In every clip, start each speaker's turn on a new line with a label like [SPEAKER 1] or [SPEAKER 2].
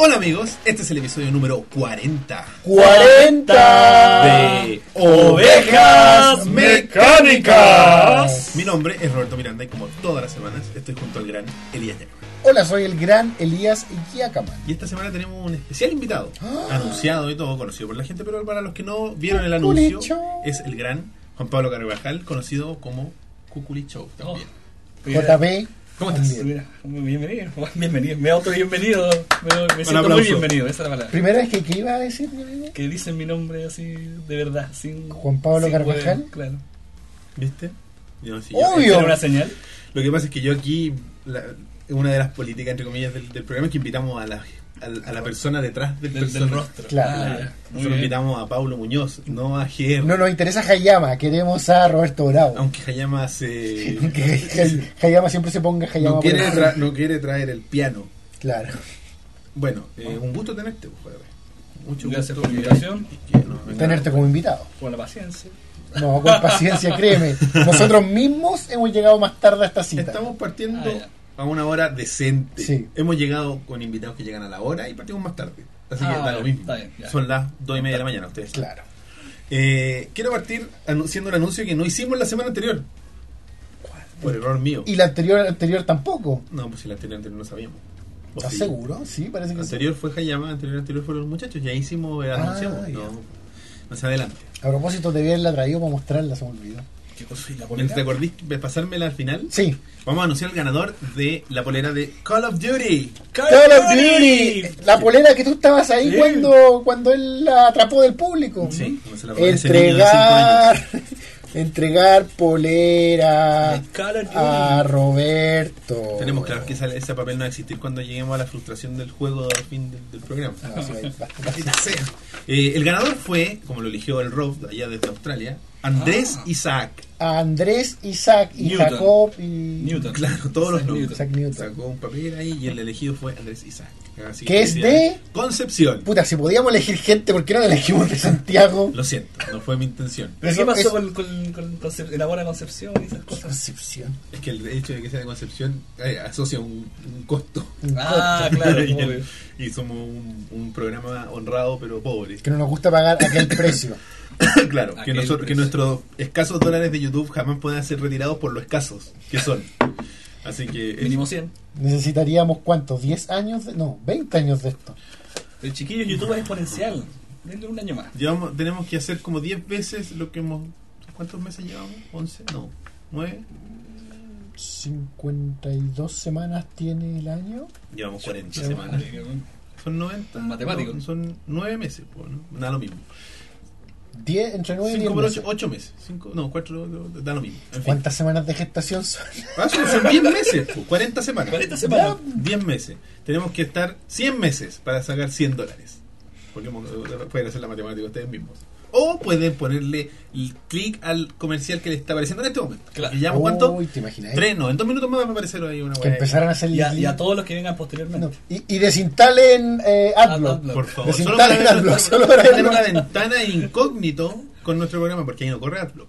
[SPEAKER 1] Hola amigos, este es el episodio número 40
[SPEAKER 2] 40
[SPEAKER 1] de
[SPEAKER 2] Ovejas Mecánicas.
[SPEAKER 1] Mi nombre es Roberto Miranda y como todas las semanas estoy junto al gran Elías Llama.
[SPEAKER 2] Hola, soy el gran Elías Iquiacaman.
[SPEAKER 1] Y esta semana tenemos un especial invitado,
[SPEAKER 2] Ah.
[SPEAKER 1] anunciado y todo, conocido por la gente, pero para los que no vieron el anuncio,
[SPEAKER 2] Cuculicho.
[SPEAKER 1] es el gran Juan Pablo Carvajal, conocido como Cuculi Show también.
[SPEAKER 2] JB.
[SPEAKER 1] ¿Cómo estás?
[SPEAKER 3] Mira, muy Bienvenido, bienvenido, me auto bienvenido, me, me siento
[SPEAKER 1] aplauso.
[SPEAKER 3] muy bienvenido, esa es la palabra.
[SPEAKER 2] Primera vez que, que iba a decir, mi amigo.
[SPEAKER 3] Que dicen mi nombre así de verdad, sin
[SPEAKER 2] Juan Pablo
[SPEAKER 3] sin
[SPEAKER 2] Carvajal.
[SPEAKER 3] huevo, claro.
[SPEAKER 1] ¿Viste? Yo, sí, yo-
[SPEAKER 2] Oh. Obvio.
[SPEAKER 3] ¿Era una señal?
[SPEAKER 1] Lo que pasa es que yo aquí, la- una de las políticas, entre comillas, del, del programa es que invitamos a la, a, a la persona detrás del,
[SPEAKER 3] Del, del
[SPEAKER 1] personaje.
[SPEAKER 3] rostro.
[SPEAKER 2] Claro.
[SPEAKER 3] Ah, ya. Muy
[SPEAKER 1] Nosotros
[SPEAKER 3] bien.
[SPEAKER 1] invitamos a Pablo Muñoz, no a GR.
[SPEAKER 2] No nos interesa Hayama, queremos a Roberto Bravo.
[SPEAKER 1] Aunque Hayama se.
[SPEAKER 2] Que Hay- Hayama siempre se ponga
[SPEAKER 1] no,
[SPEAKER 2] Hayama. por
[SPEAKER 1] quiere
[SPEAKER 2] encima.
[SPEAKER 1] tra- no quiere traer el piano.
[SPEAKER 2] Claro.
[SPEAKER 1] Bueno, eh, un gusto tenerte, pues, joder. Mucho
[SPEAKER 3] Gracias
[SPEAKER 1] gusto.
[SPEAKER 3] por la invitación.
[SPEAKER 1] Y que nos venga-
[SPEAKER 2] Tenerte como invitado.
[SPEAKER 3] Con la paciencia.
[SPEAKER 2] No, con paciencia, créeme. Nosotros mismos hemos llegado más tarde a esta cita.
[SPEAKER 1] Estamos partiendo
[SPEAKER 3] Ah, ya.
[SPEAKER 1] a una hora decente.
[SPEAKER 2] Sí.
[SPEAKER 1] Hemos llegado con invitados que llegan a la hora y partimos más tarde. Así que
[SPEAKER 3] Ah,
[SPEAKER 1] da lo mismo.
[SPEAKER 3] está bien, ya.
[SPEAKER 1] Son las dos y media de la mañana, ustedes. saben.
[SPEAKER 2] Claro.
[SPEAKER 1] Eh, quiero partir anunciando un anuncio que no hicimos la semana anterior. Por error mío.
[SPEAKER 2] Y la anterior anterior tampoco.
[SPEAKER 1] No, pues si la anterior, anterior no sabíamos. ¿O
[SPEAKER 2] ¿Estás
[SPEAKER 1] sí?
[SPEAKER 2] seguro? Sí, parece que sí.
[SPEAKER 1] Anterior fue Hayama, anterior, anterior fueron los muchachos. Ya hicimos, eh,
[SPEAKER 2] Ah,
[SPEAKER 1] anunciamos.
[SPEAKER 2] ya.
[SPEAKER 1] no, más adelante.
[SPEAKER 2] A propósito, debía haberla traído para mostrarla, se me olvidó.
[SPEAKER 3] ¿Qué cosa? ¿Y la
[SPEAKER 1] Mientras te
[SPEAKER 3] política?
[SPEAKER 1] acordís de pasármela al final,
[SPEAKER 2] Sí,
[SPEAKER 1] vamos a anunciar el ganador de la polera de Call of Duty.
[SPEAKER 2] Call of Duty. La polera que tú estabas ahí
[SPEAKER 3] Sí.
[SPEAKER 2] cuando, cuando él la atrapó del público.
[SPEAKER 1] Sí, no se la robé a ese niño de cinco años.
[SPEAKER 2] Entregar, entregar polera
[SPEAKER 3] Call of Duty.
[SPEAKER 2] a Roberto.
[SPEAKER 1] Tenemos claro que esa- ese papel no va a existir cuando lleguemos a la frustración del juego al fin del, del programa.
[SPEAKER 2] No, Ah, sí, va- va-
[SPEAKER 1] Maldita sea. Eh, el ganador fue, como lo eligió el Rob allá desde Australia, Andrés
[SPEAKER 3] Ah.
[SPEAKER 1] Isaac.
[SPEAKER 2] a Andrés, Isaac y
[SPEAKER 3] Newton.
[SPEAKER 2] Jacob y
[SPEAKER 3] Newton.
[SPEAKER 1] Claro, todos los
[SPEAKER 3] Isaac
[SPEAKER 1] nombres.
[SPEAKER 2] Isaac Newton.
[SPEAKER 1] Sacó un papel ahí y el elegido fue Andrés Isaac. Así
[SPEAKER 2] Que es de-
[SPEAKER 1] Concepción.
[SPEAKER 2] Puta, si podíamos elegir gente, ¿por qué no elegimos de Santiago?
[SPEAKER 1] Lo siento, no fue mi intención.
[SPEAKER 3] ¿Pero qué
[SPEAKER 2] Eso
[SPEAKER 3] pasó
[SPEAKER 2] es-
[SPEAKER 3] con, con, con Concep- la buena concepción y esas cosas?
[SPEAKER 2] Concepción.
[SPEAKER 1] Es que el hecho de que sea de Concepción eh, asocia un, un costo.
[SPEAKER 3] Ah, claro,
[SPEAKER 1] y,
[SPEAKER 3] obvio.
[SPEAKER 1] y somos un, un programa honrado pero pobre.
[SPEAKER 2] Que no nos gusta pagar aquel precio.
[SPEAKER 1] claro, que,
[SPEAKER 3] Aquel
[SPEAKER 1] nosotros, que
[SPEAKER 3] precio.
[SPEAKER 1] nuestros escasos dólares de YouTube jamás pueden ser retirados por lo escasos que son. Así que... eh, es-
[SPEAKER 3] Mínimo 100.
[SPEAKER 2] Necesitaríamos, ¿cuántos? ¿10 años? de- no, 20 años de esto.
[SPEAKER 3] El chiquillo YouTube es exponencial. Denle un año más.
[SPEAKER 1] Llevamos, tenemos que hacer como 10 veces lo que hemos... ¿Cuántos meses llevamos? ¿11? No. ¿9?
[SPEAKER 2] 52 semanas tiene el año.
[SPEAKER 1] Llevamos 40
[SPEAKER 2] Sí,
[SPEAKER 1] semanas. Son 90.
[SPEAKER 3] Matemático.
[SPEAKER 1] no, son 9 meses, po, ¿no? Da lo mismo.
[SPEAKER 2] 10, entre 9 y
[SPEAKER 1] 5
[SPEAKER 2] 10
[SPEAKER 1] por
[SPEAKER 2] meses.
[SPEAKER 1] 8, 8 meses. 5, no, 4, da lo mismo. En fin.
[SPEAKER 2] ¿Cuántas semanas de gestación son?
[SPEAKER 1] Ah, son, son 10 meses, po, 40 semanas.
[SPEAKER 3] 40 semanas.
[SPEAKER 1] 10 meses. Tenemos que estar 100 meses para sacar 100 dólares. Porque mo- eh, pueden hacer la matemática ustedes mismos. O pueden ponerle el clic al comercial que le está apareciendo en este momento.
[SPEAKER 3] Claro.
[SPEAKER 1] ¿Y ¿Llevamos cuánto?
[SPEAKER 2] Uy, ¿te imaginas?
[SPEAKER 1] 3, no, en 2 minutos más va a aparecer ahí una
[SPEAKER 2] Que
[SPEAKER 1] wea.
[SPEAKER 2] empezaran a hacer
[SPEAKER 3] Y a, y a
[SPEAKER 2] link-
[SPEAKER 3] todos los que vengan posteriormente.
[SPEAKER 2] No, y, y desinstalen eh, AdBlock.
[SPEAKER 3] AdBlock.
[SPEAKER 1] Por favor, solo para
[SPEAKER 2] Desinstalen
[SPEAKER 1] ver
[SPEAKER 2] AdBlock,
[SPEAKER 1] nuestro-
[SPEAKER 2] solo para ver
[SPEAKER 1] tener una
[SPEAKER 2] nuestro-
[SPEAKER 1] ventana incógnito con nuestro programa, porque ahí no corre AdBlock.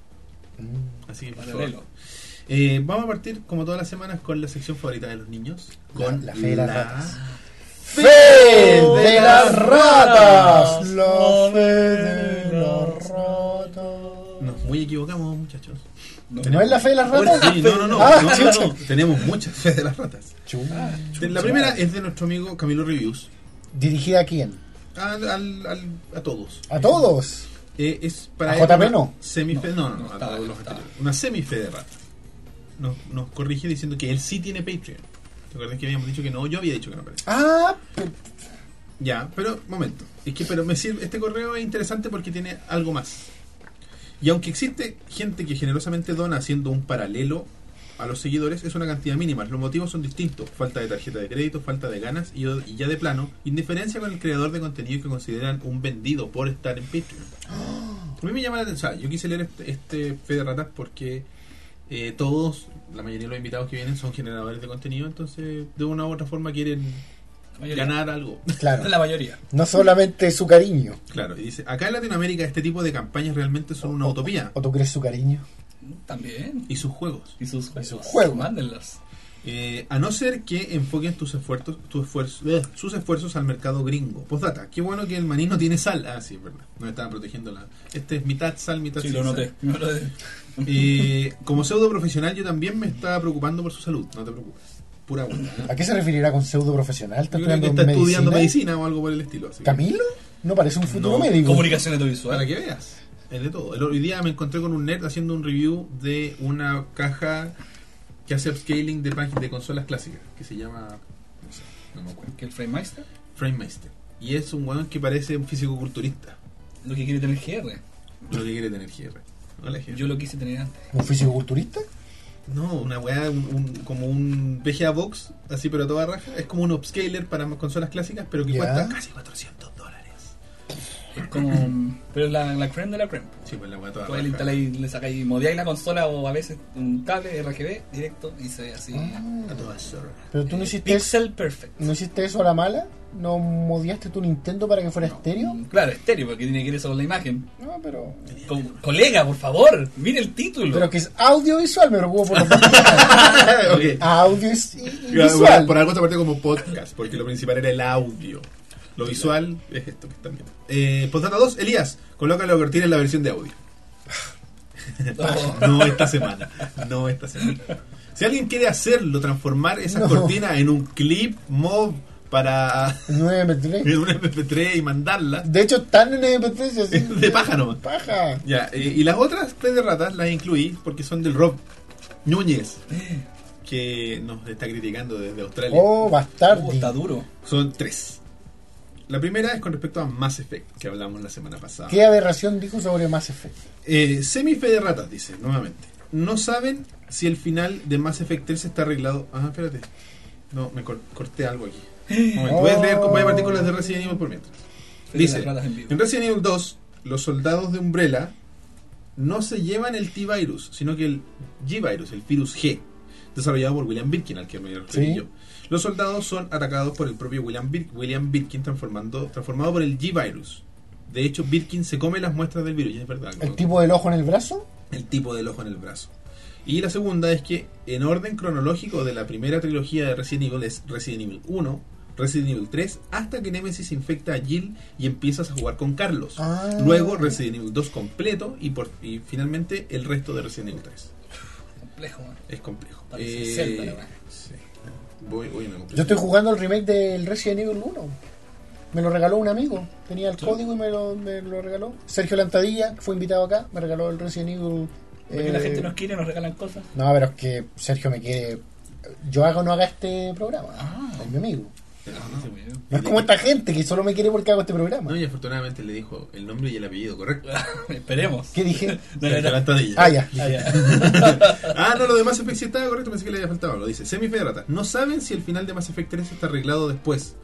[SPEAKER 2] Mm,
[SPEAKER 1] Así que, por
[SPEAKER 3] Paralelo.
[SPEAKER 1] favor. Eh, vamos a partir, como todas las semanas, con la sección favorita de los niños.
[SPEAKER 2] La-
[SPEAKER 1] Con
[SPEAKER 2] la fe de las ratas. ¡Fe
[SPEAKER 1] de
[SPEAKER 2] de las
[SPEAKER 1] las
[SPEAKER 2] ratas! La
[SPEAKER 3] No
[SPEAKER 2] fe de
[SPEAKER 3] me
[SPEAKER 2] las
[SPEAKER 3] las
[SPEAKER 2] ratas.
[SPEAKER 1] Nos muy equivocamos, muchachos.
[SPEAKER 3] No,
[SPEAKER 2] ¿No es la fe de las
[SPEAKER 3] Ahora
[SPEAKER 2] ratas?
[SPEAKER 1] Sí, no, no, no.
[SPEAKER 2] Ah,
[SPEAKER 1] no, no,
[SPEAKER 2] chucha.
[SPEAKER 1] no. Tenemos muchas fe de las ratas.
[SPEAKER 2] Chuma.
[SPEAKER 1] La primera es de nuestro amigo Camilo Reviews.
[SPEAKER 2] ¿Dirigida a quién?
[SPEAKER 1] Al, al- al- a todos.
[SPEAKER 2] ¿A todos?
[SPEAKER 1] Eh, es para
[SPEAKER 2] ¿A
[SPEAKER 1] él
[SPEAKER 2] JP
[SPEAKER 1] una
[SPEAKER 2] no?
[SPEAKER 1] Semife, no, no, no,
[SPEAKER 3] No, no
[SPEAKER 1] a
[SPEAKER 3] estaba,
[SPEAKER 1] todos
[SPEAKER 3] no
[SPEAKER 1] los
[SPEAKER 3] estaba.
[SPEAKER 1] anteriores. Una semife de ratas. Nos, nos corrige diciendo que él sí tiene Patreon. ¿Te acuerdas que habíamos dicho que no? Yo había dicho que no aparece.
[SPEAKER 2] Ah, pe-
[SPEAKER 1] Ya, pero momento. Es que pero me sirve, este correo es interesante porque tiene algo más. Y aunque existe gente que generosamente dona haciendo un paralelo a los seguidores, es una cantidad mínima. Los motivos son distintos. Falta de tarjeta de crédito, falta de ganas y, y ya de plano, indiferencia con el creador de contenido que consideran un vendido por estar en Patreon. A mí me llama la atención. o sea, yo quise leer este, este Fe de Ratas porque eh, todos, la mayoría de los invitados que vienen son generadores de contenido, entonces de una u otra forma quieren
[SPEAKER 3] la mayoría.
[SPEAKER 1] ganar algo.
[SPEAKER 2] claro.
[SPEAKER 3] La mayoría.
[SPEAKER 2] No solamente su cariño.
[SPEAKER 1] Claro, y dice, acá en Latinoamérica este tipo de campañas realmente son una utopía.
[SPEAKER 2] ¿O tú crees su cariño?
[SPEAKER 3] También.
[SPEAKER 1] Y sus juegos.
[SPEAKER 3] Y sus juegos.
[SPEAKER 2] juegos.
[SPEAKER 3] Mándenlos.
[SPEAKER 1] Eh, a no ser que enfoquen tus esfuerzos, tus esfuerzos, bleh, sus esfuerzos al mercado gringo. Postdata, qué bueno que el maní no tiene sal. Ah, sí, es verdad. No me estaban protegiendo la. Este es mitad sal, mitad
[SPEAKER 3] Sí,
[SPEAKER 1] sin
[SPEAKER 3] lo
[SPEAKER 1] sal.
[SPEAKER 3] noté. Lo noté.
[SPEAKER 1] Eh, como pseudo profesional, yo también me estaba preocupando por su salud. No te preocupes. Pura buena. ¿eh?
[SPEAKER 2] ¿A qué se referirá con pseudo profesional? ¿Está
[SPEAKER 1] Yo creo que
[SPEAKER 2] estudiando,
[SPEAKER 1] está estudiando
[SPEAKER 2] medicina?
[SPEAKER 1] medicina o algo por el estilo. así que-
[SPEAKER 2] ¿Camilo? No parece un futuro
[SPEAKER 1] No,
[SPEAKER 2] médico.
[SPEAKER 3] Comunicación
[SPEAKER 1] Para
[SPEAKER 3] audiovisual.
[SPEAKER 1] que veas. Es de todo. El, hoy día me encontré con un nerd haciendo un review de una caja que hace upscaling de, pag- de consolas clásicas. Que se llama. No sé, no me acuerdo.
[SPEAKER 3] ¿Que el Frame Meister?
[SPEAKER 1] Frame Master. Y es un weón que parece un físico-culturista.
[SPEAKER 3] Lo que quiere tener GR.
[SPEAKER 1] Lo que quiere tener GR. Hola, GR.
[SPEAKER 3] Yo lo quise tener antes.
[SPEAKER 2] ¿Un físico-culturista?
[SPEAKER 1] No, una weá, un- un- como un VGA Box, así pero a toda raja. Es como un upscaler para más consolas clásicas, pero que
[SPEAKER 2] Ya.
[SPEAKER 1] cuesta casi 400 dólares.
[SPEAKER 3] Es como. Pero es la, la creme de la creme.
[SPEAKER 1] Sí, pues la weá toda
[SPEAKER 3] Tú ahí le
[SPEAKER 1] raja.
[SPEAKER 3] instaláis, le sacáis, modeáis la consola o a veces un cable RGB directo y se ve así.
[SPEAKER 1] A toda zorra.
[SPEAKER 2] Pero Ah, tú no
[SPEAKER 3] Eh,
[SPEAKER 2] hiciste, eso,
[SPEAKER 3] Pixel Perfect.
[SPEAKER 2] no hiciste eso a la mala. ¿No modiaste tu Nintendo para que fuera estéreo?
[SPEAKER 3] Mm, Claro, estéreo, porque tiene que ir eso con la imagen.
[SPEAKER 2] No, pero.
[SPEAKER 3] Co- colega, por favor, mire el título.
[SPEAKER 2] Pero que es audiovisual, me preocupo por los
[SPEAKER 1] ok.
[SPEAKER 2] Audio es i- i-
[SPEAKER 1] Claro,
[SPEAKER 2] visual.
[SPEAKER 1] Por, por algo se partió como podcast, porque lo principal era el audio. Lo visual es esto que están viendo. Eh, postdata 2, Elías, colócalo a Cortina en la versión de audio.
[SPEAKER 3] No.
[SPEAKER 1] No esta semana. No esta semana. Si alguien quiere hacerlo, transformar esas
[SPEAKER 2] No.
[SPEAKER 1] cortinas en un clip mob para
[SPEAKER 2] No es MP3.
[SPEAKER 1] en un MP3 y mandarlas,
[SPEAKER 2] De hecho, están en MP3. y así-
[SPEAKER 1] de paja nomás.
[SPEAKER 2] Paja.
[SPEAKER 1] Ya, eh, y las otras tres de ratas las incluí porque son del Rob Núñez, que nos está criticando desde Australia.
[SPEAKER 2] Oh, bastardo.
[SPEAKER 3] Uh, está duro.
[SPEAKER 1] Son tres. La primera es con respecto a Mass Effect, que hablamos la semana pasada.
[SPEAKER 2] ¿Qué aberración dijo sobre Mass Effect?
[SPEAKER 1] Eh, semife de ratas, dice, nuevamente. No saben si el final de Mass Effect 3 está arreglado. Ah, espérate. No, me cor- corté algo aquí. Un momento, voy, a leer- voy a partir con las de Resident Evil por mientras. Dice,
[SPEAKER 3] Las ratas en vivo.
[SPEAKER 1] en Resident Evil 2, los soldados de Umbrella no se llevan el T-Virus, sino que el G-Virus, el virus G, desarrollado por William Birkin, al que me referí
[SPEAKER 2] Sí.
[SPEAKER 1] yo. Los soldados son atacados por el propio William, Bir- William Birkin, transformando, transformado por el G-Virus. De hecho, Birkin se come las muestras del virus, y es verdad.
[SPEAKER 2] ¿El
[SPEAKER 1] ¿no?
[SPEAKER 2] tipo del ojo en el brazo?
[SPEAKER 1] el tipo del ojo en el brazo. Y la segunda es que, en orden cronológico de la primera trilogía de Resident Evil, es Resident Evil 1, Resident Evil 3, hasta que Nemesis infecta a Jill y empiezas a jugar con Carlos.
[SPEAKER 2] Ah.
[SPEAKER 1] Luego Resident Evil 2 completo y, por, y finalmente el resto de Resident Evil 3.
[SPEAKER 3] Complejo, man.
[SPEAKER 1] Es complejo. Eh,
[SPEAKER 3] Parece Zelda, la verdad.
[SPEAKER 1] sí. Voy, voy, me compré.
[SPEAKER 2] Yo estoy jugando el remake del Resident Evil 1. Me lo regaló un amigo. Tenía el
[SPEAKER 3] Sí.
[SPEAKER 2] código y me lo, me lo regaló. Sergio Lantadilla, que fue invitado acá, me regaló el Resident Evil.
[SPEAKER 3] Porque
[SPEAKER 2] eh,
[SPEAKER 3] la gente nos quiere, nos regalan cosas.
[SPEAKER 2] No, pero es que Sergio me quiere. Yo haga o no haga este programa.
[SPEAKER 3] Ah.
[SPEAKER 2] es mi amigo.
[SPEAKER 1] Ah,
[SPEAKER 3] Sí, weón.
[SPEAKER 2] No es como esta gente que solo me quiere porque hago este programa.
[SPEAKER 1] No, y afortunadamente le dijo el nombre y el apellido, ¿correcto?
[SPEAKER 3] Esperemos.
[SPEAKER 2] ¿Qué dije?
[SPEAKER 3] No, no, no.
[SPEAKER 1] Levantadilla.
[SPEAKER 2] Ah, ya.
[SPEAKER 3] Ah, ya.
[SPEAKER 1] Ah, no, lo de Mass Effect sí estaba correcto, pensé que le había faltado. Lo dice, semifederatas. No saben si el final de Mass Effect 3 está arreglado después.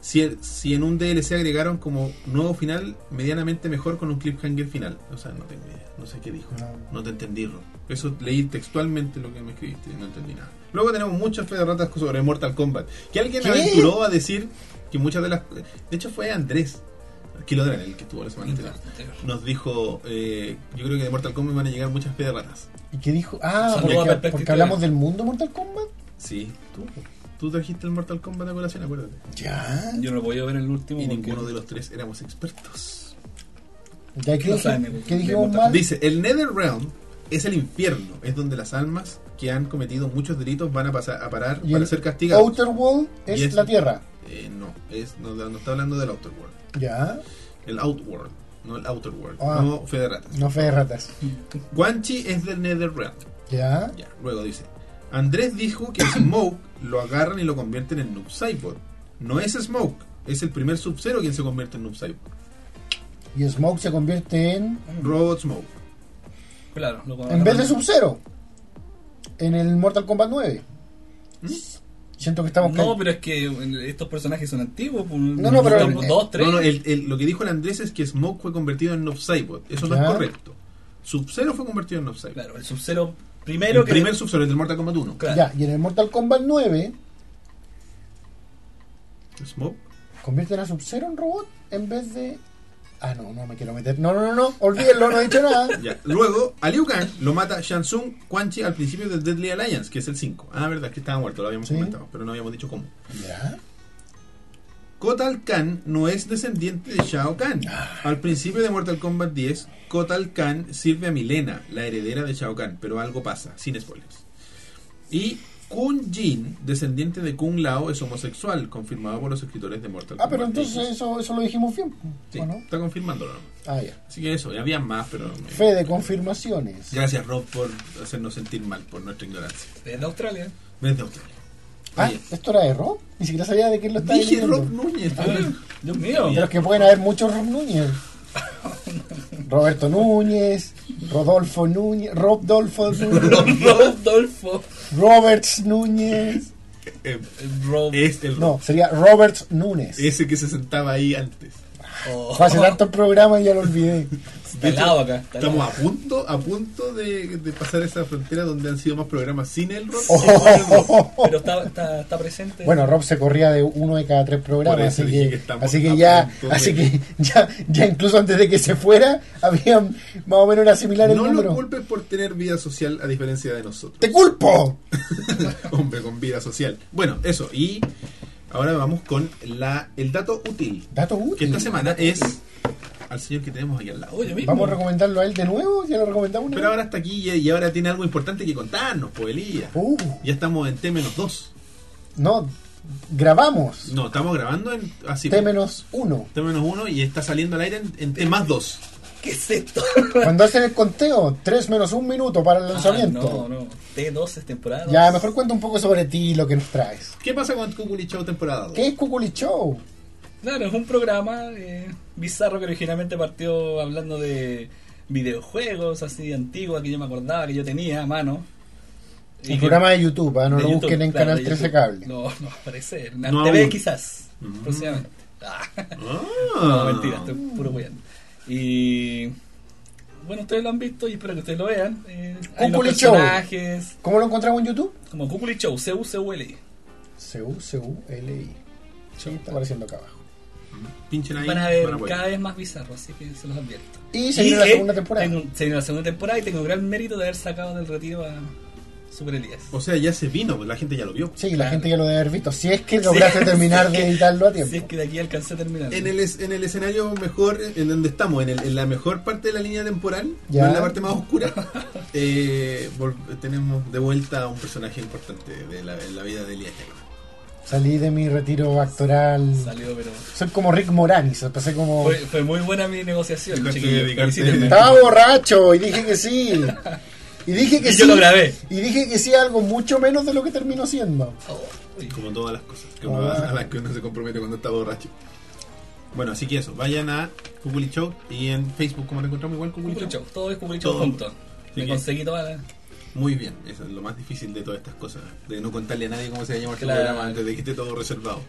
[SPEAKER 1] Si, el- si en un DLC agregaron como nuevo final medianamente mejor con un cliffhanger final. O sea, no tengo idea. No sé qué dijo.
[SPEAKER 2] No.
[SPEAKER 1] No te entendí, Rob. Eso leí textualmente lo que me escribiste y no entendí nada. Luego tenemos muchas fe de ratas sobre Mortal Kombat. Que alguien
[SPEAKER 2] ¿Qué?
[SPEAKER 1] aventuró a decir que muchas de las... De hecho fue Andrés. Kilodran, el que estuvo la semana anterior. Nos dijo, eh, yo creo que de Mortal Kombat van a llegar muchas fe de ratas.
[SPEAKER 2] ¿Y qué dijo? Ah,
[SPEAKER 3] Saludo a
[SPEAKER 2] porque,
[SPEAKER 3] Perspectiva.
[SPEAKER 2] porque hablamos del mundo Mortal Kombat.
[SPEAKER 1] Sí, tú. Tú trajiste el Mortal Kombat a colación, acuérdate.
[SPEAKER 2] Ya.
[SPEAKER 3] Yo no lo podía ver el último.
[SPEAKER 1] Y
[SPEAKER 3] porque-
[SPEAKER 1] ninguno de los tres éramos expertos.
[SPEAKER 2] ¿Ya qué,
[SPEAKER 3] No
[SPEAKER 2] dije?
[SPEAKER 3] saben,
[SPEAKER 2] ¿Qué
[SPEAKER 3] de
[SPEAKER 2] dijimos
[SPEAKER 3] Mortal
[SPEAKER 2] mal?
[SPEAKER 1] Dice, el Netherrealm es el infierno. Es donde las almas que han cometido muchos delitos van a, pasar, a parar
[SPEAKER 2] Y
[SPEAKER 1] para
[SPEAKER 2] el
[SPEAKER 1] ser castigadas.
[SPEAKER 2] Outer World es
[SPEAKER 1] Y es-
[SPEAKER 2] la Tierra.
[SPEAKER 1] Eh, no, es, no, no está hablando del Outer World.
[SPEAKER 2] Ya.
[SPEAKER 1] El Outworld, no el Outer World.
[SPEAKER 2] Ah.
[SPEAKER 1] No fe de ratas.
[SPEAKER 2] No fe de ratas.
[SPEAKER 3] Mm,
[SPEAKER 1] Guanchi es del Netherrealm.
[SPEAKER 2] Ya.
[SPEAKER 1] Ya, luego dice. Andrés dijo que Smoke lo agarran y lo convierten en Noob Cyborg. No es Smoke, es el primer Sub-Zero quien se convierte en Noob Cyborg.
[SPEAKER 2] Y Smoke se convierte en.
[SPEAKER 1] Robot Smoke.
[SPEAKER 3] Claro, lo
[SPEAKER 2] En vez de Sub-Zero. En el Mortal Kombat 9. Siento que estamos.
[SPEAKER 3] No,
[SPEAKER 2] ca-
[SPEAKER 3] pero es que estos personajes son antiguos. pues,
[SPEAKER 2] No, no, pero-
[SPEAKER 3] Dos, tres.
[SPEAKER 1] No, no, el- el- lo que dijo el Andrés es que Smoke fue convertido en Nobsybot. Eso no
[SPEAKER 2] Ya.
[SPEAKER 1] es correcto. Sub-Zero fue convertido en Nobsybot.
[SPEAKER 3] Claro, el Sub-Zero
[SPEAKER 1] El
[SPEAKER 3] primero. que-
[SPEAKER 1] primer Sub-Zero el del Mortal Kombat 1.
[SPEAKER 3] Claro.
[SPEAKER 2] Ya. Y en el Mortal Kombat 9.
[SPEAKER 1] Smoke.
[SPEAKER 2] Convierten a Sub-Zero en robot. En vez de. Ah, no, no me quiero meter. No, no, no, no. Olvídenlo, no he dicho nada.
[SPEAKER 1] Ya. Luego, a Liu Kang lo mata Shansung Quan Chi al principio de Deadly Alliance, que es el 5. Ah, verdad, que estaba muerto, lo habíamos
[SPEAKER 2] Sí.
[SPEAKER 1] comentado, pero no habíamos dicho cómo.
[SPEAKER 2] Ya.
[SPEAKER 1] Kotal Kahn no es descendiente de Shao Kahn.
[SPEAKER 2] Ah.
[SPEAKER 1] Al principio de Mortal Kombat 10, Kotal Kahn sirve a Milena, la heredera de Shao Kahn, pero algo pasa, sin spoilers. Y Kun Jin, descendiente de Kung Lao, es homosexual, confirmado por los escritores de Mortal
[SPEAKER 2] Ah,
[SPEAKER 1] Kombat.
[SPEAKER 2] pero entonces
[SPEAKER 1] X.
[SPEAKER 2] eso, eso lo dijimos bien.
[SPEAKER 1] Sí,
[SPEAKER 2] ¿o no?
[SPEAKER 1] está confirmándolo. nomás.
[SPEAKER 2] Ah, ya.
[SPEAKER 1] Así que eso, ya había más, pero. me-
[SPEAKER 2] Fe de confirmaciones.
[SPEAKER 1] Gracias, Rob, por hacernos sentir mal por nuestra ignorancia.
[SPEAKER 3] Desde Australia.
[SPEAKER 1] Desde Australia.
[SPEAKER 2] Ah,
[SPEAKER 1] Oye,
[SPEAKER 2] ¿esto era de Rob? Ni siquiera sabía de quién lo estaba
[SPEAKER 1] Dije
[SPEAKER 2] leyendo.
[SPEAKER 1] Rob Núñez.
[SPEAKER 3] Ah,
[SPEAKER 1] weón.
[SPEAKER 3] Dios mío.
[SPEAKER 2] Pero es que pueden haber muchos Rob Núñez. Roberto Núñez, Rodolfo Núñez, Rodolfo Núñez,
[SPEAKER 3] Rodolfo.
[SPEAKER 2] Roberts Núñez.
[SPEAKER 1] Eh,
[SPEAKER 3] Rob.
[SPEAKER 1] es el
[SPEAKER 2] No, sería Roberts Núñez.
[SPEAKER 1] Ese que se sentaba ahí antes.
[SPEAKER 3] Oh.
[SPEAKER 2] Fue hace tanto el programa y ya lo olvidé.
[SPEAKER 1] De
[SPEAKER 3] Está
[SPEAKER 1] hecho,
[SPEAKER 3] al lado acá. está al
[SPEAKER 1] ¿eh? Estamos
[SPEAKER 3] lado.
[SPEAKER 1] a punto, a punto de, de pasar esa frontera donde han sido más programas sin el rock.
[SPEAKER 2] Oh,
[SPEAKER 1] que con el rock.
[SPEAKER 3] Pero está, está, está presente.
[SPEAKER 2] Bueno, Rob se corría de uno de cada tres
[SPEAKER 1] Por
[SPEAKER 2] programas,
[SPEAKER 1] eso
[SPEAKER 2] así
[SPEAKER 1] dije que
[SPEAKER 2] que,
[SPEAKER 1] estamos
[SPEAKER 2] así que
[SPEAKER 1] a
[SPEAKER 2] ya,
[SPEAKER 1] punto de-
[SPEAKER 2] así que ya, ya incluso antes de que se fuera, habían más o menos era similar el
[SPEAKER 1] No lo
[SPEAKER 2] número.
[SPEAKER 1] culpes por tener vida social a diferencia de nosotros.
[SPEAKER 2] ¡Te culpo!
[SPEAKER 1] Hombre con vida social. Bueno, eso. Y ahora vamos con la, el dato útil.
[SPEAKER 2] Dato
[SPEAKER 1] Que
[SPEAKER 2] útil.
[SPEAKER 1] esta semana es al señor que tenemos aquí al lado.
[SPEAKER 3] Oye, mismo.
[SPEAKER 2] Vamos a recomendarlo a él de nuevo, ya lo recomendamos. ¿no?
[SPEAKER 1] Pero ahora está aquí y, y ahora tiene algo importante que contarnos, pues Elías.
[SPEAKER 2] Uh,
[SPEAKER 1] Ya estamos en T-2.
[SPEAKER 2] no, grabamos.
[SPEAKER 1] No, estamos grabando en así.
[SPEAKER 2] T-1.
[SPEAKER 1] T-1 y está saliendo al aire en, en T-2.
[SPEAKER 3] ¿Qué es esto?
[SPEAKER 2] Cuando hacen el conteo, 3 menos un minuto para el lanzamiento.
[SPEAKER 3] Ah, no, no. T12 es temporada.
[SPEAKER 2] Ya, mejor cuenta un poco sobre ti y lo que nos traes.
[SPEAKER 1] ¿Qué pasa con Cuculi Show temporada 2?
[SPEAKER 2] ¿Qué es Cuculi Show?
[SPEAKER 3] Claro, es un programa eh, bizarro que originalmente partió hablando de videojuegos así antiguos que yo me acordaba que yo tenía a mano.
[SPEAKER 2] Un programa de YouTube, ¿ah? no
[SPEAKER 3] de
[SPEAKER 2] lo
[SPEAKER 3] YouTube,
[SPEAKER 2] busquen en
[SPEAKER 3] claro,
[SPEAKER 2] Canal
[SPEAKER 3] de
[SPEAKER 2] 13
[SPEAKER 3] YouTube.
[SPEAKER 2] Cable.
[SPEAKER 3] No, no aparece. En
[SPEAKER 1] No
[SPEAKER 3] TV
[SPEAKER 1] aún.
[SPEAKER 3] quizás,
[SPEAKER 1] Mm.
[SPEAKER 3] próximamente. Ah,
[SPEAKER 1] Ah.
[SPEAKER 3] no, mentira, estoy puro weón. Y bueno, ustedes lo han visto y espero que ustedes lo vean. Eh, hay unos
[SPEAKER 2] Cuculi Show.
[SPEAKER 3] personajes
[SPEAKER 2] ¿Cómo lo encontramos en YouTube?
[SPEAKER 3] como Cuculi Show, c u c u l
[SPEAKER 2] C-U-C-U-L-I. Sí, está apareciendo acá abajo.
[SPEAKER 1] Pinchen ahí.
[SPEAKER 3] Van a ver
[SPEAKER 1] van a poder.
[SPEAKER 3] cada vez más bizarros, así que se los advierto.
[SPEAKER 2] Y se viene la
[SPEAKER 3] eh,
[SPEAKER 2] segunda temporada.
[SPEAKER 3] tengo- se viene la segunda temporada y tengo gran mérito de haber sacado del retiro a Super Elías.
[SPEAKER 1] O sea, ya se vino, pues, la gente ya lo vio.
[SPEAKER 2] Sí, la
[SPEAKER 3] Claro.
[SPEAKER 2] gente ya lo debe haber visto. Si es que lograste terminar de editarlo a tiempo.
[SPEAKER 3] Si es que de aquí alcancé a terminar.
[SPEAKER 1] En el, es- en el escenario mejor, en donde estamos, en, el- en la mejor parte de la línea temporal,
[SPEAKER 2] Ya.
[SPEAKER 1] no en la parte más oscura, eh, vol- tenemos de vuelta a un personaje importante de la, en la vida de Elías Yacob.
[SPEAKER 2] Salí de mi retiro actoral.
[SPEAKER 3] Salió, pero.
[SPEAKER 2] Soy como Rick Moranis. Pasé como.
[SPEAKER 3] Fue, fue muy buena mi negociación,
[SPEAKER 1] Dejaste de
[SPEAKER 3] chiquillos.
[SPEAKER 1] dedicarte-
[SPEAKER 3] Felicítenme.
[SPEAKER 2] Estaba borracho y dije que sí. Y dije que
[SPEAKER 3] Y
[SPEAKER 2] sí.
[SPEAKER 3] yo lo grabé.
[SPEAKER 2] Y dije que sí a algo mucho menos de lo que terminó siendo.
[SPEAKER 3] Oh, uy.
[SPEAKER 1] Como todas las cosas que uno,
[SPEAKER 2] Ah.
[SPEAKER 1] a las que uno se compromete cuando está borracho. Bueno, así que eso, vayan a Cuculi Show y en Facebook, como lo encontramos igual, Cuculi
[SPEAKER 3] Cuculi
[SPEAKER 1] Show.
[SPEAKER 3] Show, todo es Cuculi Show
[SPEAKER 1] Todo.
[SPEAKER 3] junto. Me
[SPEAKER 1] que-
[SPEAKER 3] conseguí toda la.
[SPEAKER 1] Muy bien, eso es lo más difícil de todas estas cosas, de no contarle a nadie cómo se va a llamar tu
[SPEAKER 3] Claro.
[SPEAKER 1] programa antes de que esté todo reservado.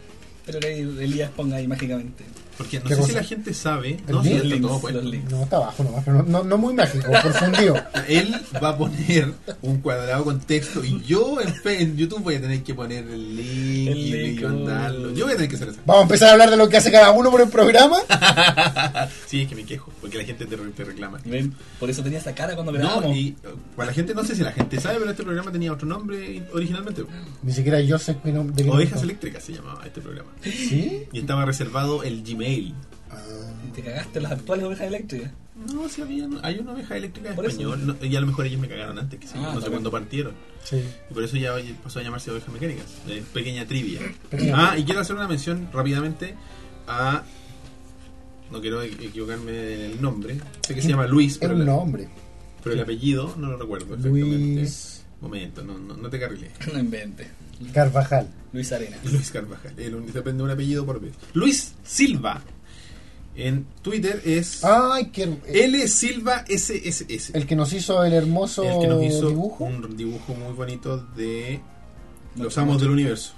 [SPEAKER 3] Pero que Elías ponga ahí mágicamente.
[SPEAKER 1] Porque no
[SPEAKER 2] ¿Qué
[SPEAKER 1] sé
[SPEAKER 2] cosa?
[SPEAKER 1] si la gente sabe,
[SPEAKER 2] El
[SPEAKER 1] no si
[SPEAKER 2] link.
[SPEAKER 1] está todo
[SPEAKER 3] Los
[SPEAKER 1] puesto.
[SPEAKER 3] links.
[SPEAKER 2] No, está abajo nomás, pero no, no, no muy mágico, confundido.
[SPEAKER 1] Él va a poner un cuadrado con texto y yo en, Fe- en YouTube voy a tener que poner el link
[SPEAKER 3] El
[SPEAKER 1] y-
[SPEAKER 3] link,
[SPEAKER 1] y mandarlo. Yo voy a tener que hacer eso.
[SPEAKER 2] Vamos a empezar a hablar de lo que hace cada uno por el programa.
[SPEAKER 1] Sí, es que me quejo, porque la gente te, re- te reclama.
[SPEAKER 3] ¿Ven? Por eso tenía esa cara cuando grabamos.
[SPEAKER 1] No, y eh, para la gente, no sé si la gente sabe, pero este programa tenía otro nombre originalmente.
[SPEAKER 2] Ni siquiera yo sé que no- de qué
[SPEAKER 1] Ovejas
[SPEAKER 2] nombre.
[SPEAKER 1] Eléctricas se llamaba este programa.
[SPEAKER 2] ¿Sí?
[SPEAKER 1] Y estaba reservado el Gmail.
[SPEAKER 2] Ah.
[SPEAKER 3] Te cagaste las actuales ovejas eléctricas.
[SPEAKER 1] No, si había, hay una oveja eléctrica en
[SPEAKER 3] Por eso.
[SPEAKER 1] español. no- y a lo mejor ellos me cagaron antes, que sí,
[SPEAKER 3] Ah,
[SPEAKER 1] no sé
[SPEAKER 3] también.
[SPEAKER 1] cuándo partieron.
[SPEAKER 2] Sí.
[SPEAKER 1] Y por eso ya oye, pasó a llamarse Ovejas Mecánicas. Eh, pequeña trivia.
[SPEAKER 2] Pequeña.
[SPEAKER 1] Ah, y quiero hacer una mención rápidamente a. No quiero equ- equivocarme del nombre. Sé que se llama Luis,
[SPEAKER 2] Era
[SPEAKER 1] pero,
[SPEAKER 2] un
[SPEAKER 1] la-
[SPEAKER 2] nombre.
[SPEAKER 1] pero el apellido no lo recuerdo exactamente.
[SPEAKER 2] Luis
[SPEAKER 1] Momento, no, no, no te carriles.
[SPEAKER 3] No inventes.
[SPEAKER 2] Carvajal.
[SPEAKER 3] Luis Arenas.
[SPEAKER 1] Luis Carvajal. El, un- depende de un apellido por vez. Luis Silva. En Twitter es
[SPEAKER 2] Ay, que
[SPEAKER 1] L Silva SSS.
[SPEAKER 2] el que nos hizo el hermoso
[SPEAKER 1] el que nos hizo
[SPEAKER 2] dibujo.
[SPEAKER 1] un dibujo muy bonito de Los Amos del Universo.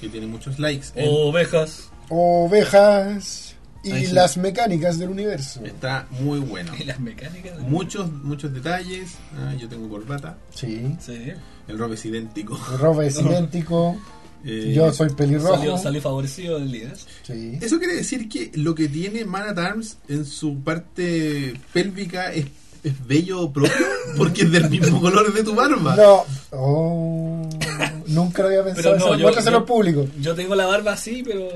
[SPEAKER 1] Que tiene muchos likes. ¿eh? en-
[SPEAKER 3] Oh. Ovejas.
[SPEAKER 2] Ovejas y
[SPEAKER 1] Ahí sí.
[SPEAKER 2] las mecánicas del universo.
[SPEAKER 1] Está muy bueno.
[SPEAKER 3] Y las mecánicas. del-
[SPEAKER 1] Muchos, muchos detalles. Ah, yo tengo corbata.
[SPEAKER 2] Sí.
[SPEAKER 3] Sí.
[SPEAKER 1] El Rob es idéntico.
[SPEAKER 2] Roba es idéntico.
[SPEAKER 1] Eh,
[SPEAKER 2] Yo soy pelirrojo.
[SPEAKER 3] Salió, salió favorecido del líder.
[SPEAKER 2] Sí.
[SPEAKER 1] Eso quiere decir que lo que tiene Man at Arms en su parte pélvica es, es bello propio porque es del mismo color de tu barba.
[SPEAKER 2] No. Oh, nunca lo había pensado.
[SPEAKER 3] Pero no,
[SPEAKER 2] eso.
[SPEAKER 3] yo-
[SPEAKER 2] Muéstraselo
[SPEAKER 3] yo-
[SPEAKER 2] al público.
[SPEAKER 3] Yo tengo la barba así, pero.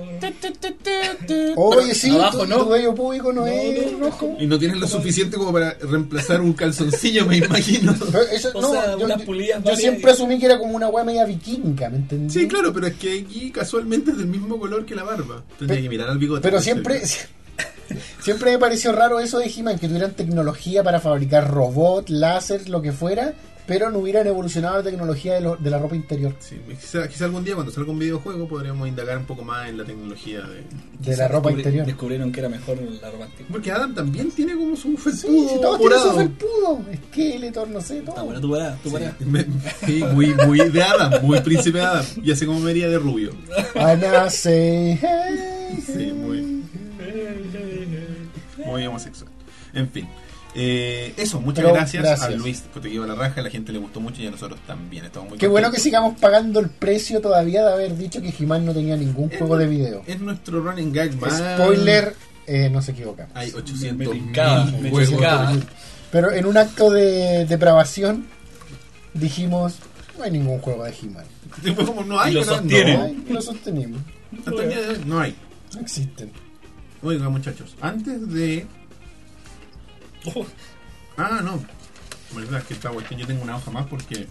[SPEAKER 2] Oye, sí,
[SPEAKER 3] abajo
[SPEAKER 2] tu,
[SPEAKER 3] no.
[SPEAKER 2] tu vello público no,
[SPEAKER 3] No,
[SPEAKER 2] es
[SPEAKER 3] no.
[SPEAKER 2] rojo.
[SPEAKER 1] Y no tienes lo suficiente como para reemplazar un calzoncillo, me imagino.
[SPEAKER 2] Pero eso-
[SPEAKER 3] O
[SPEAKER 2] no,
[SPEAKER 3] sea,
[SPEAKER 2] yo,
[SPEAKER 3] unas
[SPEAKER 2] yo-
[SPEAKER 3] pulidas
[SPEAKER 2] yo
[SPEAKER 3] varias
[SPEAKER 2] siempre
[SPEAKER 3] y-
[SPEAKER 2] asumí que era como una wea media vikinga, ¿me entendí?
[SPEAKER 1] Sí, claro, pero es que aquí casualmente es del mismo color que la barba. Tendría
[SPEAKER 2] Pe-
[SPEAKER 1] que mirar al bigote.
[SPEAKER 2] Pero
[SPEAKER 1] no sé.
[SPEAKER 2] siempre, siempre me pareció raro eso de He-Man, que tuvieran tecnología para fabricar robot, láser, lo que fuera, pero no hubieran evolucionado la tecnología de, lo- de la ropa interior,
[SPEAKER 1] Sí, quizá, quizá algún día cuando salga un videojuego podríamos indagar un poco más en la tecnología de...
[SPEAKER 2] de la ropa
[SPEAKER 3] Descubri-
[SPEAKER 2] interior.
[SPEAKER 3] Descubrieron que era mejor la ropa antigua.
[SPEAKER 1] Porque Adam también tiene como su
[SPEAKER 2] Sí,
[SPEAKER 1] felpudo
[SPEAKER 2] si todos tienen su
[SPEAKER 1] morado.
[SPEAKER 2] felpudo, esqueleto, no sé, todo.
[SPEAKER 3] Está buena tu parada, tu parada.
[SPEAKER 1] Sí, me- sí, muy, muy de Adam, muy príncipe de Adam. Ya sé cómo me iría de rubio.
[SPEAKER 2] Ana, say hey,
[SPEAKER 1] Sí, muy, muy homosexual. En fin. eh, eso, muchas
[SPEAKER 2] Pero,
[SPEAKER 1] gracias, a
[SPEAKER 2] gracias.
[SPEAKER 1] Luis Potequillo la Raja, la gente le gustó mucho y a nosotros también. Estamos muy
[SPEAKER 2] Qué bueno que
[SPEAKER 1] contentos.
[SPEAKER 2] sigamos pagando el precio todavía de haber dicho que He-Man no tenía ningún
[SPEAKER 1] Es
[SPEAKER 2] juego de
[SPEAKER 1] nu-
[SPEAKER 2] video.
[SPEAKER 1] Es nuestro running gag más.
[SPEAKER 2] Spoiler, eh, no se equivoca.
[SPEAKER 1] Hay
[SPEAKER 3] Me
[SPEAKER 1] 800
[SPEAKER 3] brincaba, me
[SPEAKER 1] juegos.
[SPEAKER 3] brincaba.
[SPEAKER 2] Pero en un acto de depravación dijimos, no hay ningún juego de He-Man.
[SPEAKER 1] Y fue pues, como, no hay,
[SPEAKER 3] Y lo
[SPEAKER 1] ¿verdad?
[SPEAKER 3] sostienen.
[SPEAKER 1] No,
[SPEAKER 2] No hay, lo sostenimos.
[SPEAKER 1] hasta el día de hoy no hay.
[SPEAKER 2] No existen.
[SPEAKER 3] Ah,
[SPEAKER 1] Oiga, muchachos, antes de.
[SPEAKER 3] Oh,
[SPEAKER 1] Ah, no. Verdad es que esta cuestión yo tengo una hoja más porque.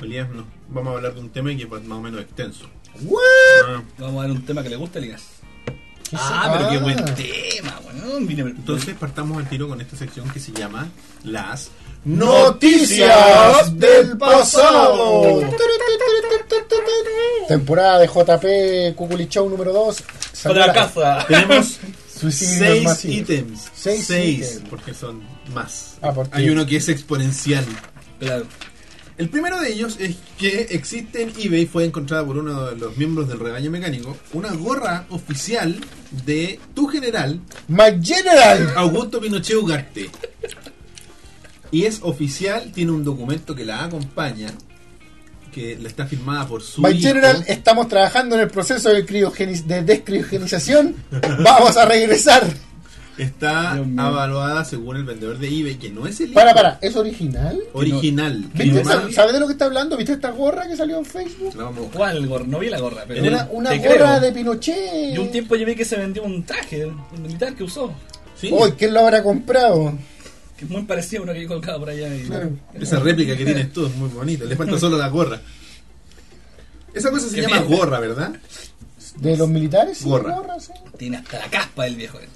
[SPEAKER 1] Elías, no. vamos a hablar de un tema que es más o menos extenso.
[SPEAKER 2] ¿What?
[SPEAKER 1] Ah,
[SPEAKER 3] Vamos a dar un tema que le gusta, Elías.
[SPEAKER 2] ¿Qué
[SPEAKER 3] Ah,
[SPEAKER 2] se-
[SPEAKER 3] pero qué
[SPEAKER 2] ah.
[SPEAKER 3] buen tema, weón. Vine-
[SPEAKER 1] entonces partamos al tiro con esta sección que se llama Las
[SPEAKER 2] Noticias del pasado. Temporada de JP Cuculi Show número 2.
[SPEAKER 3] Otra casa.
[SPEAKER 1] Tenemos
[SPEAKER 2] Suicidio
[SPEAKER 1] seis
[SPEAKER 2] masivo.
[SPEAKER 1] ítems.
[SPEAKER 2] Seis
[SPEAKER 1] Seis,
[SPEAKER 2] ítems.
[SPEAKER 1] porque son más.
[SPEAKER 2] Ah, ¿por qué?
[SPEAKER 1] Hay uno que es exponencial.
[SPEAKER 3] Claro.
[SPEAKER 1] El primero de ellos es que existe en eBay, fue encontrada por uno de los miembros del rebaño mecánico, una gorra oficial de tu general,
[SPEAKER 2] My General.
[SPEAKER 1] Augusto Pinochet Ugarte. Y es oficial, tiene un documento que la acompaña, que la está firmada por su
[SPEAKER 2] My
[SPEAKER 1] hijo.
[SPEAKER 2] General, estamos trabajando en el proceso de, criogenis- de descriogenización. Vamos a regresar.
[SPEAKER 1] está
[SPEAKER 3] Dios mío.
[SPEAKER 1] evaluada según el vendedor de eBay, que no es el
[SPEAKER 2] Para,
[SPEAKER 1] hijo
[SPEAKER 2] para, ¿es original?
[SPEAKER 1] original.
[SPEAKER 2] ¿Viste?
[SPEAKER 1] firmada-
[SPEAKER 2] ¿Sabes de lo que está hablando? ¿Viste esta gorra que salió en Facebook?
[SPEAKER 1] La vamos a buscar.
[SPEAKER 3] ¿Cuál gorra? No vi la gorra, pero.
[SPEAKER 2] Una, una
[SPEAKER 3] te
[SPEAKER 2] gorra
[SPEAKER 3] creo.
[SPEAKER 2] de Pinochet.
[SPEAKER 3] Y un tiempo yo vi que se vendió un traje un militar que usó.
[SPEAKER 1] Sí,
[SPEAKER 2] Uy, ¿quién lo habrá comprado?
[SPEAKER 3] Que es muy parecido a uno que yo colgaba por allá. y-
[SPEAKER 2] Claro.
[SPEAKER 1] Esa réplica que tienes tú es muy bonita, le falta solo la gorra. Esa cosa se
[SPEAKER 3] Qué
[SPEAKER 1] llama
[SPEAKER 3] bien.
[SPEAKER 1] gorra, ¿verdad?
[SPEAKER 2] ¿De los militares? Sí,
[SPEAKER 1] Gorra.
[SPEAKER 2] sí.
[SPEAKER 3] Tiene hasta la caspa el viejo. eh.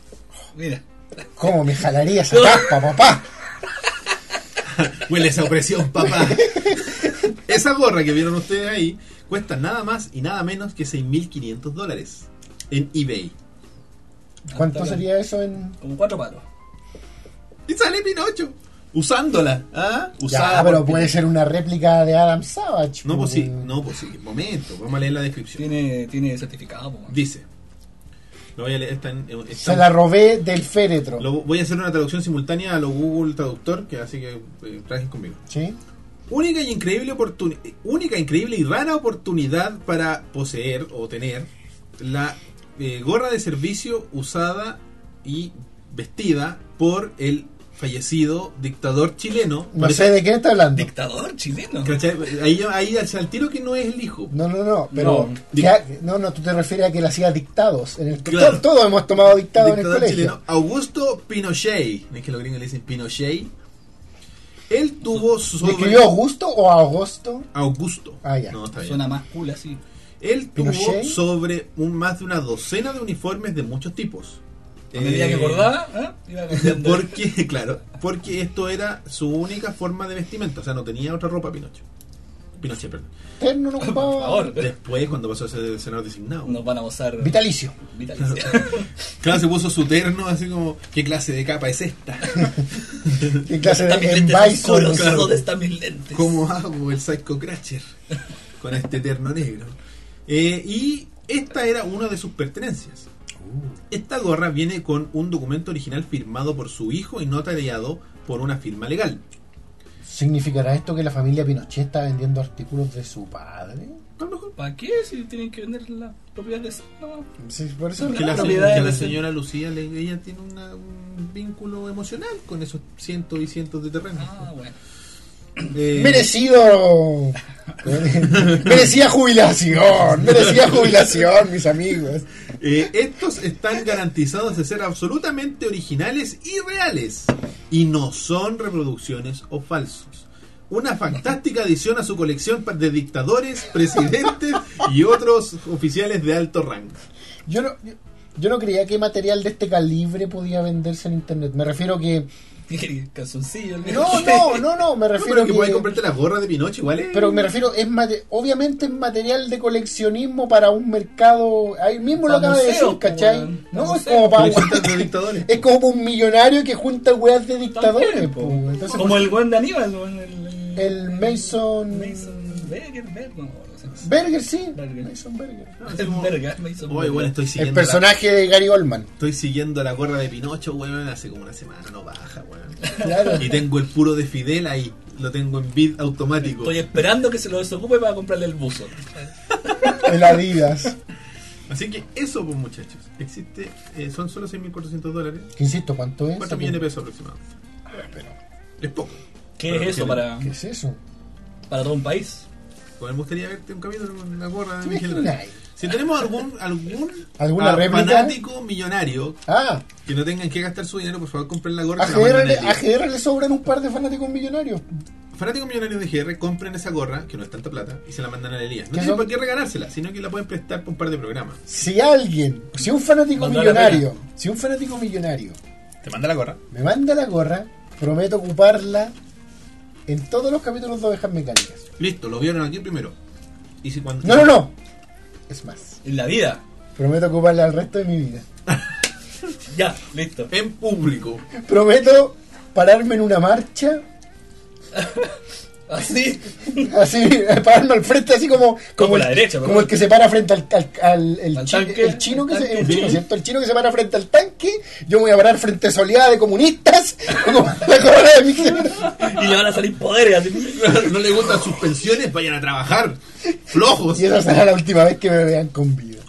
[SPEAKER 3] Mira.
[SPEAKER 2] ¿Cómo me jalaría esa capa, papá?
[SPEAKER 1] Huele esa opresión, papá. Esa gorra que vieron ustedes ahí cuesta nada más y nada menos que 6.500 dólares en eBay.
[SPEAKER 2] ¿Cuánto
[SPEAKER 3] Hasta acá.
[SPEAKER 2] sería eso en...?
[SPEAKER 3] Como cuatro palos.
[SPEAKER 1] Y sale Pinocho usándola. ¿ah? Usada
[SPEAKER 2] Ya, pero
[SPEAKER 1] por
[SPEAKER 2] puede
[SPEAKER 1] Pinocho.
[SPEAKER 2] ser una réplica de Adam Savage.
[SPEAKER 1] No, pues sí,
[SPEAKER 2] porque-
[SPEAKER 1] no, pues sí. Momento, vamos a leer la descripción.
[SPEAKER 3] Tiene, tiene certificado, po, man.
[SPEAKER 1] Dice: Lo voy a leer. Está en- está
[SPEAKER 2] Se
[SPEAKER 1] en-
[SPEAKER 2] la robé del féretro.
[SPEAKER 1] lo- voy a hacer una traducción simultánea a lo Google Traductor, que así que eh, trajes conmigo.
[SPEAKER 2] ¿Sí?
[SPEAKER 1] Única y increíble oportuni- única, increíble y rara oportunidad para poseer o tener la eh, gorra de servicio usada y vestida por el fallecido dictador chileno.
[SPEAKER 2] No
[SPEAKER 1] Parece-
[SPEAKER 2] sé de qué está hablando.
[SPEAKER 3] Dictador chileno.
[SPEAKER 1] ¿Cachai? Ahí, ahí al al tiro que no es el hijo.
[SPEAKER 2] No, no, no, pero...
[SPEAKER 3] No.
[SPEAKER 2] que ha- No, no, tú te refieres a que él hacía dictados. En el...
[SPEAKER 1] Claro.
[SPEAKER 2] to- Todos hemos tomado dictados en el
[SPEAKER 1] Dictador
[SPEAKER 2] colegio.
[SPEAKER 1] chileno Augusto Pinochet. Es que los gringos le dicen Pinochet. Él tuvo
[SPEAKER 2] ¿Le
[SPEAKER 1] sobre...
[SPEAKER 2] escribió Augusto o Augusto?
[SPEAKER 1] Augusto.
[SPEAKER 2] Ah, ya.
[SPEAKER 1] No, está bien.
[SPEAKER 3] Suena más cool así.
[SPEAKER 1] Él tuvo
[SPEAKER 2] Pinochet.
[SPEAKER 1] sobre un, más de una docena de uniformes de muchos tipos.
[SPEAKER 3] A medida que
[SPEAKER 1] Eh,
[SPEAKER 3] engordaba, ¿eh? iba cambiando.
[SPEAKER 1] Porque, claro, porque esto era su única forma de vestimenta, o sea, no tenía otra ropa Pinocho. Pinochet, perdón.
[SPEAKER 2] Usted no lo ocupaba...
[SPEAKER 3] Por favor.
[SPEAKER 1] Después, cuando pasó a ser senador designado.
[SPEAKER 3] Nos van a gozar.
[SPEAKER 2] Vitalicio.
[SPEAKER 3] vitalicia.
[SPEAKER 1] Claro, se puso su terno, así como, ¿qué clase de capa es esta?
[SPEAKER 2] ¿Qué clase de
[SPEAKER 3] ¿Dónde están mis lentes
[SPEAKER 2] envaiso
[SPEAKER 3] oscuros?
[SPEAKER 1] claro.
[SPEAKER 3] ¿Dónde están mis lentes?
[SPEAKER 1] ¿Cómo hago el Psycho Crasher con este terno negro? Eh, y esta era una de sus pertenencias.
[SPEAKER 2] Uh.
[SPEAKER 1] Esta gorra viene con un documento original firmado por su hijo y notariado por una firma legal.
[SPEAKER 2] ¿Significará esto que la familia Pinochet está vendiendo artículos de su padre?
[SPEAKER 1] A lo mejor.
[SPEAKER 3] ¿Para qué? Si tienen que vender la propiedad de Sano.
[SPEAKER 2] Sí, por eso
[SPEAKER 1] Que la,
[SPEAKER 3] Claro,
[SPEAKER 1] se-
[SPEAKER 3] propiedad
[SPEAKER 1] que
[SPEAKER 3] de
[SPEAKER 1] la
[SPEAKER 3] la-
[SPEAKER 1] señora Lucía, le- ella tiene una- un vínculo emocional con esos cientos y cientos de terrenos.
[SPEAKER 3] Ah, bueno.
[SPEAKER 1] Eh,
[SPEAKER 2] Merecido. merecía jubilación. Merecía jubilación, mis amigos.
[SPEAKER 1] eh, estos están garantizados de ser absolutamente originales y reales. Y no son reproducciones o falsos. Una fantástica adición a su colección pa- de dictadores, presidentes y otros oficiales de alto rango.
[SPEAKER 2] Yo no, yo, yo no creía que material de este calibre podía venderse en internet. Me refiero que.
[SPEAKER 3] Calzoncillo.
[SPEAKER 2] No, no, no, no. Me
[SPEAKER 1] No,
[SPEAKER 2] refiero
[SPEAKER 1] pero que puedes
[SPEAKER 2] que. eh,
[SPEAKER 1] comprarte la gorra de Pinocho igual. eh. es-
[SPEAKER 2] Pero me refiero, es mate- obviamente es material de coleccionismo para un mercado. Ahí mismo lo
[SPEAKER 3] Pa'
[SPEAKER 2] acaba de
[SPEAKER 3] museos,
[SPEAKER 2] decir, ¿cachai?
[SPEAKER 3] po, weón. Pa'
[SPEAKER 2] No, es
[SPEAKER 3] museos.
[SPEAKER 2] como para un,
[SPEAKER 1] Coleccionistas de dictadores.
[SPEAKER 2] es como un millonario que junta weas de dictadores. po. Entonces, pues,
[SPEAKER 3] Como el buen de Aníbal. weón, El,
[SPEAKER 2] el Mason.
[SPEAKER 3] Mason Berger. Berger. no, no sé.
[SPEAKER 2] Berger, sí.
[SPEAKER 3] Berger.
[SPEAKER 2] Mason Berger.
[SPEAKER 1] Así como,
[SPEAKER 3] Berger, Mason
[SPEAKER 1] "Oye,
[SPEAKER 3] Berger".
[SPEAKER 1] bueno, Oh, estoy
[SPEAKER 2] El
[SPEAKER 1] siguiendo la-
[SPEAKER 2] personaje de Gary Oldman.
[SPEAKER 1] Estoy siguiendo la gorra de Pinocho, weón, hace como una semana, no baja, weón.
[SPEAKER 2] Claro.
[SPEAKER 1] Y tengo el puro de Fidel ahí, lo tengo en bid automático.
[SPEAKER 3] Estoy esperando que se lo desocupe para comprarle el buzo.
[SPEAKER 2] El Adidas.
[SPEAKER 1] Así que eso, pues muchachos, existe, eh, son solo 6.400 dólares,
[SPEAKER 2] Que insisto, ¿cuánto es?
[SPEAKER 1] 4 millones de pesos aproximadamente.
[SPEAKER 2] Pero,
[SPEAKER 1] Es poco.
[SPEAKER 3] ¿Qué
[SPEAKER 1] Pero
[SPEAKER 3] es eso
[SPEAKER 1] tiene-
[SPEAKER 3] para,
[SPEAKER 2] ¿Qué es eso?
[SPEAKER 3] para todo un país?
[SPEAKER 1] Pues me gustaría verte un capítulo con la gorra de
[SPEAKER 2] ¿Te
[SPEAKER 1] mi
[SPEAKER 2] imaginas?
[SPEAKER 1] general. Si tenemos algún, algún
[SPEAKER 2] ¿Alguna
[SPEAKER 1] ah,
[SPEAKER 2] réplica?
[SPEAKER 1] fanático millonario
[SPEAKER 2] Ah,
[SPEAKER 1] que no tengan que gastar su dinero, por favor, compren la gorra.
[SPEAKER 2] a
[SPEAKER 1] se la mandan
[SPEAKER 2] GR, le,
[SPEAKER 1] al
[SPEAKER 2] a
[SPEAKER 1] día.
[SPEAKER 2] GR le sobran un par de fanáticos millonarios.
[SPEAKER 1] Fanáticos millonarios de GR, compren esa gorra, que no es tanta plata, y se la mandan a Elías. No
[SPEAKER 2] ¿Qué
[SPEAKER 1] tienen
[SPEAKER 2] son?
[SPEAKER 1] por qué regalársela, sino que la pueden prestar para un par de programas.
[SPEAKER 2] Si alguien, si un fanático
[SPEAKER 3] Mandó la
[SPEAKER 2] millonario, si un fanático millonario
[SPEAKER 1] Te manda la gorra.
[SPEAKER 2] me manda la gorra, prometo ocuparla en todos los capítulos de Ovejas Mecánicas.
[SPEAKER 1] Listo, lo vieron aquí primero. Y si cuando
[SPEAKER 2] No, no, no. Es más,
[SPEAKER 3] En la vida.
[SPEAKER 2] prometo ocuparla el resto de mi vida.
[SPEAKER 3] Ya, listo.
[SPEAKER 1] En público.
[SPEAKER 2] Prometo pararme en una marcha,
[SPEAKER 3] Así.
[SPEAKER 2] así, pararme al frente, así como.
[SPEAKER 3] Como
[SPEAKER 2] el-
[SPEAKER 3] la derecha,
[SPEAKER 2] como
[SPEAKER 3] perdón.
[SPEAKER 2] el que se para frente al, al- al- el,
[SPEAKER 3] Al
[SPEAKER 2] chi-
[SPEAKER 3] tanque,
[SPEAKER 2] el chino que
[SPEAKER 3] al
[SPEAKER 2] se. el
[SPEAKER 3] tanque.
[SPEAKER 2] chino, ¿cierto? El chino que se para frente al tanque, yo me voy a parar frente a soleada de comunistas, como la corona de mi generación.
[SPEAKER 3] Y le van a salir poderes. Así.
[SPEAKER 1] no le gustan sus pensiones, vayan a trabajar. Flojos.
[SPEAKER 2] Y esa será la última vez que me vean con vida.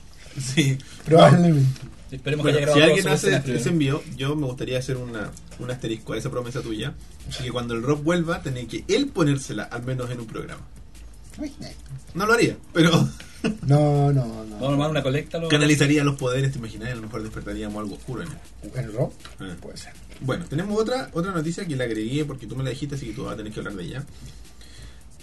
[SPEAKER 1] Sí.
[SPEAKER 2] Probablemente.
[SPEAKER 3] Esperemos
[SPEAKER 1] Bueno,
[SPEAKER 3] que haya grabado
[SPEAKER 1] si alguien
[SPEAKER 3] todas sus
[SPEAKER 1] hace
[SPEAKER 3] escenas
[SPEAKER 1] ese
[SPEAKER 3] primero.
[SPEAKER 1] envío, yo me gustaría hacer una, un asterisco a esa promesa tuya. Así que cuando el Rob vuelva, tenés que él ponérsela, al menos en un programa. No lo haría, pero
[SPEAKER 2] No, no,
[SPEAKER 3] Vamos a
[SPEAKER 2] no.
[SPEAKER 3] armar una colecta. Lo...
[SPEAKER 1] canalizaría los poderes, te imaginas, y a lo mejor despertaríamos algo oscuro en él.
[SPEAKER 2] ¿El rock?
[SPEAKER 1] Ah.
[SPEAKER 2] Puede ser.
[SPEAKER 1] Bueno, tenemos otra, otra noticia que la agregué porque tú me la dijiste, así que tú vas a tener que hablar de ella.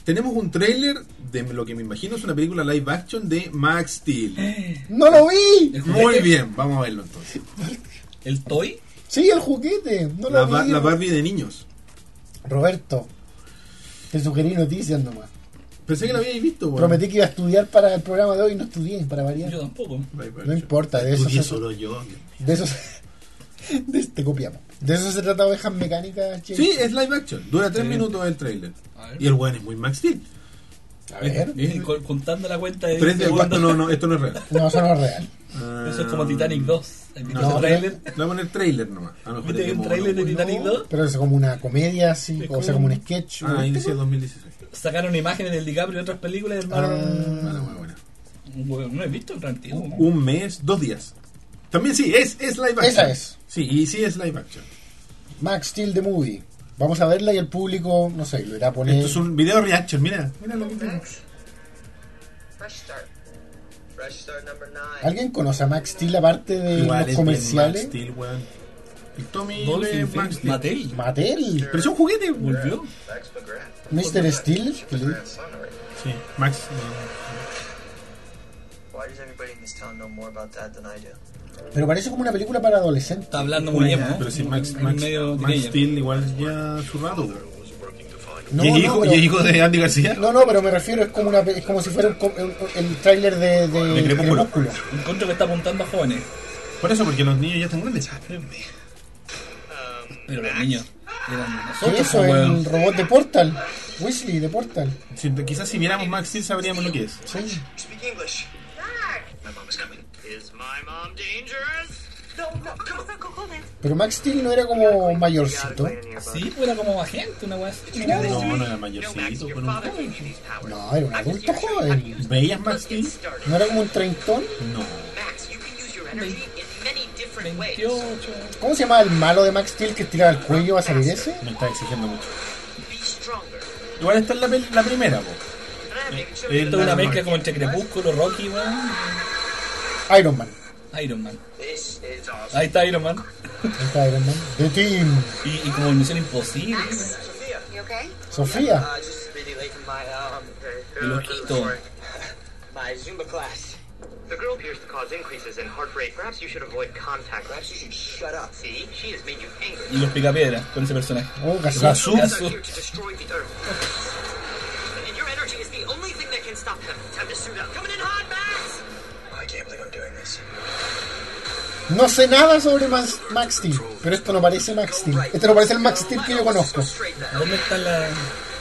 [SPEAKER 1] Tenemos un tráiler de lo que me imagino es una película live action de Max Steel.
[SPEAKER 2] Eh, ¡No lo vi!
[SPEAKER 3] ¿El juguete?
[SPEAKER 1] Muy bien, vamos a verlo entonces.
[SPEAKER 3] ¿El toy?
[SPEAKER 2] Sí, el juguete. No
[SPEAKER 1] La,
[SPEAKER 2] lo
[SPEAKER 1] ba-
[SPEAKER 2] vi.
[SPEAKER 1] la Barbie de niños.
[SPEAKER 2] Roberto, te sugerí noticias nomás.
[SPEAKER 1] Pensé que la habíais visto, weón.
[SPEAKER 2] Prometí que iba a estudiar para el programa de hoy y no estudié, para variar.
[SPEAKER 3] Yo tampoco.
[SPEAKER 1] Live action.
[SPEAKER 2] No importa, de eso,
[SPEAKER 1] Estudié
[SPEAKER 2] se,
[SPEAKER 1] solo yo.
[SPEAKER 2] de eso se- de- te copiamos. De eso se trata ovejas mecánicas, che.
[SPEAKER 1] Sí, es live action. Dura tres
[SPEAKER 3] Sí.
[SPEAKER 1] minutos el tráiler.
[SPEAKER 3] A ver.
[SPEAKER 1] Y el weón es muy Max Steel.
[SPEAKER 2] A ver.
[SPEAKER 1] ¿Eh?
[SPEAKER 3] Y co- Juntando la cuenta de.
[SPEAKER 1] Tres de
[SPEAKER 3] segundos.
[SPEAKER 1] cuatro, no, no, esto no es real.
[SPEAKER 2] No, eso no es real.
[SPEAKER 3] Eso es como Titanic 2. ¿Has visto
[SPEAKER 1] No,
[SPEAKER 3] ese trailer?
[SPEAKER 1] Le voy a poner tráiler nomás. A lo mejor
[SPEAKER 3] ¿Viste
[SPEAKER 1] es
[SPEAKER 3] el
[SPEAKER 1] como-
[SPEAKER 3] trailer de
[SPEAKER 2] No,
[SPEAKER 3] Titanic 2?
[SPEAKER 2] pero es como una comedia, así,
[SPEAKER 3] Es
[SPEAKER 2] o sea,
[SPEAKER 3] como
[SPEAKER 2] como un sketch.
[SPEAKER 1] Ah, inicia 2016.
[SPEAKER 3] Sacaron imágenes del DiCaprio y otras películas. Hermano.
[SPEAKER 1] Ah, Uh, la buena.
[SPEAKER 3] Bueno, no he visto el Tarantino.
[SPEAKER 1] un mes, dos días. También sí, es, es live action.
[SPEAKER 2] Esa es.
[SPEAKER 1] Sí, y sí es live action.
[SPEAKER 2] Max Steel the Movie. Vamos a verla y el público, no sé, lo irá a poner.
[SPEAKER 1] Esto es un video reaction, mira, mira lo que tenemos.
[SPEAKER 4] Max. Fresh start. Fresh start number nine.
[SPEAKER 2] ¿Alguien conoce a Max Steel aparte de los
[SPEAKER 1] bien
[SPEAKER 2] Eh, comerciales?
[SPEAKER 1] Max Steel, weón. El Tommy
[SPEAKER 3] Dolphin,
[SPEAKER 1] es uh, Max
[SPEAKER 3] Max
[SPEAKER 1] Steel.
[SPEAKER 3] Mattel.
[SPEAKER 2] Mattel,
[SPEAKER 1] Pero es un juguete, weón.
[SPEAKER 3] Volvió.
[SPEAKER 4] Max McGrath.
[SPEAKER 2] Mr. Steel, que le-
[SPEAKER 4] Grandson already.
[SPEAKER 1] Sí, Max. eh,
[SPEAKER 4] Why does everybody in this town know more about that than I do?
[SPEAKER 2] pero parece como una película para adolescentes.
[SPEAKER 3] Está hablando muy
[SPEAKER 2] ¿eh?
[SPEAKER 3] bien, ¿no?
[SPEAKER 1] Pero sí, Max,
[SPEAKER 3] En
[SPEAKER 1] Max,
[SPEAKER 3] medio
[SPEAKER 1] Max
[SPEAKER 3] teenager.
[SPEAKER 1] Steel igual ya su rato, weón.
[SPEAKER 2] No,
[SPEAKER 1] y, es
[SPEAKER 2] no,
[SPEAKER 1] hijo,
[SPEAKER 2] pero-
[SPEAKER 1] y es hijo de Andy García.
[SPEAKER 2] No, no, pero me refiero, es como, una, es como si fuera un co- el, el tráiler de, de,
[SPEAKER 1] De Crepúsculo.
[SPEAKER 2] Crepúsculo.
[SPEAKER 3] Encuentro que está apuntando a jóvenes.
[SPEAKER 1] Por eso, porque los niños ya están grandes. Ah,
[SPEAKER 3] Pero los niños eran
[SPEAKER 2] ¿Qué
[SPEAKER 3] nosotros.
[SPEAKER 2] es eso?
[SPEAKER 3] weón.
[SPEAKER 2] El robot de Portal. Weasley de Portal.
[SPEAKER 1] Si- quizás si viéramos Max Steel sabríamos lo que es.
[SPEAKER 2] Sí.
[SPEAKER 4] Speak English. My mom is coming. Is my mom dangerous? No
[SPEAKER 2] Pero Max Steel no era como mayorcito.
[SPEAKER 3] Sí, pues era como agente, una weá así.
[SPEAKER 1] No,
[SPEAKER 3] Claro.
[SPEAKER 1] no era mayorcito. pero no.
[SPEAKER 2] No, era un adulto joven.
[SPEAKER 1] ¿Veías Max Steel?
[SPEAKER 2] No era como un treintón.
[SPEAKER 1] No.
[SPEAKER 4] Yo
[SPEAKER 3] 28.
[SPEAKER 2] ¿Cómo se llama el malo de Max Steel que tiraba el cuello? ¿Va a salir ese?
[SPEAKER 1] Me está exigiendo mucho. Igual esta es la, pel- la primera, po.
[SPEAKER 3] Esto es una mezcla como entre Crepúsculo, Rocky, weón.
[SPEAKER 2] Iron Man.
[SPEAKER 3] Iron Man. Ahí está Iron Man.
[SPEAKER 2] Ahí está Iron Man. The Team.
[SPEAKER 3] Y, y como en Misión Imposible. weón.
[SPEAKER 5] You okay?
[SPEAKER 6] Uh,
[SPEAKER 2] Sofía.
[SPEAKER 3] El ojito.
[SPEAKER 6] um, My Zumba class. The girl appears to cause increases in heart rate. Perhaps you should avoid contact. Perhaps you should shut up. See, she has made you angry.
[SPEAKER 3] Y los picapiedras con ese personaje.
[SPEAKER 2] Oh,
[SPEAKER 1] Gazú.
[SPEAKER 2] Gazú.
[SPEAKER 6] They're here to destroy the earth. And your energy is the only thing that can stop them. Time to suit up. Coming in hot, Max! I can't believe I'm doing this.
[SPEAKER 2] No sé nada sobre Max, Max Steel. Pero esto no parece Max Steel. Este no parece el Max Steel que yo conozco.
[SPEAKER 3] ¿Dónde está la,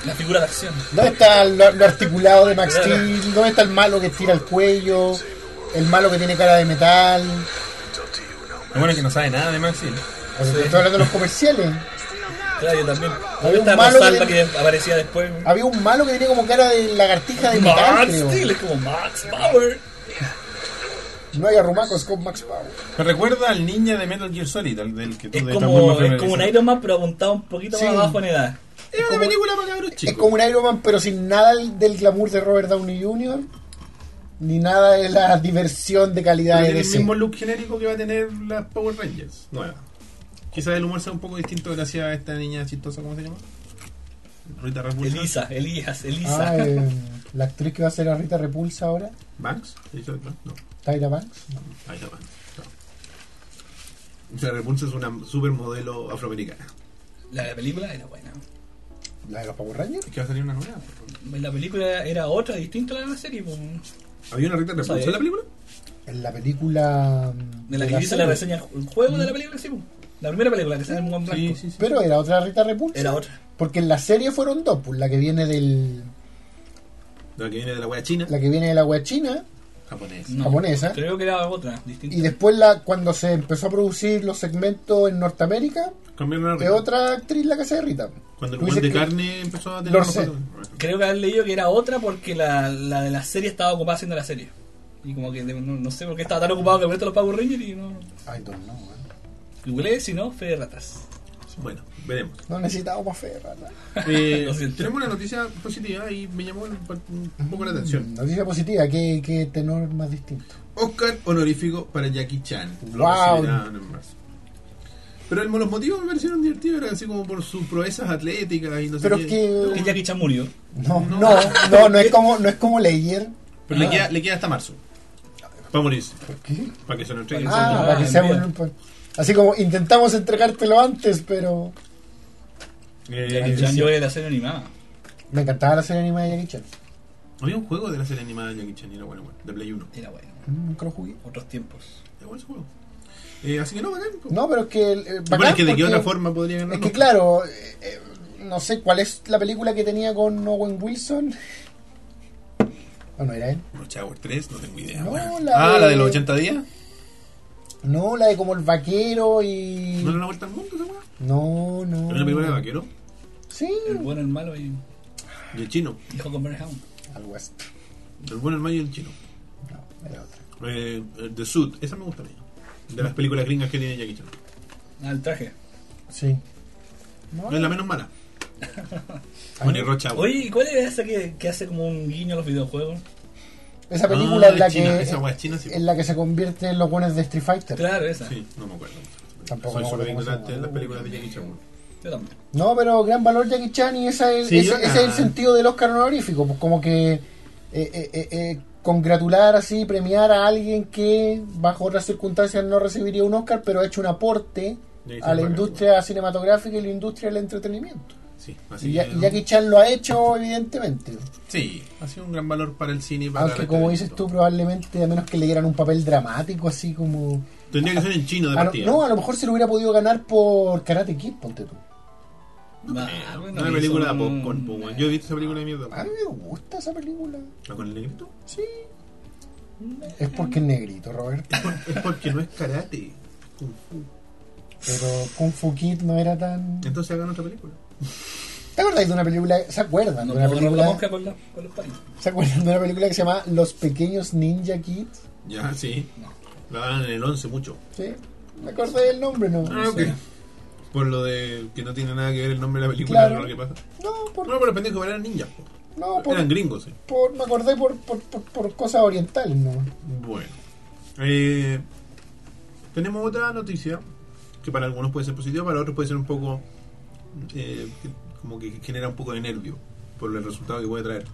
[SPEAKER 3] la figura de acción?
[SPEAKER 2] ¿Dónde está lo, lo articulado de Max Steel? ¿Dónde está el malo que tira el cuello? El malo que tiene cara de metal.
[SPEAKER 1] Lo bueno es que no sabe nada de Max Steel.
[SPEAKER 2] O sea, Estoy hablando de los comerciales.
[SPEAKER 3] Claro, yo también.
[SPEAKER 2] Había un
[SPEAKER 3] ¿Dónde está
[SPEAKER 2] malo
[SPEAKER 3] Rosalba
[SPEAKER 2] que-
[SPEAKER 3] que aparecía después? weón?
[SPEAKER 2] Había un malo que tenía como cara de lagartija de metal.
[SPEAKER 3] Max
[SPEAKER 2] creo.
[SPEAKER 3] Steel, es como Max Power.
[SPEAKER 2] No hay arrumacos con Max Power.
[SPEAKER 1] Me recuerda al ninja de Metal Gear Solid, al del que tú
[SPEAKER 3] Es
[SPEAKER 1] de
[SPEAKER 3] como, es como un Iron Man, pero apuntado un poquito
[SPEAKER 2] Sí.
[SPEAKER 3] más abajo en edad.
[SPEAKER 1] Es una película para cabros
[SPEAKER 2] Es
[SPEAKER 1] chicos.
[SPEAKER 2] como un Iron Man, pero sin nada del del glamour de Robert Downey Jr. Ni nada de la diversión de calidad
[SPEAKER 1] Tiene
[SPEAKER 2] de Ah,
[SPEAKER 1] el
[SPEAKER 2] DC.
[SPEAKER 1] mismo look genérico que va a tener las Power Rangers nueva. Quizás el humor sea un poco distinto gracias a esta niña chistosa, ¿cómo se llama? Rita Repulsa.
[SPEAKER 3] Elisa, Elías, Elisa.
[SPEAKER 2] Ah, eh, la actriz que va a ser a Rita Repulsa ahora,
[SPEAKER 1] ¿Banks? ¿Elisa Banks? No,
[SPEAKER 2] Tyra Banks.
[SPEAKER 1] ahí está Banks. No. Rita Repulsa es una supermodelo afroamericana.
[SPEAKER 3] La de la película era buena.
[SPEAKER 2] La de los Power Rangers.
[SPEAKER 1] Es que va a salir una nueva.
[SPEAKER 3] La película era otra, distinta a la de la serie. pues.
[SPEAKER 1] ¿Había una Rita Repulsa en la película?
[SPEAKER 2] En la película. mm,
[SPEAKER 3] De la que
[SPEAKER 2] la
[SPEAKER 3] yo hice
[SPEAKER 2] serie. Mm.
[SPEAKER 3] la reseña el juego de la película, sí. pues. La primera película que sale en Juan Blanco.
[SPEAKER 2] Pero era otra Rita Repulsa.
[SPEAKER 3] Era otra.
[SPEAKER 2] Porque en la serie fueron dos, pues la que viene del.
[SPEAKER 1] La que viene de la wea china.
[SPEAKER 2] La que viene de la wea china
[SPEAKER 1] Japonés.
[SPEAKER 3] No,
[SPEAKER 2] japonesa.
[SPEAKER 3] Creo que era otra, distinta.
[SPEAKER 2] Y después la, cuando se empezó a producir los segmentos en Norteamérica,
[SPEAKER 1] Cambiaron a
[SPEAKER 2] es
[SPEAKER 1] Rita.
[SPEAKER 2] otra actriz la que hace de Rita.
[SPEAKER 1] Cuando el
[SPEAKER 2] Tú
[SPEAKER 1] buen de
[SPEAKER 2] dices que-
[SPEAKER 1] carne empezó a tener
[SPEAKER 2] Lo
[SPEAKER 1] unos
[SPEAKER 2] sé.
[SPEAKER 1] patrones.
[SPEAKER 3] Creo que haber leído que era otra porque la, la de la serie estaba ocupada haciendo la serie. Y como que de- no, no sé por qué estaba tan ocupado que ponerte los Power Rangers y no.
[SPEAKER 2] Ay, don't know, man.
[SPEAKER 3] Google si no, fe de ratas.
[SPEAKER 1] Bueno, veremos.
[SPEAKER 2] No necesitaba más fe, ¿verdad?
[SPEAKER 1] Eh,
[SPEAKER 3] Lo siento.
[SPEAKER 1] tenemos una noticia positiva y me llamó un, un poco la atención.
[SPEAKER 2] Noticia positiva, ¿qué, qué tenor más distinto.
[SPEAKER 1] Oscar honorífico para Jackie Chan. Lo
[SPEAKER 2] Wow.
[SPEAKER 1] recibirán en marzo. Pero el- los motivos me parecieron divertidos, eran así como por sus proezas atléticas y no sé
[SPEAKER 2] Pero
[SPEAKER 1] qué.
[SPEAKER 2] que-
[SPEAKER 3] Que Jackie Chan murió.
[SPEAKER 2] No, no, no, no, es como, no es como Leyer.
[SPEAKER 1] Pero
[SPEAKER 2] Ah.
[SPEAKER 1] le, queda, le queda hasta marzo. Para morirse,
[SPEAKER 2] ¿Por qué?
[SPEAKER 1] para que se lo entreguen.
[SPEAKER 2] Ah,
[SPEAKER 3] Ah,
[SPEAKER 2] para que
[SPEAKER 3] en
[SPEAKER 2] sea
[SPEAKER 3] vida.
[SPEAKER 2] un- un- Así como intentamos entregártelo antes, pero.
[SPEAKER 1] Eh,
[SPEAKER 3] Jackie Chan yo de la serie animada.
[SPEAKER 2] Me encantaba la serie animada de Jackie Chan.
[SPEAKER 1] había un juego de la serie animada de Jackie Chan, y era bueno, bueno, de Play 1.
[SPEAKER 3] Era bueno.
[SPEAKER 2] Mm, Nunca lo jugué.
[SPEAKER 3] Otros tiempos.
[SPEAKER 1] Era bueno ese juego. Eh, así que no, bacán. po.
[SPEAKER 2] No, pero es que. eh,
[SPEAKER 1] Bueno,
[SPEAKER 2] bacán
[SPEAKER 1] es que de qué
[SPEAKER 2] porque-
[SPEAKER 1] otra forma podría ganar.
[SPEAKER 2] Es que claro, eh, eh, no sé cuál es la película que tenía con Owen Wilson. ¿O no era él?
[SPEAKER 1] Rush Hour 3, no tengo idea.
[SPEAKER 2] No,
[SPEAKER 1] weón.
[SPEAKER 2] la
[SPEAKER 1] ah,
[SPEAKER 2] de-
[SPEAKER 1] la de los 80 días.
[SPEAKER 2] No, la de como el vaquero y.
[SPEAKER 1] ¿No era la vuelta al mundo esa weá?
[SPEAKER 2] No, no.
[SPEAKER 1] ¿Era una película de vaquero?
[SPEAKER 2] Sí,
[SPEAKER 3] El bueno, el malo y
[SPEAKER 1] Y el chino.
[SPEAKER 3] hijo con Bernard
[SPEAKER 2] algo así.
[SPEAKER 1] El bueno, el malo y el chino.
[SPEAKER 2] No, era otra.
[SPEAKER 1] Eh, eh, The Suit, esa me gusta a mí. De las películas gringas que tiene Jackie Chan.
[SPEAKER 3] Ah, el traje.
[SPEAKER 2] Sí.
[SPEAKER 1] No es la menos mala.
[SPEAKER 2] Ah,
[SPEAKER 1] Money Rocha. weón.
[SPEAKER 3] Oye, ¿y cuál es esa que, que hace como un guiño a los videojuegos?
[SPEAKER 2] Esa película
[SPEAKER 1] Ah,
[SPEAKER 2] en, la
[SPEAKER 1] china,
[SPEAKER 2] que,
[SPEAKER 1] esa weá es china, sí.
[SPEAKER 2] en la que se convierte en los buenos de Street Fighter.
[SPEAKER 3] Claro, esa.
[SPEAKER 1] Sí, no me acuerdo.
[SPEAKER 2] Tampoco
[SPEAKER 1] Soy
[SPEAKER 2] me acuerdo
[SPEAKER 1] súper
[SPEAKER 2] cómo se
[SPEAKER 1] ignorante de
[SPEAKER 2] llama.
[SPEAKER 1] las películas de Jackie Chan. weón.
[SPEAKER 3] Yo también.
[SPEAKER 2] No, pero gran valor Jackie Chan y esa es,
[SPEAKER 1] Sí, ah.
[SPEAKER 2] ese,
[SPEAKER 1] bacán.
[SPEAKER 2] ese es el sentido del Oscar honorífico. Pues como que eh, eh, eh, eh, congratular así, premiar a alguien que bajo otras circunstancias no recibiría un Oscar, pero ha hecho un aporte
[SPEAKER 1] Y ahí se
[SPEAKER 2] a la
[SPEAKER 1] paga,
[SPEAKER 2] industria cinematográfica y la industria del entretenimiento.
[SPEAKER 1] Sí,
[SPEAKER 2] y,
[SPEAKER 1] así
[SPEAKER 2] Ya-
[SPEAKER 1] que,
[SPEAKER 2] y Jackie Chan lo ha hecho, evidentemente.
[SPEAKER 1] Sí, ha sido un gran valor para el cine. y Para
[SPEAKER 2] Aunque
[SPEAKER 1] el
[SPEAKER 2] Ah, como dices
[SPEAKER 1] entretenimiento.
[SPEAKER 2] tú, probablemente, a menos que le dieran un papel dramático, así como...
[SPEAKER 1] Tendría que ser en chino de
[SPEAKER 2] A lo-
[SPEAKER 1] partida.
[SPEAKER 2] Ah, no, a lo mejor se lo hubiera podido ganar por Karate Kid, ponte tú.
[SPEAKER 3] Ah,
[SPEAKER 1] Eh,
[SPEAKER 3] bueno, eh,
[SPEAKER 1] Una
[SPEAKER 3] que
[SPEAKER 1] película de
[SPEAKER 3] son-
[SPEAKER 1] popcorn, po, weón. Yo he visto esa película de
[SPEAKER 2] A
[SPEAKER 1] mierda.
[SPEAKER 2] mí me gusta esa película.
[SPEAKER 1] ¿La con el negrito?
[SPEAKER 2] Sí. Es porque es negrito, Robert.
[SPEAKER 1] Es porque no es karate.
[SPEAKER 2] Pero Kung Fu Kid no era tan.
[SPEAKER 1] Entonces hagan otra película.
[SPEAKER 2] ¿Te acordáis de una película? ¿Se acuerdan?
[SPEAKER 3] ah, No
[SPEAKER 2] de una
[SPEAKER 3] puedo agarrar la
[SPEAKER 2] película,
[SPEAKER 3] mosca con, la- con los palitos.
[SPEAKER 2] ¿Se acuerdan de una película que se llama Los Pequeños Ninja Kids?
[SPEAKER 1] Ya, sí.
[SPEAKER 3] No.
[SPEAKER 1] La dan en el 11 mucho.
[SPEAKER 2] ¿Sí? ¿Me acordé del nombre? No.
[SPEAKER 1] Ah, ok.
[SPEAKER 3] sé.
[SPEAKER 1] Por lo de que no tiene nada que ver el nombre de la película
[SPEAKER 2] Claro.
[SPEAKER 1] con lo que pasa.
[SPEAKER 2] No, por,
[SPEAKER 1] No, pero los pendejos eran ninjas. po.
[SPEAKER 2] no, por,
[SPEAKER 1] Eran gringos, sí.
[SPEAKER 2] por- me acordé por, por, por, por cosas orientales, ¿no?
[SPEAKER 1] Bueno. Eh, tenemos otra noticia que para algunos puede ser positiva, para otros puede ser un poco... eh, que- como que genera un poco de nervio por el resultado que puede traer.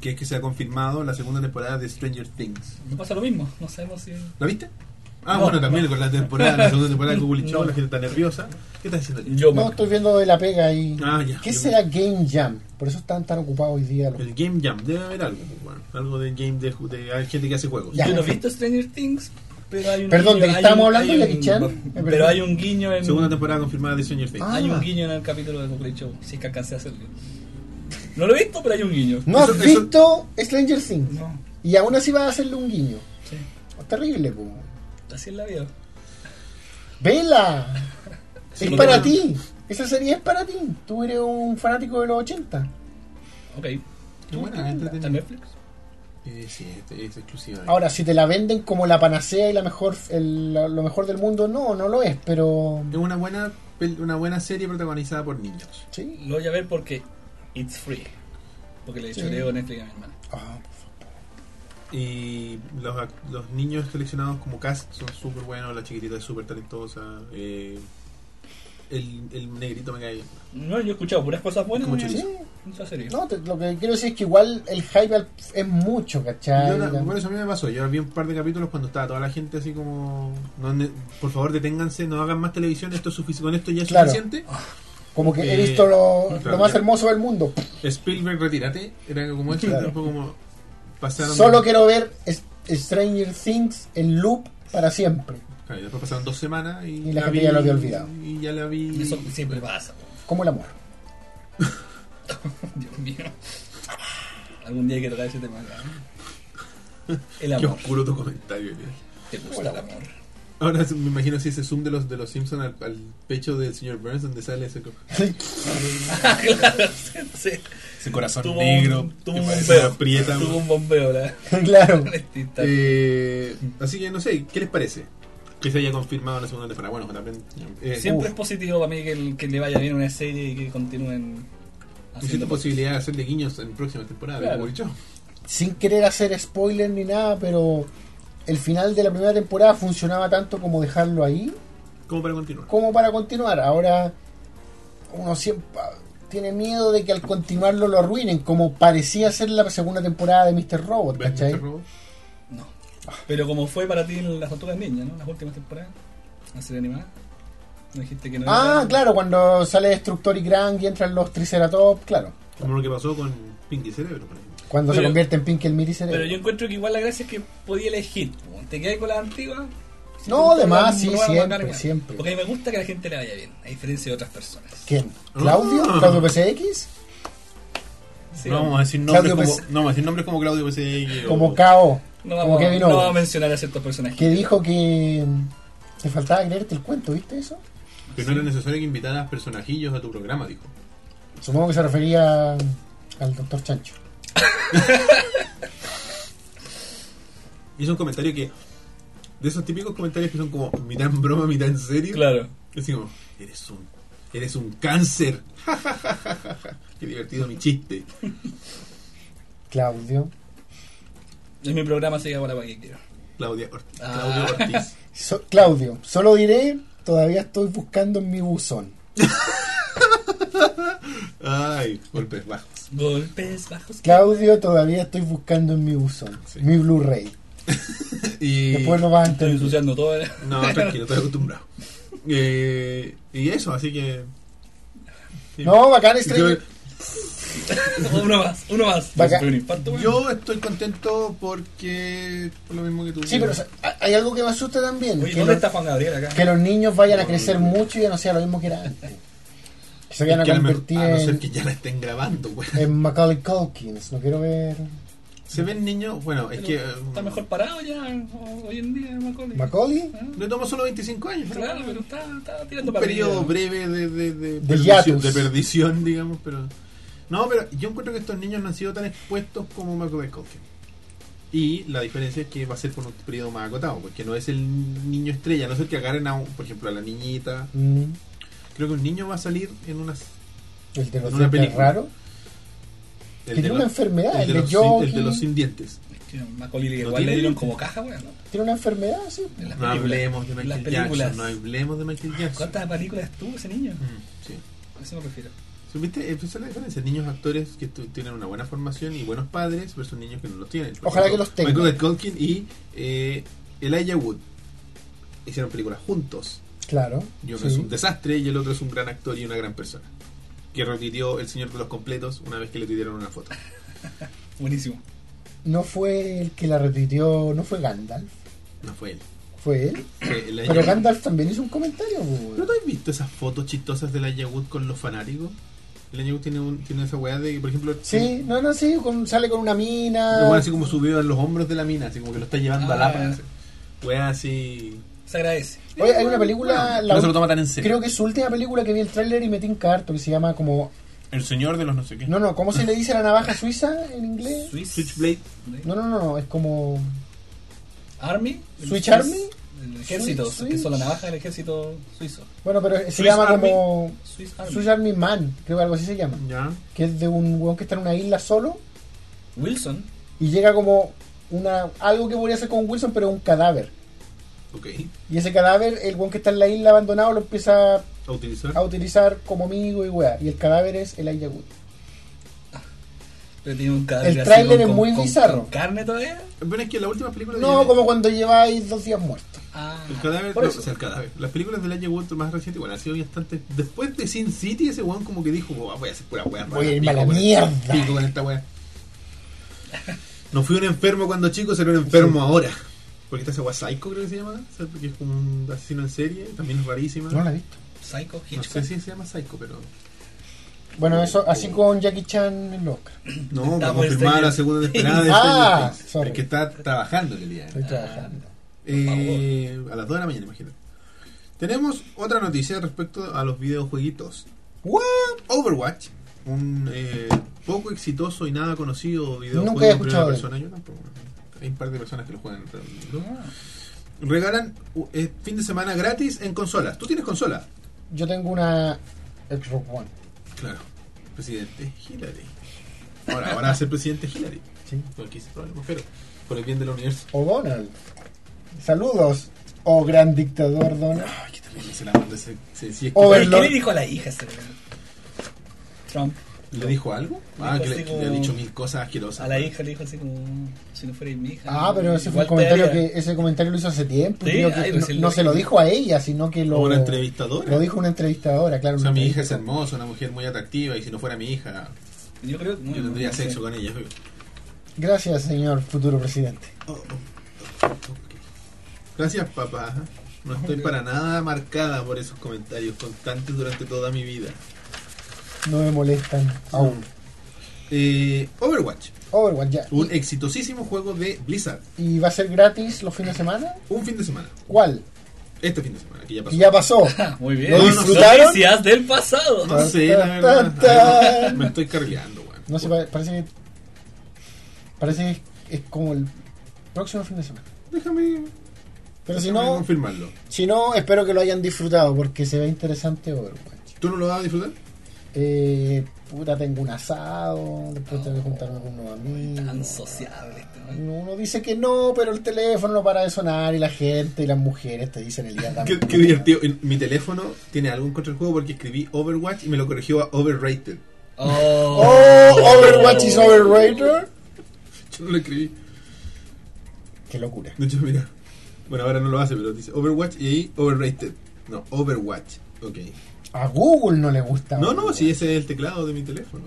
[SPEAKER 1] Que es que se ha confirmado la segunda temporada de Stranger Things.
[SPEAKER 3] No pasa lo mismo, no sabemos si.
[SPEAKER 1] ¿La viste? Ah,
[SPEAKER 3] No,
[SPEAKER 1] bueno, también
[SPEAKER 3] no.
[SPEAKER 1] con la temporada, la segunda temporada que publicó,
[SPEAKER 3] No.
[SPEAKER 1] la gente está nerviosa. ¿Qué estás haciendo? aquí?
[SPEAKER 3] Yo
[SPEAKER 2] No, estoy viendo de la pega y.
[SPEAKER 1] Oh, Ah, ya.
[SPEAKER 2] ¿Qué
[SPEAKER 1] Yo-
[SPEAKER 2] será Game Jam? Por eso están tan ocupados hoy día. los-
[SPEAKER 1] El Game Jam, debe haber algo, pues, bueno, algo de game de, ju- de hay gente que hace juegos.
[SPEAKER 2] Ya.
[SPEAKER 3] Yo no he visto Stranger Things, pero hay un.
[SPEAKER 2] Perdón, ¿de qué
[SPEAKER 3] hay
[SPEAKER 2] estábamos
[SPEAKER 3] un-
[SPEAKER 2] hablando,
[SPEAKER 3] hay
[SPEAKER 2] Jackie
[SPEAKER 3] un-
[SPEAKER 2] Chan? Es
[SPEAKER 3] Pero
[SPEAKER 2] verdad.
[SPEAKER 3] hay un guiño en.
[SPEAKER 1] Segunda temporada confirmada de Stranger Things.
[SPEAKER 2] Ah.
[SPEAKER 3] Hay un guiño en el capítulo de Cockroach Show, si es que alcancé a hacerlo. No lo he visto, pero hay un guiño.
[SPEAKER 2] ¿No
[SPEAKER 1] Eso-
[SPEAKER 2] has
[SPEAKER 1] eso-
[SPEAKER 2] visto Stranger Things?
[SPEAKER 3] No,
[SPEAKER 2] Y aún así vas a hacerle un guiño.
[SPEAKER 3] sí.
[SPEAKER 2] Terrible, po.
[SPEAKER 3] Así es la vida.
[SPEAKER 2] ¡Vela!
[SPEAKER 1] Sí,
[SPEAKER 2] es
[SPEAKER 1] no
[SPEAKER 2] para
[SPEAKER 1] tengo-
[SPEAKER 2] ti. Esa serie es para ti. Tú eres un fanático de los 80.
[SPEAKER 3] Ok.
[SPEAKER 1] Qué buena,
[SPEAKER 3] ¿Está
[SPEAKER 1] entretenida.
[SPEAKER 3] en Netflix?
[SPEAKER 1] Eh, sí, es, es exclusiva.
[SPEAKER 2] Ahora, si te la venden como la panacea y la mejor, el- lo mejor del mundo, no, no lo es, pero.
[SPEAKER 1] Es una buena, pel- una buena serie protagonizada por niños.
[SPEAKER 2] Sí.
[SPEAKER 3] Lo voy a ver porque it's free. Porque le
[SPEAKER 2] Sí.
[SPEAKER 3] choreo Netflix a mi hermana.
[SPEAKER 2] Ah,
[SPEAKER 1] Y los, ac- los niños seleccionados como cast son súper buenos, la chiquitita es súper talentosa. eh, el, el negrito me cae bien.
[SPEAKER 3] No, yo he escuchado puras cosas buenas.
[SPEAKER 1] Mucho,
[SPEAKER 3] eh,
[SPEAKER 1] sí.
[SPEAKER 3] en esa serie.
[SPEAKER 2] no, te- lo que quiero decir es que igual el hype al- es mucho, ¿cachai?
[SPEAKER 1] Yo la-
[SPEAKER 2] La-
[SPEAKER 1] bueno, eso a mí me pasó. Yo vi un par de capítulos cuando estaba toda la gente así como... "No ne- por favor, deténganse, no hagan más televisión, esto es sufici- con esto ya es
[SPEAKER 2] Claro.
[SPEAKER 1] suficiente.
[SPEAKER 2] como que he
[SPEAKER 1] eh,
[SPEAKER 2] visto lo, lo
[SPEAKER 1] claro,
[SPEAKER 2] más
[SPEAKER 1] ya.
[SPEAKER 2] hermoso del mundo.
[SPEAKER 1] Spielberg, retírate. Era como eso,
[SPEAKER 2] Claro.
[SPEAKER 1] y fue como... Pasaron
[SPEAKER 2] Solo quiero ver es- Stranger Things en loop para siempre.
[SPEAKER 1] Claro, y después pasaron dos semanas y,
[SPEAKER 2] Y la gente ya lo había olvidado.
[SPEAKER 1] Y ya la vi...
[SPEAKER 3] Y Eso siempre pasa.
[SPEAKER 2] Como el amor.
[SPEAKER 3] Dios mío. Algún día hay que tocar ese tema. ¿no? El
[SPEAKER 1] Qué
[SPEAKER 3] amor.
[SPEAKER 1] oscuro tu comentario, tío.
[SPEAKER 3] Te gusta el amor.
[SPEAKER 1] Ahora me imagino así ese zoom de los de los Simpsons al, al pecho del señor Burns donde sale ese, co-
[SPEAKER 3] claro, sí, sí.
[SPEAKER 1] ese corazón
[SPEAKER 3] Tuvo un-
[SPEAKER 1] negro
[SPEAKER 3] tuvo
[SPEAKER 1] que
[SPEAKER 3] un
[SPEAKER 1] parece
[SPEAKER 3] bombeo.
[SPEAKER 1] una prieta.
[SPEAKER 3] Tuvo un bombeo, la
[SPEAKER 2] claro.
[SPEAKER 3] la distinta.
[SPEAKER 1] Eh, así que no sé, ¿qué les parece? Que se haya confirmado la segunda temporada. Bueno, también. eh,
[SPEAKER 3] Siempre
[SPEAKER 2] uf.
[SPEAKER 3] es positivo para mí que, el- que le vaya bien una serie y que continúen
[SPEAKER 1] Existe
[SPEAKER 3] haciendo cosas.
[SPEAKER 1] posibilidad de hacerle guiños en próxima temporada,
[SPEAKER 3] Claro.
[SPEAKER 1] como dicho.
[SPEAKER 2] sin querer hacer spoiler ni nada, pero el final de la primera temporada funcionaba tanto como dejarlo ahí,
[SPEAKER 1] Como para continuar.
[SPEAKER 2] como para continuar. Ahora uno siempre tiene miedo de que al continuarlo lo arruinen, como parecía ser la segunda temporada de Mr. Robot,
[SPEAKER 1] ¿Ves,
[SPEAKER 2] ¿cachai?
[SPEAKER 1] Mr. Robot?
[SPEAKER 3] No. Pero como fue para ti en las tortugas ninja, ¿no? Las últimas temporadas. La serie animada. No dijiste que no era
[SPEAKER 2] Ah,
[SPEAKER 3] tan-
[SPEAKER 2] claro, cuando sale Destructor y Krang y entran los Triceratops, claro.
[SPEAKER 1] Como lo que pasó con Pinky Cerebro, por ejemplo.
[SPEAKER 2] Cuando se
[SPEAKER 3] Pero-
[SPEAKER 2] convierte en Pinky el Miricerebro.
[SPEAKER 3] Pero yo encuentro que igual la gracia es que podía elegir. po. Te quedas con la antigua. Si
[SPEAKER 2] No,
[SPEAKER 3] te gusta
[SPEAKER 2] de
[SPEAKER 3] la
[SPEAKER 2] más, sí,
[SPEAKER 3] nueva,
[SPEAKER 2] siempre,
[SPEAKER 3] bacán, igual.
[SPEAKER 2] siempre.
[SPEAKER 3] Porque a mí me gusta que la gente le vaya bien, a diferencia de otras personas.
[SPEAKER 2] ¿Quién? ¿Claudio?
[SPEAKER 1] Ah.
[SPEAKER 2] ¿Claudio PCX?
[SPEAKER 3] Sí,
[SPEAKER 1] no, vamos a decir nombres
[SPEAKER 2] Claudio
[SPEAKER 1] como,
[SPEAKER 2] Pes-
[SPEAKER 1] no, vamos a decir nombres como Claudio Pesegui.
[SPEAKER 2] Como KO. como
[SPEAKER 3] no vamos,
[SPEAKER 2] Kevin
[SPEAKER 3] no
[SPEAKER 2] Owens.
[SPEAKER 3] vamos a mencionar a ciertos personajes.
[SPEAKER 2] que dijo que te faltaba creerte el cuento, ¿viste eso?
[SPEAKER 1] Que no era necesario que invitaras personajillos a tu programa, dijo.
[SPEAKER 2] Supongo que se refería al doctor Chancho.
[SPEAKER 1] Hizo un comentario que. De esos típicos comentarios que son como mitad en broma, mitad en serio.
[SPEAKER 3] Claro.
[SPEAKER 1] Así como, eres un. Eres un cáncer. Qué divertido mi chiste.
[SPEAKER 2] Claudio.
[SPEAKER 3] En mi programa se llama la que quiero.
[SPEAKER 1] Claudia Ortiz.
[SPEAKER 3] Ah.
[SPEAKER 1] Claudio Ortiz.
[SPEAKER 2] So- Claudio, solo diré, todavía estoy buscando en mi buzón.
[SPEAKER 1] Ay, golpes bajos.
[SPEAKER 3] Golpes bajos.
[SPEAKER 2] Claudio, todavía estoy buscando en mi buzón.
[SPEAKER 1] Sí.
[SPEAKER 2] Mi Blu-ray.
[SPEAKER 1] Y...
[SPEAKER 2] Después lo vas a
[SPEAKER 3] Estoy
[SPEAKER 2] entender.
[SPEAKER 3] ensuciando todo. ¿eh?
[SPEAKER 1] No, tranquilo, estoy acostumbrado. Eh, y eso, así que. sí.
[SPEAKER 2] No, bacán
[SPEAKER 1] yo,
[SPEAKER 2] Stranger.
[SPEAKER 3] uno más, uno más.
[SPEAKER 2] Bacán.
[SPEAKER 3] Tuve un infarto, weón.
[SPEAKER 1] yo estoy contento porque. Por lo mismo que tú.
[SPEAKER 2] Sí, pero o sea, ha- hay algo que me asusta también.
[SPEAKER 3] Oye,
[SPEAKER 2] que,
[SPEAKER 3] ¿dónde
[SPEAKER 2] los,
[SPEAKER 3] está Juan Gabriel acá?
[SPEAKER 2] que los niños vayan a
[SPEAKER 1] No,
[SPEAKER 2] crecer
[SPEAKER 1] no, no.
[SPEAKER 2] mucho y ya no sea lo mismo que era antes. Que se
[SPEAKER 1] Es
[SPEAKER 2] vayan a
[SPEAKER 1] que a lo mejor-
[SPEAKER 2] convertir
[SPEAKER 1] a no ser
[SPEAKER 2] en,
[SPEAKER 1] que ya la estén grabando, güey.
[SPEAKER 2] en Macaulay Culkin. No quiero ver
[SPEAKER 1] pues. Se ven niños, bueno, es
[SPEAKER 3] Pero
[SPEAKER 1] que... eh,
[SPEAKER 3] Está mejor parado ya o- hoy en día Macaulay.
[SPEAKER 2] Macaulay
[SPEAKER 3] Ah,
[SPEAKER 1] Le tomó solo 25 años. pero
[SPEAKER 3] Claro, pero está, está tirando
[SPEAKER 1] un
[SPEAKER 3] para
[SPEAKER 1] periodo
[SPEAKER 3] arriba.
[SPEAKER 1] breve de, de, de,
[SPEAKER 2] De
[SPEAKER 1] perdición,
[SPEAKER 2] hiatus.
[SPEAKER 1] de perdición, digamos, pero... No, pero yo encuentro que estos niños no han sido tan expuestos como Macaulay Culkin. Y la diferencia es que va a ser por un periodo más acotado, porque no es el niño estrella, a no sé que agarren a, un- por ejemplo, a la niñita.
[SPEAKER 2] Mm,
[SPEAKER 1] Creo que un niño va a salir en unas...
[SPEAKER 2] el de los
[SPEAKER 1] En una
[SPEAKER 2] dientes
[SPEAKER 1] película.
[SPEAKER 2] raros.
[SPEAKER 1] el
[SPEAKER 2] Que
[SPEAKER 1] de
[SPEAKER 2] tiene una
[SPEAKER 1] los-
[SPEAKER 2] enfermedad,
[SPEAKER 1] el de
[SPEAKER 2] el de
[SPEAKER 1] los sin- el de
[SPEAKER 2] Joker.
[SPEAKER 1] los sin dientes.
[SPEAKER 3] Es que a Macaulay igual
[SPEAKER 1] tiene
[SPEAKER 3] le dieron
[SPEAKER 1] límite.
[SPEAKER 3] como caja, weón. ¿no?
[SPEAKER 2] Tiene una enfermedad, sí.
[SPEAKER 3] En las
[SPEAKER 1] No
[SPEAKER 3] películas.
[SPEAKER 1] hablemos de
[SPEAKER 3] En
[SPEAKER 1] Michael
[SPEAKER 3] las películas.
[SPEAKER 1] Jackson, no hablemos de
[SPEAKER 2] Ah,
[SPEAKER 1] Michael Jackson.
[SPEAKER 3] ¿Cuántas películas tuvo ese niño?
[SPEAKER 1] Mm, sí.
[SPEAKER 3] A eso me refiero.
[SPEAKER 1] Sí, ¿Viste? Esa es Eh, pues, la diferencia. Niños actores que tu- tienen una buena formación y buenos padres versus niños que no los tienen. Por
[SPEAKER 2] Ojalá
[SPEAKER 1] ejemplo,
[SPEAKER 2] que los tengan.
[SPEAKER 1] Michael Culkin y eh, Elijah Wood hicieron películas juntos.
[SPEAKER 2] Claro.
[SPEAKER 1] Y uno
[SPEAKER 2] sí.
[SPEAKER 1] es un desastre y el otro es un gran actor y una gran persona. Que retuiteó El Señor de los Completos una vez que le tiraron una foto.
[SPEAKER 3] Buenísimo.
[SPEAKER 2] No fue el que la retuiteó, no fue Gandalf.
[SPEAKER 1] No fue él.
[SPEAKER 2] Fue él.
[SPEAKER 1] Fue Elijah
[SPEAKER 2] Pero
[SPEAKER 1] Wood.
[SPEAKER 2] Gandalf también hizo un comentario.
[SPEAKER 1] Eh, ¿No
[SPEAKER 2] weón.
[SPEAKER 1] te has visto esas fotos chistosas de Elijah Wood con los fanáticos? Elijah Wood tiene, un, tiene esa weá de, que, por ejemplo...
[SPEAKER 2] Sí, no, no, sí, con- sale con una mina.
[SPEAKER 1] Lo bueno, así como subido en los hombros de la mina, así como que lo está llevando a
[SPEAKER 3] Ah,
[SPEAKER 1] Lapa.
[SPEAKER 3] ya.
[SPEAKER 1] así. Wea así.
[SPEAKER 3] Se agradece.
[SPEAKER 2] Oye, hay una película.
[SPEAKER 1] Bueno,
[SPEAKER 2] la
[SPEAKER 1] no se
[SPEAKER 2] ul-
[SPEAKER 1] lo toma tan en serio.
[SPEAKER 2] creo que es su última película que vi el tráiler y metí en carto que se llama como.
[SPEAKER 1] El señor de los no sé qué.
[SPEAKER 2] No, no, ¿cómo se le dice a la navaja suiza en inglés?
[SPEAKER 3] Swiss.
[SPEAKER 1] Switchblade.
[SPEAKER 2] No, no, no, no, es como.
[SPEAKER 3] Army. el
[SPEAKER 2] Switch
[SPEAKER 3] Swiss-
[SPEAKER 2] Army.
[SPEAKER 3] El ejército,
[SPEAKER 2] Swiss-
[SPEAKER 3] que son la navaja del ejército suizo.
[SPEAKER 2] Bueno, pero se
[SPEAKER 1] Swiss
[SPEAKER 2] llama
[SPEAKER 1] Army.
[SPEAKER 2] como.
[SPEAKER 3] Swiss Army.
[SPEAKER 2] Swiss Army Man, creo que algo así se llama.
[SPEAKER 1] Ya.
[SPEAKER 2] Que es de un weón que está en una isla solo
[SPEAKER 3] Wilson.
[SPEAKER 2] y llega como una algo que podría ser con Wilson, pero un cadáver.
[SPEAKER 1] Ok.
[SPEAKER 2] Y ese cadáver, el weón que está en la isla abandonado lo empieza
[SPEAKER 1] A utilizar.
[SPEAKER 2] a utilizar como amigo y weá. Y el cadáver es el Elijah Wood.
[SPEAKER 3] Pero tiene un cadáver
[SPEAKER 2] El
[SPEAKER 3] así
[SPEAKER 2] tráiler
[SPEAKER 3] con-
[SPEAKER 2] es
[SPEAKER 3] con-
[SPEAKER 2] muy
[SPEAKER 3] con-
[SPEAKER 2] bizarro.
[SPEAKER 3] con carne todavía?
[SPEAKER 1] Pero es que la última película.
[SPEAKER 2] No, como cuando lleváis dos días muertos.
[SPEAKER 3] Ah.
[SPEAKER 1] El cadáver.
[SPEAKER 2] Por
[SPEAKER 1] no,
[SPEAKER 2] eso.
[SPEAKER 1] o sea, el cadáver. Las películas del año Wood más reciente, bueno, han sido bastante. Después de Sin City, ese weón como que dijo, "Oh, voy a hacer pura wea.
[SPEAKER 2] Voy a
[SPEAKER 1] rara,
[SPEAKER 2] irme a la
[SPEAKER 1] pico con-
[SPEAKER 2] mierda.
[SPEAKER 1] pico con esta wea. No fui un enfermo cuando chico, seré un enfermo ahora. Porque está esa wea Psycho, creo que se llama. ¿sabes? Porque es como un asesino en serie. También es rarísima.
[SPEAKER 2] No la he visto.
[SPEAKER 3] Psycho
[SPEAKER 1] No
[SPEAKER 3] Hitchcock.
[SPEAKER 1] sé si se llama Psycho, pero.
[SPEAKER 2] Bueno, eso, así con Jackie Chan en el Oscar.
[SPEAKER 1] No, para
[SPEAKER 3] Estamos
[SPEAKER 1] confirmar
[SPEAKER 3] en-
[SPEAKER 1] la segunda temporada de
[SPEAKER 2] Ah,
[SPEAKER 1] Stranger Things.
[SPEAKER 2] sorry.
[SPEAKER 1] Es que está trabajando en realidad.
[SPEAKER 2] Estoy trabajando.
[SPEAKER 1] Eh, a las 2 de la mañana, imagínate. Tenemos otra noticia respecto a los videojueguitos.
[SPEAKER 2] What?
[SPEAKER 1] Overwatch, un eh, poco exitoso y nada conocido videojuego
[SPEAKER 2] Nunca he
[SPEAKER 1] en primera
[SPEAKER 2] escuchado de él.
[SPEAKER 1] persona. Yo tampoco. Hay un par de personas que lo juegan en todo el mundo.
[SPEAKER 3] Ah.
[SPEAKER 1] Regalan uh, eh, fin de semana gratis en consolas. ¿Tú tienes consola?
[SPEAKER 2] Yo tengo una Xbox One.
[SPEAKER 1] Claro. Presidente Hillary. Ahora, ahora va a ser presidente Hillary.
[SPEAKER 2] Sí.
[SPEAKER 1] No quise problemas, pero por el bien del universo.
[SPEAKER 2] O Donald. Saludos. O gran dictador Donald.
[SPEAKER 1] Ay, qué terrible se la mandó ese. ese- si es que-
[SPEAKER 2] Over-
[SPEAKER 3] Oye, ¿Qué
[SPEAKER 2] Overlord.
[SPEAKER 3] le dijo a la hija ese weón? Trump.
[SPEAKER 1] ¿Le dijo algo? Ah, que
[SPEAKER 3] Dijo así
[SPEAKER 1] le, que
[SPEAKER 3] como-
[SPEAKER 1] le ha dicho mil cosas asquerosas.
[SPEAKER 3] A la hija le dijo así como si no fuera mi hija.
[SPEAKER 2] Ah, pero ese fue
[SPEAKER 3] Igual
[SPEAKER 2] el comentario
[SPEAKER 3] te haría.
[SPEAKER 2] que ese comentario lo hizo hace tiempo.
[SPEAKER 3] Sí,
[SPEAKER 2] creo que
[SPEAKER 3] ay,
[SPEAKER 2] no,
[SPEAKER 3] recién
[SPEAKER 2] no
[SPEAKER 3] lo
[SPEAKER 2] se lo
[SPEAKER 3] vi.
[SPEAKER 2] dijo a ella, sino que lo,
[SPEAKER 1] Como una entrevistadora.
[SPEAKER 2] lo dijo una entrevistadora, claro.
[SPEAKER 1] O sea,
[SPEAKER 2] una
[SPEAKER 1] mi hija es
[SPEAKER 2] entrevista.
[SPEAKER 1] hermosa, una mujer muy atractiva, y si no fuera mi hija,
[SPEAKER 3] Yo creo que.
[SPEAKER 1] yo tendría
[SPEAKER 3] no sé.
[SPEAKER 1] sexo con ella.
[SPEAKER 2] Gracias, señor futuro presidente.
[SPEAKER 1] Oh, oh, oh, ok. Gracias, papá. No estoy para nada marcada por esos comentarios constantes durante toda mi vida.
[SPEAKER 2] No me molestan aún.
[SPEAKER 1] Eh, Overwatch,
[SPEAKER 2] Overwatch ya.
[SPEAKER 1] un exitosísimo juego de Blizzard.
[SPEAKER 2] ¿Y va a ser gratis los fines de semana?
[SPEAKER 1] Un fin de semana.
[SPEAKER 2] ¿Cuál?
[SPEAKER 1] Este fin de semana, que ya pasó.
[SPEAKER 2] Que ya pasó.
[SPEAKER 3] Ah, muy bien.
[SPEAKER 2] ¿Lo
[SPEAKER 3] No, no,
[SPEAKER 2] disfrutaron?
[SPEAKER 3] Noticias del pasado.
[SPEAKER 1] No sé, la
[SPEAKER 2] Tan, tan,
[SPEAKER 1] verdad.
[SPEAKER 2] tan.
[SPEAKER 1] Ay, Me estoy cargando, weón.
[SPEAKER 2] No sé, pa- parece que. Parece que es como el próximo fin de semana.
[SPEAKER 1] Déjame,
[SPEAKER 2] Pero si
[SPEAKER 1] déjame
[SPEAKER 2] no,
[SPEAKER 1] confirmarlo.
[SPEAKER 2] si no, espero que lo hayan disfrutado porque se ve interesante Overwatch.
[SPEAKER 1] ¿Tú no lo vas a disfrutar?
[SPEAKER 2] Eh, puta, tengo un asado, después tengo que juntarme con unos
[SPEAKER 3] Tan
[SPEAKER 2] amigos.
[SPEAKER 3] sociable este weón.
[SPEAKER 2] Uno uno dice que no, pero el teléfono no para de sonar y la gente y las mujeres te dicen el día
[SPEAKER 1] Qué,
[SPEAKER 2] también.
[SPEAKER 1] qué divertido. En- Mi teléfono tiene algo contra el juego porque escribí Overwatch y me lo corrigió a Overrated.
[SPEAKER 2] Oh, Overwatch is overrated.
[SPEAKER 1] Yo no lo escribí.
[SPEAKER 2] Qué locura.
[SPEAKER 1] De hecho, mira. Bueno, ahora no lo hace, pero dice Overwatch y ahí Overrated. No, Overwatch. Ok.
[SPEAKER 2] A Google no le gusta.
[SPEAKER 1] No, no,
[SPEAKER 2] Overwatch.
[SPEAKER 1] si ese es el teclado de mi teléfono.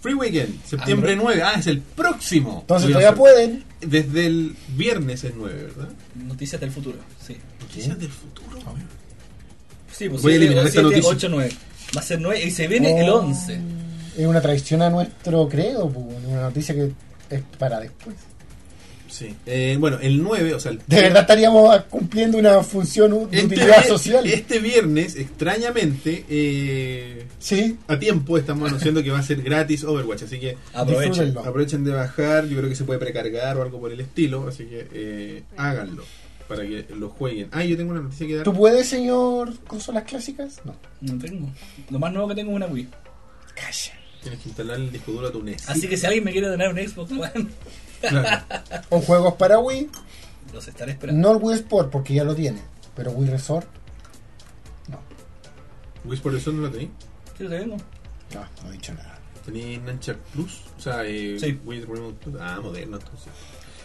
[SPEAKER 1] Free Weekend, septiembre
[SPEAKER 3] Ah,
[SPEAKER 1] 9. Ah, es el próximo.
[SPEAKER 2] Mm. Entonces
[SPEAKER 1] Voy a
[SPEAKER 2] todavía
[SPEAKER 1] hacer-
[SPEAKER 2] pueden.
[SPEAKER 1] Desde el viernes es 9, ¿verdad? Ah,
[SPEAKER 3] Noticias del futuro, sí.
[SPEAKER 1] Noticias del futuro. weón.
[SPEAKER 3] Sí, pues
[SPEAKER 1] Voy a eliminar esta
[SPEAKER 3] 7,
[SPEAKER 1] noticia.
[SPEAKER 3] 8, 9. Va a ser 9 y se viene el
[SPEAKER 2] Oh.
[SPEAKER 3] 11.
[SPEAKER 2] Es pues, una traición a nuestro credo, pu, una noticia que es para después.
[SPEAKER 1] Sí. Eh, bueno, el 9, o sea, el-
[SPEAKER 2] De verdad estaríamos cumpliendo una función u- de
[SPEAKER 1] este,
[SPEAKER 2] utilidad social.
[SPEAKER 1] este viernes, extrañamente, eh,
[SPEAKER 2] Sí,
[SPEAKER 1] a tiempo estamos anunciando que va a ser gratis Overwatch, así que
[SPEAKER 3] Aprovechen.
[SPEAKER 2] Disfrútenlo.
[SPEAKER 1] aprovechen de bajar, yo creo que se puede precargar o algo por el estilo, así que eh, háganlo para que lo jueguen. Ah, yo tengo una noticia que dar.
[SPEAKER 2] ¿Tú puedes, señor consolas clásicas? No.
[SPEAKER 3] No tengo. Lo más nuevo que tengo es una Wii.
[SPEAKER 2] Calla.
[SPEAKER 1] Tienes que instalar el disco duro a tu NES.
[SPEAKER 3] Así que si alguien me quiere donar un Xbox One,
[SPEAKER 1] Claro.
[SPEAKER 2] O juegos para Wii.
[SPEAKER 3] los estaré esperando.
[SPEAKER 2] No el Wii Sport porque ya lo tiene. Pero Wii Resort. No.
[SPEAKER 1] Wii Sport Resort no lo tenéis.
[SPEAKER 3] Sí, lo tengo.
[SPEAKER 2] No, no he dicho nada.
[SPEAKER 1] Tenéis Nunchuck Plus, o sea, eh,
[SPEAKER 3] Sí.
[SPEAKER 1] Wii Remote Plus. Ah, moderno entonces.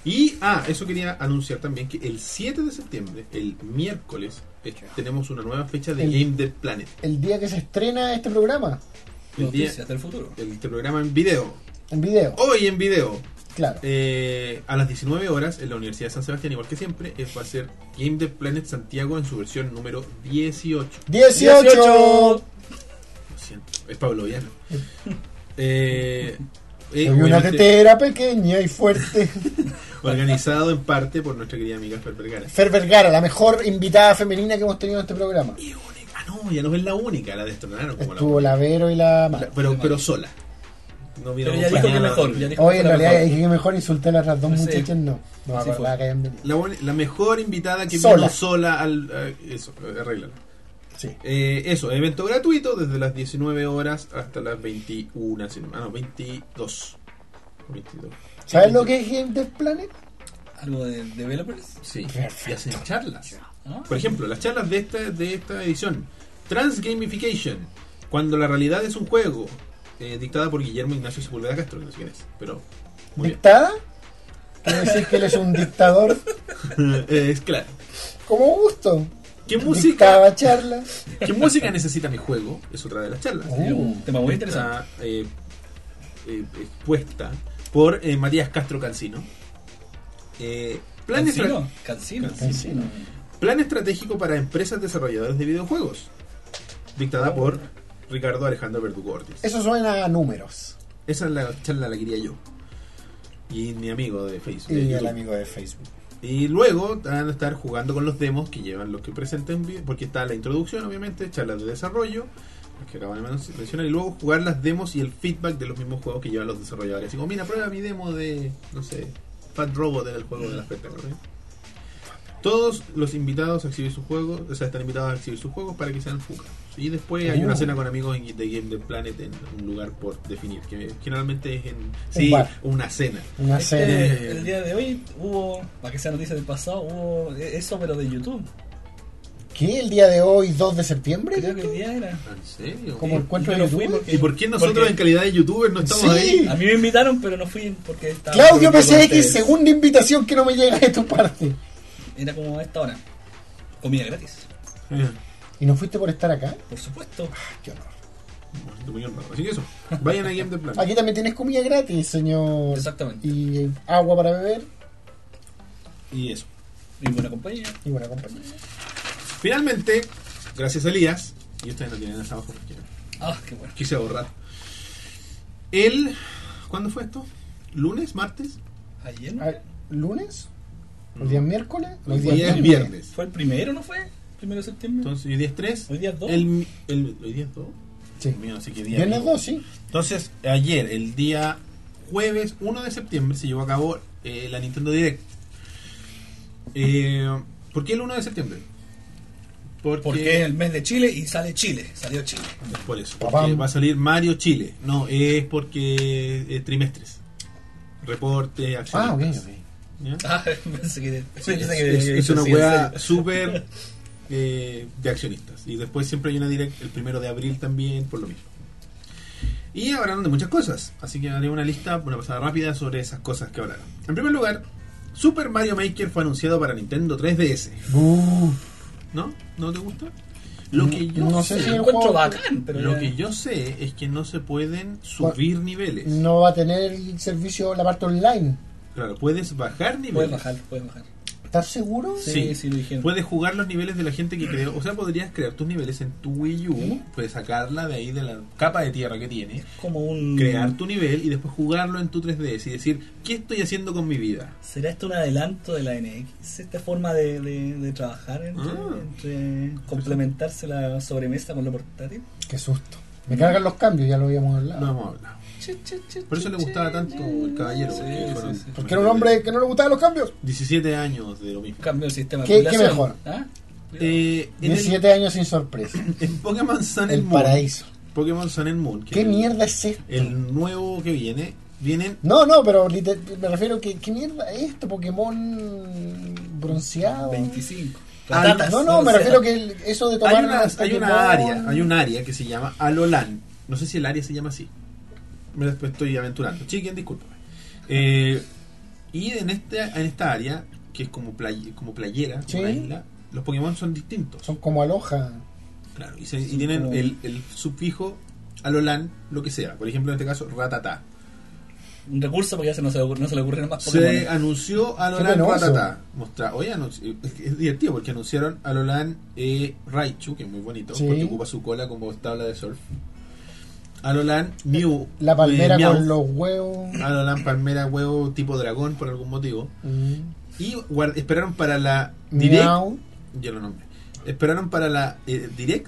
[SPEAKER 1] Y, ah, eso quería anunciar también que el 7 de septiembre, el miércoles, eh, tenemos una nueva fecha de
[SPEAKER 2] El-
[SPEAKER 1] Game Dev Planet.
[SPEAKER 2] El día que se estrena este programa.
[SPEAKER 1] El, día,
[SPEAKER 3] Noticias del futuro.
[SPEAKER 1] el programa en video.
[SPEAKER 2] En video.
[SPEAKER 1] Hoy en video,
[SPEAKER 2] Claro.
[SPEAKER 1] eh, a las 19 horas, en la Universidad de San Sebastián, igual que siempre, eh, va a ser Game Dev Planet Santiago en su versión número 18.
[SPEAKER 2] 18.
[SPEAKER 1] Lo siento, es pabloviano. Eh, eh,
[SPEAKER 2] Soy una
[SPEAKER 1] obviamente-
[SPEAKER 2] tetera pequeña y fuerte.
[SPEAKER 1] Organizado en parte por nuestra querida amiga Fer Vergara.
[SPEAKER 2] Fer Vergara, la mejor invitada femenina que hemos tenido en este programa.
[SPEAKER 1] Y única- Ah, no, ya no es la única, la destronaron como
[SPEAKER 2] Estuvo
[SPEAKER 1] la,
[SPEAKER 2] la Vero y la
[SPEAKER 1] la-
[SPEAKER 2] Mar.
[SPEAKER 1] pero, pero sola. No vino
[SPEAKER 3] Pero ya dijo que
[SPEAKER 1] acompañada.
[SPEAKER 3] mejor. Ya dijo
[SPEAKER 2] Hoy
[SPEAKER 3] que
[SPEAKER 2] en
[SPEAKER 3] fue la
[SPEAKER 2] realidad
[SPEAKER 3] mejor.
[SPEAKER 2] es que mejor insultar a las dos
[SPEAKER 3] Sí.
[SPEAKER 2] muchachas, no. No me
[SPEAKER 3] Así
[SPEAKER 2] acordaba
[SPEAKER 3] fue.
[SPEAKER 2] que hayan venido.
[SPEAKER 1] La, buen- la mejor invitada que
[SPEAKER 2] Sola.
[SPEAKER 1] vino sola al. a- eso, arréglalo.
[SPEAKER 2] Sí.
[SPEAKER 1] Eh, eso, evento gratuito desde las 19 horas hasta las 21. si no- Ah, no, 22. 22.
[SPEAKER 2] ¿Sabes lo que es Game Dev Planet?
[SPEAKER 3] Algo de developers.
[SPEAKER 1] Sí,
[SPEAKER 2] Perfecto.
[SPEAKER 1] y hacen charlas.
[SPEAKER 3] Ah.
[SPEAKER 1] Por ejemplo, las charlas de esta, de esta edición. Transgamification. Cuando la realidad es un juego. eh, dictada por Guillermo Ignacio Sepúlveda Castro, que no sé quién es. Pero muy bien.
[SPEAKER 2] ¿Dictada? Quiere decir que él es un dictador
[SPEAKER 1] Eh, es claro.
[SPEAKER 2] como gusto.
[SPEAKER 1] ¿Qué música,
[SPEAKER 2] Dictaba charlas.
[SPEAKER 1] ¿Qué música necesita mi juego? Es otra de las charlas.
[SPEAKER 2] Uh,
[SPEAKER 3] Un tema muy interesante.
[SPEAKER 1] Está, eh, eh, expuesta por eh, Matías Castro Cancino. Eh, plan, estra-
[SPEAKER 3] Cancino. Cancino.
[SPEAKER 2] Cancino.
[SPEAKER 1] plan estratégico para empresas desarrolladoras de videojuegos. Dictada por Ricardo Alejandro Verdugo Ortiz.
[SPEAKER 2] Eso suena a números.
[SPEAKER 1] Esa es la charla la quería yo. Y mi amigo de Facebook. de
[SPEAKER 2] Y el
[SPEAKER 1] YouTube.
[SPEAKER 2] amigo de Facebook.
[SPEAKER 1] Y luego van a estar jugando con los demos que llevan los que presenten, vi- porque está la introducción, obviamente, charlas de desarrollo, las que acaban de men- mencionar, y luego jugar las demos y el feedback de los mismos juegos que llevan los desarrolladores. Así como, mira, prueba mi demo de, no sé, Fat Robot era el juego
[SPEAKER 2] Mm.
[SPEAKER 1] de las espectáculo. Todos los invitados a exhibir sus juegos, o sea, están invitados a exhibir sus juegos para que sean jugados. Y después hay una
[SPEAKER 2] Uh.
[SPEAKER 1] cena con amigos en- de Game Dev Planet en un lugar por definir, que generalmente es en.
[SPEAKER 2] Un
[SPEAKER 1] Sí,
[SPEAKER 2] bar.
[SPEAKER 1] una cena.
[SPEAKER 2] Una serie.
[SPEAKER 3] Este, el día de hoy hubo, para que sea noticia del pasado, hubo eso, pero de YouTube.
[SPEAKER 2] ¿Qué? ¿El día de hoy, 2 de septiembre?
[SPEAKER 3] Creo que el día era.
[SPEAKER 1] ¿En serio?
[SPEAKER 2] ¿Como encuentro
[SPEAKER 3] Yo
[SPEAKER 2] de
[SPEAKER 3] no fui
[SPEAKER 2] YouTube?
[SPEAKER 3] porque-
[SPEAKER 1] ¿Y por qué nosotros
[SPEAKER 3] porque
[SPEAKER 1] en calidad de youtubers no estamos
[SPEAKER 2] Sí.
[SPEAKER 1] ahí?
[SPEAKER 3] A mí me invitaron, pero no fui porque estaba.
[SPEAKER 2] Claudio
[SPEAKER 3] reunido con
[SPEAKER 2] PCX,
[SPEAKER 3] ustedes.
[SPEAKER 2] segunda invitación que no me llega de tu parte.
[SPEAKER 3] Era como a esta hora. Comida gratis,
[SPEAKER 1] Eh,
[SPEAKER 2] ¿Y no fuiste por estar acá?
[SPEAKER 3] por supuesto.
[SPEAKER 2] Qué honor.
[SPEAKER 1] Bueno, muy honrado. Así que eso, vayan a Game de Plan.
[SPEAKER 2] Aquí también tienes comida gratis, señor.
[SPEAKER 3] Exactamente.
[SPEAKER 2] Y eh, agua para beber
[SPEAKER 1] Y eso.
[SPEAKER 3] Y buena compañía.
[SPEAKER 2] y buena compañía.
[SPEAKER 1] Finalmente, gracias a Elías, y ustedes no tienen hasta abajo porque
[SPEAKER 3] Ah, qué bueno.
[SPEAKER 1] quise ahorrar. El. ¿Cuándo fue esto? ¿Lunes? ¿Martes?
[SPEAKER 3] Ayer
[SPEAKER 2] Ah, ¿Lunes? ¿El día miércoles?
[SPEAKER 1] Hoy
[SPEAKER 2] día
[SPEAKER 1] día es viernes.
[SPEAKER 3] fue el primero, ¿no fue? Primero de septiembre.
[SPEAKER 1] Entonces, hoy día es 3.
[SPEAKER 3] Hoy día es dos.
[SPEAKER 1] El, el- hoy día es 2.
[SPEAKER 2] Sí.
[SPEAKER 1] Mío, no sé qué día.
[SPEAKER 2] Viernes
[SPEAKER 1] amigo.
[SPEAKER 2] 2, sí.
[SPEAKER 1] Entonces, ayer, el día jueves 1 de septiembre, se llevó a cabo eh, la Nintendo Direct. Eh, ¿Por qué el 1 de septiembre? Porque,
[SPEAKER 3] porque es el mes de Chile y sale Chile. Salió Chile.
[SPEAKER 1] Por eso,
[SPEAKER 2] Papam.
[SPEAKER 1] porque va a salir Mario Chile. No, es porque eh, trimestres. Reportes, acciones.
[SPEAKER 2] Ah, ok, ok.
[SPEAKER 1] ¿ya?
[SPEAKER 3] Ah, pensé que.
[SPEAKER 1] Sí,
[SPEAKER 3] pensé
[SPEAKER 1] es,
[SPEAKER 3] que-
[SPEAKER 1] es-
[SPEAKER 3] que-
[SPEAKER 1] es
[SPEAKER 3] que-
[SPEAKER 1] una
[SPEAKER 3] sí, en
[SPEAKER 1] wea
[SPEAKER 3] serio.
[SPEAKER 1] súper eh, de accionistas. Y después siempre hay una direct el primero de abril también, por lo mismo. Y hablaron de muchas cosas, así que haré una lista, una pasada rápida sobre esas cosas que hablaron. En primer lugar, Super Mario Maker fue anunciado para Nintendo 3DS.
[SPEAKER 2] Buh.
[SPEAKER 1] ¿No? ¿No te gusta? Lo que yo
[SPEAKER 2] no
[SPEAKER 1] sé,
[SPEAKER 2] sé
[SPEAKER 3] Sí,
[SPEAKER 2] si
[SPEAKER 3] lo
[SPEAKER 2] el
[SPEAKER 3] encuentro
[SPEAKER 2] juego
[SPEAKER 3] bacán, pero.
[SPEAKER 1] lo
[SPEAKER 3] ya-
[SPEAKER 1] que yo sé es que no se pueden subir niveles.
[SPEAKER 2] no va a tener el servicio la parte online.
[SPEAKER 1] Claro, puedes bajar niveles.
[SPEAKER 3] Puedes bajar, puedes bajar.
[SPEAKER 2] ¿Estás seguro?
[SPEAKER 3] Sí,
[SPEAKER 1] Sí.
[SPEAKER 3] sí, lo dijeron.
[SPEAKER 1] Puedes jugar los niveles de la gente que creó. O sea, podrías crear tus niveles en tu Wii U, puedes sacarla de ahí de la capa de tierra que tiene,
[SPEAKER 3] Como un...
[SPEAKER 1] crear tu nivel y después jugarlo en tu 3DS y decir, ¿qué estoy haciendo con mi vida?
[SPEAKER 3] ¿Será esto un adelanto de la NX? ¿Esta forma de, de- de trabajar entre,
[SPEAKER 1] Ah.
[SPEAKER 3] entre complementarse la sobremesa con lo portátil?
[SPEAKER 2] Qué susto. Me cargan los cambios, ya lo habíamos hablado.
[SPEAKER 1] No vamos a hablar. Por eso le gustaba tanto el caballero. porque
[SPEAKER 3] sí,
[SPEAKER 1] fueron-
[SPEAKER 3] sí.
[SPEAKER 2] Porque era un hombre que no le gustaban los cambios.
[SPEAKER 1] 17 años de lo mismo.
[SPEAKER 3] Cambio el sistema
[SPEAKER 2] ¿Qué- qué
[SPEAKER 3] población,
[SPEAKER 2] mejor?
[SPEAKER 3] ¿ah?
[SPEAKER 1] Eh, en, el-
[SPEAKER 2] 17 años sin sorpresa.
[SPEAKER 1] en Pokémon Sun
[SPEAKER 2] El
[SPEAKER 1] and Moon.
[SPEAKER 2] paraíso.
[SPEAKER 1] Pokémon Sun and Moon. que
[SPEAKER 2] ¿Qué
[SPEAKER 1] es el-
[SPEAKER 2] mierda es esto?
[SPEAKER 1] El nuevo que viene. Vienen
[SPEAKER 2] No, no, pero liter- me refiero que ¿qué mierda es esto? Pokémon
[SPEAKER 1] Eh,
[SPEAKER 2] bronceado.
[SPEAKER 3] 25.
[SPEAKER 1] Al-
[SPEAKER 3] Patatas,
[SPEAKER 2] No, no, me
[SPEAKER 3] sé.
[SPEAKER 2] refiero que el- eso de tomar
[SPEAKER 1] hay una,
[SPEAKER 2] los
[SPEAKER 1] hay una
[SPEAKER 2] Pokémon-
[SPEAKER 1] área, hay un área que se llama Alolan. No sé si el área se llama así. Me después estoy aventurando. Chiquen, discúlpame. Eh, y en esta, en esta área, que es como, play- como playera, como
[SPEAKER 2] Sí.
[SPEAKER 1] una isla, los Pokémon son distintos.
[SPEAKER 2] Son como aloja.
[SPEAKER 1] Claro, y, se- y tienen
[SPEAKER 3] como-
[SPEAKER 1] el, el sufijo Alolan, lo que sea. Por ejemplo, en este caso, Ratatá.
[SPEAKER 3] Un recurso porque ya se, no se, le ocurre- no se le ocurren más Pokémon.
[SPEAKER 1] Se anunció
[SPEAKER 2] Qué
[SPEAKER 1] Alolan
[SPEAKER 2] penoso.
[SPEAKER 1] Ratatá. Mostra, oye, anunci- es que es divertido porque anunciaron Alolan eh, Raichu, que es muy bonito,
[SPEAKER 2] Sí.
[SPEAKER 1] porque ocupa su cola como tabla de surf. Alolan Mew.
[SPEAKER 2] La palmera
[SPEAKER 1] eh, Meowth.
[SPEAKER 2] con los huevos.
[SPEAKER 1] Alolan Palmera Huevo tipo dragón por algún motivo.
[SPEAKER 2] Mm.
[SPEAKER 1] Y guard- esperaron para la Direct.
[SPEAKER 2] Miau.
[SPEAKER 1] Ya lo nombré. Esperaron para la eh, Direct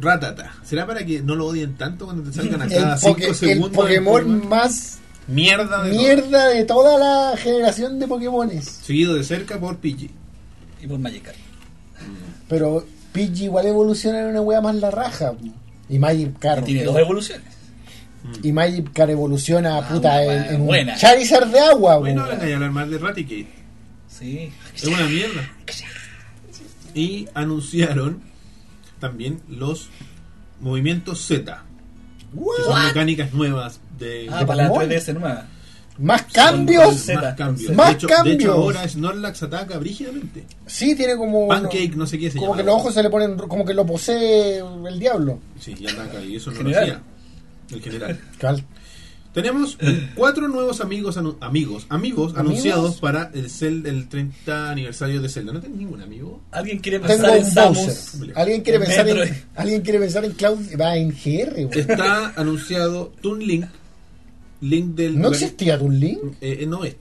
[SPEAKER 1] Ratata. ¿Será para que no lo odien tanto cuando te salgan a
[SPEAKER 2] El,
[SPEAKER 1] cada
[SPEAKER 2] poke-
[SPEAKER 1] 5
[SPEAKER 2] el
[SPEAKER 1] segundos? del
[SPEAKER 2] Pokémon
[SPEAKER 1] Pokémon?
[SPEAKER 2] más
[SPEAKER 1] Mierda de
[SPEAKER 2] mierda de toda la generación de Pokémones.
[SPEAKER 1] Seguido de cerca por Pidgey.
[SPEAKER 3] Y por Magikarp.
[SPEAKER 2] Pero Pidgey igual evoluciona en una wea más la raja. Y Magikarp.
[SPEAKER 3] Tiene dos evoluciones.
[SPEAKER 2] Y Magikarp evoluciona
[SPEAKER 3] Ah,
[SPEAKER 2] puta
[SPEAKER 3] una
[SPEAKER 2] en, en un
[SPEAKER 3] buena.
[SPEAKER 2] Charizard de agua,
[SPEAKER 1] Bueno,
[SPEAKER 2] wea.
[SPEAKER 1] ahora hay hablar más de Raticate.
[SPEAKER 3] Sí.
[SPEAKER 1] Es una mierda. Y anunciaron también los movimientos Z, que son mecánicas nuevas de,
[SPEAKER 3] Ah,
[SPEAKER 2] ¿De
[SPEAKER 3] para la
[SPEAKER 2] Pokémon?
[SPEAKER 3] 3DS nueva.
[SPEAKER 2] Más
[SPEAKER 1] con
[SPEAKER 2] cambios.
[SPEAKER 3] Z.
[SPEAKER 1] más cambios.
[SPEAKER 2] Más
[SPEAKER 1] de, hecho, de hecho,
[SPEAKER 2] cambios.
[SPEAKER 1] ahora Snorlax ataca brígidamente.
[SPEAKER 2] Sí, tiene como.
[SPEAKER 1] Pancake, no sé qué se
[SPEAKER 2] Como
[SPEAKER 1] llama.
[SPEAKER 2] que los ojos se le ponen. Como que lo posee el diablo.
[SPEAKER 1] Sí, y ataca, y eso no
[SPEAKER 3] General.
[SPEAKER 1] lo hacía. El general.
[SPEAKER 2] Cal-
[SPEAKER 1] Tenemos cuatro nuevos amigos anu- amigos amigos anunciados para el cel el 30 aniversario de Zelda. ¿No tenés ningún amigo?
[SPEAKER 3] ¿Alguien quiere pensar
[SPEAKER 2] Tengo
[SPEAKER 3] en
[SPEAKER 2] un
[SPEAKER 3] Samus?
[SPEAKER 2] Bowser. ¿Alguien quiere,
[SPEAKER 3] En
[SPEAKER 2] pensar
[SPEAKER 3] Metroid.
[SPEAKER 2] en, Alguien quiere pensar en Cloud. Va en GR, wea.
[SPEAKER 1] Está anunciado Toon Link, Link del
[SPEAKER 2] ¿No
[SPEAKER 1] lugar-
[SPEAKER 2] existía Toon Link?
[SPEAKER 1] Eh, eh, no es.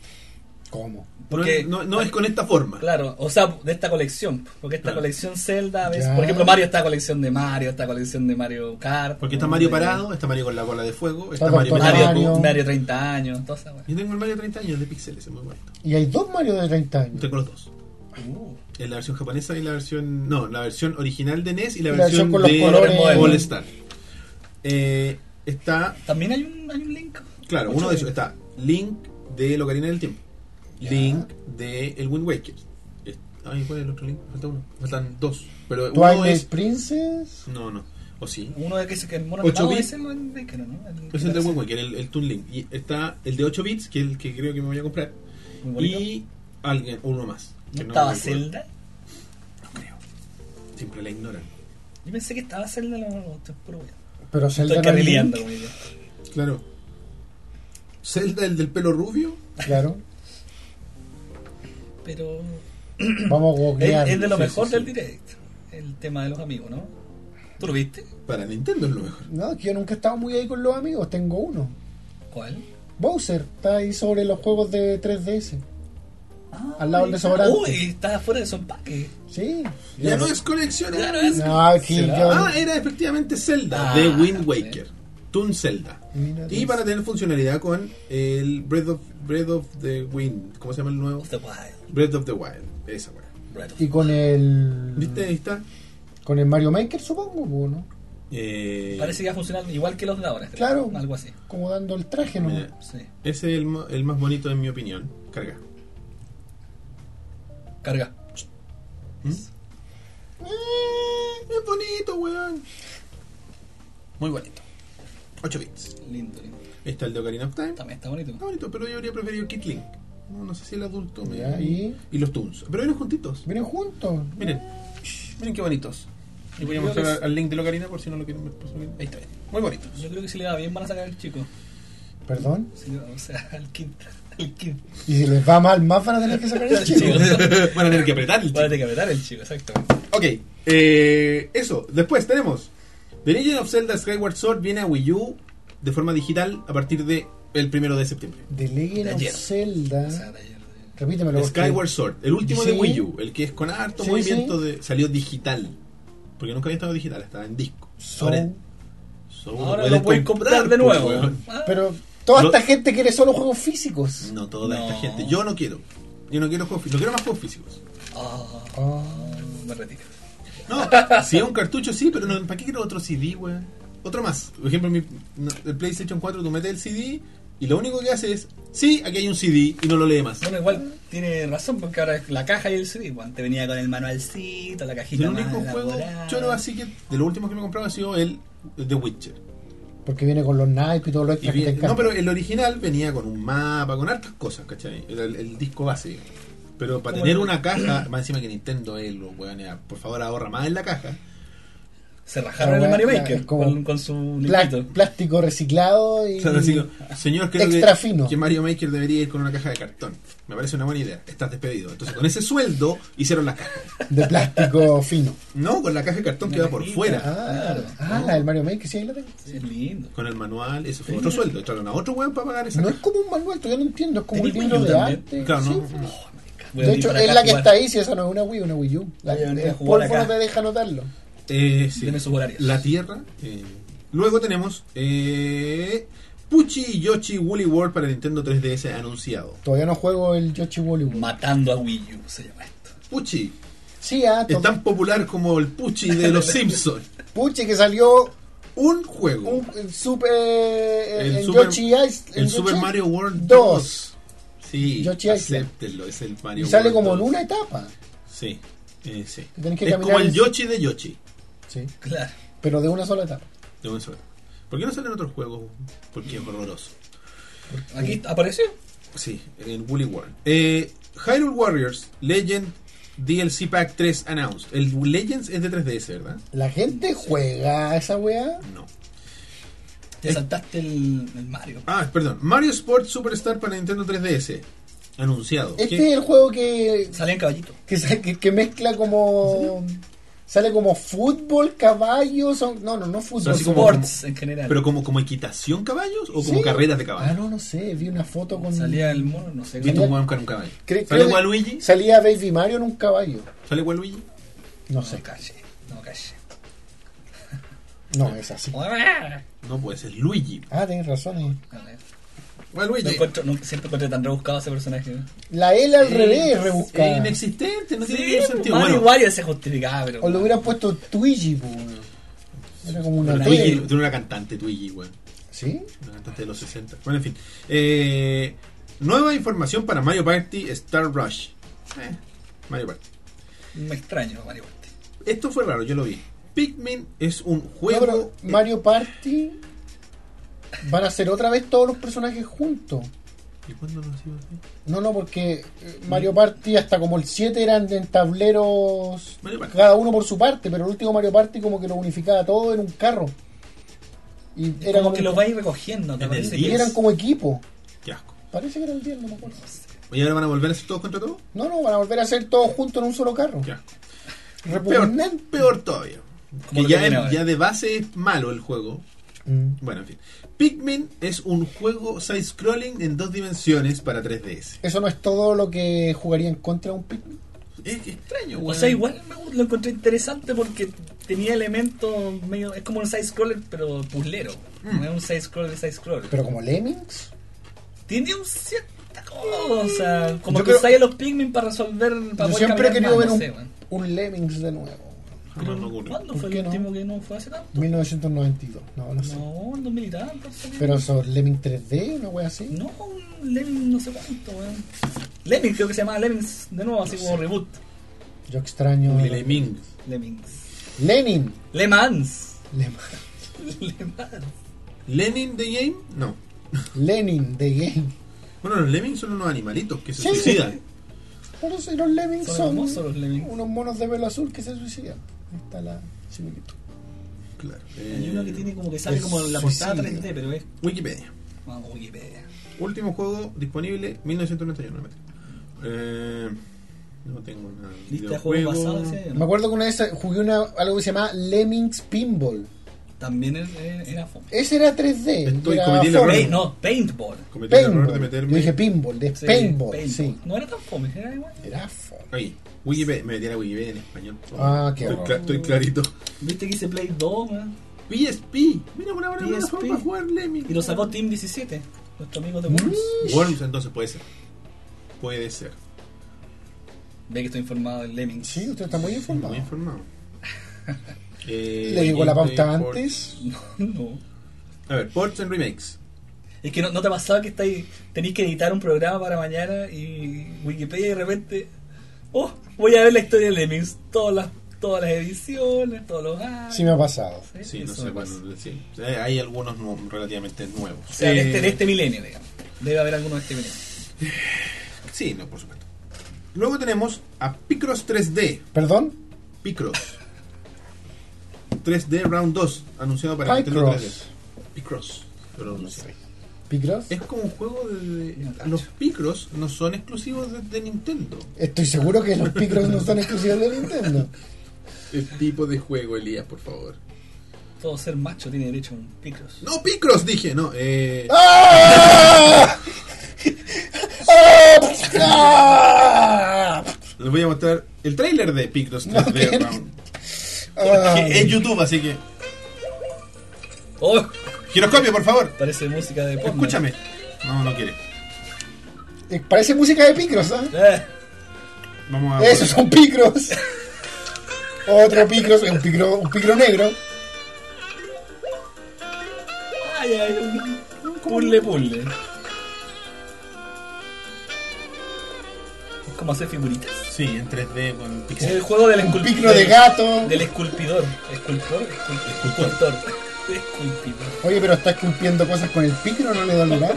[SPEAKER 2] ¿Cómo?
[SPEAKER 3] Porque-
[SPEAKER 1] no, no- no es con esta forma.
[SPEAKER 3] Claro, o sea, de esta colección. Porque esta
[SPEAKER 1] Claro.
[SPEAKER 3] colección Zelda, a veces-
[SPEAKER 2] Ya.
[SPEAKER 3] por ejemplo, Mario está colección de Mario, esta colección de Mario Kart.
[SPEAKER 1] Porque está
[SPEAKER 3] ¿no?
[SPEAKER 1] Mario
[SPEAKER 3] De-
[SPEAKER 1] parado, está Mario con la bola de fuego, está
[SPEAKER 2] Está
[SPEAKER 1] Mario
[SPEAKER 2] Doctor
[SPEAKER 1] mecánico.
[SPEAKER 3] Mario,
[SPEAKER 2] Mario.
[SPEAKER 3] Mario 30 años, toda esa wea.
[SPEAKER 1] Yo tengo el Mario 30 años de píxeles, es muy bonito.
[SPEAKER 2] Y hay dos Mario de 30 años.
[SPEAKER 1] Tengo los dos.
[SPEAKER 3] Uh,
[SPEAKER 1] En la versión japonesa y la versión. No, la versión original de NES y la,
[SPEAKER 2] La
[SPEAKER 1] versión,
[SPEAKER 2] versión con los
[SPEAKER 1] de
[SPEAKER 2] colores
[SPEAKER 3] modernos.
[SPEAKER 1] All Star. Eh, está,
[SPEAKER 3] También hay un, hay un link.
[SPEAKER 1] claro, uno de esos. Está Link de Locarina del Tiempo.
[SPEAKER 2] Ya.
[SPEAKER 1] Link de El Wind Waker. Es- Ay, ¿cuál es el otro Link? Falta uno. Faltan dos. Pero uno
[SPEAKER 2] Twilight
[SPEAKER 1] es.
[SPEAKER 2] Princess.
[SPEAKER 1] No, no. O sí.
[SPEAKER 3] Uno de que se que el mono
[SPEAKER 1] Ocho
[SPEAKER 3] pelado,
[SPEAKER 1] bits.
[SPEAKER 3] ese no es el Baker, ¿no?
[SPEAKER 1] Es el de Wind Waker, el, el Toon Link. Y está el de 8 bits, que es el que creo que me voy a comprar.
[SPEAKER 3] Muy bonito.
[SPEAKER 1] Y alguien, uno más.
[SPEAKER 3] ¿No
[SPEAKER 1] que no
[SPEAKER 3] estaba
[SPEAKER 1] me acuerdo.
[SPEAKER 3] Zelda?
[SPEAKER 1] No creo. Siempre la ignoran.
[SPEAKER 3] Yo pensé que estaba Zelda, no, no, estoy puro wea.
[SPEAKER 2] Pero Zelda
[SPEAKER 3] Estoy
[SPEAKER 2] no es
[SPEAKER 3] carrileando,
[SPEAKER 2] Link,
[SPEAKER 3] como diría.
[SPEAKER 1] Claro. Zelda, el del pelo rubio.
[SPEAKER 2] Claro.
[SPEAKER 3] Pero
[SPEAKER 2] Vamos a googlear.
[SPEAKER 3] es, es de lo
[SPEAKER 1] sí,
[SPEAKER 3] mejor
[SPEAKER 1] sí,
[SPEAKER 3] del
[SPEAKER 1] sí.
[SPEAKER 3] direct. El tema de los amigos, ¿no? ¿Tú lo viste?
[SPEAKER 1] Para Nintendo es lo mejor.
[SPEAKER 2] No, que yo nunca he estado muy ahí con los amigos. Tengo uno.
[SPEAKER 3] ¿Cuál?
[SPEAKER 2] Bowser está ahí sobre los juegos de 3DS.
[SPEAKER 3] Ah,
[SPEAKER 2] Al lado del
[SPEAKER 3] ahí está.
[SPEAKER 2] desodorante.
[SPEAKER 3] Uy, está afuera de su empaque.
[SPEAKER 2] Sí.
[SPEAKER 1] Oh, eh. Ya no es colección.
[SPEAKER 3] Claro,
[SPEAKER 1] ¿eh?
[SPEAKER 3] es.
[SPEAKER 2] No, aquí
[SPEAKER 3] ¿Será?
[SPEAKER 2] yo-
[SPEAKER 1] Ah, era efectivamente Zelda.
[SPEAKER 3] Ah,
[SPEAKER 1] de Wind
[SPEAKER 3] ok.
[SPEAKER 1] Waker. Toon Zelda.
[SPEAKER 2] Mira,
[SPEAKER 1] Y para tener funcionalidad con el Breath of, Breath of the Wind. ¿Cómo se llama el nuevo?
[SPEAKER 3] Of the Wild.
[SPEAKER 1] Breath of the Wild. Esa, weá.
[SPEAKER 3] Breath of-
[SPEAKER 2] Y con el.
[SPEAKER 1] ¿Viste? Ahí está.
[SPEAKER 2] Con el Mario Maker, supongo, pues, ¿no?
[SPEAKER 1] Eh,
[SPEAKER 3] Parece que va a funcionar igual que los de ahora. creo.
[SPEAKER 2] Claro.
[SPEAKER 3] Algo así.
[SPEAKER 2] Como dando el traje, ¿no?
[SPEAKER 1] Mira.
[SPEAKER 3] Sí.
[SPEAKER 1] Ese es el, mo- el más bonito en mi opinión. Carga.
[SPEAKER 3] Carga.
[SPEAKER 1] ¿Mm? Eh, es bonito, weón. Muy bonito. 8 bits.
[SPEAKER 3] Lindo, lindo.
[SPEAKER 1] Ahí está el de Ocarina of Time. Está
[SPEAKER 3] También está bonito.
[SPEAKER 1] bonito, pero yo habría preferido Kid Link. No, no sé si el adulto me...
[SPEAKER 2] Ya,
[SPEAKER 1] y...
[SPEAKER 2] y-
[SPEAKER 1] los Toons. Pero vienen juntitos.
[SPEAKER 2] Vienen juntos.
[SPEAKER 1] Miren. Miren qué bonitos. Y voy a
[SPEAKER 3] Yo
[SPEAKER 1] mostrar
[SPEAKER 3] creo
[SPEAKER 1] al- al Link de la Ocarina por si no lo quieren ver. por si no lo quieren- Ahí está. Ahí. Muy bonitos.
[SPEAKER 3] Yo creo que si le va bien van a sacar al chico.
[SPEAKER 2] Perdón.
[SPEAKER 3] Sí, o sea, al quinto. Al quinto.
[SPEAKER 2] Y si les va mal, más van a tener que sacar el chico.
[SPEAKER 3] Sí.
[SPEAKER 1] Van a tener que apretar el
[SPEAKER 3] Va a
[SPEAKER 1] chico.
[SPEAKER 3] tener que apretar el chico, exactamente.
[SPEAKER 2] Ah.
[SPEAKER 1] Ok, eh, eso. Después tenemos The Legend of Zelda Skyward Sword viene a Wii U de forma digital a partir de el primero de septiembre.
[SPEAKER 2] The Legend of
[SPEAKER 1] Ayer.
[SPEAKER 2] Zelda.
[SPEAKER 3] O sea, de ayer, de-
[SPEAKER 2] Repítemelo. porque-
[SPEAKER 1] Skyward Sword, el último de
[SPEAKER 2] Sí.
[SPEAKER 1] Wii U, el que es con harto
[SPEAKER 2] Sí,
[SPEAKER 1] movimiento de salió digital. Porque nunca había estado digital, estaba en disco.
[SPEAKER 2] So-
[SPEAKER 1] so-
[SPEAKER 3] Ahora
[SPEAKER 1] puedes
[SPEAKER 3] lo voy a comprar de
[SPEAKER 1] pues,
[SPEAKER 3] nuevo.
[SPEAKER 1] weón.
[SPEAKER 3] Ah,
[SPEAKER 2] Pero toda
[SPEAKER 1] No-
[SPEAKER 2] esta gente quiere solo juegos físicos.
[SPEAKER 1] No toda esta
[SPEAKER 3] No.
[SPEAKER 1] gente. Yo no quiero. Yo no quiero juegos físicos. No quiero más juegos físicos.
[SPEAKER 3] ah, me retiro.
[SPEAKER 1] No, si es un cartucho sí, pero no, ¿para qué quiero otro CD, weón? Otro más. Por ejemplo, mi- no, el PlayStation 4, tú metes el CD y lo único que hace es, sí, aquí hay un CD y no lo lee más.
[SPEAKER 3] Bueno, igual tiene razón porque ahora la caja y el CD. Bueno, te venía con el manualcito, la
[SPEAKER 1] El
[SPEAKER 3] cajita. más
[SPEAKER 1] único juego
[SPEAKER 3] elaborada.
[SPEAKER 1] choro así que de los últimos que me he comprado ha sido el The Witcher.
[SPEAKER 2] Porque viene con los naipes y todo lo
[SPEAKER 1] Y
[SPEAKER 2] extra que
[SPEAKER 1] vi-
[SPEAKER 2] te encanta.
[SPEAKER 1] no, pero el original venía con un mapa, con hartas cosas, ¿cachai? Era el, el disco base. Pero para
[SPEAKER 3] Como
[SPEAKER 1] tener
[SPEAKER 3] el-
[SPEAKER 1] una caja, más encima que Nintendo es lo, weón, era, por favor ahorra más en la caja.
[SPEAKER 3] Se rajaron
[SPEAKER 2] La
[SPEAKER 3] el Mario
[SPEAKER 2] weá,
[SPEAKER 3] Maker
[SPEAKER 2] es como
[SPEAKER 3] con, con su
[SPEAKER 2] Pla-
[SPEAKER 3] librito.
[SPEAKER 2] plástico reciclado y.
[SPEAKER 1] O sea, así como, señor, creo
[SPEAKER 2] Extra
[SPEAKER 1] que,
[SPEAKER 2] fino.
[SPEAKER 1] que Mario Maker debería ir con una caja de cartón. Me parece una buena idea. Estás despedido. Entonces, con ese sueldo hicieron la caja.
[SPEAKER 2] De plástico fino.
[SPEAKER 1] No, con la caja de cartón que
[SPEAKER 3] Una
[SPEAKER 1] va por
[SPEAKER 3] cajita.
[SPEAKER 1] fuera.
[SPEAKER 2] Ah,
[SPEAKER 3] Claro.
[SPEAKER 2] ah, la del Mario Maker, sí, ahí la tengo.
[SPEAKER 3] Sí, es lindo.
[SPEAKER 1] Con el manual, eso fue otro sueldo. Echaron a otro weón para pagar esa
[SPEAKER 2] No es
[SPEAKER 1] caja.
[SPEAKER 2] como un manual, todavía no entiendo, es como un
[SPEAKER 3] Tenía
[SPEAKER 2] libro
[SPEAKER 3] Wii U
[SPEAKER 2] de
[SPEAKER 3] también.
[SPEAKER 2] arte.
[SPEAKER 1] Claro, no,
[SPEAKER 2] sí.
[SPEAKER 1] no, no.
[SPEAKER 3] Voy a
[SPEAKER 2] De
[SPEAKER 3] venir
[SPEAKER 2] hecho,
[SPEAKER 3] para
[SPEAKER 2] es
[SPEAKER 3] acá
[SPEAKER 2] la
[SPEAKER 3] a
[SPEAKER 2] que
[SPEAKER 3] jugar.
[SPEAKER 2] está ahí, si esa no es una Wii, una Wii U. La-
[SPEAKER 3] Voy a venir a
[SPEAKER 2] el
[SPEAKER 3] jugar
[SPEAKER 2] polvo
[SPEAKER 3] acá.
[SPEAKER 2] no te deja notarlo.
[SPEAKER 1] Eh, sí.
[SPEAKER 3] Deme sus horarios.
[SPEAKER 1] La Tierra. eh. Luego tenemos eh, Puchi Yoshi Woolly World para Nintendo 3DS anunciado.
[SPEAKER 2] Todavía no juego el Yoshi Volleyball.
[SPEAKER 3] Matando a Wii U se llama esto.
[SPEAKER 1] Puchi
[SPEAKER 2] Sí, ah,
[SPEAKER 1] es
[SPEAKER 2] to-
[SPEAKER 1] tan popular como el Puchi de los Simpsons.
[SPEAKER 2] puche que salió
[SPEAKER 1] Un juego.
[SPEAKER 2] un el super. El,
[SPEAKER 1] El Super-
[SPEAKER 2] Yoshi Ice.
[SPEAKER 1] El Super Mario World
[SPEAKER 2] 2.
[SPEAKER 1] 2. Sí,
[SPEAKER 2] Yoshi Island.
[SPEAKER 1] acéptenlo, es el Mario
[SPEAKER 2] Y sale
[SPEAKER 1] World
[SPEAKER 2] como en
[SPEAKER 1] 2.
[SPEAKER 2] una etapa.
[SPEAKER 1] Sí, eh, sí.
[SPEAKER 2] Que tenés que
[SPEAKER 1] es
[SPEAKER 2] caminar
[SPEAKER 1] como el
[SPEAKER 2] en-
[SPEAKER 1] Yoshi de Yoshi.
[SPEAKER 2] Sí.
[SPEAKER 3] Claro.
[SPEAKER 2] Pero de una sola etapa.
[SPEAKER 1] De un solo. ¿Por qué no salen otros juegos? Porque es horroroso.
[SPEAKER 3] Aquí apareció.
[SPEAKER 1] Sí, en Woolly World. Eh, Hyrule Warriors Legend DLC Pack 3 announced. El Legends es de 3DS, ¿verdad?
[SPEAKER 2] La gente juega a esa weá.
[SPEAKER 1] No.
[SPEAKER 3] Te saltaste el, el Mario.
[SPEAKER 1] Ah, perdón. Mario Sports Superstar para Nintendo 3DS. Anunciado.
[SPEAKER 2] Este
[SPEAKER 1] ¿Qué?
[SPEAKER 2] es el juego que,
[SPEAKER 3] Salía en caballito.
[SPEAKER 2] que, sa- que, que mezcla como. Sale como fútbol, caballos. son- No, no, no fútbol.
[SPEAKER 1] Así como-
[SPEAKER 3] Sports en general.
[SPEAKER 1] ¿Pero como, como equitación caballos o como
[SPEAKER 2] Sí.
[SPEAKER 1] carreras de
[SPEAKER 2] Ah,
[SPEAKER 1] caballos?
[SPEAKER 2] no, no sé. Vi una foto con.
[SPEAKER 3] Salía el mono, no sé.
[SPEAKER 1] ¿Viste
[SPEAKER 2] salía-
[SPEAKER 1] un weón con un caballo? ¿Sale
[SPEAKER 2] Cre- creo que
[SPEAKER 1] Waluigi?
[SPEAKER 2] Salía Baby Mario en un caballo.
[SPEAKER 1] ¿Sale Waluigi?
[SPEAKER 2] No
[SPEAKER 3] No
[SPEAKER 2] sé.
[SPEAKER 3] calle. No calle.
[SPEAKER 2] No, es así.
[SPEAKER 1] No, pues es Luigi.
[SPEAKER 2] Ah, tenés razón. eh.
[SPEAKER 3] A ver. No pues,
[SPEAKER 1] Waluigi.
[SPEAKER 3] encuentro, no, siempre encontré tan rebuscado a ese personaje. ¿no?
[SPEAKER 2] La L al
[SPEAKER 1] Eh,
[SPEAKER 2] revés,
[SPEAKER 1] es
[SPEAKER 2] rebuscada.
[SPEAKER 1] inexistente, no tiene
[SPEAKER 3] Sí,
[SPEAKER 1] ningún sentido.
[SPEAKER 3] Mario
[SPEAKER 1] Bueno,
[SPEAKER 3] Wario se justificaba, pero.
[SPEAKER 2] O le hubieran puesto Twiggy, po. Era como una
[SPEAKER 1] pero
[SPEAKER 2] T.
[SPEAKER 3] eh.
[SPEAKER 1] Twiggy, tiene una cantante Twiggy, weón.
[SPEAKER 2] ¿Sí?
[SPEAKER 1] Una cantante de los 60. Bueno, en fin. Eh, nueva información para Mario Party Star Rush. Eh, Mario Party.
[SPEAKER 3] Me extraño, Mario Bart.
[SPEAKER 1] Esto fue raro, yo lo vi. Pikmin es un
[SPEAKER 2] No,
[SPEAKER 1] juego.
[SPEAKER 2] pero
[SPEAKER 1] eh,
[SPEAKER 2] Mario Party van a ser otra vez todos los personajes juntos.
[SPEAKER 1] ¿Y cuándo lo hacía así?
[SPEAKER 2] No, no, porque eh, Mario Party hasta como el 7 eran en tableros
[SPEAKER 1] Mario Party.
[SPEAKER 2] cada uno por su parte, pero el último Mario Party como que lo unificaba todo en un carro. Y,
[SPEAKER 3] Es
[SPEAKER 2] era
[SPEAKER 3] como
[SPEAKER 2] como-
[SPEAKER 3] que lo vais recogiendo, ¿te
[SPEAKER 1] En el
[SPEAKER 3] parece?
[SPEAKER 2] y
[SPEAKER 1] diez.
[SPEAKER 2] eran como equipo.
[SPEAKER 1] Qué asco.
[SPEAKER 2] Parece que era el 10, no me acuerdo.
[SPEAKER 1] ¿Y ahora van a volver a ser todos contra todos?
[SPEAKER 2] No, no, van a volver a ser todos juntos en un solo carro.
[SPEAKER 1] Qué asco. Peor,
[SPEAKER 2] Repugnante.
[SPEAKER 1] peor todavía.
[SPEAKER 3] Como
[SPEAKER 1] Que
[SPEAKER 3] lo que
[SPEAKER 1] ya,
[SPEAKER 3] viene
[SPEAKER 1] es-
[SPEAKER 3] ahora.
[SPEAKER 1] ya de base es malo el juego,
[SPEAKER 2] Mm.
[SPEAKER 1] Bueno, en fin. Pikmin es un juego side-scrolling en dos dimensiones para 3DS.
[SPEAKER 2] Eso no es todo lo que jugaría en contra de un Pikmin.
[SPEAKER 1] Es que extraño,
[SPEAKER 3] O
[SPEAKER 1] weón.
[SPEAKER 3] sea, igual me gu- lo encontré interesante porque tenía elementos medio. Es como un side-scroller, pero puzzlero. No es un side-scroller, side-scroller.
[SPEAKER 2] Pero como Lemmings.
[SPEAKER 3] Tiene un cierta cosa. Como
[SPEAKER 2] Yo
[SPEAKER 3] que
[SPEAKER 2] creo-
[SPEAKER 3] usáis a los Pikmin para resolver. Para
[SPEAKER 2] yo
[SPEAKER 3] poder
[SPEAKER 2] siempre he
[SPEAKER 3] caminar
[SPEAKER 2] querido
[SPEAKER 3] más,
[SPEAKER 2] ver
[SPEAKER 3] no
[SPEAKER 2] un,
[SPEAKER 3] sé, weón.
[SPEAKER 2] un Lemmings de nuevo.
[SPEAKER 1] Jamás me ocurre.
[SPEAKER 3] ¿Cuándo
[SPEAKER 2] ¿Por
[SPEAKER 3] fue
[SPEAKER 2] qué
[SPEAKER 3] el
[SPEAKER 2] no?
[SPEAKER 3] último que no fue hace tanto?
[SPEAKER 2] 1992. No, no sé.
[SPEAKER 3] No, en 2000 y tanto. salió.
[SPEAKER 2] Pero esos Lemmings 3D, una wea así.
[SPEAKER 3] No, un Lemming no sé cuánto, weón. Lemming creo que se llama Lemmings de nuevo, así como reboot.
[SPEAKER 2] Yo extraño.
[SPEAKER 1] Un Lemming.
[SPEAKER 3] Lemmings.
[SPEAKER 2] Lenin.
[SPEAKER 3] Lemans.
[SPEAKER 2] Lem-
[SPEAKER 3] Lemans.
[SPEAKER 1] ¿Lenin the Game? No.
[SPEAKER 2] Lenin de Game.
[SPEAKER 1] Bueno, los Lemmings son unos animalitos que se
[SPEAKER 2] Sí.
[SPEAKER 1] suicidan.
[SPEAKER 2] Pero si los Lemmings
[SPEAKER 3] Son
[SPEAKER 2] son,
[SPEAKER 3] hermosos los Lemmings.
[SPEAKER 2] unos monos de pelo azul que se suicidan. Ahí está la similitud.
[SPEAKER 1] Claro.
[SPEAKER 3] Hay uno que
[SPEAKER 1] Eh,
[SPEAKER 3] tiene como que sale
[SPEAKER 2] el
[SPEAKER 3] como en la portada
[SPEAKER 2] suicidio.
[SPEAKER 3] 3D, pero es.
[SPEAKER 1] Wikipedia.
[SPEAKER 3] Vamos a Wikipedia.
[SPEAKER 1] Último juego disponible, 1991. Eh, no tengo nada.
[SPEAKER 3] Lista de juegos
[SPEAKER 1] Videojuego.
[SPEAKER 3] pasados, ¿sí?
[SPEAKER 2] Me acuerdo que una vez jugué una, algo que se llama Lemmings Pinball.
[SPEAKER 3] También era, era fome.
[SPEAKER 2] Ese era 3D.
[SPEAKER 1] Estoy
[SPEAKER 2] era
[SPEAKER 1] cometí el
[SPEAKER 2] forma.
[SPEAKER 1] error.
[SPEAKER 3] Paint- no, paintball.
[SPEAKER 1] Cometí el error de
[SPEAKER 2] Paintball. Yo
[SPEAKER 1] meterme.
[SPEAKER 2] dije pinball, de
[SPEAKER 3] Sí,
[SPEAKER 2] paintball,
[SPEAKER 3] paintball.
[SPEAKER 2] sí.
[SPEAKER 3] No era tan fome, era igual.
[SPEAKER 2] Era fome.
[SPEAKER 1] Ahí, Wikipedia, me metí a la Wikipedia en español.
[SPEAKER 2] Ah, qué
[SPEAKER 1] estoy,
[SPEAKER 2] horror.
[SPEAKER 1] cla- estoy clarito.
[SPEAKER 3] Viste que hice Play 2, weón.
[SPEAKER 1] PSP, mira una buena, buena
[SPEAKER 3] PSP.
[SPEAKER 1] forma de jugar Lemming.
[SPEAKER 3] Y lo sacó Team 17, nuestro amigo de Worms.
[SPEAKER 2] Mm.
[SPEAKER 1] Worms, entonces puede ser. Puede ser.
[SPEAKER 3] Ve que estoy informado del Lemmings.
[SPEAKER 2] Sí, usted está muy informado.
[SPEAKER 1] Muy informado. Eh,
[SPEAKER 2] Le llegó la pauta
[SPEAKER 1] Ports-
[SPEAKER 2] antes.
[SPEAKER 3] no.
[SPEAKER 1] A ver, ports and remakes.
[SPEAKER 3] Es que no, no te ha pasado que estáis, tenéis que editar un programa para mañana y Wikipedia y de repente. Oh, voy a ver la historia de Lemmings. Todas las, todas las ediciones, todos los años.
[SPEAKER 2] Sí me ha pasado.
[SPEAKER 1] Sí,
[SPEAKER 3] eso
[SPEAKER 1] no sé,
[SPEAKER 3] me
[SPEAKER 1] bueno,
[SPEAKER 3] pasa.
[SPEAKER 1] sí. Eh, Hay algunos nu- relativamente nuevos.
[SPEAKER 3] O sea, de, este,
[SPEAKER 1] Eh,
[SPEAKER 3] de este milenio, digamos. Debe haber alguno de este milenio.
[SPEAKER 1] Eh, Sí, no, por supuesto. Luego tenemos a Picross 3D.
[SPEAKER 2] ¿Perdón?
[SPEAKER 1] Picross. 3D Round 2, anunciado para Nintendo 3D.
[SPEAKER 2] Picross.
[SPEAKER 1] Picross. yo lo pronuncié.
[SPEAKER 2] ¿Picross?
[SPEAKER 1] Es como un juego de... de-
[SPEAKER 3] No, cacho.
[SPEAKER 1] los Picross no son exclusivos de, de Nintendo.
[SPEAKER 2] Estoy seguro que los Picross no son exclusivos de Nintendo.
[SPEAKER 1] El tipo de juego, Elías, por favor.
[SPEAKER 3] Todo ser macho tiene derecho a un Picross.
[SPEAKER 1] No, Picross, dije, no. Eh,
[SPEAKER 2] ¡Ah! ¡Oh, ¡Ah!
[SPEAKER 1] Les voy a mostrar el tráiler de Picross 3D Round.
[SPEAKER 2] ¡Ah!
[SPEAKER 1] Que es YouTube, así que...
[SPEAKER 3] Oh,
[SPEAKER 1] Giroscopio, por favor.
[SPEAKER 3] parece música de porno.
[SPEAKER 1] Escúchame. No, no quiere.
[SPEAKER 2] Eh, Parece música de Picross, ¿ah?
[SPEAKER 3] Eh,
[SPEAKER 1] Vamos a...
[SPEAKER 2] Esos son Picross. Otro Picross, un Picro, un Picro negro.
[SPEAKER 3] ay, ay, un- un puzzle, puzzle. Es como hacer figuritas.
[SPEAKER 1] Sí, en 3D con
[SPEAKER 3] Es el
[SPEAKER 1] pixel.
[SPEAKER 3] juego del
[SPEAKER 2] Un
[SPEAKER 3] esculpidor.
[SPEAKER 2] Picro de gato.
[SPEAKER 3] Del esculpidor. Escultor, escultor. Escultor. Esculpidor.
[SPEAKER 2] Oye, pero está esculpiendo cosas con el Picro, no le dolerá.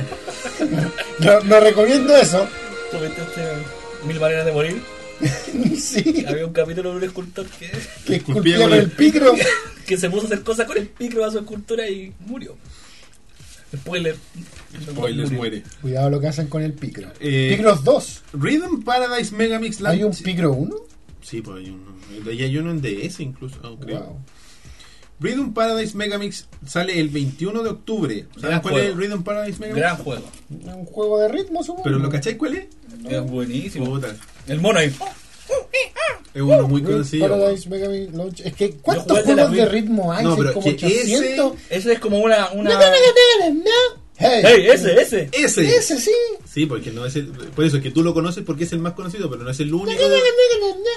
[SPEAKER 2] No, no recomiendo eso.
[SPEAKER 3] Tú metiste mil maneras de morir.
[SPEAKER 2] Sí,
[SPEAKER 3] Había un capítulo de un escultor que,
[SPEAKER 2] que esculpía con el Picro.
[SPEAKER 3] que se puso a hacer cosas con el picro a su escultura y murió. Spoiler.
[SPEAKER 1] Spoilers,
[SPEAKER 3] Murió.
[SPEAKER 1] muere.
[SPEAKER 2] Cuidado lo que hacen con el Picro.
[SPEAKER 1] Eh,
[SPEAKER 2] Picros 2.
[SPEAKER 1] Rhythm Paradise Megamix Land.
[SPEAKER 2] ¿Hay un Picro 1?
[SPEAKER 1] Sí, pues hay uno. Y hay uno en DS incluso, oh, creo.
[SPEAKER 2] Wow.
[SPEAKER 1] Rhythm Paradise Megamix sale el 21 de octubre. ¿Sabes
[SPEAKER 3] Gran
[SPEAKER 1] cuál
[SPEAKER 3] juego.
[SPEAKER 1] es el Rhythm Paradise Megamix?
[SPEAKER 3] Gran juego.
[SPEAKER 2] Un juego de ritmo, supongo.
[SPEAKER 1] ¿Pero lo cacháis cuál es?
[SPEAKER 3] Es buenísimo.
[SPEAKER 1] Puta,
[SPEAKER 3] El mono ahí.
[SPEAKER 1] Es uno muy conocido.
[SPEAKER 2] Uh, Paradise Mega Man Launch. Es que, ¿cuántos
[SPEAKER 3] jugué el de la
[SPEAKER 2] juegos de
[SPEAKER 3] Wii.
[SPEAKER 2] ritmo hay?
[SPEAKER 1] No,
[SPEAKER 2] Sí,
[SPEAKER 1] pero
[SPEAKER 2] como
[SPEAKER 1] que
[SPEAKER 2] 800.
[SPEAKER 3] Ese es como una. una...
[SPEAKER 2] No, no, no, no, no, no. Hey,
[SPEAKER 3] ¡Ey, ese, ese!
[SPEAKER 1] Ese.
[SPEAKER 2] Ese sí.
[SPEAKER 1] Sí, porque no es el, por eso que tú lo conoces porque es el más conocido, pero no es el único.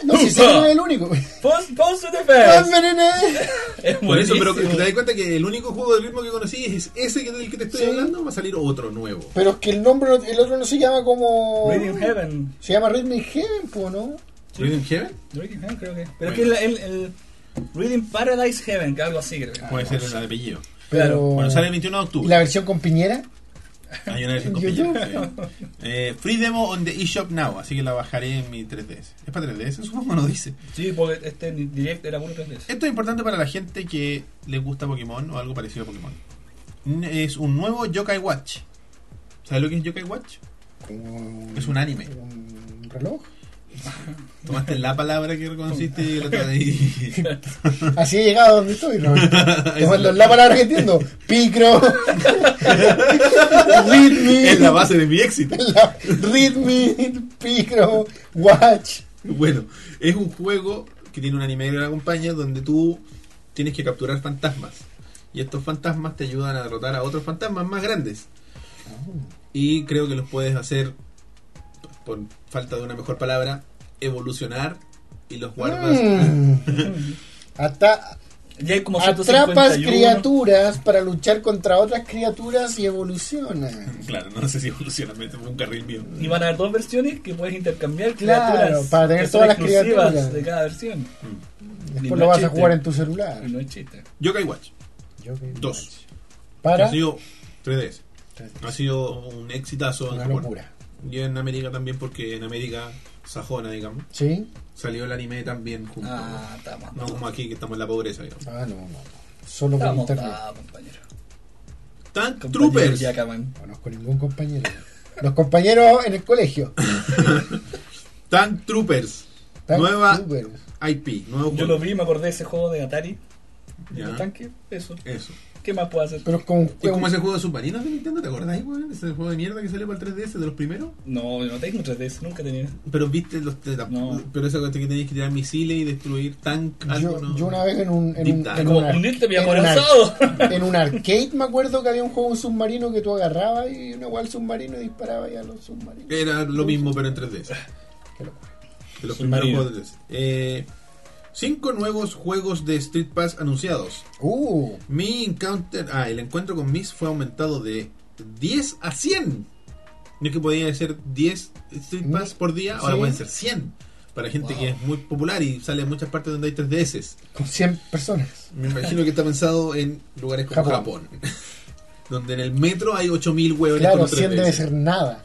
[SPEAKER 2] No, si ese no es el único.
[SPEAKER 3] Post, post to the fence. Es
[SPEAKER 1] Por eso, pero que
[SPEAKER 3] buenísimo.
[SPEAKER 1] te das cuenta que el único juego de ritmo que conocí es ese que del que te estoy
[SPEAKER 2] Sí.
[SPEAKER 1] hablando, va a salir otro nuevo.
[SPEAKER 2] Pero es que el nombre, no- el otro no se llama como.
[SPEAKER 3] Radiant Heaven.
[SPEAKER 2] Se llama Rhythm in Heaven, po, ¿no?
[SPEAKER 3] Sí.
[SPEAKER 1] ¿Rhythm Heaven?
[SPEAKER 3] Reading Heaven, creo que. Pero
[SPEAKER 1] Bueno.
[SPEAKER 3] que el, el, el Reading Paradise Heaven, que algo así, creo. que.
[SPEAKER 1] Puede ser el apellido.
[SPEAKER 2] Pero.
[SPEAKER 1] Bueno, sale el 21 de
[SPEAKER 2] ¿Y
[SPEAKER 1] octubre.
[SPEAKER 2] Ah, la versión con Piñera?
[SPEAKER 1] Hay una versión con
[SPEAKER 2] YouTube.
[SPEAKER 1] pillo, sí. Eh, free demo on the eShop now, así que la bajaré en mi 3DS. ¿Es para 3DS? Supongo no dice.
[SPEAKER 3] Sí, porque este direct era puro 3
[SPEAKER 1] Esto es importante para la gente que le gusta Pokémon o algo parecido a Pokémon. N- Es un nuevo Yokai Watch. ¿Sabes lo que es Yokai Watch? Es un anime.
[SPEAKER 2] Un reloj.
[SPEAKER 1] Tomaste la palabra que reconociste y la otra ahí.
[SPEAKER 2] Así he llegado a donde estoy, Roberto. Te mando la palabra que entiendo. Picro. Ritmi.
[SPEAKER 1] Es la base de mi éxito.
[SPEAKER 2] La- Ritmi. Picro. Watch.
[SPEAKER 1] Bueno, es un juego que tiene un anime que lo acompaña donde tú tienes que capturar fantasmas. Y estos fantasmas te ayudan a derrotar a otros fantasmas más grandes. Y creo que los puedes hacer, por falta de una mejor palabra, evolucionar y los guardas.
[SPEAKER 2] Mm. Hasta
[SPEAKER 3] Ya hay como
[SPEAKER 2] atrapas
[SPEAKER 3] 151.
[SPEAKER 2] criaturas para luchar contra otras criaturas y evolucionan.
[SPEAKER 1] Claro, no sé si evolucionan, me tomo un carril mío.
[SPEAKER 3] Y van a haber dos versiones que puedes intercambiar
[SPEAKER 2] Claro,
[SPEAKER 3] criaturas.
[SPEAKER 2] para tener
[SPEAKER 3] que son
[SPEAKER 2] todas las
[SPEAKER 3] exclusivas
[SPEAKER 2] criaturas.
[SPEAKER 3] de cada versión. Y no
[SPEAKER 2] Después
[SPEAKER 3] es
[SPEAKER 2] lo vas a
[SPEAKER 3] chiste.
[SPEAKER 2] jugar en tu celular.
[SPEAKER 3] Y No es chiste.
[SPEAKER 1] Yokai Watch
[SPEAKER 2] Yo que-
[SPEAKER 1] 2. que
[SPEAKER 2] Para.
[SPEAKER 1] Ha sido 3DS.
[SPEAKER 2] Tres.
[SPEAKER 1] Ha sido un exitazo en
[SPEAKER 2] Una
[SPEAKER 1] Japón.
[SPEAKER 2] locura.
[SPEAKER 1] Y en América también, porque en América sajona, digamos,
[SPEAKER 2] ¿Sí?
[SPEAKER 1] salió el anime también junto.
[SPEAKER 3] Ah, estamos.
[SPEAKER 1] No como aquí que estamos en la pobreza, digamos.
[SPEAKER 2] Ah, no, no. no. Solo por
[SPEAKER 3] Estamos,
[SPEAKER 2] internet.
[SPEAKER 3] ah, compañero.
[SPEAKER 1] Stunt
[SPEAKER 3] compañero
[SPEAKER 1] Troopers.
[SPEAKER 3] Yakaman.
[SPEAKER 2] No conozco ningún compañero. Los compañeros en el colegio.
[SPEAKER 1] Tank Troopers.
[SPEAKER 2] Tank
[SPEAKER 1] nueva
[SPEAKER 2] Troopers.
[SPEAKER 1] IP. Nuevo
[SPEAKER 3] Yo
[SPEAKER 1] juego.
[SPEAKER 3] lo vi, me acordé de ese juego de Atari.
[SPEAKER 1] Ya,
[SPEAKER 3] ¿El tanque? Eso.
[SPEAKER 1] Eso.
[SPEAKER 3] ¿Qué más puedo hacer?
[SPEAKER 2] Pero es como un
[SPEAKER 1] Es
[SPEAKER 2] juego.
[SPEAKER 1] como ese juego de submarinos de Nintendo, ¿te acordás, weón? Ese juego de mierda que salió para el 3DS de los primeros.
[SPEAKER 3] No, yo no tengo 3DS, nunca tenía.
[SPEAKER 1] Pero viste los te- la-
[SPEAKER 3] No.
[SPEAKER 1] pero eso que tenías que tirar misiles y destruir tank algo,
[SPEAKER 2] Yo,
[SPEAKER 1] ¿no?
[SPEAKER 2] yo una vez en un en
[SPEAKER 1] Deep
[SPEAKER 2] un,
[SPEAKER 1] Dive.
[SPEAKER 2] en
[SPEAKER 1] Como
[SPEAKER 2] un ar-
[SPEAKER 3] unirte, mi
[SPEAKER 2] en un ar-
[SPEAKER 3] acorazado.
[SPEAKER 2] en un arcade me acuerdo que había un juego un submarino que tú agarrabas y una guay al submarino y disparabas ya a los submarinos.
[SPEAKER 1] Era lo mismo pero en 3DS.
[SPEAKER 2] Ah, Qué locura.
[SPEAKER 1] De los
[SPEAKER 3] Submarino.
[SPEAKER 1] primeros juegos de 3DS. Eh, cinco nuevos juegos de Street Pass anunciados.
[SPEAKER 2] Uh,
[SPEAKER 1] Mi encounter, ah, el encuentro con Miss fue aumentado de 10 a 100. No es que podía ser 10 Street Pass
[SPEAKER 2] Mm,
[SPEAKER 1] por día, ahora
[SPEAKER 2] sí.
[SPEAKER 1] pueden ser 100. Para gente
[SPEAKER 2] Wow.
[SPEAKER 1] que es muy popular y sale en muchas partes donde hay 3DS.
[SPEAKER 2] con 100 personas.
[SPEAKER 1] Me imagino que está pensado en lugares como
[SPEAKER 2] Japón.
[SPEAKER 1] Japón. donde en el metro hay 8000 huevos
[SPEAKER 2] Claro, 100 debe ser nada.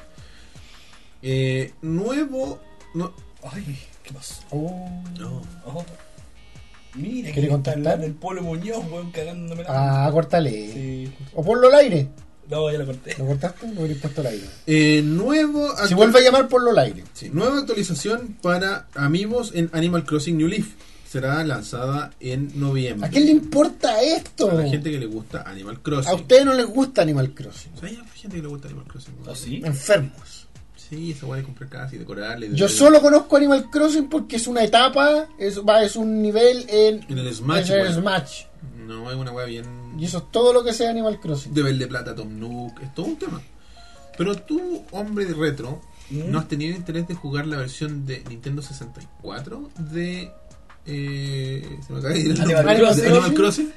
[SPEAKER 1] Eh, nuevo. no-
[SPEAKER 3] Ay, ¿qué pasó?
[SPEAKER 2] Oh.
[SPEAKER 1] no.
[SPEAKER 3] Oh. Mira,
[SPEAKER 2] ¿Quiere
[SPEAKER 3] que está
[SPEAKER 2] contestar?
[SPEAKER 3] el Polo Muñoz, weón, cagándome la.
[SPEAKER 2] Ah, córtale.
[SPEAKER 3] Sí.
[SPEAKER 2] O ponlo al aire.
[SPEAKER 3] No, ya lo corté.
[SPEAKER 2] ¿Lo cortaste? Lo hubieras puesto al aire.
[SPEAKER 1] Eh, nuevo.
[SPEAKER 2] Si
[SPEAKER 1] actu-
[SPEAKER 2] vuelve a llamar, ponlo al aire.
[SPEAKER 1] Sí, nueva actualización para amigos en Animal Crossing New Leaf. Será lanzada en noviembre.
[SPEAKER 2] ¿A quién le importa esto?
[SPEAKER 1] A la gente que le gusta Animal Crossing.
[SPEAKER 2] A ustedes no les gusta Animal Crossing.
[SPEAKER 1] O sea, hay gente que le gusta Animal Crossing. weón.
[SPEAKER 3] ¿O ¿Ah, sí?
[SPEAKER 2] Enfermos.
[SPEAKER 1] Sí, esa weá de comprar casas y decorarle.
[SPEAKER 2] Yo solo conozco Animal Crossing porque es una etapa, es, va, es un nivel en,
[SPEAKER 1] En el Smash,
[SPEAKER 2] en el
[SPEAKER 1] weón.
[SPEAKER 2] Smash.
[SPEAKER 1] No, es una weá bien.
[SPEAKER 2] Y eso es todo lo que sea Animal Crossing.
[SPEAKER 1] de verle plata a Tom Nook, es todo un tema. Pero tú, hombre de retro,
[SPEAKER 3] ¿Mm?
[SPEAKER 1] ¿no has tenido interés de jugar la versión de Nintendo 64 de. Eh, se me acaba de ir el nombre.
[SPEAKER 3] Animal Crossing.
[SPEAKER 1] de Animal Crossing?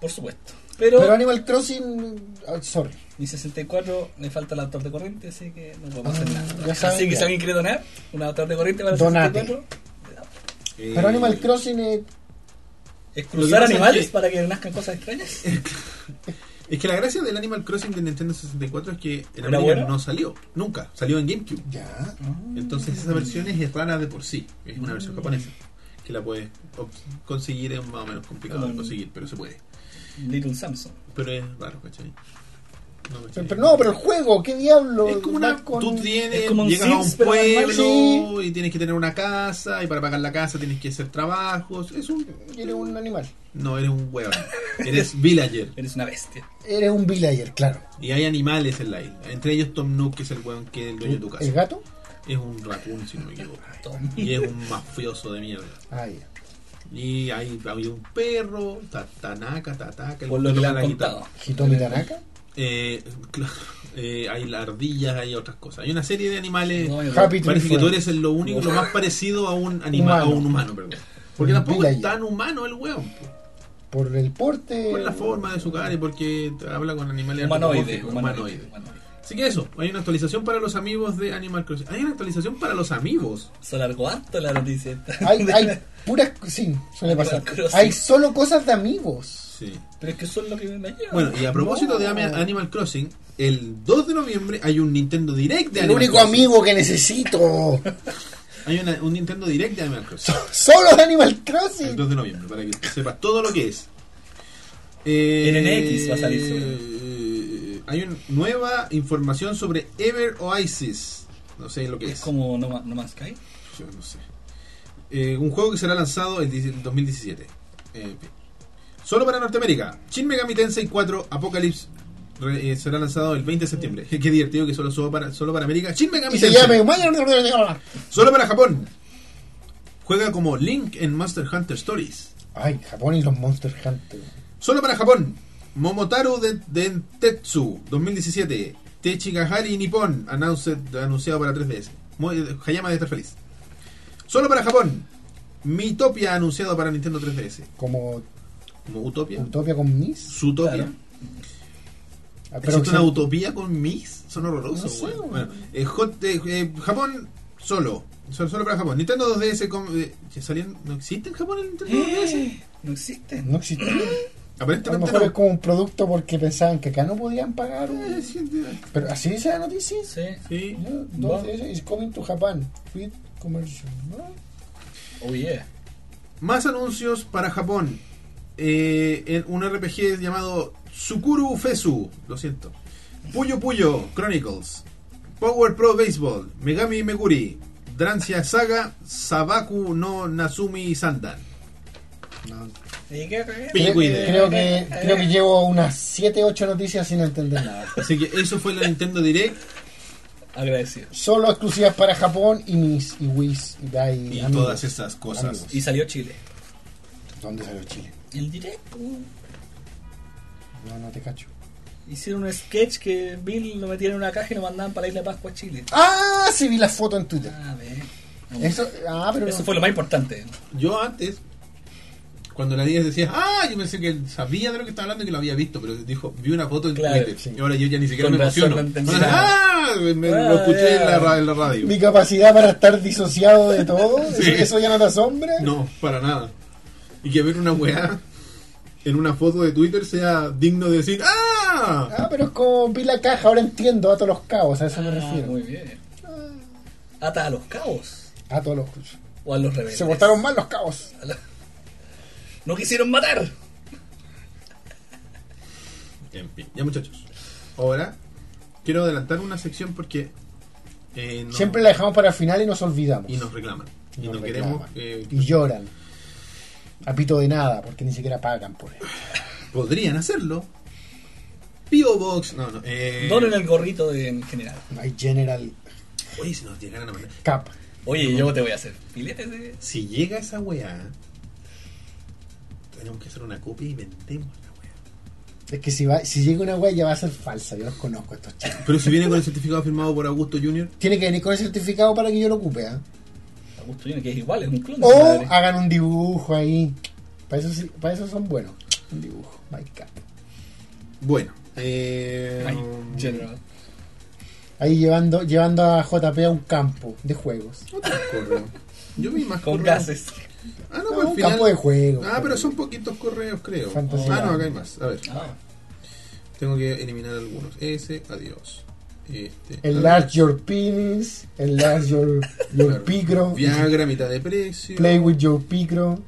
[SPEAKER 3] Por supuesto. Pero,
[SPEAKER 2] Pero Animal Crossing, ah, sorry.
[SPEAKER 3] mi 64 me falta el adaptador de corriente, así que no podemos
[SPEAKER 2] Ah,
[SPEAKER 3] hacer
[SPEAKER 2] ya
[SPEAKER 3] nada.
[SPEAKER 2] saben
[SPEAKER 3] así que
[SPEAKER 2] ya.
[SPEAKER 3] si alguien quiere donar un adaptador de corriente para el
[SPEAKER 2] Donate.
[SPEAKER 3] 64,
[SPEAKER 1] Eh,
[SPEAKER 2] Pero Animal Crossing es,
[SPEAKER 1] Lo
[SPEAKER 3] es
[SPEAKER 1] que
[SPEAKER 3] cruzar
[SPEAKER 1] pasa es
[SPEAKER 3] animales
[SPEAKER 1] que-
[SPEAKER 3] para que nazcan cosas extrañas.
[SPEAKER 1] Es que la gracia del Animal Crossing de Nintendo 64 es que en
[SPEAKER 3] ¿Era
[SPEAKER 1] América
[SPEAKER 3] bueno?
[SPEAKER 1] no salió, nunca, salió en GameCube.
[SPEAKER 2] ya,
[SPEAKER 1] Entonces esa versión es rara de por sí, es una versión japonesa. Que la puedes ob- conseguir, es más o menos complicado de
[SPEAKER 3] Mm.
[SPEAKER 1] conseguir, pero se puede.
[SPEAKER 3] Little Samson.
[SPEAKER 1] Pero es raro, ¿cachai? No, ¿cachai?
[SPEAKER 2] pero, pero no, pero el juego, qué diablo.
[SPEAKER 1] Es como una.
[SPEAKER 2] Va con-
[SPEAKER 1] Tú tienes,
[SPEAKER 3] es como un
[SPEAKER 1] llegas
[SPEAKER 3] Sims,
[SPEAKER 1] a un
[SPEAKER 3] pero
[SPEAKER 1] pueblo
[SPEAKER 3] normal.
[SPEAKER 1] y tienes que tener una casa y para pagar la casa tienes que hacer trabajos. Es un.
[SPEAKER 2] Eres un animal.
[SPEAKER 1] No, eres un huevón. eres villager.
[SPEAKER 3] Eres una bestia.
[SPEAKER 2] Eres un villager, claro.
[SPEAKER 1] Y hay animales en la isla. Entre ellos Tom Nook, que es el huevón que es el dueño de tu casa.
[SPEAKER 2] ¿El gato?
[SPEAKER 1] Es un raccoon, si no me equivoco.
[SPEAKER 3] Tom.
[SPEAKER 1] Y es un mafioso de mierda.
[SPEAKER 2] Ah, ya.
[SPEAKER 1] Y hay, había un perro, ta- Tanaka, Tataka, el
[SPEAKER 3] Por lo
[SPEAKER 1] que
[SPEAKER 3] que le
[SPEAKER 1] toca
[SPEAKER 3] han contado.
[SPEAKER 2] Hitomi Tanaka.
[SPEAKER 1] Eh, claro, eh, hay las ardillas, hay otras cosas. Hay una serie de animales.
[SPEAKER 3] No, yo-
[SPEAKER 2] Happy Tree
[SPEAKER 1] Parece que tú
[SPEAKER 2] Friends.
[SPEAKER 1] eres el- lo único, lo más parecido a un animal, a
[SPEAKER 2] Humano.
[SPEAKER 1] un humano, perdón. Porque
[SPEAKER 2] Un
[SPEAKER 1] tampoco es
[SPEAKER 2] villager.
[SPEAKER 1] tan humano el hueón, po.
[SPEAKER 2] Por el porte.
[SPEAKER 1] por la forma de su cara y porque habla con animales
[SPEAKER 3] Humanoide,
[SPEAKER 1] antropomórficos,
[SPEAKER 3] humanoide.
[SPEAKER 1] humanoide.
[SPEAKER 3] humanoide.
[SPEAKER 1] Así que eso, hay una actualización para los amigos de Animal Crossing. Hay una actualización para los amigos.
[SPEAKER 3] Se alargó harto la noticia. esta.
[SPEAKER 2] Hay, hay puras. Sí, suele pasar.
[SPEAKER 3] Animal Crossing.
[SPEAKER 2] Hay solo cosas de amigos.
[SPEAKER 1] Sí.
[SPEAKER 3] Pero es que son los que me llevan.
[SPEAKER 1] Bueno, y a propósito de
[SPEAKER 2] No.
[SPEAKER 1] Ami- Animal Crossing, el 2 de noviembre hay un Nintendo Direct de
[SPEAKER 2] El
[SPEAKER 1] Animal
[SPEAKER 2] único
[SPEAKER 1] Crossing.
[SPEAKER 2] amigo que necesito.
[SPEAKER 1] Hay una- un Nintendo Direct de Animal Crossing.
[SPEAKER 2] Solo de Animal
[SPEAKER 1] El
[SPEAKER 2] Crossing.
[SPEAKER 1] 2 de noviembre, para que sepas todo lo que es. Eh,
[SPEAKER 3] En NX va a salir, seguro.
[SPEAKER 1] eh, Hay una nueva información sobre Ever Oasis. No sé lo que es.
[SPEAKER 3] Es como No, Ma- no Man's Sky.
[SPEAKER 1] Pues Yo no sé. Eh, un juego que será lanzado en dieci- en 2017. Eh, bien. solo para Norteamérica. Shin Megami Tensei 4 Apocalypse re- eh, será lanzado el 20 de septiembre. Qué divertido que solo, solo para, solo para América. Shin Megami
[SPEAKER 2] Y se
[SPEAKER 1] Tensei.
[SPEAKER 2] llama Mayan-
[SPEAKER 1] Solo para Japón. Juega como Link en Monster Hunter Stories.
[SPEAKER 2] Ay, Japón y los Monster Hunter.
[SPEAKER 1] Solo para Japón. Momotaro de Dentetsu 2017. Techikahari Nippon announced- anunciado para 3DS. Mo- eh, Hayama de estar feliz. Solo para Japón. Mitopia anunciado para Nintendo 3DS.
[SPEAKER 2] Como
[SPEAKER 1] Como Utopia.
[SPEAKER 2] Utopia con Miss.
[SPEAKER 1] Zootopia.
[SPEAKER 3] Claro.
[SPEAKER 2] Ah, pero
[SPEAKER 1] ¿Existe
[SPEAKER 2] se-
[SPEAKER 1] una utopía con Mix? Son horrorosos.
[SPEAKER 2] No sé,
[SPEAKER 1] weón.
[SPEAKER 2] weón.
[SPEAKER 1] Bueno, eh, hot- eh, eh, Japón solo. Solo, solo para Japón. Nintendo 2DS. con- eh, ¿ya salieron? ¿No existe en Japón el Nintendo 2DS?
[SPEAKER 3] No existe.
[SPEAKER 2] No existe. Eh. A lo
[SPEAKER 1] Aparentemente
[SPEAKER 2] mejor
[SPEAKER 1] no.
[SPEAKER 2] es como un producto porque pensaban que acá no podían pagar.
[SPEAKER 1] Eh,
[SPEAKER 2] un-
[SPEAKER 1] sí,
[SPEAKER 2] Pero así dice la noticia.
[SPEAKER 3] Sí.
[SPEAKER 1] Sí.
[SPEAKER 2] No,
[SPEAKER 3] Va.
[SPEAKER 2] Dos de ellos is coming to Japan with commercial. ¿no?
[SPEAKER 3] Oh yeah.
[SPEAKER 1] Más anuncios para Japón. Eh, en un RPG llamado Sukuru Fesu, lo siento. Puyo Puyo Chronicles. Power Pro Baseball. Megami Meguri. Drancia Saga. Sabaku no Nazumi Sandan.
[SPEAKER 2] No,
[SPEAKER 3] ¿Y qué acá?
[SPEAKER 2] Creo,
[SPEAKER 1] Picuide.
[SPEAKER 2] creo que, creo que llevo unas 7, 8 noticias sin entender nada.
[SPEAKER 1] Así que eso fue la Nintendo Direct.
[SPEAKER 3] Agradecido.
[SPEAKER 2] Solo exclusivas para Japón y mis y Wiz y Dai
[SPEAKER 1] Y
[SPEAKER 2] amigos.
[SPEAKER 1] todas esas cosas.
[SPEAKER 2] Amigos.
[SPEAKER 3] Y salió Chile.
[SPEAKER 2] ¿Dónde salió Chile?
[SPEAKER 3] El directo.
[SPEAKER 2] No, no te cacho.
[SPEAKER 3] Hicieron un sketch que Bill lo metían en una caja y lo mandaban para la isla de Pascua a Chile.
[SPEAKER 2] Ah, sí vi la foto en Twitter.
[SPEAKER 3] A ver.
[SPEAKER 2] Eso, ah, pero
[SPEAKER 3] Eso
[SPEAKER 2] no.
[SPEAKER 3] fue lo más importante.
[SPEAKER 1] Yo antes, cuando la niña decía, ah, yo pensé que sabía de lo que estaba hablando y que lo había visto, pero dijo, vi una foto en
[SPEAKER 3] Claro,
[SPEAKER 1] Twitter.
[SPEAKER 2] sí.
[SPEAKER 1] Y ahora yo ya ni siquiera
[SPEAKER 3] Con
[SPEAKER 1] me
[SPEAKER 3] razón
[SPEAKER 1] emociono.
[SPEAKER 3] no entendí
[SPEAKER 1] Ahora, ah, me- me-
[SPEAKER 3] Ah,
[SPEAKER 1] lo escuché
[SPEAKER 3] ya.
[SPEAKER 1] en, la, ra- en la radio.
[SPEAKER 2] Mi capacidad para estar disociado de todo,
[SPEAKER 1] Sí.
[SPEAKER 2] eso, eso ya no te asombra.
[SPEAKER 1] No, para nada. Y que ver una weá en una foto de Twitter sea digno de decir, ah,
[SPEAKER 2] Ah, pero es como vi la caja, ahora entiendo a todos los cabos, a eso me
[SPEAKER 3] Ah,
[SPEAKER 2] refiero.
[SPEAKER 3] muy bien. Ata a los cabos.
[SPEAKER 2] A todos los
[SPEAKER 3] O a los rebeldes.
[SPEAKER 2] Se portaron mal los cabos.
[SPEAKER 3] No quisieron matar.
[SPEAKER 1] En fin, ya muchachos. Ahora quiero adelantar una sección porque eh, no-
[SPEAKER 2] Siempre la dejamos para el final y nos olvidamos.
[SPEAKER 1] y nos reclaman. Y
[SPEAKER 2] Nos
[SPEAKER 1] no
[SPEAKER 2] reclaman.
[SPEAKER 1] queremos. eh,
[SPEAKER 2] y lloran. A pito de nada, porque ni siquiera pagan por eso.
[SPEAKER 1] podrían hacerlo. P.O. Box. No, no. Eh,
[SPEAKER 3] Donen el gorrito de, en general.
[SPEAKER 2] No hay General
[SPEAKER 1] Oye, si nos llegaran a mandar.
[SPEAKER 2] Cap.
[SPEAKER 3] Oye, yo te voy a hacer filetes de.
[SPEAKER 1] Si llega esa weá, tenemos que hacer una copia y vendemos la weá.
[SPEAKER 2] Es que si, va, si llega una wea ya va a ser falsa, yo los conozco estos chicos.
[SPEAKER 1] Pero si viene con el certificado firmado por Augusto Junior,
[SPEAKER 2] Tiene que venir con el certificado para que yo lo ocupe, ¿ah?
[SPEAKER 3] Augusto Junior, que es igual, es un clon. de
[SPEAKER 1] Oh,
[SPEAKER 3] su
[SPEAKER 2] O
[SPEAKER 3] madre.
[SPEAKER 1] ah,
[SPEAKER 2] hagan un dibujo ahí. Para eso, sí- para eso son buenos. Un dibujo. My cap.
[SPEAKER 1] bueno. Eh,
[SPEAKER 3] Ay, General.
[SPEAKER 2] Ahí llevando, llevando a JP a un campo de juegos.
[SPEAKER 1] no tengo correo. Yo vi más
[SPEAKER 3] Con
[SPEAKER 1] correos.
[SPEAKER 3] gases.
[SPEAKER 1] Ah, no,
[SPEAKER 2] No,
[SPEAKER 1] al
[SPEAKER 2] un
[SPEAKER 1] final-
[SPEAKER 2] campo de juegos.
[SPEAKER 1] Ah, pero son poquitos correos, creo.
[SPEAKER 2] Fantasía.
[SPEAKER 1] Ah, no, acá hay más. A ver,
[SPEAKER 3] Ah,
[SPEAKER 1] tengo que eliminar algunos. Ese, adiós. Este,
[SPEAKER 2] Enlarge your penis. Enlarge your, your
[SPEAKER 1] Claro.
[SPEAKER 2] picro.
[SPEAKER 1] Viagra, mitad de precio.
[SPEAKER 2] Play with your picro.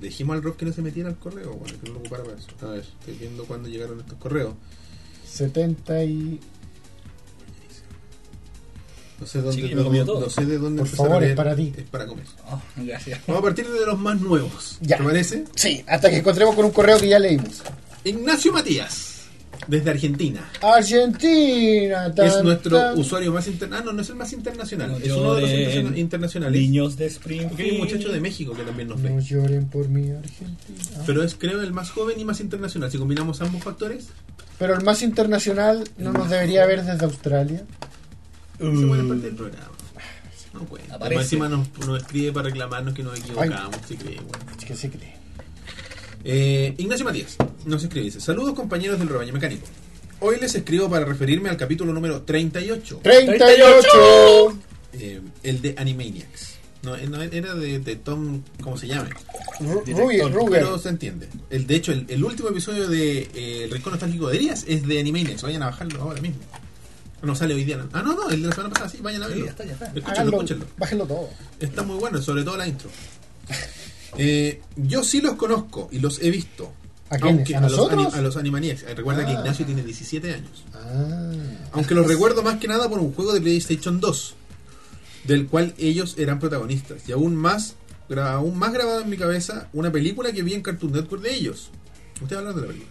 [SPEAKER 1] Dijimos al Rob que no se metiera al correo, bueno, que no lo ocupara para eso. A ver, estoy viendo cuándo llegaron estos correos.
[SPEAKER 2] 70 y...
[SPEAKER 1] No sé dónde,
[SPEAKER 3] Sí, yo me comí
[SPEAKER 1] no-
[SPEAKER 3] todo.
[SPEAKER 1] no sé de dónde
[SPEAKER 2] Por
[SPEAKER 1] empezar a
[SPEAKER 2] favor, es
[SPEAKER 1] leer.
[SPEAKER 2] para ti.
[SPEAKER 1] Es para comer.
[SPEAKER 3] oh, gracias.
[SPEAKER 1] Vamos a partir de los más nuevos.
[SPEAKER 2] Ya.
[SPEAKER 1] ¿Te parece?
[SPEAKER 2] Sí, hasta que encontremos con un correo que ya leímos.
[SPEAKER 1] Ignacio Matías, desde Argentina.
[SPEAKER 2] Argentina. tan,
[SPEAKER 1] es nuestro
[SPEAKER 2] tan.
[SPEAKER 1] usuario más internacional. Ah, no, no es el más internacional.
[SPEAKER 3] No,
[SPEAKER 1] es
[SPEAKER 3] yo
[SPEAKER 1] uno de los
[SPEAKER 3] de-
[SPEAKER 1] interna- internacionales.
[SPEAKER 3] Niños de
[SPEAKER 1] Porque
[SPEAKER 3] Springfield.
[SPEAKER 1] hay un muchacho de México que también nos ve.
[SPEAKER 2] No lloren por mi Argentina.
[SPEAKER 1] Pero es, creo, el más joven y más internacional. Si combinamos ambos factores,
[SPEAKER 2] Pero el más internacional no nos debería ver desde Australia.
[SPEAKER 1] se puede
[SPEAKER 3] Uh,
[SPEAKER 1] parte del programa. No cuenta.
[SPEAKER 3] Aparece.
[SPEAKER 1] Más Encima nos, nos escribe para reclamarnos que nos equivocamos. se cree, bueno.
[SPEAKER 2] Es que se cree.
[SPEAKER 1] Eh, Ignacio Matías nos escribe, dice, saludos compañeros del rebaño mecánico. Hoy les escribo para referirme al capítulo número 38,
[SPEAKER 2] 38.
[SPEAKER 1] eh, el de Animaniacs. No, eh, no, era de, de Tom, ¿cómo se llama?
[SPEAKER 2] Ru-
[SPEAKER 1] Director,
[SPEAKER 2] Ruger, Ruger.
[SPEAKER 1] Pero se entiende. El, de hecho, el, el último episodio de eh, El Rincón Nostálgico de Díaz es de Animaniacs. Vayan a bajarlo ahora mismo. No sale hoy día. no. Ah, no, no, el de la semana pasada, sí, vayan a verlo.
[SPEAKER 3] ya está, ya está.
[SPEAKER 1] Escúchenlo,
[SPEAKER 2] Háganlo,
[SPEAKER 1] escúchenlo.
[SPEAKER 2] bájenlo todo.
[SPEAKER 1] Está muy bueno, sobre todo la intro. Eh, yo sí los conozco y los he visto.
[SPEAKER 2] ¿A quiénes?
[SPEAKER 1] Aunque-
[SPEAKER 2] ¿A
[SPEAKER 1] los
[SPEAKER 2] nosotros?
[SPEAKER 1] ani- a los Animaniacs. Eh, Recuerda que Ignacio tiene 17 años.
[SPEAKER 2] Ah,
[SPEAKER 1] Aunque los recuerdo más que nada por un juego de PlayStation 2, del cual ellos eran protagonistas. Y aún más, gra- aún más grabado en mi cabeza, una película que vi en Cartoon Network de ellos. Usted habla de la película.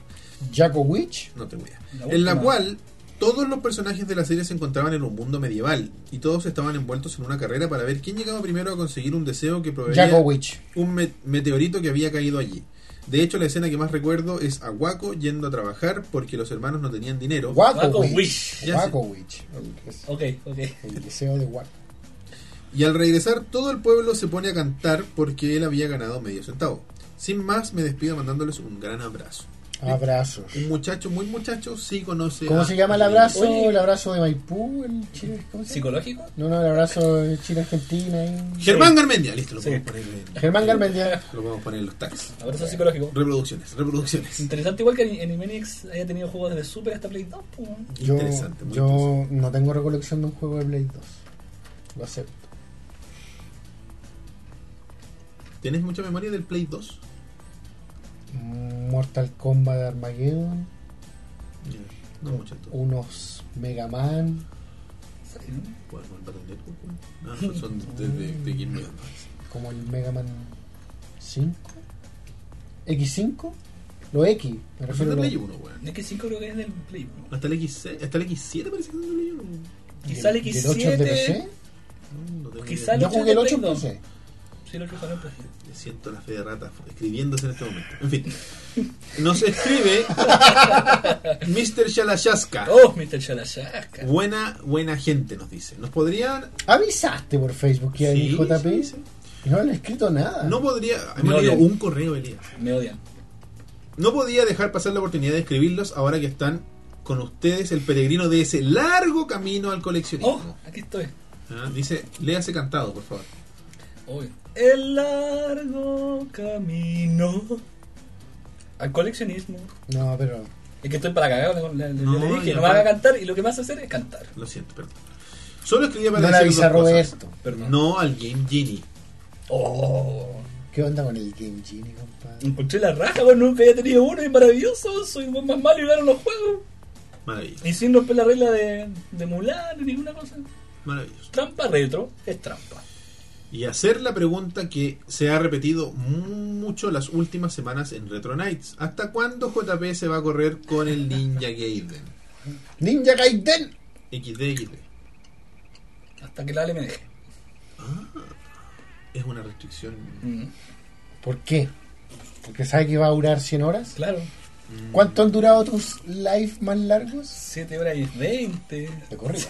[SPEAKER 2] Jaco Witch.
[SPEAKER 1] No tengo idea.
[SPEAKER 3] La
[SPEAKER 1] en la
[SPEAKER 3] última.
[SPEAKER 1] cual todos los personajes de la serie se encontraban en un mundo medieval y todos estaban envueltos en una carrera para ver quién llegaba primero a conseguir un deseo que proveía
[SPEAKER 2] Jaco Witch.
[SPEAKER 1] un me- meteorito que había caído allí. De hecho, la escena que más recuerdo es a Waco yendo a trabajar porque los hermanos no tenían dinero.
[SPEAKER 2] Waco
[SPEAKER 3] Waco
[SPEAKER 2] Witch.
[SPEAKER 3] Witch.
[SPEAKER 1] Ya
[SPEAKER 2] Waco Witch. El-
[SPEAKER 3] Ok, ok.
[SPEAKER 2] El deseo de Waco.
[SPEAKER 1] Y al regresar, todo el pueblo se pone a cantar porque él había ganado medio centavo. Sin más, me despido mandándoles un gran abrazo.
[SPEAKER 2] Abrazo.
[SPEAKER 1] Un muchacho, muy muchacho, sí conoce.
[SPEAKER 2] ¿Cómo
[SPEAKER 1] a-
[SPEAKER 2] se llama el abrazo?
[SPEAKER 3] Oye.
[SPEAKER 2] El abrazo de Maipú, el Chile. ¿Cómo se llama?
[SPEAKER 3] ¿Psicológico?
[SPEAKER 2] No, no, el abrazo de Chile-Argentina. ahí.
[SPEAKER 1] Germán Garmendia, listo, lo
[SPEAKER 3] Sí.
[SPEAKER 1] podemos poner en,
[SPEAKER 2] Germán Garmendia.
[SPEAKER 1] lo podemos poner en los tags.
[SPEAKER 3] Abrazo psicológico.
[SPEAKER 1] Reproducciones, reproducciones.
[SPEAKER 3] Interesante igual que Animanix haya tenido juegos desde Super hasta Play 2. po.
[SPEAKER 2] Yo,
[SPEAKER 1] interesante, muy
[SPEAKER 2] yo
[SPEAKER 1] interesante.
[SPEAKER 2] no tengo recolección de un juego de Blade 2. Lo acepto.
[SPEAKER 1] ¿Tienes mucha memoria del Play 2?
[SPEAKER 2] Mortal Kombat Armageddon.
[SPEAKER 1] Ya, No mucho
[SPEAKER 2] Uh.
[SPEAKER 1] entonces.
[SPEAKER 2] unos Mega Man.
[SPEAKER 1] Bueno, el Battle Network, ¿no? No, Ah, son de, de, de Game Boy Advance.
[SPEAKER 2] como el Mega Man 5 X5 lo X me
[SPEAKER 1] Pero son
[SPEAKER 2] refiero
[SPEAKER 1] de
[SPEAKER 2] a lo-
[SPEAKER 1] Play 1, weón.
[SPEAKER 3] Es que 5 creo que es del Play uno.
[SPEAKER 1] Hasta el X6, hasta el X7 parece que son de Play 1.
[SPEAKER 3] Y sale
[SPEAKER 2] del 8 es de PC
[SPEAKER 3] X7.
[SPEAKER 1] No, no tengo idea.
[SPEAKER 3] Quizá el
[SPEAKER 2] yo
[SPEAKER 3] ocho es
[SPEAKER 2] jugué el
[SPEAKER 3] de
[SPEAKER 2] 8 en
[SPEAKER 3] Play
[SPEAKER 2] PC
[SPEAKER 3] Sí, lo que salió en Play.
[SPEAKER 1] Me siento la fe de rata escribiéndose en este momento. En fin. Nos escribe Mr. Shalashaska.
[SPEAKER 3] Oh, Mr. Shalashaska.
[SPEAKER 1] Buena, buena gente nos dice. ¿Nos podrían...?
[SPEAKER 2] avisaste por Facebook que hay
[SPEAKER 1] Sí,
[SPEAKER 2] JP
[SPEAKER 1] sí, sí.
[SPEAKER 2] y no le he escrito nada
[SPEAKER 1] No podría...
[SPEAKER 3] Me
[SPEAKER 1] Me ha leído
[SPEAKER 3] odian.
[SPEAKER 1] un correo, Elías.
[SPEAKER 3] Me odian.
[SPEAKER 1] No podía dejar pasar la oportunidad de escribirlos ahora que están con ustedes el peregrino de ese largo camino al
[SPEAKER 3] Oh,
[SPEAKER 1] coleccionismo.
[SPEAKER 3] aquí estoy.
[SPEAKER 1] Ah, Dice, léase cantado, por favor.
[SPEAKER 3] Obvio. El largo camino al coleccionismo.
[SPEAKER 2] no pero
[SPEAKER 3] Es que estoy para cagar. le- le- le-
[SPEAKER 1] No,
[SPEAKER 3] yo le dije,
[SPEAKER 1] ya
[SPEAKER 3] no me
[SPEAKER 1] va.
[SPEAKER 3] haga cantar y lo que me hace hacer es cantar.
[SPEAKER 1] Lo siento, perdón. Solo escribía para
[SPEAKER 2] no le
[SPEAKER 1] decir
[SPEAKER 2] avisa a
[SPEAKER 1] dos cosas.
[SPEAKER 2] Roberto
[SPEAKER 3] Perdón.
[SPEAKER 1] No al Game Genie.
[SPEAKER 3] Oh.
[SPEAKER 2] ¿qué onda con el Game Genie compadre?
[SPEAKER 3] Encontré la raja, weón, nunca había tenido uno, es maravilloso, soy un buen más malo y gano los juegos.
[SPEAKER 1] Maravilloso,
[SPEAKER 3] Y sin romper la regla de, de Mulan ni ninguna cosa.
[SPEAKER 1] maravilloso.
[SPEAKER 3] Trampa retro es trampa.
[SPEAKER 1] Y hacer la pregunta que se ha repetido mucho las últimas semanas en Retro Nights. ¿Hasta cuándo JP se va a correr con el Ninja Gaiden?
[SPEAKER 2] Ninja Gaiden
[SPEAKER 1] XD, XD.
[SPEAKER 3] Hasta que la Ale me deje.
[SPEAKER 1] Es una restricción.
[SPEAKER 3] Mm,
[SPEAKER 2] ¿por qué? porque sabe que va a durar 100 horas
[SPEAKER 3] Claro,
[SPEAKER 2] ¿cuánto han durado tus live más largos?
[SPEAKER 3] 7 horas y 20.
[SPEAKER 2] de corrido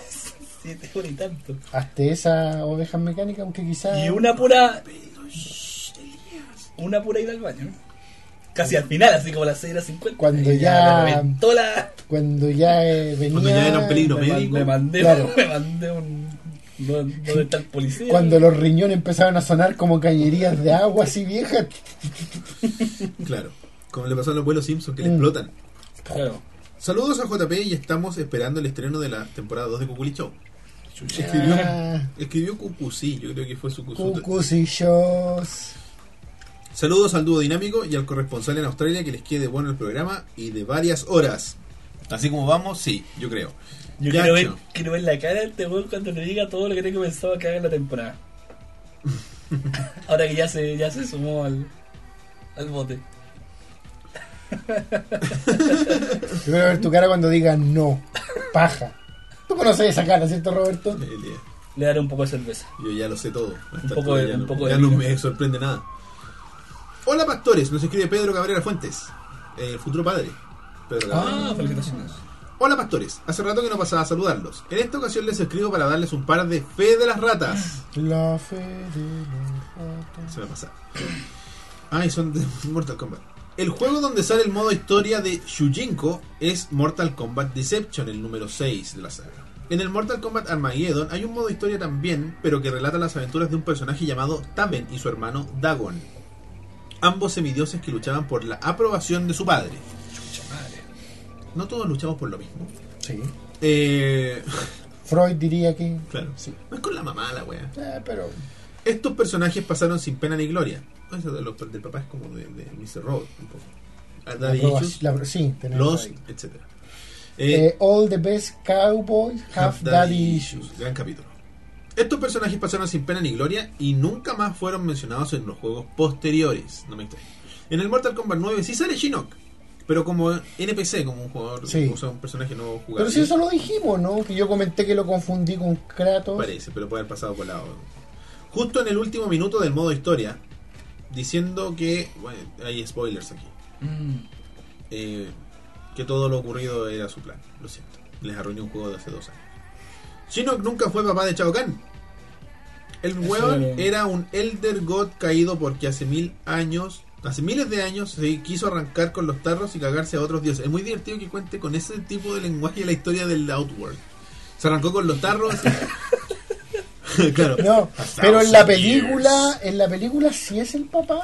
[SPEAKER 3] 7 horas y tanto.
[SPEAKER 2] hasta esa oveja mecánica aunque quizás
[SPEAKER 3] Y una pura. Una pura ida al baño. Casi al final, así como a las 6 horas 50.
[SPEAKER 2] Cuando
[SPEAKER 3] Y
[SPEAKER 2] ya-
[SPEAKER 3] me reventó la.
[SPEAKER 2] cuando ya eh, venía
[SPEAKER 1] Cuando ya era un peligro. Lo
[SPEAKER 3] me, man-
[SPEAKER 1] médico.
[SPEAKER 3] me mandé,
[SPEAKER 2] Claro.
[SPEAKER 3] me mandé un. ¿Dó- ¿Dónde está el policía?
[SPEAKER 2] Cuando los riñones empezaron a sonar como cañerías de agua así viejas.
[SPEAKER 1] Claro. Como le pasó a los abuelos Simpson que le
[SPEAKER 2] Mm.
[SPEAKER 1] explotan.
[SPEAKER 3] Claro.
[SPEAKER 1] Saludos a JP y estamos esperando el estreno de la temporada 2 de Cuculi Show. Escribió,
[SPEAKER 2] Ah.
[SPEAKER 1] escribió Cucucí, yo creo que fue su, su,
[SPEAKER 2] Cucusillos.
[SPEAKER 1] Saludos al dúo dinámico y al corresponsal en Australia que les quede bueno el programa y de varias horas. Así como vamos, sí, yo creo.
[SPEAKER 3] Yo
[SPEAKER 1] Gacho.
[SPEAKER 3] quiero ver, quiero ver la cara del temor cuando le diga todo lo que tenía pensado que haga en la temporada. Ahora que ya se, ya se sumó al, al bote.
[SPEAKER 2] Yo quiero ver tu cara cuando digan no. Paja. Tú conoces esa cara, ¿cierto, Roberto?
[SPEAKER 1] Elia,
[SPEAKER 3] Le daré un poco de cerveza.
[SPEAKER 1] Yo ya lo sé todo. A esta
[SPEAKER 3] poco
[SPEAKER 1] altura
[SPEAKER 3] de-
[SPEAKER 1] ya
[SPEAKER 3] un
[SPEAKER 1] no,
[SPEAKER 3] poco
[SPEAKER 1] ya
[SPEAKER 3] de
[SPEAKER 1] no
[SPEAKER 3] vino.
[SPEAKER 1] me sorprende nada. Hola, pastores. Nos escribe Pedro Cabrera Fuentes, eh, futuro padre. Pedro Cabrera.
[SPEAKER 3] Ah, felicitaciones.
[SPEAKER 1] Hola, pastores. Hace rato que no pasaba a saludarlos. En esta ocasión les escribo para darles un par de fe de las ratas.
[SPEAKER 2] La fe de la rata.
[SPEAKER 1] Se me pasa. Ay, son de Mortal Kombat. El juego donde sale el modo historia de Shujinko es Mortal Kombat Deception, el número 6 de la saga. En el Mortal Kombat Armageddon hay un modo historia también, pero que relata las aventuras de un personaje llamado Tamen y su hermano Dagon. Ambos semidioses que luchaban por la aprobación de su padre.
[SPEAKER 3] Chucha madre.
[SPEAKER 1] No todos luchamos por lo mismo.
[SPEAKER 2] Sí.
[SPEAKER 1] Eh,
[SPEAKER 2] Freud diría que.
[SPEAKER 1] claro, sí. No es con la mamá la wea.
[SPEAKER 2] Eh, pero.
[SPEAKER 1] Estos personajes pasaron sin pena ni gloria. Eso de los, del papá es como de, de Mr. Robot, un poco. A
[SPEAKER 2] La
[SPEAKER 1] Daddy
[SPEAKER 2] proba-
[SPEAKER 1] Issues,
[SPEAKER 2] la pro- sí, tenemos
[SPEAKER 1] los,
[SPEAKER 2] ahí.
[SPEAKER 1] etc.
[SPEAKER 2] Eh, all the best cowboys have daddy issues.
[SPEAKER 1] Gran capítulo. Estos personajes pasaron sin pena ni gloria y nunca más fueron mencionados en los juegos posteriores. No me extraña. En el Mortal Kombat 9 sí sale Shinnok, pero como NPC, como un jugador,
[SPEAKER 2] Sí.
[SPEAKER 1] o sea, un personaje no jugable.
[SPEAKER 2] Pero si eso lo dijimos, ¿no? Que yo comenté que lo confundí con Kratos.
[SPEAKER 1] Parece, pero puede haber pasado colado. Justo en el último minuto del modo historia, diciendo que. Bueno, hay spoilers aquí.
[SPEAKER 3] Mm,
[SPEAKER 1] eh, que todo lo ocurrido era su plan. Lo siento. Les arruiné un juego de hace dos años. Shinnok nunca fue papá de Shao Kahn. El hueón
[SPEAKER 3] era-
[SPEAKER 1] era un Elder God caído porque hace mil años, hace miles de años, se quiso arrancar con los tarros y cagarse a otros dioses. Es muy divertido que cuente con ese tipo de lenguaje la historia del Outworld. Se arrancó con los tarros. claro.
[SPEAKER 2] No,
[SPEAKER 1] A thousand
[SPEAKER 2] pero en la
[SPEAKER 1] years.
[SPEAKER 2] película, en la película sí es el papá.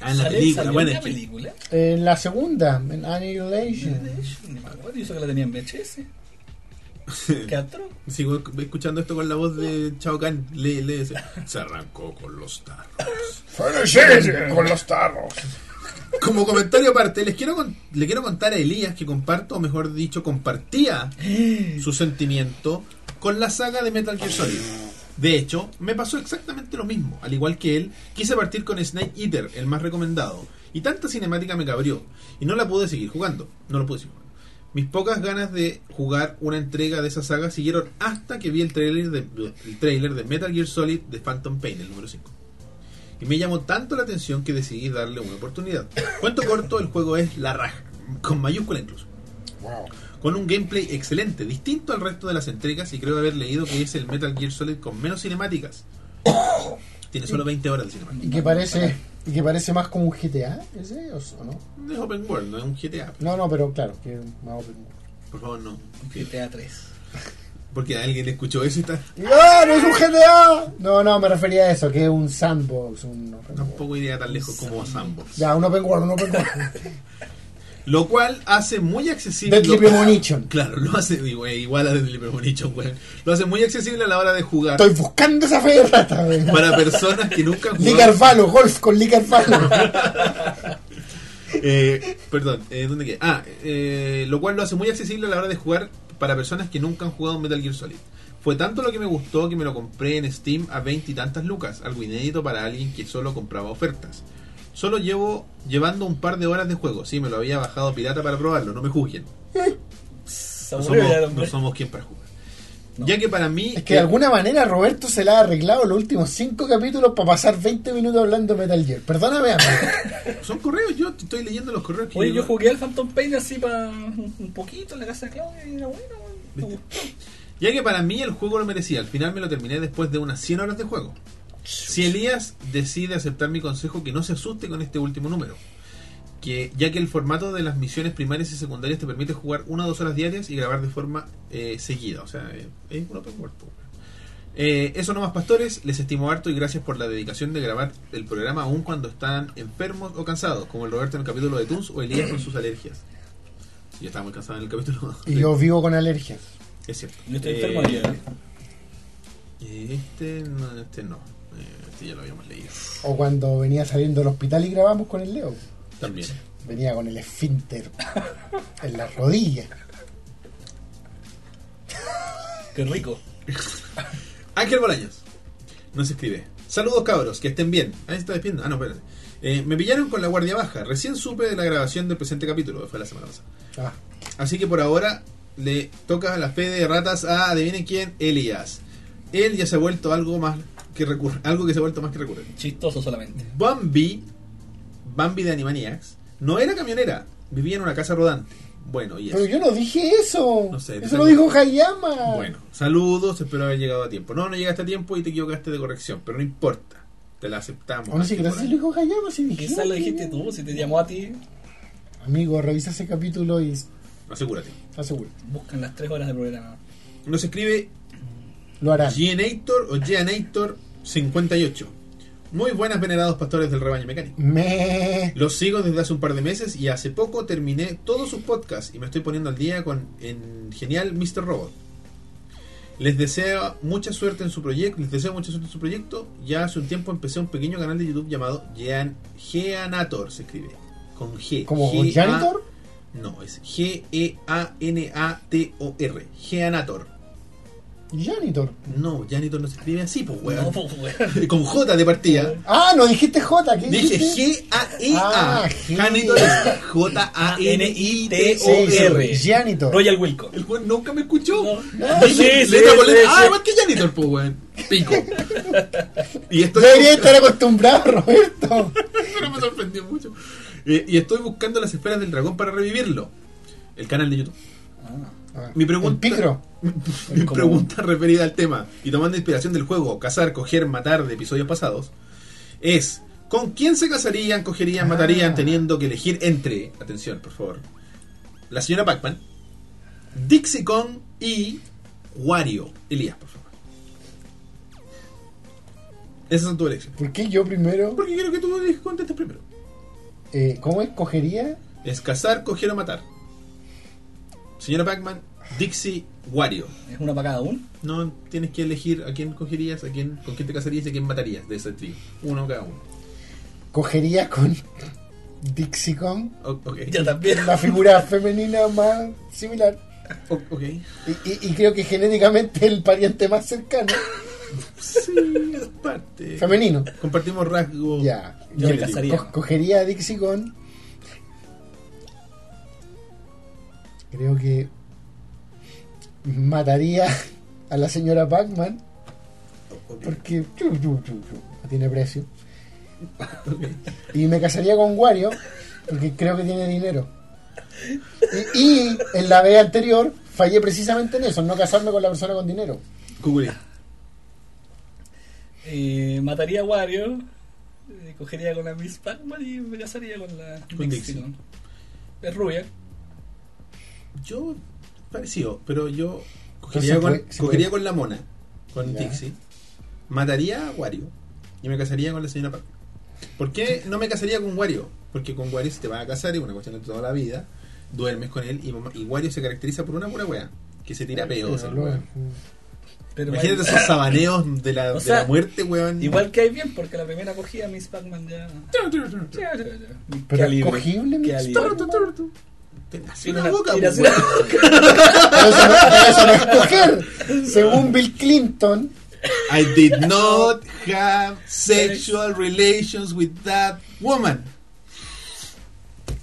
[SPEAKER 1] Ah, en la
[SPEAKER 3] ¿sale-
[SPEAKER 1] película.
[SPEAKER 3] salió
[SPEAKER 1] Bueno,
[SPEAKER 3] en la
[SPEAKER 1] es que-
[SPEAKER 3] película?
[SPEAKER 2] En la segunda, en Annihilation.
[SPEAKER 3] Ni me acuerdo, yo sé que la tenía en VHS. ¿Qué atro?
[SPEAKER 1] Sigo escuchando esto con la voz de Chao Kahn. Le, le dice, se arrancó con los tarros.
[SPEAKER 2] Felicidades con los tarros.
[SPEAKER 1] Como comentario aparte, les quiero con- le quiero contar a Elías que comparto, o mejor dicho, compartía su sentimiento con la saga de Metal Gear Solid. De hecho, me pasó exactamente lo mismo. Al igual que él, quise partir con Snake Eater, el más recomendado. Y tanta cinemática me cabrió. Y no la pude seguir jugando. No lo pude seguir jugando. Mis pocas ganas de jugar una entrega de esa saga siguieron hasta que vi el trailer de, el trailer de Metal Gear Solid de Phantom Pain, el número 5. Y me llamó tanto la atención que decidí darle una oportunidad. Cuento corto, el juego es la raja, con mayúscula incluso
[SPEAKER 2] Wow.
[SPEAKER 1] con un gameplay excelente, distinto al resto de las entregas y creo haber leído que es el Metal Gear Solid con menos cinemáticas. Tiene solo 20 horas de cinemáticas.
[SPEAKER 2] Y que parece, y que parece más como un GTA, ese, o, o no?
[SPEAKER 1] Es Open World, no es un GTA.
[SPEAKER 2] No, no, pero claro, que es más open world.
[SPEAKER 1] Por favor, no.
[SPEAKER 3] GTA 3.
[SPEAKER 1] Porque alguien escuchó eso y está...
[SPEAKER 2] ¡Ah, no es un GTA! No, no, me refería a eso, que es un sandbox, un open world.
[SPEAKER 1] Tampoco iría tan lejos como a Sandbox.
[SPEAKER 2] Ya, un open world, un open world.
[SPEAKER 1] Lo cual hace muy accesible.
[SPEAKER 2] Deadly Premonition.
[SPEAKER 1] Claro, lo hace digo, eh, igual a Deadly Premonition, güey. Lo hace muy accesible a la hora de jugar
[SPEAKER 2] Estoy buscando esa fe de rata, güey.
[SPEAKER 1] para personas que nunca han
[SPEAKER 2] Liga
[SPEAKER 1] jugado.
[SPEAKER 2] Arvalo, golf con Liga Arvalo.
[SPEAKER 1] Eh, perdón, eh, ¿dónde quedé? Ah, eh, lo cual lo hace muy accesible a la hora de jugar para personas que nunca han jugado Metal Gear Solid. Fue tanto lo que me gustó que me lo compré en Steam a 20 y tantas lucas, algo inédito para alguien que solo compraba ofertas. Solo llevo llevando un par de horas de juego, sí, me lo había bajado pirata para probarlo, no me juzguen.
[SPEAKER 3] Se
[SPEAKER 1] No
[SPEAKER 3] aburrió ya el
[SPEAKER 1] somos, no
[SPEAKER 3] hombre.
[SPEAKER 1] somos quien para jugar.
[SPEAKER 3] No.
[SPEAKER 1] Ya que para mí... eh,
[SPEAKER 2] Es que de alguna manera Roberto se la ha arreglado los últimos 5 capítulos para pasar 20 minutos hablando de Metal Gear. Perdóname, amigo.
[SPEAKER 1] Son correos, yo te estoy leyendo los correos que
[SPEAKER 3] Oye, yo
[SPEAKER 1] llegan.
[SPEAKER 3] jugué al Phantom Pain así para un poquito en la casa de Claudia y era bueno, güey. Me gustó.
[SPEAKER 1] Ya que para mí el juego lo merecía, al final me lo terminé después de unas 100 horas de juego. Si Elías decide aceptar mi consejo, que no se asuste con este último número. Que, ya que el formato de las misiones primarias y secundarias te permite jugar una o dos horas diarias y grabar de forma eh, seguida. O sea, eh, es un open world, po. Eh, eso nomás, pastores. Les estimo harto y gracias por la dedicación de grabar el programa, aun cuando están enfermos o cansados, como el Roberto en el capítulo de Toons o Elías con sus alergias. Yo estaba muy cansado en el capítulo.
[SPEAKER 2] Y yo vivo con alergias.
[SPEAKER 1] Es cierto.
[SPEAKER 3] Yo estoy
[SPEAKER 1] Eh,
[SPEAKER 3] enfermo de miedo.
[SPEAKER 1] eh, Este no, este no. Eh, Este ya lo habíamos leído.
[SPEAKER 2] O cuando venía saliendo del hospital y grabamos con el Leo.
[SPEAKER 1] También.
[SPEAKER 2] Venía con el esfínter en las rodillas.
[SPEAKER 3] Qué rico.
[SPEAKER 1] Ángel Bolaños nos escribe. Saludos cabros, que estén bien. Ahí está despidiendo. Ah, no, espérate. Eh, me pillaron con la guardia baja. Recién supe de la grabación del presente capítulo, que fue la semana pasada.
[SPEAKER 2] Ah,
[SPEAKER 1] Así que por ahora le toca a la fe de ratas a, adivinen quién, Elías. Él ya se ha vuelto algo más que recurre, algo que se ha vuelto más que recurrente.
[SPEAKER 3] Chistoso solamente.
[SPEAKER 1] Bambi, Bambi de Animaniacs, no era camionera, vivía en una casa rodante. Bueno, y eso.
[SPEAKER 2] pero yo no dije eso.
[SPEAKER 1] No sé,
[SPEAKER 2] eso lo
[SPEAKER 1] tengo-
[SPEAKER 2] dijo Hayama.
[SPEAKER 1] Bueno, saludos, espero haber llegado a tiempo. No, no llegaste a tiempo y te equivocaste de corrección, pero no importa, te la aceptamos.
[SPEAKER 2] Aún así, gracias lo dijo Hayama. Si dije,
[SPEAKER 3] Quizás lo dijiste tú, si te llamó a ti,
[SPEAKER 2] Amigo, revisa ese capítulo y
[SPEAKER 1] Asegúrate.
[SPEAKER 2] asegura.
[SPEAKER 3] buscan las tres horas de programa.
[SPEAKER 1] Nos escribe
[SPEAKER 2] Lo harán.
[SPEAKER 1] Gianator o Gianator 58. Muy buenas, venerados pastores del rebaño mecánico.
[SPEAKER 2] Me.
[SPEAKER 1] Los sigo desde hace un par de meses y hace poco terminé todos sus podcasts y me estoy poniendo al día con en genial Mr. Robot. Les deseo mucha suerte en su proyecto, les deseo mucha suerte en su proyecto. Ya hace un tiempo empecé un pequeño canal de YouTube llamado Gean- Geanator, se escribe. Con G.
[SPEAKER 2] ¿Como
[SPEAKER 1] G-A-
[SPEAKER 2] janitor?
[SPEAKER 1] No, es E G-E-A-N-A-T-O-R. Geanator. Ah.
[SPEAKER 2] Janitor.
[SPEAKER 1] No, Janitor no se escribe así, pues
[SPEAKER 3] No,
[SPEAKER 1] weón.
[SPEAKER 3] pues, güey.
[SPEAKER 1] Con J de partida.
[SPEAKER 2] Ah, no dijiste J. ¿Qué
[SPEAKER 1] Dije
[SPEAKER 2] dijiste?
[SPEAKER 1] G-A-E-A.
[SPEAKER 2] Ah, G.
[SPEAKER 1] Janitor es J-A-N-I-T-O-R.
[SPEAKER 2] Sí, sí, Janitor.
[SPEAKER 3] Royal Wilco.
[SPEAKER 1] El weón nunca me escuchó.
[SPEAKER 3] No.
[SPEAKER 1] Dije,
[SPEAKER 3] Sí, sí,
[SPEAKER 1] letra por
[SPEAKER 3] sí,
[SPEAKER 1] letra.
[SPEAKER 3] sí.
[SPEAKER 1] Ah, igual que Janitor, pues, weón. Pico. Y estoy.
[SPEAKER 2] Debería estar acostumbrado, Roberto.
[SPEAKER 1] Pero me sorprendió mucho. Eh, y estoy buscando las esferas del dragón para revivirlo. El canal de YouTube.
[SPEAKER 2] Ah,
[SPEAKER 1] Mi pregunta-
[SPEAKER 2] el Picro.
[SPEAKER 1] Mi
[SPEAKER 3] Como-
[SPEAKER 1] pregunta referida al tema, y tomando inspiración del juego Cazar, Coger, Matar de episodios pasados, es: ¿con quién se casarían, cogerían,
[SPEAKER 2] Ah.
[SPEAKER 1] matarían teniendo que elegir entre, atención por favor, la señora Pac-Man, Dixie Kong y Wario? Elías, por favor. Esas son tus elecciones.
[SPEAKER 2] ¿Por qué yo primero?
[SPEAKER 1] Porque quiero que tú les contestes primero.
[SPEAKER 2] Eh, ¿Cómo escogería?
[SPEAKER 1] Es cazar, coger o matar. Señora Pac-Man, Dixie, Wario.
[SPEAKER 3] Es una para cada uno.
[SPEAKER 1] No tienes que elegir a quién cogerías, a quién, con quién te casarías y a quién matarías de ese trío. Uno cada uno.
[SPEAKER 2] Cogería con Dixie Kong,
[SPEAKER 1] O- ok.
[SPEAKER 3] Ya también.
[SPEAKER 2] la figura femenina más similar.
[SPEAKER 1] O- ok.
[SPEAKER 2] Y, y- y creo que genéticamente el pariente más cercano,
[SPEAKER 1] Sí, en parte.
[SPEAKER 2] femenino.
[SPEAKER 1] Compartimos rasgos.
[SPEAKER 2] Ya.
[SPEAKER 3] Yo me
[SPEAKER 1] genéticos.
[SPEAKER 3] casaría.
[SPEAKER 2] Co- cogería a Dixie Kong. Creo que mataría a la señora Pac-Man
[SPEAKER 1] Ok,
[SPEAKER 2] porque chu, chu, chu, chu, no tiene precio.
[SPEAKER 1] ok.
[SPEAKER 2] Y me casaría con Wario porque creo que tiene dinero. Y, y en la vez anterior fallé precisamente en eso, en no casarme con la persona con dinero.
[SPEAKER 1] Cucuré.
[SPEAKER 3] Eh, mataría a Wario, eh, cogería con la Miss Pac-Man y me casaría con la
[SPEAKER 1] Con Dixie.
[SPEAKER 3] Dixie, ¿no? Es rubia.
[SPEAKER 1] Yo, parecido, pero yo
[SPEAKER 2] Entonces,
[SPEAKER 1] cogería, con,
[SPEAKER 2] puede- se
[SPEAKER 1] cogería
[SPEAKER 2] puede.
[SPEAKER 1] con la mona, con
[SPEAKER 2] Ya.
[SPEAKER 1] Dixie, mataría a Wario y me casaría con la señora Pac. ¿Por qué no me casaría con Wario? Porque con Wario si te vas a casar, es una cuestión de toda la vida, duermes con él y, mamá- y Wario se caracteriza por una pura wea, que se tira peos el
[SPEAKER 2] Pero,
[SPEAKER 1] weón.
[SPEAKER 3] Pero
[SPEAKER 1] Imagínate
[SPEAKER 3] igual-
[SPEAKER 1] esos sabaneos de la,
[SPEAKER 3] O
[SPEAKER 1] de
[SPEAKER 3] sea,
[SPEAKER 1] la muerte, weón.
[SPEAKER 3] Igual que hay bien, porque la primera cogía Miss Pac-Man ya.
[SPEAKER 2] pero
[SPEAKER 3] Qué
[SPEAKER 2] es
[SPEAKER 3] alivio.
[SPEAKER 2] cogible,
[SPEAKER 3] Qué
[SPEAKER 2] Mr.
[SPEAKER 3] alivio.
[SPEAKER 2] Pac-Man.
[SPEAKER 1] Te nació
[SPEAKER 3] Tiene
[SPEAKER 1] una pues,
[SPEAKER 3] una-
[SPEAKER 1] boca,
[SPEAKER 3] tiene así-
[SPEAKER 1] weón.
[SPEAKER 2] Pero eso, no, pero eso no es coger. Según Bill Clinton,
[SPEAKER 1] I did not have sexual relations with that woman.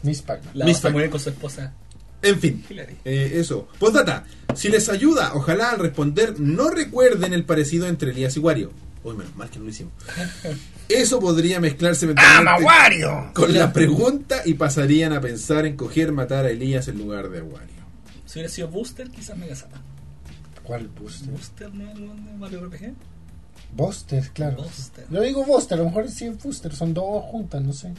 [SPEAKER 2] Miss Pac-Man.
[SPEAKER 3] La
[SPEAKER 1] Miss
[SPEAKER 3] vas a
[SPEAKER 1] Pac-
[SPEAKER 3] poner con su esposa
[SPEAKER 1] En fin.
[SPEAKER 3] Hillary.
[SPEAKER 1] Eh, eso. Postdata. Si les ayuda, ojalá al responder no recuerden el parecido entre Elías y Wario. Uy, menos mal que no lo hicimos. Eso podría
[SPEAKER 3] Ah,
[SPEAKER 1] mezclarse eventualmente con la pregunta y pasarían a pensar en coger matar a Elías en lugar de a Wario.
[SPEAKER 3] Si hubiera sido Booster, quizás me casara.
[SPEAKER 2] ¿Cuál Buster?
[SPEAKER 3] Booster no es el weón de Mario RPG.
[SPEAKER 2] Buster, claro.
[SPEAKER 3] Buster.
[SPEAKER 2] Yo digo Buster, a lo mejor sí es Buster, son dos juntas, no sé.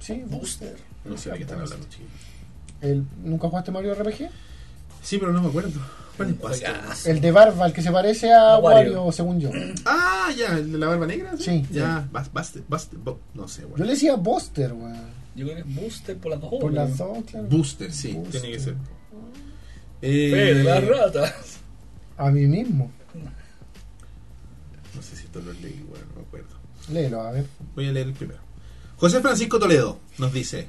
[SPEAKER 2] Sí, Buster.
[SPEAKER 1] No sé de qué están hablando, chicos.
[SPEAKER 2] El, ¿Nunca jugaste Mario RPG?
[SPEAKER 1] Sí, pero no me acuerdo. ¿Cuál es Buster?
[SPEAKER 3] Juegazo.
[SPEAKER 2] El de Barba, el que se parece a,
[SPEAKER 3] A Wario.
[SPEAKER 2] Wario. según yo.
[SPEAKER 1] Ah, ya, el de la barba negra.
[SPEAKER 2] Sí.
[SPEAKER 1] Ya, Bas- Buster, Buster, Bo- no sé,
[SPEAKER 2] Yo
[SPEAKER 1] Wario.
[SPEAKER 2] le decía Buster, weón.
[SPEAKER 3] Yo creo que es Booster por las dos.
[SPEAKER 2] Por
[SPEAKER 3] weón.
[SPEAKER 2] las dos, claro.
[SPEAKER 1] Booster, sí,
[SPEAKER 2] Buster.
[SPEAKER 1] tiene que ser.
[SPEAKER 3] Fe de
[SPEAKER 1] Eh,
[SPEAKER 3] las ratas.
[SPEAKER 2] A mí mismo.
[SPEAKER 1] no sé si esto lo leí, bueno, no me acuerdo.
[SPEAKER 2] Léelo, a ver.
[SPEAKER 1] Voy a leer el primero. José Francisco Toledo nos dice: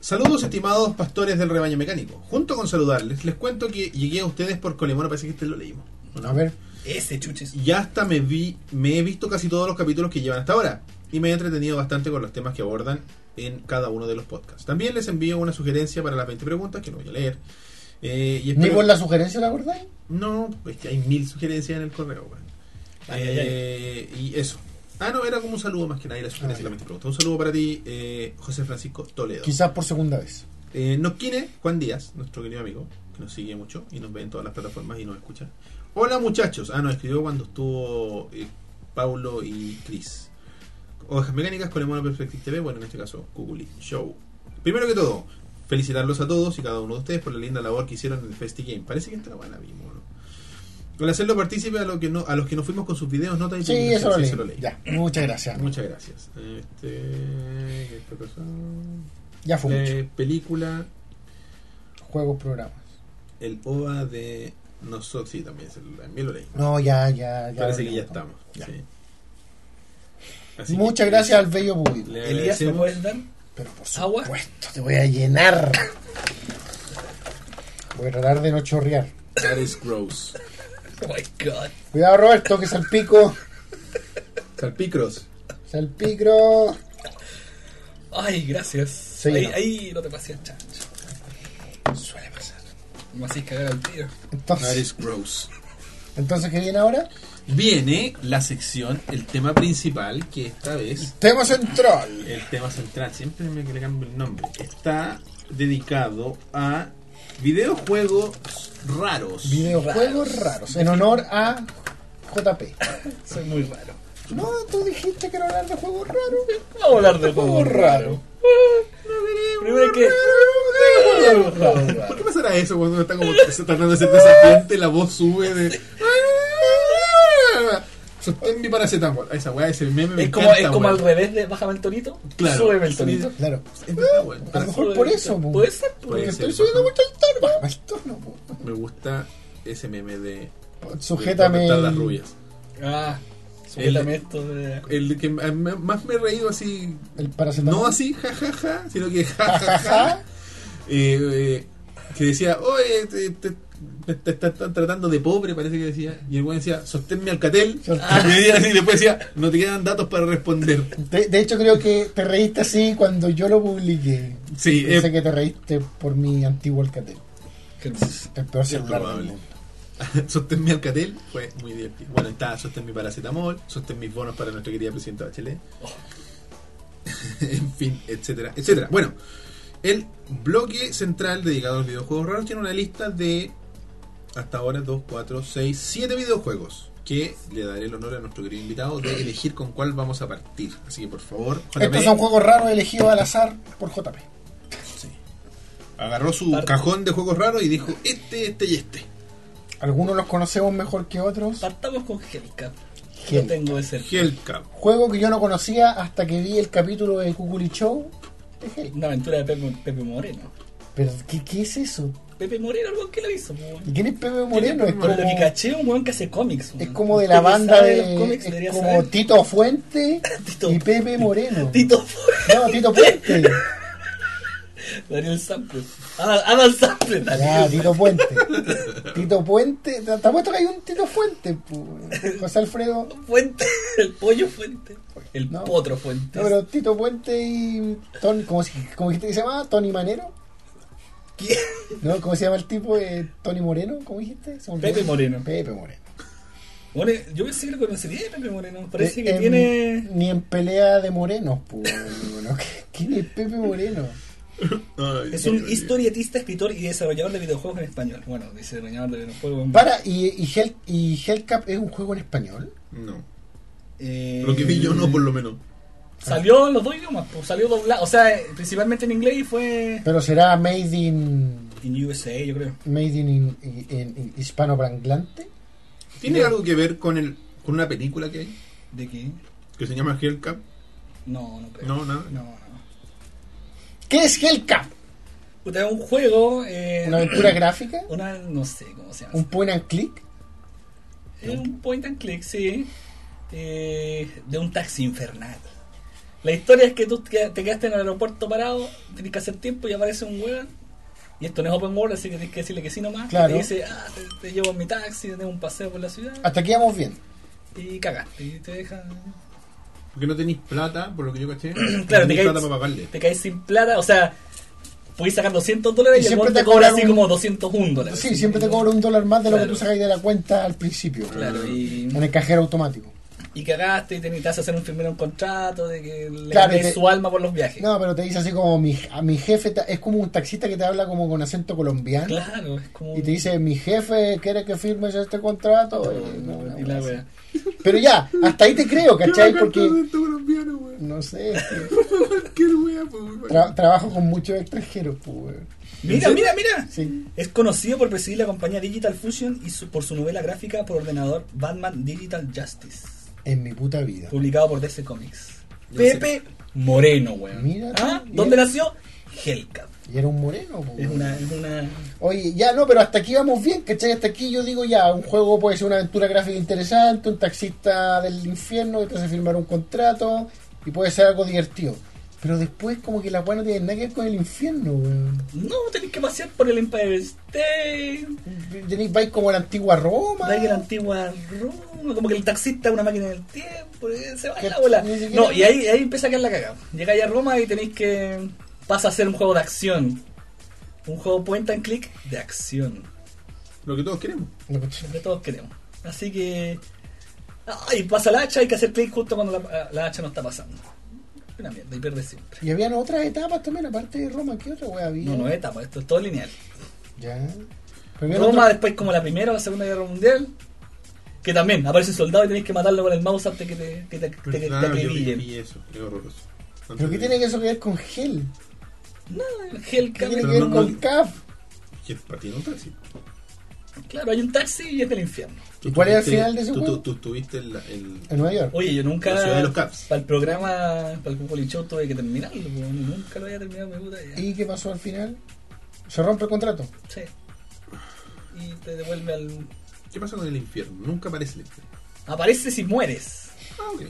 [SPEAKER 1] Saludos, estimados pastores del rebaño mecánico. Junto con saludarles, les cuento que llegué a ustedes por Colemono. Parece que este lo leímos. ¿o no?
[SPEAKER 2] A ver.
[SPEAKER 3] Ese chuches.
[SPEAKER 1] Ya hasta me vi, me he visto casi todos los capítulos que llevan hasta ahora y me he entretenido bastante con los temas que abordan en cada uno de los podcasts. También les envío una sugerencia para las 20 preguntas que no voy a leer. Eh, y
[SPEAKER 2] ¿Ni
[SPEAKER 1] espero-
[SPEAKER 2] por la sugerencia la acordáis?
[SPEAKER 1] No, es que hay mil sugerencias en el correo. weón.
[SPEAKER 3] Ay, ay, ay.
[SPEAKER 1] Eh, Y eso. Ah, no, era como un saludo más que nada y la sugerencia
[SPEAKER 2] Ah,
[SPEAKER 1] la mente pregunta. Un saludo para ti, eh, José Francisco Toledo.
[SPEAKER 2] Quizás por segunda vez.
[SPEAKER 1] Eh, nos quiere Juan Díaz, nuestro querido amigo, que nos sigue mucho y nos ve en todas las plataformas y nos escucha. Hola muchachos. Ah, nos escribió cuando estuvo eh, Paulo y Cris. Hojas mecánicas con el mono Perfective TV, bueno, en este caso, Google Show. Primero que todo, felicitarlos a todos y cada uno de ustedes por la linda labor que hicieron en el Festi Game. Parece que esta la buena vimos, ¿no? Con hacerlo partícipe a, lo que no, a los que nos fuimos con sus videos, notas y
[SPEAKER 2] Sí,
[SPEAKER 1] publicaciones.
[SPEAKER 2] eso lo
[SPEAKER 1] Sí,
[SPEAKER 2] leí.
[SPEAKER 1] eso lo leí.
[SPEAKER 2] Ya, muchas gracias.
[SPEAKER 1] Muchas gracias. Este, esta cosa,
[SPEAKER 2] Ya fue mucho.
[SPEAKER 1] eh, película
[SPEAKER 2] Juegos, programas.
[SPEAKER 1] El OVA de nosotros, sí, también, se lo- también lo leí.
[SPEAKER 2] No, ya, ya, ya.
[SPEAKER 1] Parece
[SPEAKER 2] lo
[SPEAKER 1] que ya
[SPEAKER 2] leí.
[SPEAKER 1] estamos.
[SPEAKER 2] Ya.
[SPEAKER 1] sí. Así
[SPEAKER 2] Muchas
[SPEAKER 1] que-
[SPEAKER 2] gracias al bello público.
[SPEAKER 1] Le
[SPEAKER 3] Elías, ¿me
[SPEAKER 1] agradecemos.
[SPEAKER 3] puedes dar?
[SPEAKER 2] Pero por
[SPEAKER 3] Agua.
[SPEAKER 2] supuesto, te voy a llenar. Voy a tratar de no chorrear.
[SPEAKER 1] That is gross.
[SPEAKER 3] Oh my god.
[SPEAKER 2] Cuidado, Roberto, que salpico.
[SPEAKER 1] Salpicros.
[SPEAKER 2] Salpicro.
[SPEAKER 3] Ay, gracias.
[SPEAKER 2] Sí,
[SPEAKER 3] ahí,
[SPEAKER 2] no.
[SPEAKER 3] ahí no te pasé el chancho.
[SPEAKER 2] Suele pasar.
[SPEAKER 3] Me hacéis cagar al tío.
[SPEAKER 1] That
[SPEAKER 2] Entonces,
[SPEAKER 1] is gross.
[SPEAKER 2] entonces ¿qué viene ahora?
[SPEAKER 1] Viene la sección, el tema principal, que esta vez,
[SPEAKER 2] Tema central.
[SPEAKER 1] el tema central, siempre me le cambio el nombre, está dedicado a videojuegos raros.
[SPEAKER 2] Videojuegos raros. En honor a JP.
[SPEAKER 3] Soy muy raro.
[SPEAKER 2] No, tú dijiste que era hablar de juegos raros.
[SPEAKER 3] Vamos a hablar de
[SPEAKER 2] Juego
[SPEAKER 3] juegos raros.
[SPEAKER 2] raro.
[SPEAKER 3] Primero hay que. Juegos raros,
[SPEAKER 1] ¿Por
[SPEAKER 3] raros.
[SPEAKER 1] qué pasará eso cuando uno está como tratando de ser desafiante, la voz sube de... Sostén mi paracetamol. Esa weá, ese meme me
[SPEAKER 3] Es como,
[SPEAKER 1] encanta,
[SPEAKER 3] es como
[SPEAKER 1] weón.
[SPEAKER 3] al revés de bájame el tonito,
[SPEAKER 1] Claro.
[SPEAKER 3] súbeme el tonito.
[SPEAKER 2] Claro.
[SPEAKER 1] Es verdad, weón.
[SPEAKER 2] A lo mejor por eso. pues. po.
[SPEAKER 3] Puede ser, pues. po.
[SPEAKER 1] Puede
[SPEAKER 2] Porque
[SPEAKER 1] ser,
[SPEAKER 2] estoy subiendo
[SPEAKER 1] bajame.
[SPEAKER 2] mucho el tono. Bájame el tono. po.
[SPEAKER 1] Me gusta ese meme de... de
[SPEAKER 2] Sujétame.
[SPEAKER 1] dónde están
[SPEAKER 2] el-
[SPEAKER 1] las rubias.
[SPEAKER 3] Ah, Sujétame esto. De...
[SPEAKER 1] El que m- m- más me he reído así,
[SPEAKER 2] El paracetamol.
[SPEAKER 1] no así, jajaja, sino que jajaja, eh, eh, que decía, oye, te, te- te- te están tratando de pobre, parece que decía. Y el weón decía, sostén mi alcatel.
[SPEAKER 2] Sostén.
[SPEAKER 1] Y, decía así, y después decía, no te quedan datos para responder.
[SPEAKER 2] De, de hecho, creo que te reíste así cuando yo lo publiqué.
[SPEAKER 1] Sí,
[SPEAKER 2] Pensé
[SPEAKER 1] eh,
[SPEAKER 2] que te reíste por mi antiguo Alcatel. El peor celular del
[SPEAKER 1] probable.
[SPEAKER 2] mundo.
[SPEAKER 1] sostén mi alcatel fue muy divertido. Bueno, está, sostén mi paracetamol, sostén mis bonos para nuestra querida presidenta Bachelet. en fin, etcétera, etcétera. Bueno, el bloque central dedicado a los videojuegos raros tiene una lista de hasta ahora 2, 4, 6, 7 videojuegos. Que le daré el honor a nuestro querido invitado de elegir con cuál vamos a partir. Así que por favor,
[SPEAKER 2] Estos son juegos raros elegidos al azar por JP.
[SPEAKER 1] agarró su
[SPEAKER 3] Parte.
[SPEAKER 1] cajón de juegos raros y dijo: Este, este y este.
[SPEAKER 2] Algunos los conocemos mejor que otros.
[SPEAKER 3] Partamos con Hellcat. Yo
[SPEAKER 2] Hellcat.
[SPEAKER 3] tengo ese.
[SPEAKER 1] Hellcat.
[SPEAKER 2] Juego que yo no conocía hasta que vi el capítulo de Cuculi Show de Hell.
[SPEAKER 3] Una aventura de Pepe, Pepe Moreno.
[SPEAKER 2] Pero, ¿qué, qué es eso?
[SPEAKER 3] Pepe Moreno, el weón que lo hizo. pues. po, weón.
[SPEAKER 2] ¿Y quién es Pepe Moreno? Es
[SPEAKER 3] Por lo que
[SPEAKER 2] como,
[SPEAKER 3] caché, un weón que hace cómics.
[SPEAKER 2] es
[SPEAKER 3] weón.
[SPEAKER 2] como de
[SPEAKER 3] Usted
[SPEAKER 2] la
[SPEAKER 3] que
[SPEAKER 2] banda
[SPEAKER 3] sabe los
[SPEAKER 2] de.
[SPEAKER 3] cómics,
[SPEAKER 2] es
[SPEAKER 3] debería
[SPEAKER 2] como
[SPEAKER 3] saber.
[SPEAKER 2] Tito Fuente
[SPEAKER 3] Tito-
[SPEAKER 2] y Pepe Moreno.
[SPEAKER 3] Tito
[SPEAKER 2] No, Tito Puente.
[SPEAKER 3] Daniel Sample. Adam, Adam Sample.
[SPEAKER 2] Ya,
[SPEAKER 3] Daniel.
[SPEAKER 2] Ah, Tito Puente. Tito Puente. Te te apuesto que hay un Tito Fuente. pu. José Alfredo.
[SPEAKER 3] Fuente. El pollo Fuente. El
[SPEAKER 2] No.
[SPEAKER 3] potro Fuente.
[SPEAKER 2] No, pero Tito Puente y. Tony, ¿cómo, se- cómo dijiste que se llama? Tony Manero.
[SPEAKER 3] ¿Quién?
[SPEAKER 2] ¿No? ¿Cómo se llama el tipo? Eh, Tony Moreno, ¿cómo dijiste? Se me olvidó.
[SPEAKER 3] Pepe Moreno.
[SPEAKER 2] Pepe Moreno.
[SPEAKER 3] Bueno, yo pensé que lo conocería de Pepe Moreno. Parece
[SPEAKER 2] Eh,
[SPEAKER 3] que
[SPEAKER 2] en-
[SPEAKER 3] tiene.
[SPEAKER 2] Ni en pelea de morenos, pu. ¿no? ¿Quién es Pepe Moreno?
[SPEAKER 1] Ay,
[SPEAKER 3] Es
[SPEAKER 1] Dios
[SPEAKER 3] un
[SPEAKER 1] mío.
[SPEAKER 3] historietista, escritor y desarrollador de videojuegos en español. Bueno, dice diseñador de videojuegos. en-
[SPEAKER 2] Para, ¿y, y, Hell, ¿y Hellcap es un juego en español?
[SPEAKER 1] No.
[SPEAKER 3] Eh,
[SPEAKER 1] Lo que vi yo no, por lo menos.
[SPEAKER 3] Salió en los dos idiomas, pues, salió doblado. O sea, eh, principalmente en inglés y fue.
[SPEAKER 2] Pero será Made in.
[SPEAKER 3] En USA, yo creo.
[SPEAKER 2] Made in, in, in- in hispanoparlante.
[SPEAKER 1] ¿Tiene algo que ver con el con una película que hay?
[SPEAKER 3] ¿De qué?
[SPEAKER 1] Que se llama Hellcat.
[SPEAKER 3] No, no creo.
[SPEAKER 1] No, nada.
[SPEAKER 3] No, no.
[SPEAKER 2] ¿Qué es Hellcap?
[SPEAKER 3] Puta, es un juego. eh,
[SPEAKER 2] ¿Una aventura gráfica?
[SPEAKER 3] una- no sé cómo se llama.
[SPEAKER 2] ¿Un point and click?
[SPEAKER 3] Es un point and click, sí. eh, de un taxi infernal. La historia es que tú te te quedaste en el aeropuerto parado, tenés que hacer tiempo y aparece un weón. Y esto no es open world, así que tienes que decirle que sí nomás.
[SPEAKER 2] Claro. Ah.
[SPEAKER 3] Y te dice, ah, te, te llevo en mi taxi, tengo un paseo por la ciudad.
[SPEAKER 2] Hasta aquí vamos bien.
[SPEAKER 3] Y cagaste, y te dejan.
[SPEAKER 1] Porque no tenéis plata, por lo que yo caché. no
[SPEAKER 3] Claro, te
[SPEAKER 1] tenéis plata
[SPEAKER 3] caes,
[SPEAKER 1] para pagarle.
[SPEAKER 3] te caes sin plata, o sea, podés sacar 200 dólares
[SPEAKER 2] Y
[SPEAKER 3] y, el
[SPEAKER 2] siempre
[SPEAKER 3] weón
[SPEAKER 2] te
[SPEAKER 3] te cobra
[SPEAKER 2] cobran
[SPEAKER 3] así
[SPEAKER 2] un-
[SPEAKER 3] como 201 dólares.
[SPEAKER 2] Sí, siempre te cobro un dólar más de lo que
[SPEAKER 3] Claro.
[SPEAKER 2] tú sacáis de la cuenta al principio.
[SPEAKER 3] Claro, y.
[SPEAKER 2] En el cajero automático.
[SPEAKER 3] y cagaste y tenías que hacer un firmar un contrato de que le
[SPEAKER 2] Claro,
[SPEAKER 3] cambies
[SPEAKER 2] y te-
[SPEAKER 3] su alma por los viajes.
[SPEAKER 2] No, pero te dice así como mi, a mi jefe, ta- es como un taxista que te habla como con acento colombiano
[SPEAKER 3] Claro, es como.
[SPEAKER 2] y te dice, mi jefe quiere que firmes este contrato.
[SPEAKER 3] No,
[SPEAKER 2] Eh,
[SPEAKER 3] no,
[SPEAKER 2] una
[SPEAKER 3] y la
[SPEAKER 2] wea
[SPEAKER 3] wea.
[SPEAKER 2] así. Pero ya, hasta ahí te creo, ¿cachai? Porque,
[SPEAKER 1] colombiano, weón.
[SPEAKER 2] no sé, es que
[SPEAKER 1] Qué wea, po, weón.
[SPEAKER 2] tra- trabajo con muchos extranjeros, pues, weón.
[SPEAKER 3] Mira, mira, mira.
[SPEAKER 2] Sí.
[SPEAKER 3] Es conocido por presidir la compañía Digital Fusion y su- por su novela gráfica por ordenador Batman Digital Justice,
[SPEAKER 2] En mi puta vida.
[SPEAKER 3] publicado por DC Comics.
[SPEAKER 1] Ya
[SPEAKER 3] Pepe Moreno, weón.
[SPEAKER 2] Mira tú,
[SPEAKER 3] ¿Ah?
[SPEAKER 2] mira.
[SPEAKER 3] ¿Dónde nació? Hellcat.
[SPEAKER 2] Y era un moreno, pues,
[SPEAKER 3] Es
[SPEAKER 2] weón.
[SPEAKER 3] una, es una.
[SPEAKER 2] Oye, ya no, pero hasta aquí vamos bien, ¿cachai? Hasta aquí yo digo ya, un juego puede ser una aventura gráfica interesante, un taxista del infierno que te hace firmar un contrato y puede ser algo divertido. Pero después como que la weá no tiene nada que ver con el infierno, weón.
[SPEAKER 3] No, tenés que pasear por el Empire State.
[SPEAKER 2] Tenéis vais como a la antigua Roma.
[SPEAKER 3] Vaya la antigua Roma, como que el taxista es una máquina del tiempo, eh, se va
[SPEAKER 2] Que
[SPEAKER 3] la bola.
[SPEAKER 2] ni siquiera-
[SPEAKER 3] No, y ahí, ahí empieza a caer la cagada. Llegáis a Roma y tenéis que. pasa a ser un juego de acción. Un juego point and click de acción.
[SPEAKER 1] Lo que todos queremos.
[SPEAKER 2] No, pues, cachai.
[SPEAKER 3] Lo que todos queremos. Así que. Ay, pasa la hacha, hay que hacer clic justo cuando la, la hacha no está pasando. Una mierda, y pierde siempre.
[SPEAKER 2] Y habían otras etapas también, aparte de Roma, ¿qué otra weá había?
[SPEAKER 3] No, no es etapa, esto es todo lineal.
[SPEAKER 2] Ya. Pero habían
[SPEAKER 3] Roma,
[SPEAKER 2] otro-
[SPEAKER 3] después, como la primera o la segunda guerra mundial. Que también aparece un soldado y tenéis que matarlo con el mouse antes que te, que te, que te- que te
[SPEAKER 1] Claro, yo vi
[SPEAKER 3] acribillen.
[SPEAKER 1] vi eso. Es horroroso. Antes
[SPEAKER 2] ¿Pero qué
[SPEAKER 1] de-
[SPEAKER 2] tiene que eso que ver con Hell?
[SPEAKER 3] No,
[SPEAKER 2] ¿Qué
[SPEAKER 3] Hellcat.
[SPEAKER 2] tiene que
[SPEAKER 1] Pero
[SPEAKER 2] ver
[SPEAKER 1] no-
[SPEAKER 2] con CAF?
[SPEAKER 1] Que es partido un taxi.
[SPEAKER 3] Claro, hay un taxi y es del infierno.
[SPEAKER 1] Tú
[SPEAKER 2] ¿Y cuál era el
[SPEAKER 1] tuviste-
[SPEAKER 2] final de ese
[SPEAKER 1] tú-
[SPEAKER 2] juego?
[SPEAKER 1] Tú tú tuviste el. el-
[SPEAKER 2] En Nueva York.
[SPEAKER 3] Oye, yo nunca.
[SPEAKER 1] La ciudad de los Caps.
[SPEAKER 3] Para el programa, para el Cuculi Show tuve que terminarlo, po, nunca lo había terminado, me puta ya.
[SPEAKER 2] ¿Y qué pasó al final? ¿Se rompe el contrato?
[SPEAKER 3] Sí. Y te devuelve al.
[SPEAKER 1] ¿Qué pasa con el infierno? Nunca aparece el infierno.
[SPEAKER 3] Apareces y mueres.
[SPEAKER 1] Ah, ok.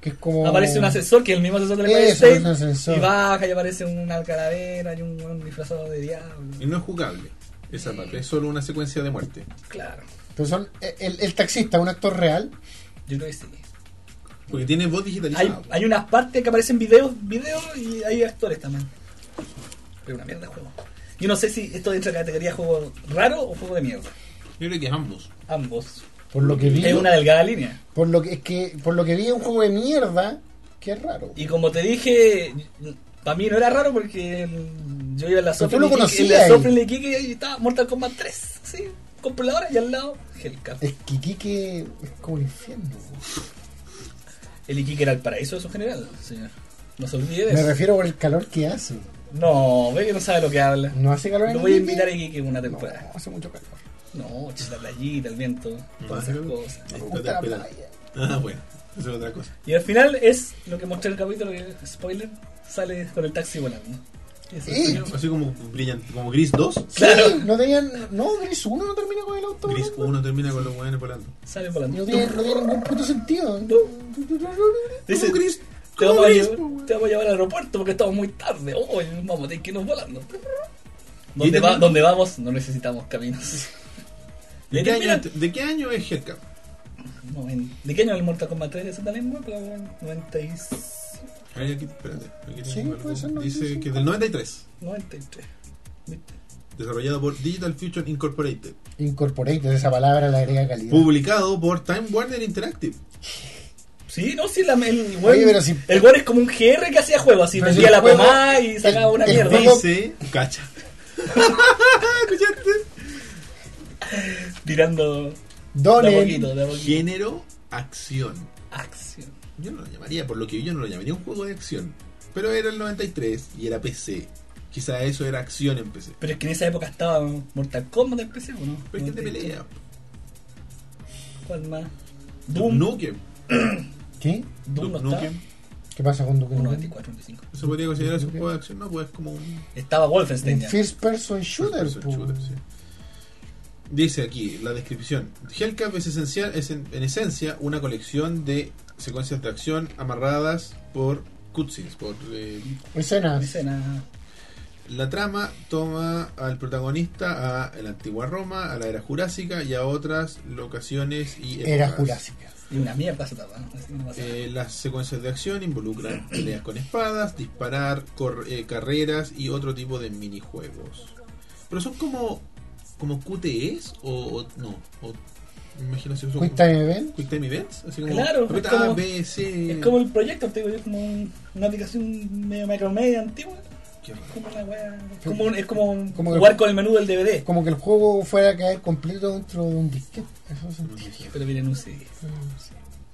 [SPEAKER 2] Que es como.
[SPEAKER 3] Aparece un asesor que es el mismo asesor de la
[SPEAKER 2] Oh. Eso,
[SPEAKER 3] State,
[SPEAKER 2] es un asesor.
[SPEAKER 3] Y baja y aparece una calavera y un weón disfrazado de diablo.
[SPEAKER 1] Y no es jugable esa parte, es solo una secuencia de muerte.
[SPEAKER 3] Claro,
[SPEAKER 2] Entonces son eh, el, el taxista, un actor real.
[SPEAKER 3] yo creo que sí.
[SPEAKER 1] Porque tiene voz
[SPEAKER 3] Hay,
[SPEAKER 1] digitalizada.
[SPEAKER 3] hay unas partes que aparecen videos, videos y hay actores también. Pero una mierda de juego. Yo no sé si esto entra en la categoría juego raro o juego de mierda.
[SPEAKER 1] Yo creo que ambos.
[SPEAKER 3] Ambos.
[SPEAKER 2] Por lo que vi.
[SPEAKER 3] Es una delgada línea.
[SPEAKER 2] Por lo que es que. Por lo que vi es un juego de mierda. Que es raro.
[SPEAKER 3] Y como te dije, para mí no era raro porque el- yo iba en la
[SPEAKER 2] Pero tú
[SPEAKER 3] Sofre
[SPEAKER 2] lo
[SPEAKER 3] en
[SPEAKER 2] conocías
[SPEAKER 3] la
[SPEAKER 2] ahí.
[SPEAKER 3] Sofre de Iquique y estaba Mortal Kombat 3, sí, compradora y al lado Hellcat.
[SPEAKER 2] Es que Quique es como el infierno.
[SPEAKER 3] El Iquique era el paraíso de su general, señor. No se olvide de
[SPEAKER 2] Me
[SPEAKER 3] eso.
[SPEAKER 2] refiero por el calor que hace.
[SPEAKER 3] No, ve que no sabe lo que habla.
[SPEAKER 2] No hace calor en
[SPEAKER 3] Lo voy a
[SPEAKER 2] Iquique?
[SPEAKER 3] invitar a Iquique una
[SPEAKER 2] No,
[SPEAKER 3] temporada.
[SPEAKER 2] hace mucho calor.
[SPEAKER 3] No, chis, la playita, el viento, todas
[SPEAKER 1] hace
[SPEAKER 3] esas
[SPEAKER 1] calor.
[SPEAKER 3] cosas.
[SPEAKER 2] Me
[SPEAKER 1] Está
[SPEAKER 2] gusta la
[SPEAKER 1] hospedado.
[SPEAKER 2] playa.
[SPEAKER 1] Ah, bueno, eso es otra cosa.
[SPEAKER 3] Y al final es lo que mostré en el capítulo, que, spoiler, sale con el taxi volando. Eso,
[SPEAKER 2] ¿Eh?
[SPEAKER 3] señor.
[SPEAKER 1] Así como brillante, como Gris 2,
[SPEAKER 3] Claro.
[SPEAKER 2] Sí, no tenían. No, Gris 1 no termina con el auto.
[SPEAKER 1] Gris
[SPEAKER 2] volando.
[SPEAKER 1] 1 termina con los weones volando.
[SPEAKER 3] Sale
[SPEAKER 2] No
[SPEAKER 3] volando.
[SPEAKER 2] tiene, no tiene ningún puto sentido.
[SPEAKER 3] Dice-
[SPEAKER 1] ¿Cómo Gris?
[SPEAKER 3] Te
[SPEAKER 1] ¿Cómo
[SPEAKER 3] vamos, a
[SPEAKER 1] Gris,
[SPEAKER 3] llevar,
[SPEAKER 1] po, weón?
[SPEAKER 3] te vamos a llevar al aeropuerto porque estamos muy tarde. Oh, vamos a tener que irnos volando.
[SPEAKER 1] Y
[SPEAKER 3] ¿Dónde,
[SPEAKER 1] ahí
[SPEAKER 3] va,
[SPEAKER 1] termina-
[SPEAKER 3] donde vamos no necesitamos caminos.
[SPEAKER 1] ¿De
[SPEAKER 3] Y
[SPEAKER 1] qué,
[SPEAKER 3] ahí
[SPEAKER 1] año,
[SPEAKER 3] termina-
[SPEAKER 1] ¿De qué año es Headcap?
[SPEAKER 3] No, en- ¿De qué año es el Mortal Kombat 3 de Santa Lengua? Pero bueno, 96,
[SPEAKER 1] Ay, aquí, espérate, aquí
[SPEAKER 2] Sí,
[SPEAKER 1] tengo
[SPEAKER 2] puede
[SPEAKER 1] algo.
[SPEAKER 2] ser, no, sí,
[SPEAKER 1] Dice
[SPEAKER 2] sí.
[SPEAKER 1] que es del 93,
[SPEAKER 3] 93. ¿Viste?
[SPEAKER 1] desarrollado por Digital Future Incorporated,
[SPEAKER 2] Incorporated, esa palabra la agrega calidad.
[SPEAKER 1] publicado por Time Warner Interactive.
[SPEAKER 3] Sí, no, sí, la, el weón
[SPEAKER 2] Oye, pero si-
[SPEAKER 3] el weón es como un GR que hacía juegos, así,
[SPEAKER 2] Pero
[SPEAKER 3] vendía
[SPEAKER 2] si el
[SPEAKER 3] la
[SPEAKER 2] juego-
[SPEAKER 3] pomada y sacaba
[SPEAKER 2] el-
[SPEAKER 3] una
[SPEAKER 2] el
[SPEAKER 3] mierda.
[SPEAKER 2] juego-
[SPEAKER 1] Dice, cacha. ¿Escuchaste?
[SPEAKER 3] Tirando de a
[SPEAKER 2] Donen.
[SPEAKER 3] poquito, de a poquito.
[SPEAKER 1] Género, acción.
[SPEAKER 3] Acción.
[SPEAKER 1] Yo no lo llamaría, por lo que yo no lo llamaría un juego de acción. Pero era el 93 y era PC. Quizá eso era acción en PC.
[SPEAKER 3] Pero es que en esa época estaba Mortal Kombat en PC, ¿o ¿no?
[SPEAKER 1] Pero es que te
[SPEAKER 3] 93.
[SPEAKER 1] pelea.
[SPEAKER 3] ¿Cuál más?
[SPEAKER 1] Doom
[SPEAKER 3] Doom.
[SPEAKER 1] Nukem.
[SPEAKER 2] ¿Qué?
[SPEAKER 3] Doom no
[SPEAKER 1] Duke
[SPEAKER 3] estaba.
[SPEAKER 1] Nukem.
[SPEAKER 2] ¿Qué pasa con Duke
[SPEAKER 3] Un
[SPEAKER 2] Nukem?
[SPEAKER 3] 94, 95.
[SPEAKER 1] ¿Eso podría considerarse un juego de acción? No, pues es como un
[SPEAKER 3] Estaba Wolfenstein
[SPEAKER 2] Un
[SPEAKER 3] ya.
[SPEAKER 2] first person shooter.
[SPEAKER 1] Person
[SPEAKER 3] pues,
[SPEAKER 2] po.
[SPEAKER 1] shooter, sí. Dice aquí la descripción. Hellcat es, esencial, es en, en esencia una colección de secuencias de acción amarradas por cutscenes. Por, eh,
[SPEAKER 2] Escenas.
[SPEAKER 3] Escena.
[SPEAKER 1] la trama toma al protagonista a la antigua Roma, a la era jurásica y a otras locaciones y
[SPEAKER 2] Era
[SPEAKER 1] épocas.
[SPEAKER 2] jurásica.
[SPEAKER 3] Y una mierda esa etapa, ¿no? Así no pasa nada.
[SPEAKER 1] Eh, las secuencias de acción involucran peleas con espadas, disparar, cor- eh, carreras y otro tipo de minijuegos. Pero son como como QTEs o, o- no, o, me imagino si son
[SPEAKER 2] Quick
[SPEAKER 1] como-
[SPEAKER 2] Time Event.
[SPEAKER 1] Quick Time Events, así como
[SPEAKER 3] Claro,
[SPEAKER 1] aprieta
[SPEAKER 3] es como-
[SPEAKER 1] A, B, C.
[SPEAKER 3] Es como el proyecto, te digo yo, es como un- una aplicación medio macromedia antigua.
[SPEAKER 1] Qué raro.
[SPEAKER 3] Como una wea. Es como, un- es como un-
[SPEAKER 2] Como que-
[SPEAKER 3] jugar con el menú del DVD.
[SPEAKER 2] Como que el juego fuera a caer completo dentro de un disquete. Eso se entiende.
[SPEAKER 3] Pero miren un CD,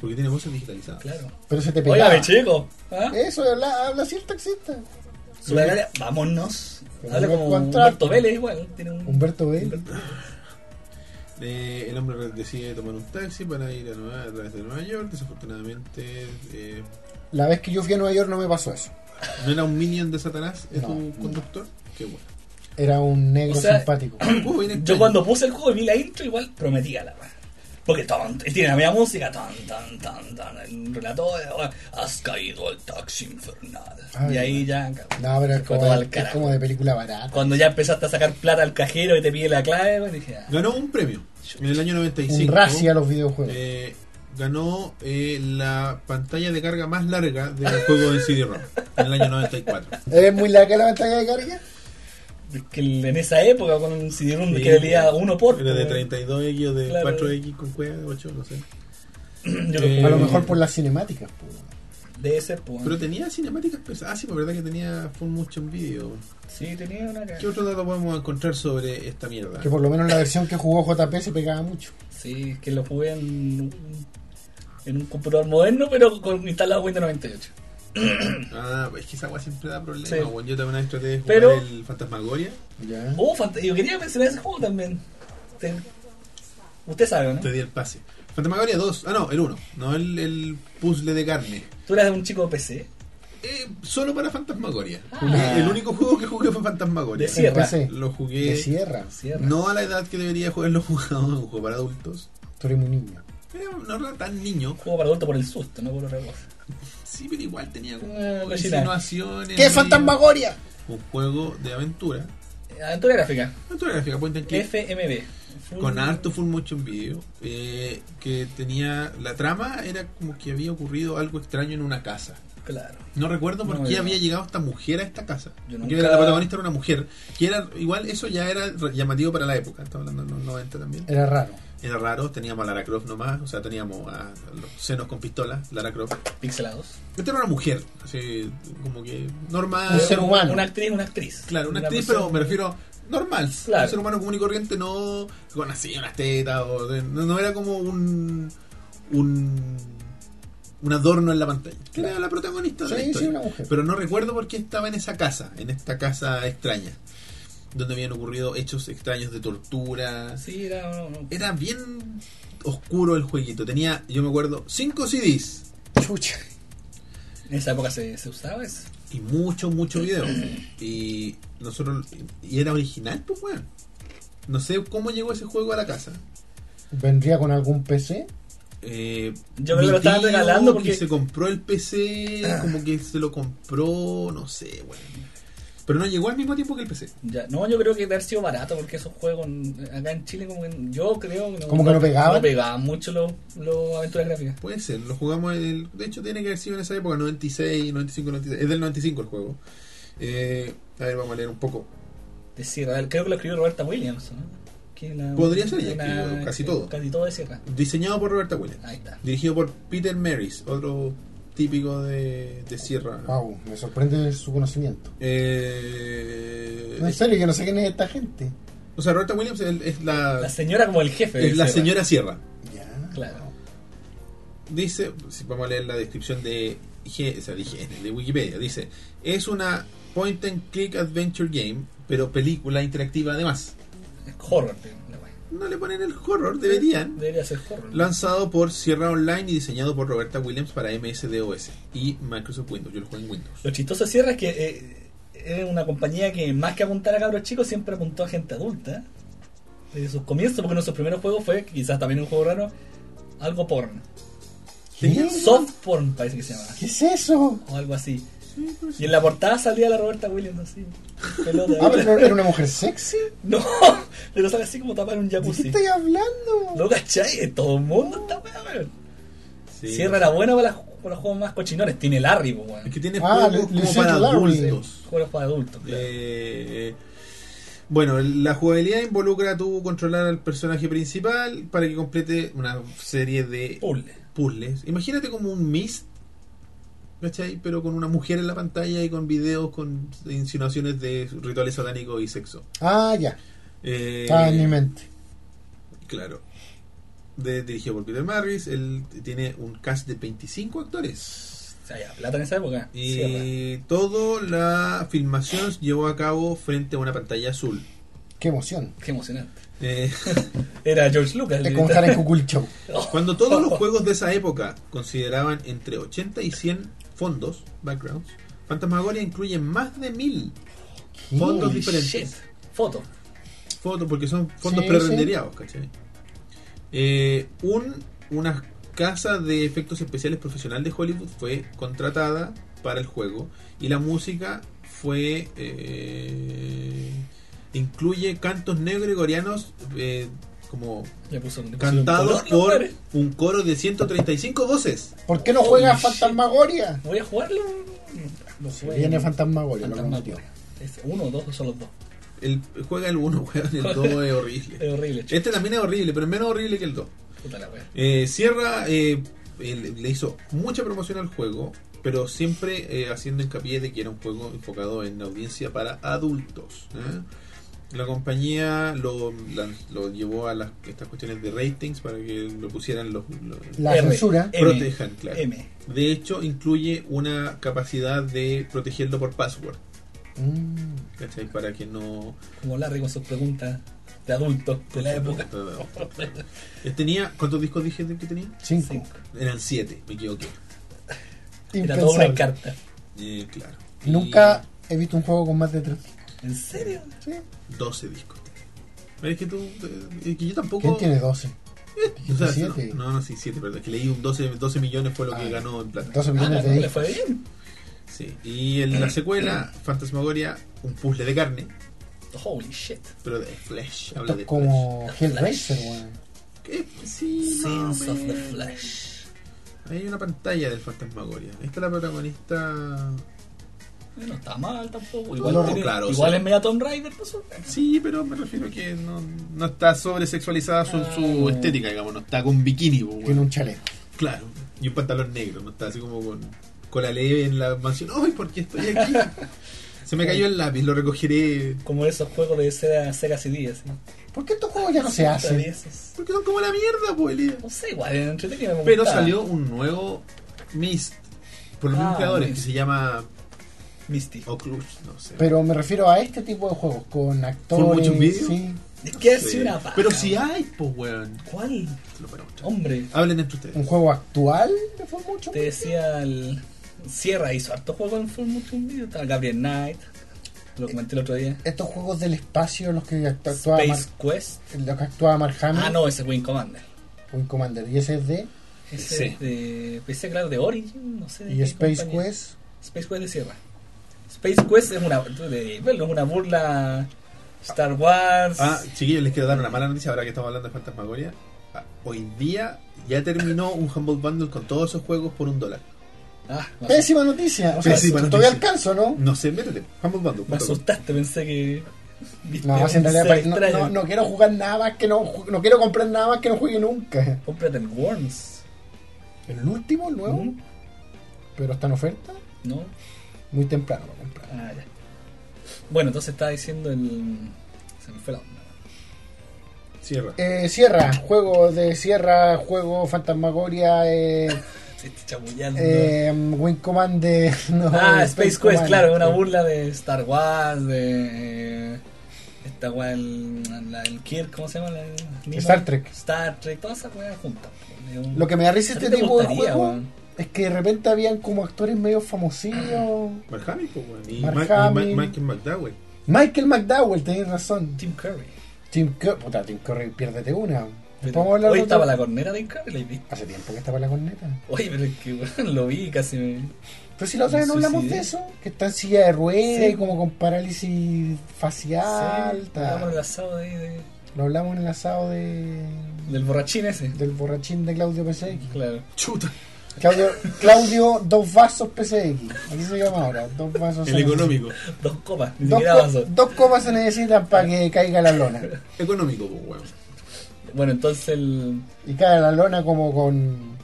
[SPEAKER 1] Porque tiene voces digitalizadas.
[SPEAKER 3] claro.
[SPEAKER 2] Pero se te pegaba.
[SPEAKER 3] Óigame, chico. ¿Ah?
[SPEAKER 2] Eso habla, habla así el taxista.
[SPEAKER 3] Sube al área, vámonos.
[SPEAKER 2] Pero
[SPEAKER 3] Habla
[SPEAKER 2] no
[SPEAKER 3] como
[SPEAKER 2] encontrar-
[SPEAKER 3] Humberto Vélez igual. Tiene un...
[SPEAKER 2] Humberto Bell.
[SPEAKER 1] Eh, el hombre decide tomar un taxi para ir a, Nueva- a través de Nueva York. Desafortunadamente, eh,
[SPEAKER 2] La vez que yo fui a Nueva York no me pasó eso.
[SPEAKER 1] no era un minion de Satanás, es
[SPEAKER 2] No,
[SPEAKER 1] un
[SPEAKER 2] no.
[SPEAKER 1] conductor. Qué bueno.
[SPEAKER 2] Era un negro
[SPEAKER 3] O sea,
[SPEAKER 2] simpático.
[SPEAKER 1] Un juego bien
[SPEAKER 3] Yo
[SPEAKER 1] extraño.
[SPEAKER 3] cuando puse el juego y vi la intro, igual prometía la wea. Porque ton, tiene la media música, tan, tan, tan, tan, el relator, wea, has caído al taxi infernal.
[SPEAKER 2] Ay,
[SPEAKER 3] y ahí ya,
[SPEAKER 2] No, pero es
[SPEAKER 3] fue
[SPEAKER 2] como,
[SPEAKER 3] todo al
[SPEAKER 2] es
[SPEAKER 3] carajo.
[SPEAKER 2] como de película barata.
[SPEAKER 3] Cuando ya empezaste a sacar plata al cajero y te pide la clave, wea, dije, ah,
[SPEAKER 1] Ganó un premio en el año
[SPEAKER 2] Un
[SPEAKER 1] 95.
[SPEAKER 2] racia a los videojuegos.
[SPEAKER 1] Eh, ganó eh, la pantalla de carga más larga del juego de CD-ROM en el año 94.
[SPEAKER 2] ¿Es muy larga la pantalla de carga?
[SPEAKER 3] es que en esa época con un CD-ROM
[SPEAKER 1] Sí,
[SPEAKER 3] que valía uno por.
[SPEAKER 1] Era de
[SPEAKER 3] wea,
[SPEAKER 1] 32X o de
[SPEAKER 3] Claro.
[SPEAKER 1] 4X con cueva, 8, no sé.
[SPEAKER 3] Yo
[SPEAKER 1] Eh,
[SPEAKER 2] A lo mejor por las cinemáticas. po.
[SPEAKER 3] De ese pues.
[SPEAKER 1] Pero tenía cinemáticas pesadas. Ah, sí, pues verdad que tenía full motion video.
[SPEAKER 3] Sí, tenía una cara.
[SPEAKER 1] ¿Qué otro dato podemos encontrar sobre esta mierda?
[SPEAKER 2] Que por lo menos la versión que jugó JP se pegaba mucho.
[SPEAKER 3] Sí, es que lo jugué en, un- en un computador moderno, pero con instalado Windows 98.
[SPEAKER 1] Ah, pues es que esa agua siempre da problemas.
[SPEAKER 3] Sí.
[SPEAKER 1] Bueno, yo también una vez traté de jugar
[SPEAKER 3] Pero-
[SPEAKER 1] el Fantasmagoria. ¿Ah?
[SPEAKER 2] Ya.
[SPEAKER 3] Oh, fant- yo quería mencionar ese juego también. Te- Usted sabe, ¿no?
[SPEAKER 1] Te di el pase. Fantasmagoria 2. Ah, no, el 1. No el, el puzzle de carne.
[SPEAKER 3] Tú eras un chico PC.
[SPEAKER 1] Eh, solo para Fantasmagoria. Jugué- El único juego que jugué fue Fantasmagoria.
[SPEAKER 3] De Sierra.
[SPEAKER 2] PC.
[SPEAKER 1] Lo jugué
[SPEAKER 2] De sierra.
[SPEAKER 3] Cierra.
[SPEAKER 1] no a la edad que debería jugarlo jugado, un juego para adultos.
[SPEAKER 2] Tú eres un niño.
[SPEAKER 1] Era, no era tan niño.
[SPEAKER 3] Juego para adulto por el susto, no por otra cosa.
[SPEAKER 1] Sí, pero igual tenía como
[SPEAKER 3] Eh, la china.
[SPEAKER 1] insinuaciones.
[SPEAKER 2] ¡Qué
[SPEAKER 1] medio-
[SPEAKER 2] fantasmagoria!
[SPEAKER 1] Un juego de aventura.
[SPEAKER 3] Eh, Aventura gráfica.
[SPEAKER 1] Aventura gráfica, point and click.
[SPEAKER 3] FMV.
[SPEAKER 1] con harto full motion video eh, que tenía la trama era como que había ocurrido algo extraño en una casa
[SPEAKER 3] Claro.
[SPEAKER 1] no recuerdo por
[SPEAKER 3] No,
[SPEAKER 1] qué
[SPEAKER 3] yo-
[SPEAKER 1] había llegado esta mujer a esta casa
[SPEAKER 3] Yo
[SPEAKER 1] porque
[SPEAKER 3] nunca-
[SPEAKER 1] la protagonista era una mujer que era igual eso ya era re- llamativo para la época estamos hablando de los 90 también
[SPEAKER 3] Eh.
[SPEAKER 2] Era raro.
[SPEAKER 1] era raro teníamos a Lara Croft nomás o sea teníamos a los senos con pistolas Lara Croft
[SPEAKER 3] Pixelados.
[SPEAKER 1] esta era una mujer así como que
[SPEAKER 2] Un
[SPEAKER 1] normal
[SPEAKER 2] ser humano.
[SPEAKER 3] Eh, Una actriz, una actriz.
[SPEAKER 1] Claro, una actriz,
[SPEAKER 3] persona-
[SPEAKER 1] pero me refiero normal.
[SPEAKER 3] Claro.
[SPEAKER 1] Un ser humano común y corriente, no con así unas tetas. O de- no, no era como un, un un adorno en la pantalla. Que era
[SPEAKER 2] Claro.
[SPEAKER 1] la protagonista de la
[SPEAKER 2] Sí, sí,
[SPEAKER 1] historia.
[SPEAKER 2] una mujer.
[SPEAKER 1] Pero no recuerdo por qué estaba en esa casa, en esta casa extraña, donde habían ocurrido hechos extraños de tortura.
[SPEAKER 3] Sí, era. no, no.
[SPEAKER 1] Era bien oscuro el jueguito. Tenía, yo me acuerdo, cinco CDs.
[SPEAKER 2] Chucha.
[SPEAKER 3] En esa época se, se usaba eso.
[SPEAKER 1] y mucho, mucho video. Y nosotros. Y era original, pues, weón. No sé cómo llegó ese juego a la casa.
[SPEAKER 2] ¿Vendría con algún PC?
[SPEAKER 1] Eh,
[SPEAKER 3] Yo creo
[SPEAKER 1] mi
[SPEAKER 3] que lo estaban
[SPEAKER 1] tío
[SPEAKER 3] regalando porque-
[SPEAKER 1] que se compró el PC, como que se lo compró, no sé, weón. Pero no llegó al mismo tiempo que el PC.
[SPEAKER 3] Ya, no, yo creo que debe haber sido barato porque esos juegos en- acá en Chile, como que n- yo creo que no,
[SPEAKER 2] Como que no pegaban.
[SPEAKER 3] No pegaban mucho los los aventuras gráficas.
[SPEAKER 1] Puede ser, lo jugamos. el- de hecho, tiene que haber sido en esa época, 96, 95, 96. Es del 95 el juego. Eh, a ver, vamos a leer un poco.
[SPEAKER 3] De Sierra, a ver, creo que lo escribió Roberta Williams. ¿no? Que la-
[SPEAKER 1] Podría ser, ya
[SPEAKER 3] una- eh,
[SPEAKER 1] escribió casi todo.
[SPEAKER 3] Casi todo de Sierra.
[SPEAKER 1] Diseñado por Roberta Williams.
[SPEAKER 3] Ahí está.
[SPEAKER 1] Dirigido por Peter Maris, otro típico de, de Sierra.
[SPEAKER 2] Wow, me sorprende su conocimiento.
[SPEAKER 1] Eh,
[SPEAKER 2] No, en serio, yo no sé quién es esta gente.
[SPEAKER 1] o sea, Roberta Williams es, es la,
[SPEAKER 3] La señora como el jefe. de
[SPEAKER 1] es la
[SPEAKER 3] Sierra.
[SPEAKER 1] señora Sierra.
[SPEAKER 2] Ya.
[SPEAKER 3] Claro.
[SPEAKER 1] Dice, si vamos a leer la descripción de, IG o sea, de, IGN, de Wikipedia, dice, es una point and click adventure game, pero película interactiva además.
[SPEAKER 3] Horror. de- la wea.
[SPEAKER 1] No le ponen el horror, deberían.
[SPEAKER 3] Debería ser horror. ¿no?
[SPEAKER 1] Lanzado por Sierra Online y diseñado por Roberta Williams para MS-DOS y Microsoft Windows. Yo lo juego en Windows.
[SPEAKER 3] Lo chistoso de Sierra es que eh, es una compañía que más que apuntar a cabros chicos siempre apuntó a gente adulta. Desde sus comienzos, porque uno de sus primeros juegos fue, quizás también un juego raro, algo porno.
[SPEAKER 1] Tenía-
[SPEAKER 3] Soft porn parece que se llamaba.
[SPEAKER 2] ¿Qué es eso?
[SPEAKER 3] O algo así. Y en la portada salía la Roberta Williams así. Pelota.
[SPEAKER 2] Ah, pero era una mujer sexy.
[SPEAKER 3] No, pero sale así como tapar un
[SPEAKER 2] ¿De qué
[SPEAKER 3] jacuzzi.
[SPEAKER 2] estáis hablando?
[SPEAKER 3] ¿No cachai? Eh, Todo el mundo está weá, weón.
[SPEAKER 1] Sí.
[SPEAKER 3] Sierra era buena para, las- para los juegos más cochinones. Tiene Larry, po, weón.
[SPEAKER 1] Es que tiene
[SPEAKER 2] Ah,
[SPEAKER 1] juegos
[SPEAKER 2] Le-
[SPEAKER 1] como
[SPEAKER 2] Lucille
[SPEAKER 1] para
[SPEAKER 2] Larry.
[SPEAKER 1] adultos.
[SPEAKER 3] Juegos para adultos. claro.
[SPEAKER 1] Eh, bueno, la jugabilidad involucra tu controlar al personaje principal para que complete una serie de
[SPEAKER 3] Puzzle.
[SPEAKER 1] puzzles. Imagínate como un Mist, ¿cachai? Pero con una mujer en la pantalla y con videos con insinuaciones de rituales satánicos y sexo.
[SPEAKER 2] Ah, ya.
[SPEAKER 1] Eh,
[SPEAKER 2] Estaba en mi mente.
[SPEAKER 1] Claro. De- dirigido por Peter Marris, él tiene un cast de 25 actores.
[SPEAKER 3] O sea, ya, plata en esa época. Sierra.
[SPEAKER 1] Y toda la filmación se llevó a cabo frente a una pantalla azul.
[SPEAKER 2] Qué emoción.
[SPEAKER 3] Qué emocionante.
[SPEAKER 1] Eh,
[SPEAKER 3] Era George Lucas. el
[SPEAKER 2] Es como
[SPEAKER 3] director.
[SPEAKER 2] estar en Cucul Show.
[SPEAKER 3] Oh.
[SPEAKER 1] cuando todos los juegos de esa época consideraban entre 80 y 100 fondos, backgrounds, Fantasmagoria incluye más de 1000 fondos
[SPEAKER 2] Holy
[SPEAKER 1] diferentes.
[SPEAKER 3] Shit. Foto.
[SPEAKER 1] Fotos, porque son fondos
[SPEAKER 2] Sí,
[SPEAKER 1] prerenderiados, ¿cachai? Eh, un, una casa de efectos especiales profesional de Hollywood fue contratada para el juego y la música fue. eh, incluye cantos neogregorianos eh, como
[SPEAKER 3] Le puso, le puso
[SPEAKER 1] cantado
[SPEAKER 3] un color,
[SPEAKER 1] por
[SPEAKER 3] compadre.
[SPEAKER 1] un coro de 135 voces.
[SPEAKER 2] ¿Por qué no
[SPEAKER 3] Holy
[SPEAKER 2] juega
[SPEAKER 3] shit.
[SPEAKER 2] Fantasmagoria?
[SPEAKER 3] Voy a jugarlo. No
[SPEAKER 2] Se viene Fantasmagoria, lo prometió.
[SPEAKER 3] Fantasmagoria. Es uno o dos, son los dos.
[SPEAKER 1] El, juega el 1, el 2 es horrible.
[SPEAKER 3] Es horrible. chico.
[SPEAKER 1] Este también es horrible, pero es menos horrible que el 2.
[SPEAKER 3] Puta la wea.
[SPEAKER 1] Eh, Sierra eh, eh, le hizo mucha promoción al juego, pero siempre eh, haciendo hincapié de que era un juego enfocado en audiencia para adultos. ¿eh? La compañía lo, la- lo llevó a las, estas cuestiones de ratings para que lo pusieran los... los-
[SPEAKER 2] La
[SPEAKER 3] R.
[SPEAKER 2] censura.
[SPEAKER 3] M.
[SPEAKER 1] protejan, claro.
[SPEAKER 3] M.
[SPEAKER 1] De hecho, incluye una capacidad de protegerlo por password,
[SPEAKER 2] Mm.
[SPEAKER 1] ¿cachai? Para que no...
[SPEAKER 3] Como Larry con sus preguntas de adulto de la época.
[SPEAKER 1] Eh, Tenía, ¿Cuántos discos dije que tenía?
[SPEAKER 2] Cinco.
[SPEAKER 3] Cinco.
[SPEAKER 1] Eran siete, me equivoqué.
[SPEAKER 3] Era todo una
[SPEAKER 2] Impensable.
[SPEAKER 3] encarta.
[SPEAKER 1] Eh, claro. Y
[SPEAKER 2] Nunca he visto un juego con más de tres.
[SPEAKER 3] ¿En serio?
[SPEAKER 2] ¿Sí?
[SPEAKER 1] 12 discos. Pero Es que tú. eh, Es que yo tampoco.
[SPEAKER 2] ¿Quién tiene 12?
[SPEAKER 1] O sea,
[SPEAKER 2] 17.
[SPEAKER 1] no, no, sí, 7, perdón. Que leí un 12, 12 millones fue lo que
[SPEAKER 2] Ah.
[SPEAKER 1] ganó en plata.
[SPEAKER 2] 12
[SPEAKER 3] Ah,
[SPEAKER 2] millones de
[SPEAKER 3] no, le
[SPEAKER 2] discos.
[SPEAKER 3] fue bien.
[SPEAKER 1] Sí. Y en la secuela, Fantasmagoria, un puzzle de carne,
[SPEAKER 3] Holy shit.
[SPEAKER 1] pero de Flash. Habla
[SPEAKER 2] Esto
[SPEAKER 1] de
[SPEAKER 2] es como Hellraiser, weón.
[SPEAKER 1] Flash. ¿Qué? Sí, más o
[SPEAKER 3] Sins of the
[SPEAKER 1] menos.
[SPEAKER 3] Flesh.
[SPEAKER 1] Ahí Hay una pantalla del Fantasmagoria. Ahí está la protagonista.
[SPEAKER 3] Eh, No está mal
[SPEAKER 1] No,
[SPEAKER 3] tampoco. Igual, tiene-
[SPEAKER 1] claro,
[SPEAKER 3] igual
[SPEAKER 1] sí.
[SPEAKER 3] es media Tomb Raider, no sé.
[SPEAKER 1] Sí, pero me refiero que no, no está sobresexualizada su, su
[SPEAKER 2] Ah.
[SPEAKER 1] estética, digamos. No está con bikini, pues,
[SPEAKER 2] Tiene
[SPEAKER 1] bueno.
[SPEAKER 2] un chaleco.
[SPEAKER 1] Claro. Y un pantalón negro, no está así como con, con la leve en la mansión. ¡Ay, por qué estoy aquí! Se me cayó el lápiz, lo recogeré.
[SPEAKER 3] Como esos juegos de Sega, Sega CD, así.
[SPEAKER 2] ¿Por qué estos juegos ya no se hacen?
[SPEAKER 3] Traviesos.
[SPEAKER 1] Porque son como la mierda, pues, Elia.
[SPEAKER 3] No sé, igual era entretenido. me
[SPEAKER 1] Pero
[SPEAKER 3] gustaba.
[SPEAKER 1] salió un nuevo Mist por los
[SPEAKER 3] Ah,
[SPEAKER 1] mismos creadores
[SPEAKER 3] Mist.
[SPEAKER 1] que se llama
[SPEAKER 3] Misty.
[SPEAKER 1] Oculus, no sé.
[SPEAKER 2] Pero me refiero a este tipo de juegos, con actores.
[SPEAKER 1] muchos vídeos?
[SPEAKER 2] Sí.
[SPEAKER 3] Es que ha
[SPEAKER 1] Sí.
[SPEAKER 3] sido una paja.
[SPEAKER 1] Pero si hay, pues, weón.
[SPEAKER 3] ¿Cuál?
[SPEAKER 1] Se lo voy a mostrar.
[SPEAKER 3] Hombre,
[SPEAKER 1] Hablen entre ustedes.
[SPEAKER 2] Un juego actual de fue mucho.
[SPEAKER 3] te decía el. Sierra hizo harto juego en Full Motion Video. Estaba Gabriel Knight. Lo comenté el otro día.
[SPEAKER 2] Estos juegos del espacio, los que actu- actuaba, Mar,
[SPEAKER 3] Space Quest.
[SPEAKER 2] los que actuaba Mark Hamill,
[SPEAKER 3] Ah, no, ese es Wing Commander.
[SPEAKER 2] un Commander, y ese es de,
[SPEAKER 3] Ese
[SPEAKER 1] Sí.
[SPEAKER 3] es de. Pensé claro de Origin, no sé. de
[SPEAKER 2] y
[SPEAKER 3] qué
[SPEAKER 2] Space
[SPEAKER 3] compañía.
[SPEAKER 2] Quest,
[SPEAKER 3] Space Quest de Sierra. Space Quest es una, de, bueno, es una burla Star Wars.
[SPEAKER 1] Ah, chiquillos, les quiero dar una mala noticia ahora que estamos hablando de Fantasmagoria. Ah, Hoy día ya terminó un Humble Bundle con todos esos juegos por un dólar.
[SPEAKER 3] Ah, me, asu-
[SPEAKER 2] Pésima noticia. O sea,
[SPEAKER 1] Pésima
[SPEAKER 2] todavía
[SPEAKER 1] noticia.
[SPEAKER 2] alcanzo,
[SPEAKER 3] Mm.
[SPEAKER 2] ¿no?
[SPEAKER 1] No sé, métete. Humble Bundle.
[SPEAKER 3] me asustaste, pensé que. viste,
[SPEAKER 2] No, si en
[SPEAKER 3] un
[SPEAKER 2] realidad
[SPEAKER 3] ser
[SPEAKER 2] para- no,
[SPEAKER 3] extraño.
[SPEAKER 2] no- no quiero jugar nada más que no ju- no quiero comprar nada más que no juegue nunca.
[SPEAKER 3] Cómprate el Worms.
[SPEAKER 2] El último, el nuevo,
[SPEAKER 3] ¿Mm?
[SPEAKER 2] pero está en oferta,
[SPEAKER 3] ¿No?
[SPEAKER 2] muy temprano para comprar.
[SPEAKER 3] Ah, ya. Bueno, entonces estaba diciendo el. Se me fue la onda.
[SPEAKER 1] Cierra.
[SPEAKER 2] Eh, Sierra, juego de Sierra, juego Fantasmagoria, eh,
[SPEAKER 3] Se está chamullando.
[SPEAKER 2] eh, Wing Commander. no,
[SPEAKER 3] ah, Space, Quest,
[SPEAKER 2] Commander.
[SPEAKER 3] claro, es una burla de Star Wars, de. eh, Esta weá, el, la- el Kirk, ¿cómo se llama? La- Nimoy.
[SPEAKER 2] Star Trek.
[SPEAKER 3] Star Trek, todas esas weas juntas. Es un-
[SPEAKER 2] Lo que me da risa
[SPEAKER 3] ¿A ti
[SPEAKER 2] este
[SPEAKER 3] te
[SPEAKER 2] tipo de
[SPEAKER 3] gustaría,
[SPEAKER 2] juego
[SPEAKER 3] weón?
[SPEAKER 2] es que de repente habían como actores medio famosillos.
[SPEAKER 1] Mark Hamill, pues, weón. Y,
[SPEAKER 2] Mark
[SPEAKER 1] Mark- y Ma-
[SPEAKER 2] Hamill.
[SPEAKER 1] Michael McDowell.
[SPEAKER 2] Michael McDowell, tenéis razón.
[SPEAKER 3] Tim Curry.
[SPEAKER 2] Tim Curry, puta, Tim Curry, piérdete una. Vamos a hablar
[SPEAKER 3] Hoy
[SPEAKER 2] de otro-
[SPEAKER 3] estaba la cornera de Tim Curry, la vi.
[SPEAKER 2] Hace tiempo que estaba la corneta.
[SPEAKER 3] Oye, pero es que weón, lo vi casi me.
[SPEAKER 2] Pero si la otra vez no
[SPEAKER 3] Sí,
[SPEAKER 2] hablamos
[SPEAKER 3] sí.
[SPEAKER 2] de eso, que está en silla de ruedas
[SPEAKER 3] Sí.
[SPEAKER 2] y como con parálisis facial.
[SPEAKER 3] Sí,
[SPEAKER 2] ta.
[SPEAKER 3] Hablamos del asado de, de-
[SPEAKER 2] Lo hablamos en el asado de...
[SPEAKER 3] del borrachín ese.
[SPEAKER 2] del borrachín de Claudio PCX.
[SPEAKER 3] Claro.
[SPEAKER 1] Chuta.
[SPEAKER 2] Claudio, Claudio Dos Vasos PCX. Así se llama ahora, Dos Vasos.
[SPEAKER 1] El económico.
[SPEAKER 3] Dos copas, ni
[SPEAKER 2] Dos,
[SPEAKER 3] siquiera
[SPEAKER 2] co-
[SPEAKER 3] vaso.
[SPEAKER 2] dos copas se necesitan para que caiga la lona.
[SPEAKER 1] Económico, pues, weón.
[SPEAKER 3] Bueno, entonces el.
[SPEAKER 2] Y cae la lona como con,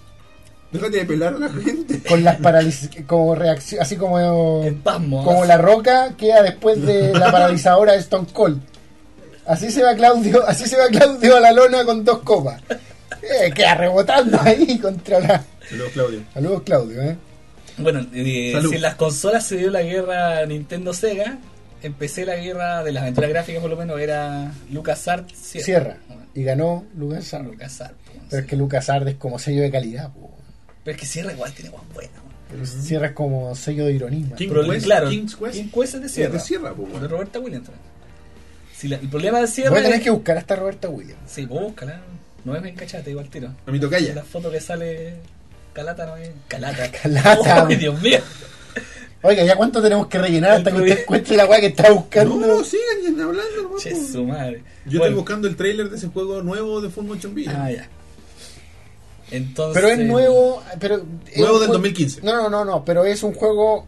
[SPEAKER 1] Déjate de pelar a la gente.
[SPEAKER 2] con las parálisis, como reacción, así como,
[SPEAKER 3] Espasmo.
[SPEAKER 2] como la roca queda después de la paralizadora de Stone Cold. Así se va Claudio, así se va Claudio a la lona con dos copas. Eh, queda rebotando ahí contra la.
[SPEAKER 1] Saludos, Claudio.
[SPEAKER 2] Saludos Claudio, eh.
[SPEAKER 3] Bueno, eh,
[SPEAKER 1] Salud.
[SPEAKER 3] si en las consolas se dio la guerra Nintendo-Sega, empecé la guerra de las aventuras gráficas, por lo menos, era LucasArts Sierra.
[SPEAKER 2] Cierra.
[SPEAKER 3] Bueno,
[SPEAKER 2] Y ganó Lucas Arde.
[SPEAKER 3] LucasArts. pues,
[SPEAKER 2] Pero es
[SPEAKER 3] sí.
[SPEAKER 2] que Lucas Arde es como sello de calidad, po.
[SPEAKER 3] Pero es que Sierra igual tiene guas buenas. weón.
[SPEAKER 2] Pero Sierra es como sello de ironía.
[SPEAKER 1] King
[SPEAKER 3] Pero,
[SPEAKER 1] Quest,
[SPEAKER 3] claro,
[SPEAKER 1] King's Quest.
[SPEAKER 3] King Quest es de
[SPEAKER 1] Sí,
[SPEAKER 3] Sierra.
[SPEAKER 1] de Sierra, pues,
[SPEAKER 3] De
[SPEAKER 1] weón.
[SPEAKER 3] Roberta Williams. también. Si la- el problema de Sierra
[SPEAKER 2] Voy a tener
[SPEAKER 3] es-
[SPEAKER 2] que buscar hasta Roberta Williams.
[SPEAKER 3] Sí, pues búscala. No es encachate, igual tiro.
[SPEAKER 1] A mi tocaya.
[SPEAKER 3] La foto que sale Calata no es. Calata.
[SPEAKER 2] Calata.
[SPEAKER 3] Ay, Dios mío.
[SPEAKER 2] Oiga, ¿ya cuánto tenemos que rellenar hasta que usted encuentre la weá que está buscando?
[SPEAKER 1] No, sigan hablando, hermano.
[SPEAKER 3] Che,
[SPEAKER 1] Yo
[SPEAKER 3] su madre.
[SPEAKER 1] estoy
[SPEAKER 3] Bueno,
[SPEAKER 1] buscando el trailer de ese juego nuevo de Full Motion Video.
[SPEAKER 3] Ah, ya. Entonces.
[SPEAKER 2] Pero es nuevo, pero es
[SPEAKER 1] Nuevo
[SPEAKER 2] un
[SPEAKER 1] del
[SPEAKER 2] jue-
[SPEAKER 1] 2015.
[SPEAKER 2] No, no, no, no, pero es un juego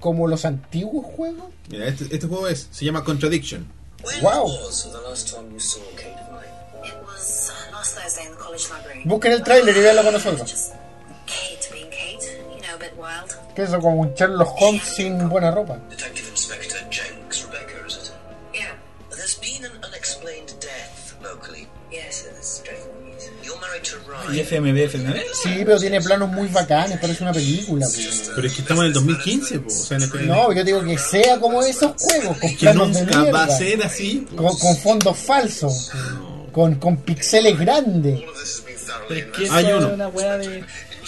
[SPEAKER 2] como los antiguos juegos.
[SPEAKER 1] Mira, este, este juego es, se llama Contradiction.
[SPEAKER 5] When
[SPEAKER 2] Wow.
[SPEAKER 5] was the last time you saw Kate Vine?
[SPEAKER 7] It was uh, last Thursday in the college library.
[SPEAKER 2] Busquen el tráiler y véanlo con nosotros.
[SPEAKER 7] Just Kate being Kate, you know, a bit wild.
[SPEAKER 2] Que eso como un Sherlock Holmes sin buena ropa.
[SPEAKER 5] Detective Inspector Jenks, Rebecca, is it?
[SPEAKER 7] Yeah,
[SPEAKER 5] There's been an unexplained death locally.
[SPEAKER 7] yes, it's dreadful news.
[SPEAKER 5] You're married to Ryan.
[SPEAKER 3] ¿Y FMV, FMV?
[SPEAKER 2] Sí, pero tiene planos muy bacanes, parece una película. po.
[SPEAKER 1] Pero es que estamos en el 2015, po, o sea, en el-
[SPEAKER 2] No, yo digo que sea como esos juegos, con
[SPEAKER 1] que
[SPEAKER 2] planos de
[SPEAKER 1] nunca va
[SPEAKER 2] mierda,
[SPEAKER 1] a ser así. po.
[SPEAKER 2] con, con fondos falsos, con, con pixeles grandes.
[SPEAKER 5] All of this has been thoroughly
[SPEAKER 3] Pero es que
[SPEAKER 5] investigated.
[SPEAKER 3] eso
[SPEAKER 1] Hay
[SPEAKER 3] es
[SPEAKER 1] uno.
[SPEAKER 3] una weá de.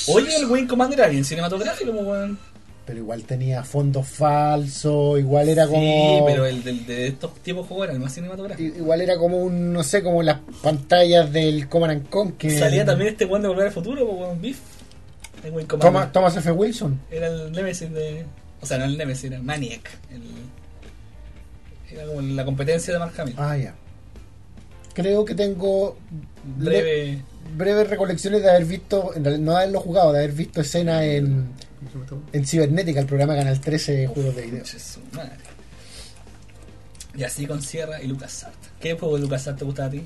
[SPEAKER 3] Oye, el Wing Commander era bien cinematográfico, pues, weón.
[SPEAKER 2] Pero igual tenía fondos falsos, igual era
[SPEAKER 3] Sí,
[SPEAKER 2] como.
[SPEAKER 3] pero el del- de estos tipos juegos era el más cinematográfico.
[SPEAKER 2] i- Igual era como un, no sé, como las pantallas del Command and Conquer.
[SPEAKER 3] Salía también este weón de Volver al Futuro, po, weón, Biff. El weón comando.
[SPEAKER 2] Thomas, Thomas F. Wilson.
[SPEAKER 3] Era el Nemesis de. O sea, no el Nemesis, era Maniac. el- era como la competencia de Mark Hamill.
[SPEAKER 2] Ah, ya. Creo que tengo le-
[SPEAKER 3] Breve.
[SPEAKER 2] breves recolecciones de haber visto, en realidad no de haberlo jugado, de haber visto escenas en,
[SPEAKER 1] ¿Cómo se llama esta weá?
[SPEAKER 2] en Cibernética, el programa Canal 13 de juegos de video.
[SPEAKER 3] Conche su madre. Y así con Sierra y Lucas Art. ¿Qué juego de Lucas Art te gusta a ti?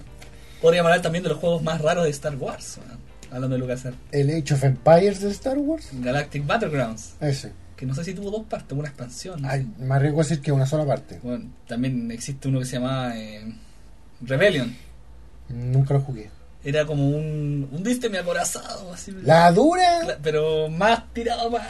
[SPEAKER 3] Podríamos hablar también de los juegos más raros de Star Wars. weón. Hablando de Lucas Art.
[SPEAKER 2] El Age of Empires de Star Wars.
[SPEAKER 3] Galactic Battlegrounds.
[SPEAKER 2] Ese.
[SPEAKER 3] Que no sé si tuvo dos partes, una expansión.
[SPEAKER 2] Ay, me arriesgo a decir que una sola parte.
[SPEAKER 3] Bueno, también existe uno que se llama eh, Rebellion.
[SPEAKER 2] Nunca lo jugué.
[SPEAKER 3] Era como un, un Distemi acorazado, así.
[SPEAKER 2] ¿La dura?
[SPEAKER 3] Cla- Pero más tirado más.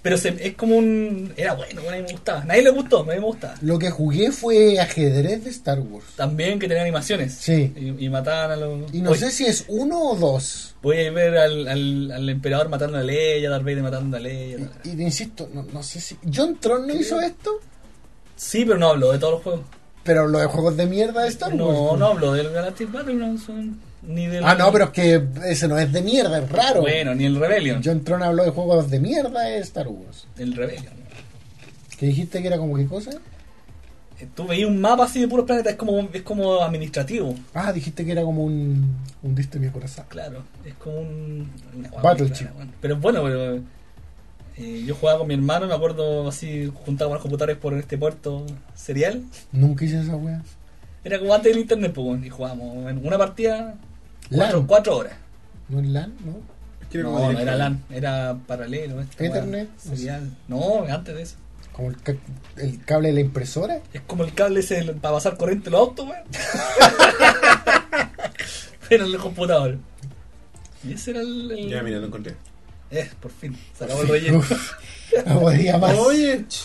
[SPEAKER 3] Pero se- es como un. Era bueno, bueno, a mí me gustaba. Nadie le gustó, a mí me gustaba.
[SPEAKER 2] Lo que jugué fue ajedrez de Star Wars.
[SPEAKER 3] También que tenía animaciones.
[SPEAKER 2] Sí.
[SPEAKER 3] Y, y mataban a los.
[SPEAKER 2] Y no
[SPEAKER 3] Oye,
[SPEAKER 2] sé si es uno o dos.
[SPEAKER 3] Voy a ver al, al, al emperador matando a Leia, Darth Vader matando a Leia. tal.
[SPEAKER 2] Y, y te insisto, no, no sé si. John Tron no hizo esto,
[SPEAKER 3] Sí, pero no hablo de todos los juegos.
[SPEAKER 2] pero los de juegos de mierda de Star Wars.
[SPEAKER 3] No, no hablo del Galactic Battlegrounds son- ni del.
[SPEAKER 2] Ah, no, pero es que ese no es de mierda, es raro.
[SPEAKER 3] Bueno, ni el Rebellion.
[SPEAKER 2] John Tron habló de juegos de mierda de Star Wars.
[SPEAKER 3] El Rebellion.
[SPEAKER 2] ¿Que dijiste que era como qué cosa?
[SPEAKER 3] Eh, Tú veías un mapa así de puros planetas, es como, es como administrativo.
[SPEAKER 2] Ah, dijiste que era como un. Un diste mi corazón.
[SPEAKER 3] Claro, es como un. una guagua
[SPEAKER 2] Battleship.
[SPEAKER 3] plana, bueno. Pero es bueno, pero. eh, yo jugaba con mi hermano, me acuerdo así, juntábamos los computadores por este puerto serial.
[SPEAKER 2] Nunca hice esa wea.
[SPEAKER 3] Era como antes del internet, pues, bueno, y jugábamos en una partida
[SPEAKER 2] LAN.
[SPEAKER 3] cuatro, cuatro horas.
[SPEAKER 2] No es LAN, ¿no?
[SPEAKER 1] Es que era
[SPEAKER 3] No,
[SPEAKER 1] como
[SPEAKER 3] no
[SPEAKER 1] directo.
[SPEAKER 3] era LAN, era paralelo. esta
[SPEAKER 2] Ethernet,
[SPEAKER 3] weá,
[SPEAKER 2] no sé.
[SPEAKER 3] serial. No, antes de eso.
[SPEAKER 2] Como el, ca- el cable de la impresora.
[SPEAKER 3] Es como el cable ese del- para pasar corriente en los autos, weón. Pero en el computador. Y ese era el. el-
[SPEAKER 1] Ya, mira, lo encontré.
[SPEAKER 3] Eh, por fin, se acabó el relleno.
[SPEAKER 2] No podía más.
[SPEAKER 1] Oye, ch,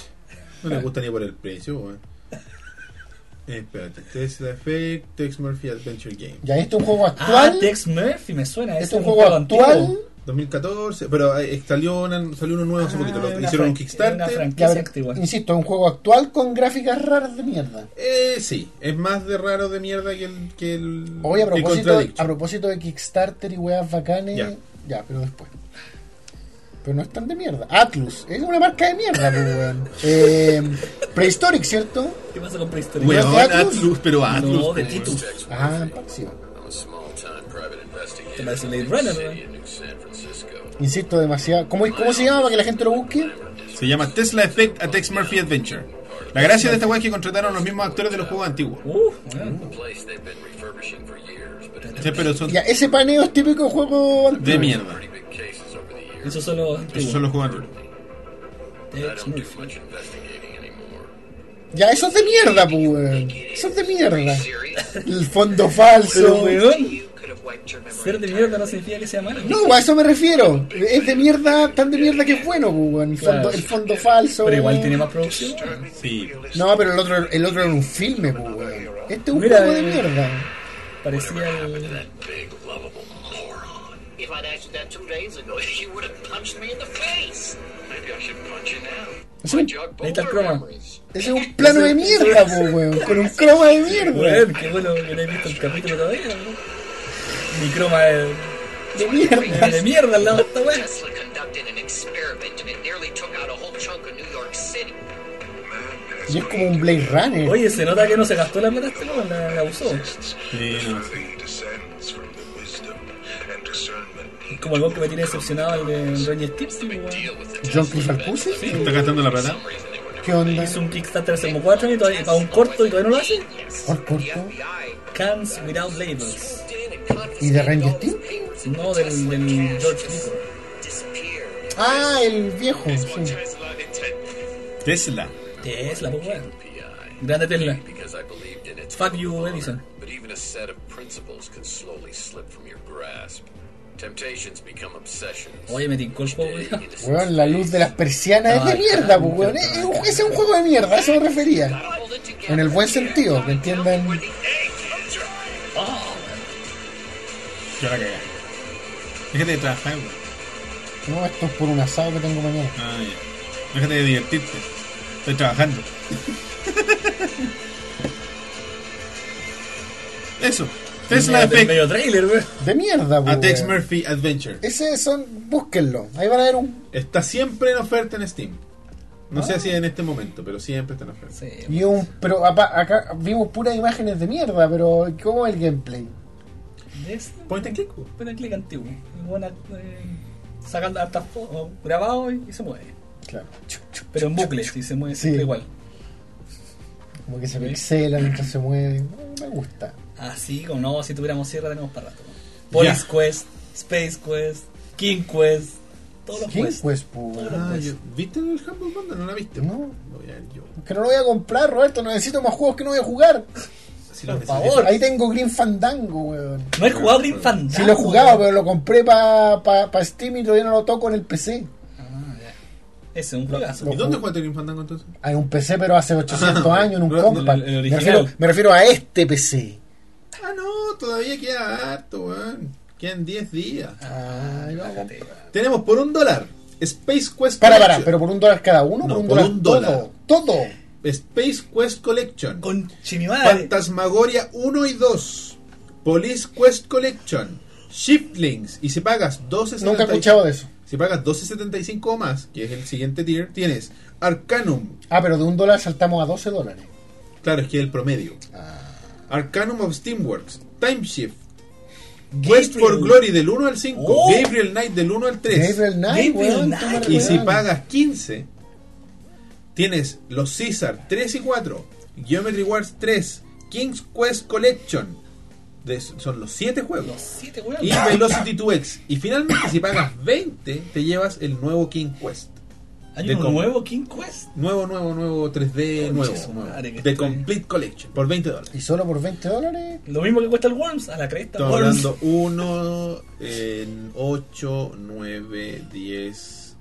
[SPEAKER 1] no le gusta ni por el precio, weón. Eh, espérate, Tesla Effect, Tex Murphy Adventure Game.
[SPEAKER 2] Ya, este es un juego
[SPEAKER 3] Ah,
[SPEAKER 2] actual.
[SPEAKER 3] Tex Murphy me suena.
[SPEAKER 2] este
[SPEAKER 3] ese
[SPEAKER 2] es un juego actual.
[SPEAKER 3] antiguo.
[SPEAKER 1] 2014, pero eh, salió, una- salió uno nuevo hace
[SPEAKER 3] Ah,
[SPEAKER 1] poquito. Lo
[SPEAKER 3] una
[SPEAKER 1] hicieron un
[SPEAKER 3] fran-
[SPEAKER 1] Kickstarter.
[SPEAKER 3] una
[SPEAKER 2] Ya,
[SPEAKER 3] franquicia.
[SPEAKER 2] pero, Mm.
[SPEAKER 3] antigua.
[SPEAKER 2] Insisto, es un juego actual con gráficas raras de mierda.
[SPEAKER 1] Eh, sí, es más de raro de mierda que el. Que el
[SPEAKER 2] Oye, a
[SPEAKER 1] que
[SPEAKER 2] propósito,
[SPEAKER 1] Contradiction.
[SPEAKER 2] a propósito de Kickstarter y weas bacanes.
[SPEAKER 1] Ya.
[SPEAKER 2] Ya. pero después. Pero no es tan de mierda. Atlus, es una marca de mierda, pues, weón. Eh, Prehistoric, ¿cierto?
[SPEAKER 3] ¿Qué pasa con Prehistoria?
[SPEAKER 1] Weón,
[SPEAKER 2] ¿no es de Atlus?
[SPEAKER 1] Atlus, pero Atlus.
[SPEAKER 3] no, de
[SPEAKER 1] weón.
[SPEAKER 3] Titus.
[SPEAKER 2] Ajá, parecido.
[SPEAKER 5] I'm a small-time private investigator
[SPEAKER 3] Te parece Blade Runner, weón.
[SPEAKER 5] in San Francisco.
[SPEAKER 2] Insisto, demasiado. ¿Cómo, ¿Cómo se llama para que la gente lo busque?
[SPEAKER 1] Se llama Tesla Effect a Tex Murphy Adventure. La gracia de esta weá es que contrataron a los mismos actores de los juegos antiguos.
[SPEAKER 3] Uh, bueno.
[SPEAKER 5] Place they've been refurbishing for years, but it's
[SPEAKER 1] Sí, pero son
[SPEAKER 2] Ya, ese paneo es típico de juego antiguo.
[SPEAKER 1] de mierda.
[SPEAKER 5] pretty big cases over the years.
[SPEAKER 3] Esos son los
[SPEAKER 1] Esos
[SPEAKER 3] antiguos.
[SPEAKER 1] son los juegos antiguos.
[SPEAKER 5] I
[SPEAKER 3] Tex
[SPEAKER 5] don't do
[SPEAKER 3] Murphy.
[SPEAKER 5] much investigating anymore.
[SPEAKER 2] Ya, eso es de mierda, pues, weón. Eso es de mierda.
[SPEAKER 4] Serious?
[SPEAKER 2] El fondo
[SPEAKER 3] Pero,
[SPEAKER 2] falso.
[SPEAKER 3] weón,
[SPEAKER 4] you could have wiped your memory.
[SPEAKER 3] ser de mierda no significa que sea malo.
[SPEAKER 2] No, a eso me refiero. Es de mierda, tan de mierda que es bueno, pues, weón. El
[SPEAKER 3] Claro.
[SPEAKER 2] fondo, el fondo falso.
[SPEAKER 3] Pero igual
[SPEAKER 2] weón.
[SPEAKER 3] tiene más producción. weón.
[SPEAKER 1] Sí.
[SPEAKER 2] No, pero el otro, el otro era un filme, pues, weón. Este es un
[SPEAKER 3] Mira,
[SPEAKER 2] juego de
[SPEAKER 3] eh,
[SPEAKER 2] mierda.
[SPEAKER 3] Parecía el.
[SPEAKER 4] If I'd asked you that two days ago, you would have punched me in the face.
[SPEAKER 5] Maybe I should punch you now.
[SPEAKER 2] Ese es un,
[SPEAKER 5] Jog
[SPEAKER 3] Ahí está el
[SPEAKER 5] Boulder
[SPEAKER 3] croma.
[SPEAKER 5] memories.
[SPEAKER 2] ese Este es un plano de mierda, pues, weón. Con un croma de mierda.
[SPEAKER 3] Weón, qué bueno que no he visto el capítulo todavía. weón. Mi croma de,
[SPEAKER 2] De mierda.
[SPEAKER 3] de mierda al lado de esta weón.
[SPEAKER 4] Tesla conducted an experiment and it nearly took out a whole chunk of New York City.
[SPEAKER 2] Y es como un Blade Runner.
[SPEAKER 3] Oye, se nota que no se gastó la plata este weón, la, la usó.
[SPEAKER 1] Sí, no.
[SPEAKER 8] Nothing descends from the wisdom and discernment.
[SPEAKER 3] Es como el weón que me tiene decepcionado el de Ranger Tipsy, weón.
[SPEAKER 4] Deal with it.
[SPEAKER 2] John Cusarcuse.
[SPEAKER 3] Sí,
[SPEAKER 1] ¿Está gastando la plata?
[SPEAKER 2] ¿Qué onda?
[SPEAKER 3] hizo un Kickstarter hace como 4 años y todavía- para un corto y todavía no lo hace.
[SPEAKER 2] ¿Por corto?
[SPEAKER 3] Cans Without Labels.
[SPEAKER 2] ¿Y de Ranger Team?
[SPEAKER 3] No, del, del George Clooney.
[SPEAKER 2] Ah, el viejo. sí.
[SPEAKER 1] Tesla.
[SPEAKER 3] Tesla, pues weón. Grande Tesla.
[SPEAKER 5] Because I believed in it.
[SPEAKER 3] Fuck you, Edison.
[SPEAKER 5] But even a set of principles can slowly slip from your grasp. Temptations become obsessions.
[SPEAKER 3] Oye, me tincó el juego, weón.
[SPEAKER 2] Weón, la luz de las persianas es de mierda, pues, weón. Es- es un- Ese es un juego de mierda, a eso me refería. En el buen sentido, que entiendan.
[SPEAKER 1] Yo la cagué. Déjate de trabajar, weón.
[SPEAKER 2] No, esto es por un asado que tengo mañana.
[SPEAKER 1] Ah, ya. Déjate de divertirte. Estoy trabajando. Eso. Tesla
[SPEAKER 3] Del
[SPEAKER 1] Effect.
[SPEAKER 3] medio trailer, weón.
[SPEAKER 2] De mierda,
[SPEAKER 1] A
[SPEAKER 2] po,
[SPEAKER 1] Ah, Tex
[SPEAKER 2] weón.
[SPEAKER 1] Murphy Adventure.
[SPEAKER 2] Ese son, búsquenlo. Ahí van a ver un.
[SPEAKER 1] Está siempre en oferta en Steam. No sé si en este momento, pero siempre está en oferta.
[SPEAKER 3] Sí,
[SPEAKER 2] Y un pero apa- acá vimos puras imágenes de mierda, pero ¿cómo es el gameplay?
[SPEAKER 3] es
[SPEAKER 1] Point and click.
[SPEAKER 3] pero clic antiguo. Y Bueno, eh, sacando hartas fotos, grabado y, y se mueve.
[SPEAKER 2] Claro.
[SPEAKER 3] Pero en bucle, si se mueve
[SPEAKER 2] Sí.
[SPEAKER 3] siempre igual.
[SPEAKER 2] Como que se
[SPEAKER 3] Sí.
[SPEAKER 2] pixelan, mientras se mueven. Me gusta.
[SPEAKER 3] Así como no, si tuviéramos sierra tenemos para rato. Police Quest, Space Quest, King Quest, todos los
[SPEAKER 2] ¿Quién
[SPEAKER 3] quests.
[SPEAKER 2] pues, po, weón?
[SPEAKER 1] Ah, yo- ¿Viste el Humble Bundle? ¿No la viste?
[SPEAKER 2] No.
[SPEAKER 1] Lo voy a ver yo.
[SPEAKER 2] Que no lo voy a comprar, Roberto. No necesito más juegos que no voy a jugar.
[SPEAKER 1] Si lo
[SPEAKER 3] Por
[SPEAKER 1] necesito.
[SPEAKER 3] favor.
[SPEAKER 2] Ahí tengo Green Fandango, weón.
[SPEAKER 3] No he jugado Green Fandango.
[SPEAKER 2] Sí lo he jugado,
[SPEAKER 3] weón.
[SPEAKER 2] pero lo compré para pa, pa Steam y todavía no lo toco en el PC.
[SPEAKER 3] Ah, ya. Ese es un juegazo.
[SPEAKER 1] ¿Y dónde jugaste Green Fandango entonces?
[SPEAKER 2] Hay un PC, pero hace 800 años en un
[SPEAKER 1] el-
[SPEAKER 2] compact.
[SPEAKER 3] el- el
[SPEAKER 2] me,
[SPEAKER 3] original.
[SPEAKER 2] refiero, me refiero a este PC.
[SPEAKER 1] Ah, no, todavía queda harto, weón. Quedan 10 días.
[SPEAKER 2] Ay, vamos.
[SPEAKER 3] Fíjate.
[SPEAKER 1] Tenemos por un dólar Space Quest
[SPEAKER 2] Para, para,
[SPEAKER 1] Collection.
[SPEAKER 2] pero por un dólar cada uno,
[SPEAKER 1] No,
[SPEAKER 2] por un
[SPEAKER 1] por
[SPEAKER 2] dólar,
[SPEAKER 1] un dólar.
[SPEAKER 2] todo. Todo.
[SPEAKER 1] Space Quest Collection.
[SPEAKER 3] Con Chimimadre.
[SPEAKER 1] Fantasmagoria 1 y 2. Police Quest Collection. Shiftlings. Y si pagas 12.75
[SPEAKER 2] Nunca he escuchado de eso.
[SPEAKER 1] Si pagas 12.75 o más, que es el siguiente tier, tienes Arcanum.
[SPEAKER 2] Ah, pero de un dólar saltamos a 12 dólares.
[SPEAKER 1] Claro, es que es el promedio.
[SPEAKER 2] Ah.
[SPEAKER 1] Arcanum of Steamworks. Time Shift. Quest
[SPEAKER 3] Gabriel.
[SPEAKER 1] for Glory del 1 al 5.
[SPEAKER 3] Oh.
[SPEAKER 1] Gabriel Knight del 1 al 3.
[SPEAKER 2] Gabriel Knight,
[SPEAKER 3] Gabriel
[SPEAKER 2] weón,
[SPEAKER 3] Knight,
[SPEAKER 2] toma la
[SPEAKER 1] Y
[SPEAKER 2] weá.
[SPEAKER 1] si pagas 15, tienes los Caesar 3 y 4, Geometry Wars 3, King's Quest Collection. de- son los 7
[SPEAKER 3] Los
[SPEAKER 1] juegos.
[SPEAKER 3] siete, weón.
[SPEAKER 1] Y Velocity 2X. Y finalmente, si pagas 20, te llevas el nuevo King Quest.
[SPEAKER 3] Hay
[SPEAKER 1] de
[SPEAKER 3] un
[SPEAKER 1] com-
[SPEAKER 3] nuevo King Quest.
[SPEAKER 1] Nuevo, nuevo, nuevo 3D,
[SPEAKER 3] Conche
[SPEAKER 1] nuevo.
[SPEAKER 3] su
[SPEAKER 1] nuevo.
[SPEAKER 3] madre, que
[SPEAKER 1] The
[SPEAKER 3] estoy-
[SPEAKER 1] Complete Collection por 20 dólares.
[SPEAKER 2] ¿Y solo por 20 dólares?
[SPEAKER 3] Lo mismo que cuesta el Worms, a la cresta.
[SPEAKER 1] Estamos
[SPEAKER 3] Worms.
[SPEAKER 1] hablando 1, 8, 9, 10,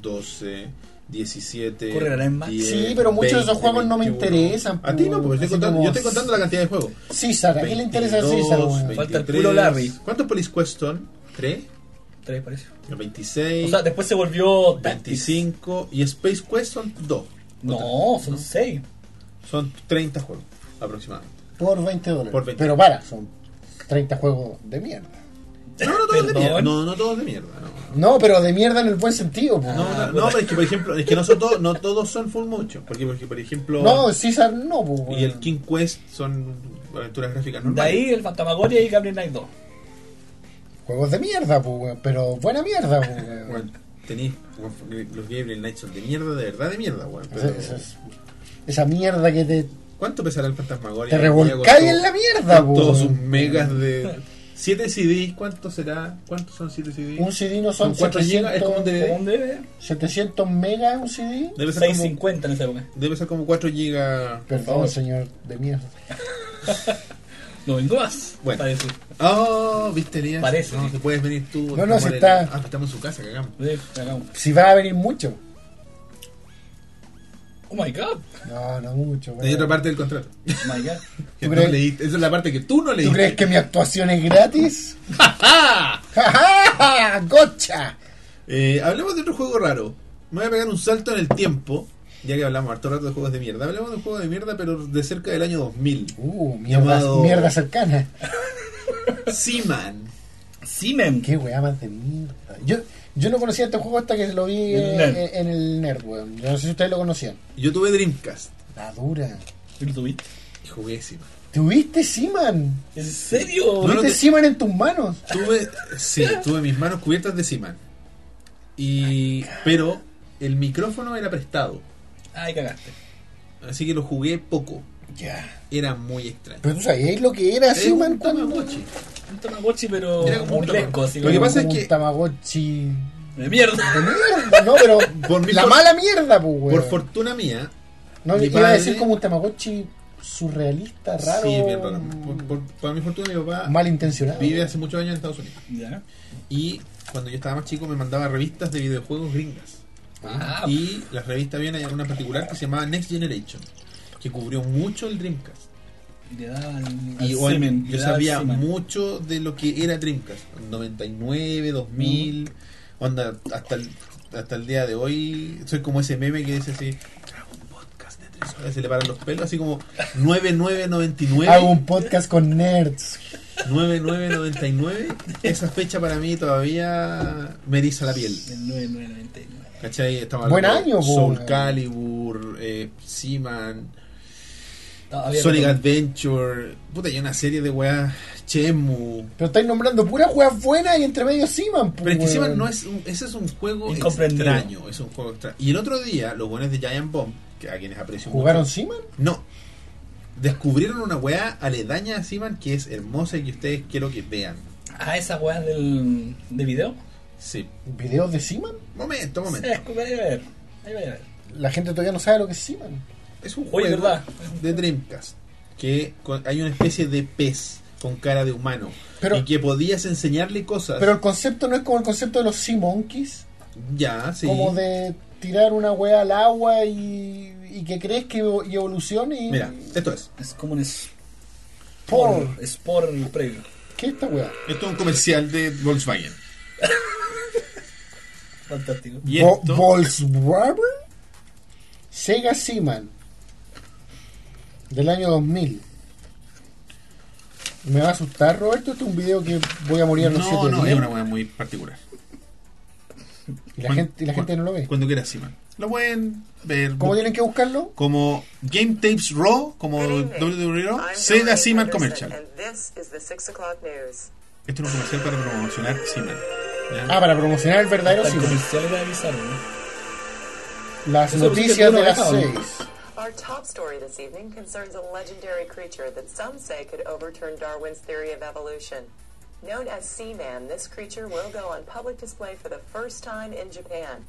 [SPEAKER 1] 12, 17.
[SPEAKER 3] Corre, harán más.
[SPEAKER 2] Sí, pero muchos de esos juegos no me interesan,
[SPEAKER 1] A ti no,
[SPEAKER 2] pues,
[SPEAKER 1] porque estoy
[SPEAKER 2] así
[SPEAKER 1] contando-
[SPEAKER 2] como-
[SPEAKER 1] yo estoy contando la cantidad de juegos.
[SPEAKER 2] César, ¿a qué le interesa a César,
[SPEAKER 1] 22,
[SPEAKER 2] weón?
[SPEAKER 3] Falta el
[SPEAKER 1] 23.
[SPEAKER 3] culo Larry.
[SPEAKER 1] ¿Cuántos Police Quest son? 3,
[SPEAKER 3] Tres, parece. O
[SPEAKER 1] 26,
[SPEAKER 3] sea, después se volvió Tactics.
[SPEAKER 1] 25 y Space Quest son 2.
[SPEAKER 3] No, son seis.
[SPEAKER 1] Son 30 juegos aproximadamente.
[SPEAKER 2] Por 20 dólares.
[SPEAKER 1] Por 20.
[SPEAKER 2] Pero para, son 30 juegos de mierda.
[SPEAKER 1] No, no todos de
[SPEAKER 3] Perdón.
[SPEAKER 1] mierda. No, no todos de mierda. No.
[SPEAKER 2] No, pero de mierda en el buen sentido, po.
[SPEAKER 1] No, no, no, pero es que por ejemplo, es que no, son todos, no todos son full motion. Porque, porque, por ejemplo,
[SPEAKER 2] No, César no, po, weón.
[SPEAKER 1] y el King Quest son aventuras gráficas
[SPEAKER 3] De
[SPEAKER 1] normales.
[SPEAKER 3] ahí el Fantasmagoria y Gabriel Knight 2.
[SPEAKER 2] Juegos de mierda, po, weón, Pero buena mierda, po, weón.
[SPEAKER 1] Bueno, tenéis weón, los Gabriel Knights son de mierda, de verdad de mierda, weón.
[SPEAKER 2] Esa,
[SPEAKER 1] Pero,
[SPEAKER 2] esa es- esa mierda que te.
[SPEAKER 1] ¿Cuánto pesará el Fantasmagoria?
[SPEAKER 2] Te
[SPEAKER 1] Ya con
[SPEAKER 2] revolcáis
[SPEAKER 1] todo-
[SPEAKER 2] en la mierda,
[SPEAKER 1] con
[SPEAKER 2] po.
[SPEAKER 1] Todos sus megas de 7 CDs, ¿cuánto será? ¿Cuántos son 7 CDs?
[SPEAKER 2] Un CD no son,
[SPEAKER 1] Son cuatro gigas, es como un
[SPEAKER 2] 700,
[SPEAKER 1] DVD.
[SPEAKER 3] ¿Dónde?
[SPEAKER 2] 700 megas un CD.
[SPEAKER 1] Debe ser como
[SPEAKER 3] 6.50 en esa época.
[SPEAKER 1] debe ser como 4 GB.
[SPEAKER 2] Perdón, señor de mierda.
[SPEAKER 3] No vengo más.
[SPEAKER 1] Bueno.
[SPEAKER 3] Parece.
[SPEAKER 1] Oh, viste, Elías.
[SPEAKER 3] Parece.
[SPEAKER 1] No, te puedes venir tú.
[SPEAKER 2] No, no,
[SPEAKER 1] Estamos
[SPEAKER 2] se
[SPEAKER 1] en el-
[SPEAKER 2] está-
[SPEAKER 1] Ah, estamos en su casa, cagamos.
[SPEAKER 3] Sí, cagamos.
[SPEAKER 2] Si va a venir mucho.
[SPEAKER 3] Oh my god.
[SPEAKER 2] No, no mucho.
[SPEAKER 1] Hay
[SPEAKER 2] weón.
[SPEAKER 1] otra parte del contrato.
[SPEAKER 3] Oh my god.
[SPEAKER 1] Que
[SPEAKER 2] ¿Tú
[SPEAKER 1] no
[SPEAKER 2] crees?
[SPEAKER 1] leíste. Esa es la parte que tú no
[SPEAKER 2] ¿Tú
[SPEAKER 1] leíste.
[SPEAKER 2] crees que mi actuación es gratis? ¡Ja, ja! ¡Gocha!
[SPEAKER 1] Eh, hablemos de otro juego raro. Me voy a pegar un salto en el tiempo. Ya que hablamos harto rato de juegos de mierda. Hablemos de un juego de mierda, pero de cerca del año 2000.
[SPEAKER 2] Uh, mierda,
[SPEAKER 1] Llamado-
[SPEAKER 2] mierda cercana.
[SPEAKER 1] Seaman.
[SPEAKER 3] Simen.
[SPEAKER 2] Qué weá más de mierda. Yo, yo no conocía este juego hasta que lo vi eh,
[SPEAKER 3] Nerd.
[SPEAKER 2] eh, en el Nerd, weón. Yo no sé si ustedes lo conocían.
[SPEAKER 1] Yo tuve Dreamcast
[SPEAKER 2] La dura.
[SPEAKER 3] ¿Tú lo tuviste?
[SPEAKER 1] y jugué Seaman.
[SPEAKER 2] ¿Tuviste Seaman?
[SPEAKER 3] ¿En serio?
[SPEAKER 1] No, no
[SPEAKER 2] ¿Tuviste
[SPEAKER 1] te-
[SPEAKER 2] Seaman en tus manos?
[SPEAKER 1] Tuve, sí, tuve mis manos cubiertas de Seaman. Y, pero el micrófono era prestado.
[SPEAKER 3] Ay, cagaste.
[SPEAKER 1] Así que lo jugué poco.
[SPEAKER 2] Ya.
[SPEAKER 1] Era muy extraño.
[SPEAKER 2] Pero tú sabías lo que era
[SPEAKER 1] Era
[SPEAKER 2] Seaman
[SPEAKER 1] un
[SPEAKER 2] cuando...
[SPEAKER 1] Tamagotchi.
[SPEAKER 3] Un Tamagotchi, pero
[SPEAKER 1] Era como un
[SPEAKER 3] burlesco,
[SPEAKER 1] Tamagotchi.
[SPEAKER 3] así
[SPEAKER 1] Lo que
[SPEAKER 3] como
[SPEAKER 1] pasa es
[SPEAKER 2] como
[SPEAKER 1] que-
[SPEAKER 2] un Tamagotchi.
[SPEAKER 3] de mierda.
[SPEAKER 2] De mierda, no, pero.
[SPEAKER 1] Por mi-
[SPEAKER 2] la
[SPEAKER 1] por-
[SPEAKER 2] mala mierda, pues, weón.
[SPEAKER 1] Por fortuna mía,
[SPEAKER 2] No,
[SPEAKER 1] mi
[SPEAKER 2] iba a decir
[SPEAKER 1] padre-
[SPEAKER 2] como un Tamagotchi surrealista, raro.
[SPEAKER 1] sí, bien raro. Por, por- para mi fortuna, mi papá
[SPEAKER 2] Malintencionado.
[SPEAKER 1] vive hace muchos años en Estados Unidos.
[SPEAKER 3] Ya.
[SPEAKER 1] Y cuando yo estaba más chico me mandaba revistas de videojuegos gringas.
[SPEAKER 3] Ah,
[SPEAKER 1] Y las revistas había una- una en particular que se llamaba Next Generation, que cubrió mucho el Dreamcast.
[SPEAKER 3] le daban al
[SPEAKER 1] Y bueno,
[SPEAKER 3] semen,
[SPEAKER 1] yo
[SPEAKER 3] le daba al
[SPEAKER 1] sabía
[SPEAKER 3] semen.
[SPEAKER 1] mucho de lo que era Dreamcast. 99, 2000, onda, hasta el- hasta el día de hoy soy como ese meme que dice así, hago un podcast de tres horas, se le paran los pelos, así como
[SPEAKER 2] Hago
[SPEAKER 1] 9999,
[SPEAKER 2] un podcast con nerds.
[SPEAKER 1] 9999, esa fecha para mí todavía me eriza la piel.
[SPEAKER 3] El 9999.
[SPEAKER 1] ¿Cachai? Estamos
[SPEAKER 2] Buen
[SPEAKER 1] hablando de
[SPEAKER 2] año, po,
[SPEAKER 1] Soul
[SPEAKER 2] weón.
[SPEAKER 1] Calibur, eh, Seaman,
[SPEAKER 3] No, había
[SPEAKER 1] Sonic
[SPEAKER 3] otro-
[SPEAKER 1] Adventure, puta, hay una serie de weas, Chemu.
[SPEAKER 2] Pero estáis nombrando puras weas buenas y entre medio pues, Siman.
[SPEAKER 1] Pero es que Seaman no es un- ese es un juego
[SPEAKER 3] Incomprendido.
[SPEAKER 1] extraño, es un juego extraño. Y el otro día, los buenos de Giant Bomb, que a quienes aprecio mucho-
[SPEAKER 2] ¿Jugaron Siman?
[SPEAKER 1] No. Descubrieron una weá aledaña a Seaman que es hermosa y que ustedes quiero que vean.
[SPEAKER 3] Ah, esa weá del de video.
[SPEAKER 1] Sí.
[SPEAKER 2] ¿Videos de Siman?
[SPEAKER 1] Momento,
[SPEAKER 3] Sí,
[SPEAKER 1] momento.
[SPEAKER 3] ahí va a ver. Ahí va a ver.
[SPEAKER 2] La gente todavía no sabe lo que es Siman.
[SPEAKER 1] Es un
[SPEAKER 3] Oye,
[SPEAKER 1] juego
[SPEAKER 3] ¿verdad?
[SPEAKER 1] de Dreamcast que con- hay una especie de pez con cara de humano
[SPEAKER 2] Pero-
[SPEAKER 1] y que podías enseñarle cosas.
[SPEAKER 2] Pero el concepto no es como el concepto de los Sea Monkeys,
[SPEAKER 1] ya, sí.
[SPEAKER 2] como de tirar una wea al agua y, y que crees que evo- y evolucione. Y,
[SPEAKER 1] Mira, esto es.
[SPEAKER 3] Es como un
[SPEAKER 2] Por.
[SPEAKER 3] Sport. Sport previo.
[SPEAKER 2] ¿Qué es esta wea?
[SPEAKER 1] Esto es un comercial de Volkswagen.
[SPEAKER 3] Fantástico.
[SPEAKER 1] Y
[SPEAKER 2] Vo-
[SPEAKER 1] esto
[SPEAKER 2] Volkswagen Sega Seaman del año 2000. ¿Me va a asustar, Roberto? Este es un video que voy a morir a los
[SPEAKER 1] no,
[SPEAKER 2] siete
[SPEAKER 1] no, es
[SPEAKER 2] días.
[SPEAKER 1] una weá muy particular.
[SPEAKER 2] Y la, gente, y la gente no lo ve.
[SPEAKER 1] Cuando quieras, Simon. Lo pueden ver.
[SPEAKER 2] ¿Cómo tienen que buscarlo?
[SPEAKER 1] como Game Tapes Raw, como
[SPEAKER 6] eh,
[SPEAKER 1] WWE Raw, Sega Seaman Commercial.
[SPEAKER 6] this is the 6 o'clock news.
[SPEAKER 1] Esto es un comercial para promocionar Seaman. ¿ya?
[SPEAKER 2] Ah, para promocionar el verdadero
[SPEAKER 3] El
[SPEAKER 2] Seaman.
[SPEAKER 3] comercial era bizarro, ¿no?
[SPEAKER 2] Las
[SPEAKER 3] Eso
[SPEAKER 2] noticias
[SPEAKER 3] busqué,
[SPEAKER 2] de
[SPEAKER 3] tú
[SPEAKER 2] las
[SPEAKER 3] no
[SPEAKER 2] seis.
[SPEAKER 3] dejabas.
[SPEAKER 6] Our top story this evening concerns a legendary creature that some say could overturn Darwin's theory of evolution. Known as Seaman, this creature will go on public display for the first time in Japan.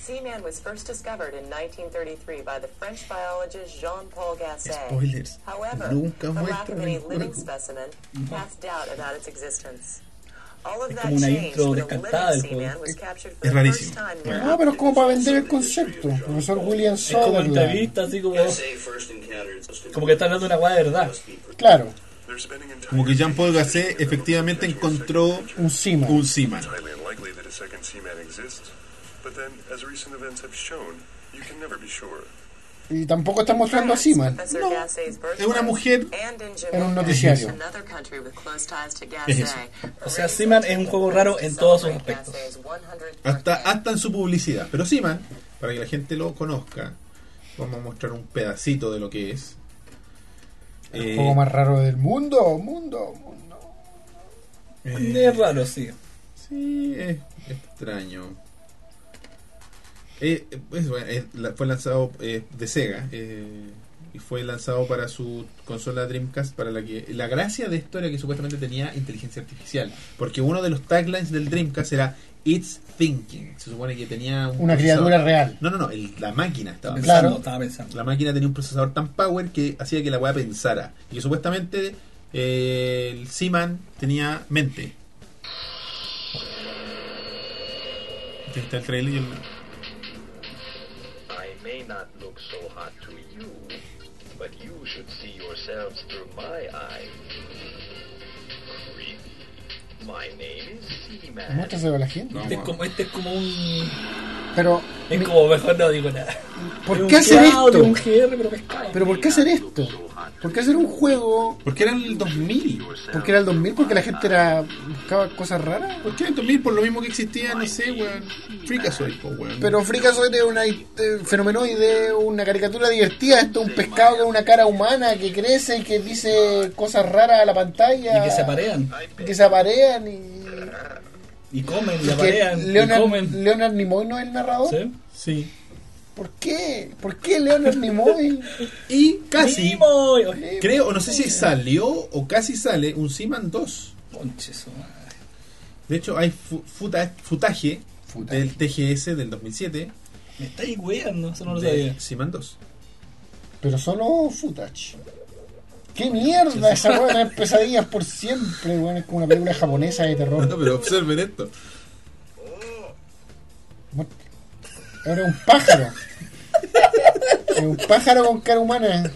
[SPEAKER 6] Seaman was first discovered in 1933 by the French biologist Jean-Paul Gasset.
[SPEAKER 1] Spoilers.
[SPEAKER 6] However,
[SPEAKER 1] Nunca
[SPEAKER 6] the lack
[SPEAKER 1] muestran
[SPEAKER 6] of any
[SPEAKER 1] el
[SPEAKER 6] living
[SPEAKER 1] cuerpo.
[SPEAKER 6] specimen cast doubt about its existence. All of
[SPEAKER 3] Es
[SPEAKER 6] that
[SPEAKER 3] como una
[SPEAKER 6] changed
[SPEAKER 3] intro
[SPEAKER 6] when a
[SPEAKER 3] descartada
[SPEAKER 6] living
[SPEAKER 3] del
[SPEAKER 6] Seaman
[SPEAKER 3] juego.
[SPEAKER 6] was captured for
[SPEAKER 1] Es
[SPEAKER 6] the first
[SPEAKER 1] rarísimo.
[SPEAKER 6] time
[SPEAKER 1] Bueno.
[SPEAKER 6] near
[SPEAKER 2] Ah, pero es como para vender el concepto. Profesor William
[SPEAKER 3] Es como
[SPEAKER 2] Sutherland.
[SPEAKER 3] entrevista, así como.
[SPEAKER 5] first encountered
[SPEAKER 3] Oh. Como que está hablando una weá de verdad.
[SPEAKER 2] Claro,
[SPEAKER 8] They're spending entire
[SPEAKER 1] Como que Jean-Paul Gasset efectivamente encontró
[SPEAKER 2] un Seaman.
[SPEAKER 1] un Seaman.
[SPEAKER 8] highly unlikely that a second Seaman exists. But then, as recent events have shown, you can never be sure.
[SPEAKER 2] Y tampoco están mostrando a Seaman.
[SPEAKER 1] No,
[SPEAKER 6] No,
[SPEAKER 1] es una mujer
[SPEAKER 2] en un noticiario.
[SPEAKER 1] Es eso.
[SPEAKER 3] O sea, Seaman es un juego raro en todos sus aspectos.
[SPEAKER 1] Hasta, hasta en su publicidad. Pero Seaman, para que la gente lo conozca, vamos a mostrar un pedacito de lo que es.
[SPEAKER 2] El
[SPEAKER 1] Eh,
[SPEAKER 2] juego más raro del mundo. Mundo, mundo.
[SPEAKER 1] eh,
[SPEAKER 3] Es raro, sí.
[SPEAKER 1] Sí, es extraño. Eh, eh, pues, bueno, eh, la- fue lanzado eh, de Sega eh, y fue lanzado para su consola Dreamcast para la que la gracia de esto era que supuestamente tenía inteligencia artificial porque uno de los taglines del Dreamcast era It's Thinking se supone que tenía un
[SPEAKER 2] Una
[SPEAKER 1] procesador-
[SPEAKER 2] criatura real.
[SPEAKER 1] no no no el- la máquina estaba
[SPEAKER 3] Pensando,
[SPEAKER 2] Claro.
[SPEAKER 3] Estaba pensando.
[SPEAKER 1] la máquina tenía un procesador tan power que hacía que la weá pensara y que supuestamente eh, el Seaman tenía mente Aquí está el trailer y el-
[SPEAKER 5] I may not look so hot to you, but you should see yourselves through my eyes. Creepy. My name is Seaman.
[SPEAKER 2] Muéstraselo a la gente.
[SPEAKER 3] Este es como, este es como un.
[SPEAKER 2] Pero,
[SPEAKER 3] Es como mejor no digo nada. Es
[SPEAKER 2] ¿por
[SPEAKER 3] un
[SPEAKER 2] qué hacer
[SPEAKER 3] cloud,
[SPEAKER 2] esto?
[SPEAKER 3] es Un GR, pero pescado.
[SPEAKER 2] ¿Pero por qué hacer esto? ¿Por qué hacer un juego?
[SPEAKER 1] ¿Por qué era el 2000?
[SPEAKER 2] Porque era el 2000, porque la gente era buscaba cosas raras.
[SPEAKER 1] ¿Por qué era el 2000? Por lo mismo que existía, no sé, weón. Freakazoid, po, weón.
[SPEAKER 2] Pero Freakazoid es una eh, fenomenoide, una caricatura divertida. Esto es un pescado con una cara humana que crece y que dice cosas raras a la pantalla.
[SPEAKER 3] Y que se aparean.
[SPEAKER 2] Que se aparean y.
[SPEAKER 3] Y comen, y
[SPEAKER 2] y que
[SPEAKER 3] aparean. Y
[SPEAKER 2] Leonard,
[SPEAKER 3] comen.
[SPEAKER 2] Leonard Nimoy no es el narrador.
[SPEAKER 3] ¿Sí?
[SPEAKER 1] Sí.
[SPEAKER 2] ¿Por qué? ¿Por qué Leonard Nimoy?
[SPEAKER 1] Y
[SPEAKER 2] Ah,
[SPEAKER 1] casi,
[SPEAKER 3] Nimoy, oye,
[SPEAKER 1] creo, o no sé si salió o casi sale un Seaman 2.
[SPEAKER 3] conche su madre.
[SPEAKER 1] De hecho, hay fu- futa- futaje
[SPEAKER 2] Futaje.
[SPEAKER 1] del TGS del 2007
[SPEAKER 3] Me estáis weando, eso no lo sabía.
[SPEAKER 1] de Seaman 2.
[SPEAKER 2] Pero solo footage. ¡Qué mierda! Esa weá de tener pesadillas por siempre, weón. Es como una película japonesa de
[SPEAKER 1] No,
[SPEAKER 2] terror.
[SPEAKER 1] pero observen esto.
[SPEAKER 2] Ahora es un pájaro. Es un pájaro con cara humana.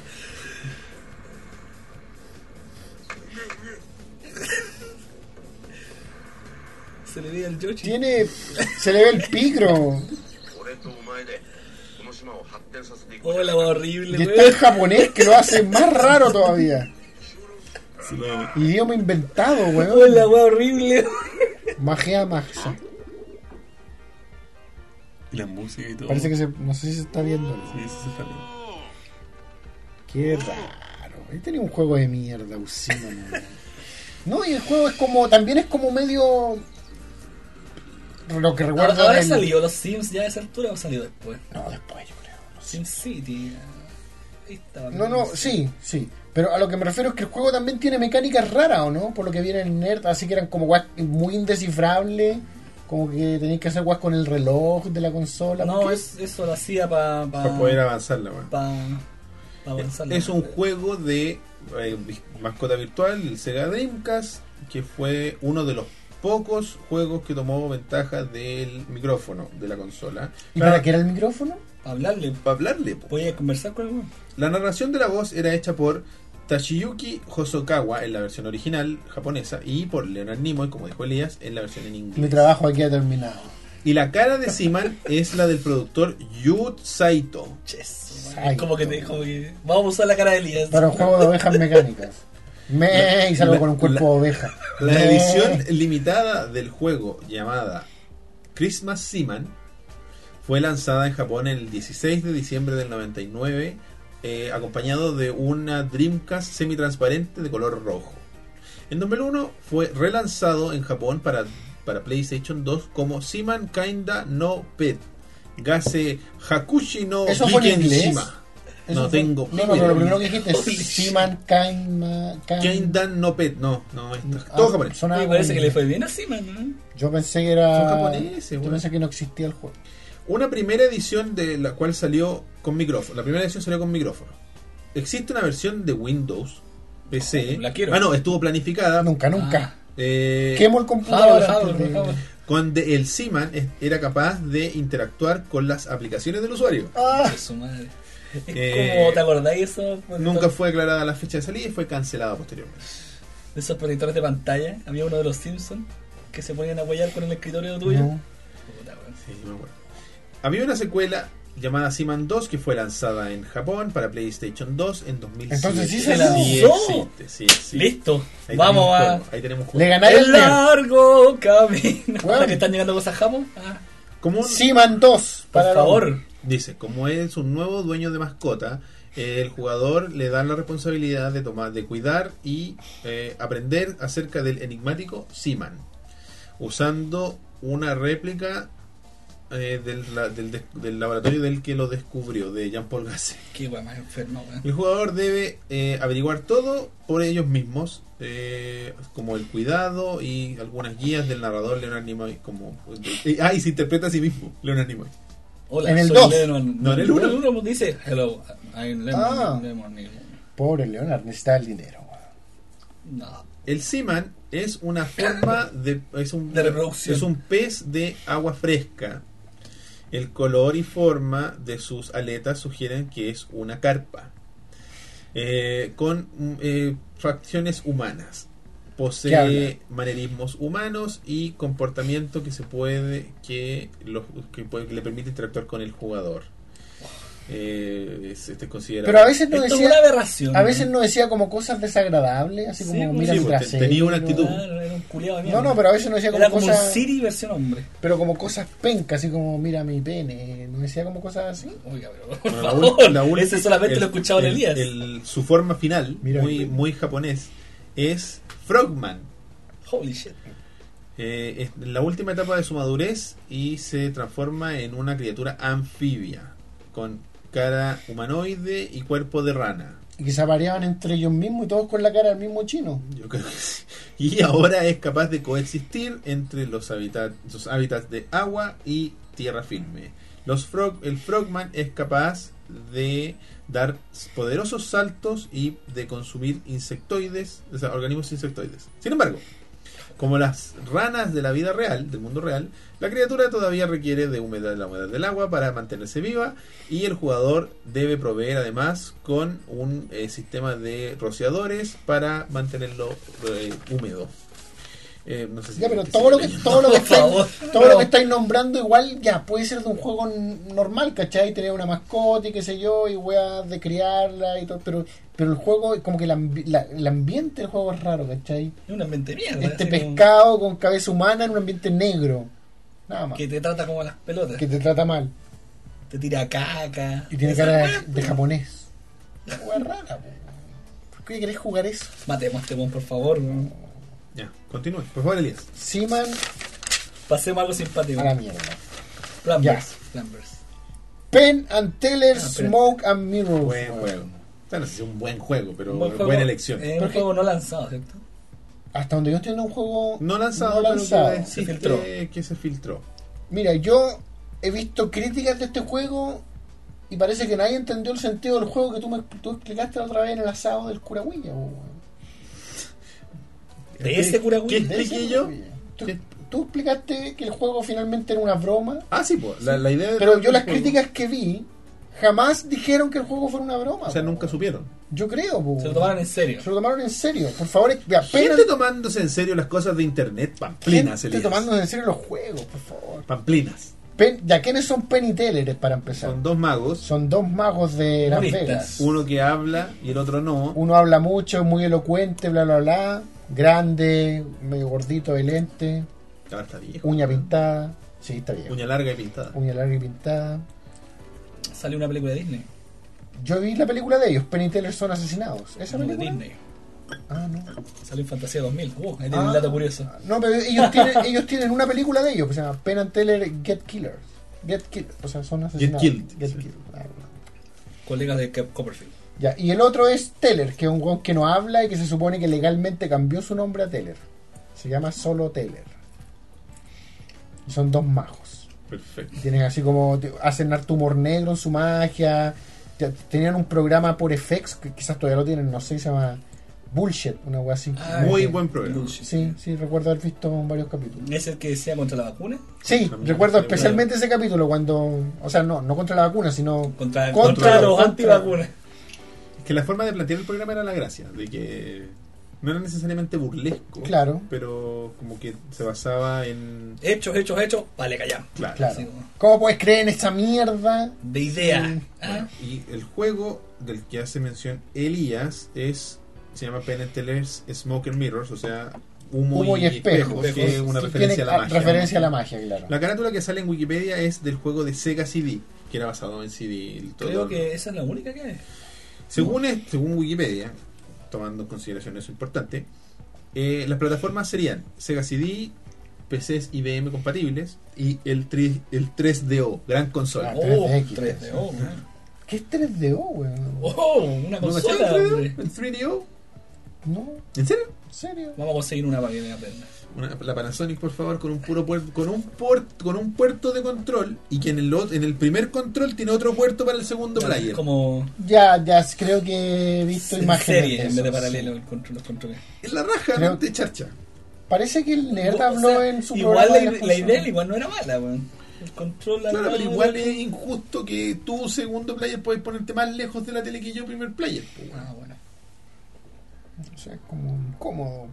[SPEAKER 3] Se le ve al Yoshi.
[SPEAKER 2] Tiene. Se le ve el picro.
[SPEAKER 3] Oh, la va horrible,
[SPEAKER 2] Y está en
[SPEAKER 3] weón.
[SPEAKER 2] japonés que lo hace más raro todavía.
[SPEAKER 1] Sí, no.
[SPEAKER 2] Idioma inventado,
[SPEAKER 3] Oh, la
[SPEAKER 2] weón.
[SPEAKER 3] va horrible.
[SPEAKER 2] Magia maxa.
[SPEAKER 1] Y la música y todo.
[SPEAKER 2] Parece que se. No sé si se está viendo.
[SPEAKER 1] Sí, eso se está bien.
[SPEAKER 2] Qué raro. Ahí tenía un juego de mierda, Usino. No, y el juego es como. También es como medio. Lo que
[SPEAKER 3] Ahora,
[SPEAKER 2] recuerdo.
[SPEAKER 3] ahora
[SPEAKER 2] del-
[SPEAKER 3] salió los Sims ya a esa altura o salió después.
[SPEAKER 2] No, después yo creo. no sé.
[SPEAKER 3] Sim City. Ahí estaba.
[SPEAKER 2] No, no, sí, sí. Pero a lo que me refiero es que el juego también tiene mecánicas raras, ¿o no? Por lo que viene en Nerd, así que eran como guas muy indescifrables. Como que tenéis que hacer guas con el reloj de la consola.
[SPEAKER 3] No,
[SPEAKER 2] porque-
[SPEAKER 3] es- eso lo hacía para. Pa,
[SPEAKER 1] Para poder avanzarla, weón.
[SPEAKER 3] pa- pa avanzar la-
[SPEAKER 1] Es un juego de eh, mascota virtual, el Sega Dreamcast, que fue uno de los pocos juegos que tomó ventaja del micrófono de la consola.
[SPEAKER 2] ¿Y para qué era el micrófono?
[SPEAKER 3] pa hablarle.
[SPEAKER 1] Para hablarle. po.
[SPEAKER 3] Podía conversar con él.
[SPEAKER 1] La narración de la voz era hecha por Tashiyuki Hosokawa en la versión original japonesa y por Leonard Nimoy, como dijo Elías, en la versión en inglés.
[SPEAKER 2] Mi trabajo aquí ha terminado.
[SPEAKER 1] Y la cara de Seaman es la del productor Yu Saito.
[SPEAKER 3] Yes.
[SPEAKER 2] Ay,
[SPEAKER 3] como que te
[SPEAKER 2] no.
[SPEAKER 3] dijo que. Vamos a usar la cara de Elías.
[SPEAKER 2] Para un juego de ovejas mecánicas. Me y salgo
[SPEAKER 1] La-
[SPEAKER 2] con un cuerpo
[SPEAKER 1] la-
[SPEAKER 2] de oveja.
[SPEAKER 1] La
[SPEAKER 2] Meh.
[SPEAKER 1] edición limitada del juego llamada Christmas Seaman fue lanzada en Japón el 16 de diciembre del 99, eh, acompañado de una Dreamcast semitransparente de color rojo. En 2001 fue relanzado en Japón para, para PlayStation 2 como Seaman Kinda no Pet Gase Hakushi no
[SPEAKER 2] ¿Eso fue en
[SPEAKER 1] Giken
[SPEAKER 2] inglés?
[SPEAKER 1] Shima.
[SPEAKER 2] Eso
[SPEAKER 1] No
[SPEAKER 2] fue-
[SPEAKER 1] tengo.
[SPEAKER 2] No, no, pero lo primero que dijiste
[SPEAKER 3] Holy
[SPEAKER 2] es Seaman, Kaima. Kain-
[SPEAKER 1] Kinda no Pet, no, no, esto-
[SPEAKER 2] Ah,
[SPEAKER 1] todo japonés.
[SPEAKER 2] sonaba
[SPEAKER 3] Me parece
[SPEAKER 2] como-
[SPEAKER 3] que le fue bien así, man.
[SPEAKER 2] Yo pensé que era.
[SPEAKER 1] Son japoneses,
[SPEAKER 2] Yo
[SPEAKER 1] güey.
[SPEAKER 2] pensé que no existía el juego.
[SPEAKER 1] Una primera edición de la cual salió con micrófono. La primera edición salió con micrófono. Existe una versión de Windows, PC.
[SPEAKER 3] La quiero.
[SPEAKER 1] Ah, no, estuvo planificada.
[SPEAKER 2] Nunca,
[SPEAKER 3] Ah.
[SPEAKER 2] nunca.
[SPEAKER 1] eh,
[SPEAKER 2] Quemo el computador.
[SPEAKER 3] Jabal, jabal,
[SPEAKER 2] antes de-
[SPEAKER 3] jabal.
[SPEAKER 1] donde el Seaman es- era capaz de interactuar con las aplicaciones del usuario.
[SPEAKER 2] Ah,
[SPEAKER 3] Su madre. Es
[SPEAKER 1] Eh,
[SPEAKER 3] como, ¿te acordáis eso?
[SPEAKER 1] Nunca fue declarada la fecha de salida y fue cancelada posteriormente.
[SPEAKER 3] de esos proyectores de pantalla, había uno de los Simpsons que se ponían a apoyar con el escritorio tuyo.
[SPEAKER 2] no.
[SPEAKER 3] Puta, weón.
[SPEAKER 1] Sí, sí me acuerdo. Había una secuela llamada Seaman 2 que fue lanzada en Japón para PlayStation 2 en 2007.
[SPEAKER 2] Entonces sí
[SPEAKER 1] Sí
[SPEAKER 2] salió.
[SPEAKER 1] existe, sí existe.
[SPEAKER 3] Listo,
[SPEAKER 1] Ahí
[SPEAKER 3] vamos
[SPEAKER 1] tenemos un
[SPEAKER 3] a.
[SPEAKER 1] juego, Ahí tenemos un juego.
[SPEAKER 2] Le ganáis
[SPEAKER 3] El
[SPEAKER 2] el Nerd.
[SPEAKER 3] largo camino.
[SPEAKER 2] Weón.
[SPEAKER 3] ¿Que están llegando cosas jamo? Ah,
[SPEAKER 1] Como un-
[SPEAKER 2] Seaman 2.
[SPEAKER 3] por
[SPEAKER 2] para
[SPEAKER 3] favor.
[SPEAKER 2] los-
[SPEAKER 1] Dice, como es un nuevo dueño de mascota, eh, el jugador le dan la responsabilidad de tomar, de cuidar y eh, aprender acerca del enigmático Seaman, usando una réplica eh, del, la- del des- del laboratorio del que lo descubrió, de Jean-Paul Gasset.
[SPEAKER 3] Qué weón más enfermo, weón.
[SPEAKER 1] El jugador debe eh, averiguar todo por ellos mismos, eh, como el cuidado y algunas guías del narrador Leonard Nimoy. Como, ah, y se interpreta a sí mismo, Leonard Nimoy.
[SPEAKER 3] Hola,
[SPEAKER 2] En el
[SPEAKER 3] soy
[SPEAKER 2] dos.
[SPEAKER 3] Lennon.
[SPEAKER 1] No, en el uno.
[SPEAKER 3] En el uno dice: Hello, I'm Lemon.
[SPEAKER 2] Ah.
[SPEAKER 3] Lemon, y-
[SPEAKER 2] Pobre Leonard, necesita el dinero. güey.
[SPEAKER 3] No.
[SPEAKER 1] El seaman es una forma de es un,
[SPEAKER 3] De reproducción.
[SPEAKER 1] es un pez de agua fresca. El color y forma de sus aletas sugieren que es una carpa eh, con mm, eh, facciones humanas.
[SPEAKER 2] ¿Qué habla?
[SPEAKER 1] Posee manerismos humanos y comportamiento que se puede que, los- que puede- que le permite interactuar con el jugador. Eh, es, este es considerado-
[SPEAKER 2] Pero a veces no
[SPEAKER 3] Esto es
[SPEAKER 2] decía.
[SPEAKER 3] una aberración.
[SPEAKER 2] A veces
[SPEAKER 3] weón.
[SPEAKER 2] no decía como cosas desagradables, así
[SPEAKER 3] Sí,
[SPEAKER 2] como
[SPEAKER 3] pues,
[SPEAKER 2] mira
[SPEAKER 1] sí,
[SPEAKER 2] el
[SPEAKER 1] pues, te-
[SPEAKER 2] trasero.
[SPEAKER 1] tenía una actitud.
[SPEAKER 3] Claro, era un culiado de mierda.
[SPEAKER 2] No, no, pero a veces no decía como
[SPEAKER 3] Era como un
[SPEAKER 2] cosas.
[SPEAKER 3] Siri versión hombre.
[SPEAKER 2] Pero como cosas pencas, así como mira mi pene. No decía como cosas así.
[SPEAKER 3] Oiga, pero por
[SPEAKER 1] Bueno, la ul-
[SPEAKER 3] favor.
[SPEAKER 1] la ul-
[SPEAKER 3] Ese solamente
[SPEAKER 1] el-
[SPEAKER 3] lo he escuchado en
[SPEAKER 1] el-
[SPEAKER 3] Elías.
[SPEAKER 1] el- su forma final,
[SPEAKER 2] Mira,
[SPEAKER 1] muy,
[SPEAKER 2] mira.
[SPEAKER 1] muy japonés, es Frogman.
[SPEAKER 3] Holy shit.
[SPEAKER 1] Eh, es la última etapa de su madurez y se transforma en una criatura anfibia, con cara humanoide y cuerpo de rana.
[SPEAKER 2] Y que se apareaban entre ellos mismos y todos con la cara del mismo chino.
[SPEAKER 1] Yo creo que sí. Y ahora es capaz de coexistir entre los hábitat- sus hábitats de agua y tierra firme. Los frog, el frogman es capaz de dar poderosos saltos y de consumir insectoides, o sea, organismos insectoides. Sin embargo, como las ranas de la vida real, del mundo real, la criatura todavía requiere de humedad, la humedad del agua para mantenerse viva y el jugador debe proveer además con un eh, sistema de rociadores para mantenerlo eh, húmedo. Eh, no sé si
[SPEAKER 2] Ya, pero
[SPEAKER 1] que
[SPEAKER 2] todo lo que,
[SPEAKER 1] sea
[SPEAKER 2] todo lo que,
[SPEAKER 3] Por favor.
[SPEAKER 2] estáis, todo lo que estáis nombrando igual ya puede ser de un juego n- normal, ¿cachai? Tener una mascota y qué sé yo, y weas de criarla y todo, pero, pero el juego, como que el, ambi- la- el ambiente del juego es raro, ¿cachai?
[SPEAKER 3] Es un ambiente de mierda.
[SPEAKER 2] Este
[SPEAKER 3] así como
[SPEAKER 2] pescado con cabeza humana en un ambiente negro, nada más,
[SPEAKER 3] Que
[SPEAKER 2] que,
[SPEAKER 3] te trata como a las pelotas.
[SPEAKER 2] te trata mal
[SPEAKER 3] Te tira caca.
[SPEAKER 2] y tiene
[SPEAKER 3] Esa
[SPEAKER 2] cara
[SPEAKER 3] weá,
[SPEAKER 2] de, de japonés. Una wea rara, po. ¿por qué querés jugar eso?
[SPEAKER 3] Matemos a este weón, por favor. weón.
[SPEAKER 1] Ya, continúe. Por favor, Elías.
[SPEAKER 2] Seaman
[SPEAKER 3] Pasemos a algo simpático.
[SPEAKER 2] a la mierda.
[SPEAKER 3] Plumbers.
[SPEAKER 2] Ya.
[SPEAKER 3] Plumbers.
[SPEAKER 2] Pen and Teller,
[SPEAKER 3] Ah, pero-
[SPEAKER 2] Smoke and Mirrors.
[SPEAKER 1] Buen juego. O sea, no sé si es un buen juego, pero
[SPEAKER 3] Un buen juego-
[SPEAKER 1] buena elección.
[SPEAKER 3] Es un
[SPEAKER 2] Porque-
[SPEAKER 3] juego no lanzado, ¿cierto?
[SPEAKER 2] Hasta donde yo entiendo un juego
[SPEAKER 1] no lanzado,
[SPEAKER 2] no lanzado.
[SPEAKER 1] pero que, existe
[SPEAKER 3] Se filtró.
[SPEAKER 1] que se filtró.
[SPEAKER 2] Mira, yo he visto críticas de este juego y parece que nadie entendió el sentido del juego que tú me tú explicaste la otra vez en el asado del curagüilla. po, weón.
[SPEAKER 3] De ese curagüey.
[SPEAKER 1] ¿Qué
[SPEAKER 2] De ese
[SPEAKER 1] expliqué yo?
[SPEAKER 2] curagüilla. Tú,
[SPEAKER 1] ¿Qué?
[SPEAKER 2] tú explicaste que el juego finalmente era una broma,
[SPEAKER 1] Ah, sí, pues. La, la idea de-
[SPEAKER 2] pero yo
[SPEAKER 1] del
[SPEAKER 2] las
[SPEAKER 1] juego-
[SPEAKER 2] críticas que vi jamás dijeron que el juego fuera una broma.
[SPEAKER 1] O sea,
[SPEAKER 2] po,
[SPEAKER 1] nunca
[SPEAKER 2] weón.
[SPEAKER 1] supieron.
[SPEAKER 2] Yo creo, po,
[SPEAKER 3] Se lo
[SPEAKER 2] weón.
[SPEAKER 3] tomaron en serio.
[SPEAKER 2] Se lo tomaron en serio. Por favor, vea,
[SPEAKER 1] Gente tomándose en serio las cosas de internet, pamplinas,
[SPEAKER 2] gente
[SPEAKER 1] Elías.
[SPEAKER 2] tomando en serio los juegos, por favor.
[SPEAKER 1] Pamplinas.
[SPEAKER 2] Pen- ¿Ya quiénes son Penn y Teller para empezar?
[SPEAKER 1] Son dos magos,
[SPEAKER 2] Son dos magos de Las
[SPEAKER 3] Humoristas.
[SPEAKER 2] Vegas.
[SPEAKER 1] uno que habla y el otro no.
[SPEAKER 2] Uno habla mucho, es muy elocuente, bla, bla, bla. Grande, medio gordito de lente,
[SPEAKER 1] Ahora está viejo.
[SPEAKER 2] uña pintada. Sí, está bien.
[SPEAKER 1] Uña larga y pintada.
[SPEAKER 2] Uña larga y pintada.
[SPEAKER 3] Salió una película de Disney.
[SPEAKER 2] Yo vi la película de ellos, Penn y Teller son asesinados. ¿Esa
[SPEAKER 3] No de
[SPEAKER 2] película?
[SPEAKER 3] Disney.
[SPEAKER 2] Ah, no.
[SPEAKER 3] Salió en Fantasía 2000. Uh, ahí tiene
[SPEAKER 2] Ah.
[SPEAKER 3] un dato curioso.
[SPEAKER 2] No, pero ellos tienen, ellos tienen una película de ellos que se llama Penn and Teller Get Killers. Get Killed, o sea, son asesinados.
[SPEAKER 1] Killed.
[SPEAKER 2] Killed. Ah, bueno.
[SPEAKER 3] Colegas de Cap Copperfield.
[SPEAKER 2] Ya, y el otro es Teller, que es un weón que no habla y que se supone que legalmente cambió su nombre a Teller. Se llama solo Teller. Y son dos majos.
[SPEAKER 1] Perfecto.
[SPEAKER 2] Tienen así como. te- Hacen harto humor negro en su magia. Te- Tenían un programa por FX, que quizás todavía lo tienen, no sé, se llama Bullshit, una wea así.
[SPEAKER 3] Ah,
[SPEAKER 1] Muy
[SPEAKER 3] ok.
[SPEAKER 1] buen programa.
[SPEAKER 3] Bullshit.
[SPEAKER 2] Sí, sí, recuerdo haber visto varios capítulos.
[SPEAKER 3] Es el que decía contra la vacuna.
[SPEAKER 2] Sí,
[SPEAKER 1] También
[SPEAKER 2] recuerdo
[SPEAKER 1] sí,
[SPEAKER 2] especialmente ese capítulo cuando. O sea, no, no contra la vacuna, sino.
[SPEAKER 3] Contra,
[SPEAKER 2] Contra
[SPEAKER 3] contra,
[SPEAKER 2] los-
[SPEAKER 3] los
[SPEAKER 2] contra-
[SPEAKER 3] antivacunas.
[SPEAKER 1] Es que la forma de plantear el programa era la gracia, de que no era necesariamente burlesco,
[SPEAKER 2] Claro.
[SPEAKER 1] pero como que se basaba en...
[SPEAKER 3] Hechos, hechos, hechos. Vale, callamos.
[SPEAKER 1] Claro.
[SPEAKER 2] Claro.
[SPEAKER 3] Sí, bueno.
[SPEAKER 2] ¿Cómo puedes creer en esta mierda?
[SPEAKER 3] De idea.
[SPEAKER 2] Sí.
[SPEAKER 3] Ah,
[SPEAKER 1] Y el juego del que hace mención Elías es se llama Penn and Teller's Smoke and Mirrors, o sea, humo,
[SPEAKER 2] Humo y espejo.
[SPEAKER 1] espejos, que es una referencia a la magia.
[SPEAKER 2] Referencia a la magia, claro.
[SPEAKER 1] La carátula que sale en Wikipedia es del juego de Sega CD, que era basado en CD. el todo-
[SPEAKER 3] Creo que esa es la única que es.
[SPEAKER 1] Según, es- según Wikipedia, tomando en consideración eso importante, eh, las plataformas serían Sega CD, PCs IBM compatibles y el, tri- el 3DO, gran consola.
[SPEAKER 2] Ah,
[SPEAKER 3] Oh,
[SPEAKER 2] 3DX,
[SPEAKER 3] 3DO. man.
[SPEAKER 2] ¿Qué es 3DO, weón?
[SPEAKER 3] Oh, una
[SPEAKER 1] ¿No cachai el
[SPEAKER 3] consola.
[SPEAKER 1] 3DO?
[SPEAKER 3] hombre.
[SPEAKER 1] ¿El 3DO?
[SPEAKER 2] No,
[SPEAKER 1] ¿En serio?
[SPEAKER 2] en serio.
[SPEAKER 3] Vamos a conseguir una para que me aprenda.
[SPEAKER 1] Una- la Panasonic, por favor, con un puro puer- con un port, con un puerto de control y que en el ot- en el primer control tiene otro puerto para el segundo player.
[SPEAKER 3] Como
[SPEAKER 2] Ya, ya, creo que he visto
[SPEAKER 3] en
[SPEAKER 2] imágenes.
[SPEAKER 3] serie
[SPEAKER 2] de
[SPEAKER 3] en vez de
[SPEAKER 2] eso,
[SPEAKER 3] paralelo
[SPEAKER 2] sí.
[SPEAKER 3] el control, los controles.
[SPEAKER 1] En la raja
[SPEAKER 2] Creo-
[SPEAKER 1] no te charcha.
[SPEAKER 2] Parece que el nerd
[SPEAKER 3] O sea,
[SPEAKER 2] habló en su
[SPEAKER 3] igual
[SPEAKER 2] programa.
[SPEAKER 3] la,
[SPEAKER 2] de
[SPEAKER 3] la
[SPEAKER 2] las
[SPEAKER 3] idea igual no era mala, weón. El control al
[SPEAKER 1] Claro,
[SPEAKER 3] lado
[SPEAKER 1] pero
[SPEAKER 3] de-
[SPEAKER 1] igual es injusto que tú segundo player puedes ponerte más lejos de la tele que yo primer player. po, weón.
[SPEAKER 3] Ah, bueno.
[SPEAKER 2] personas. O sea, es como incómodo.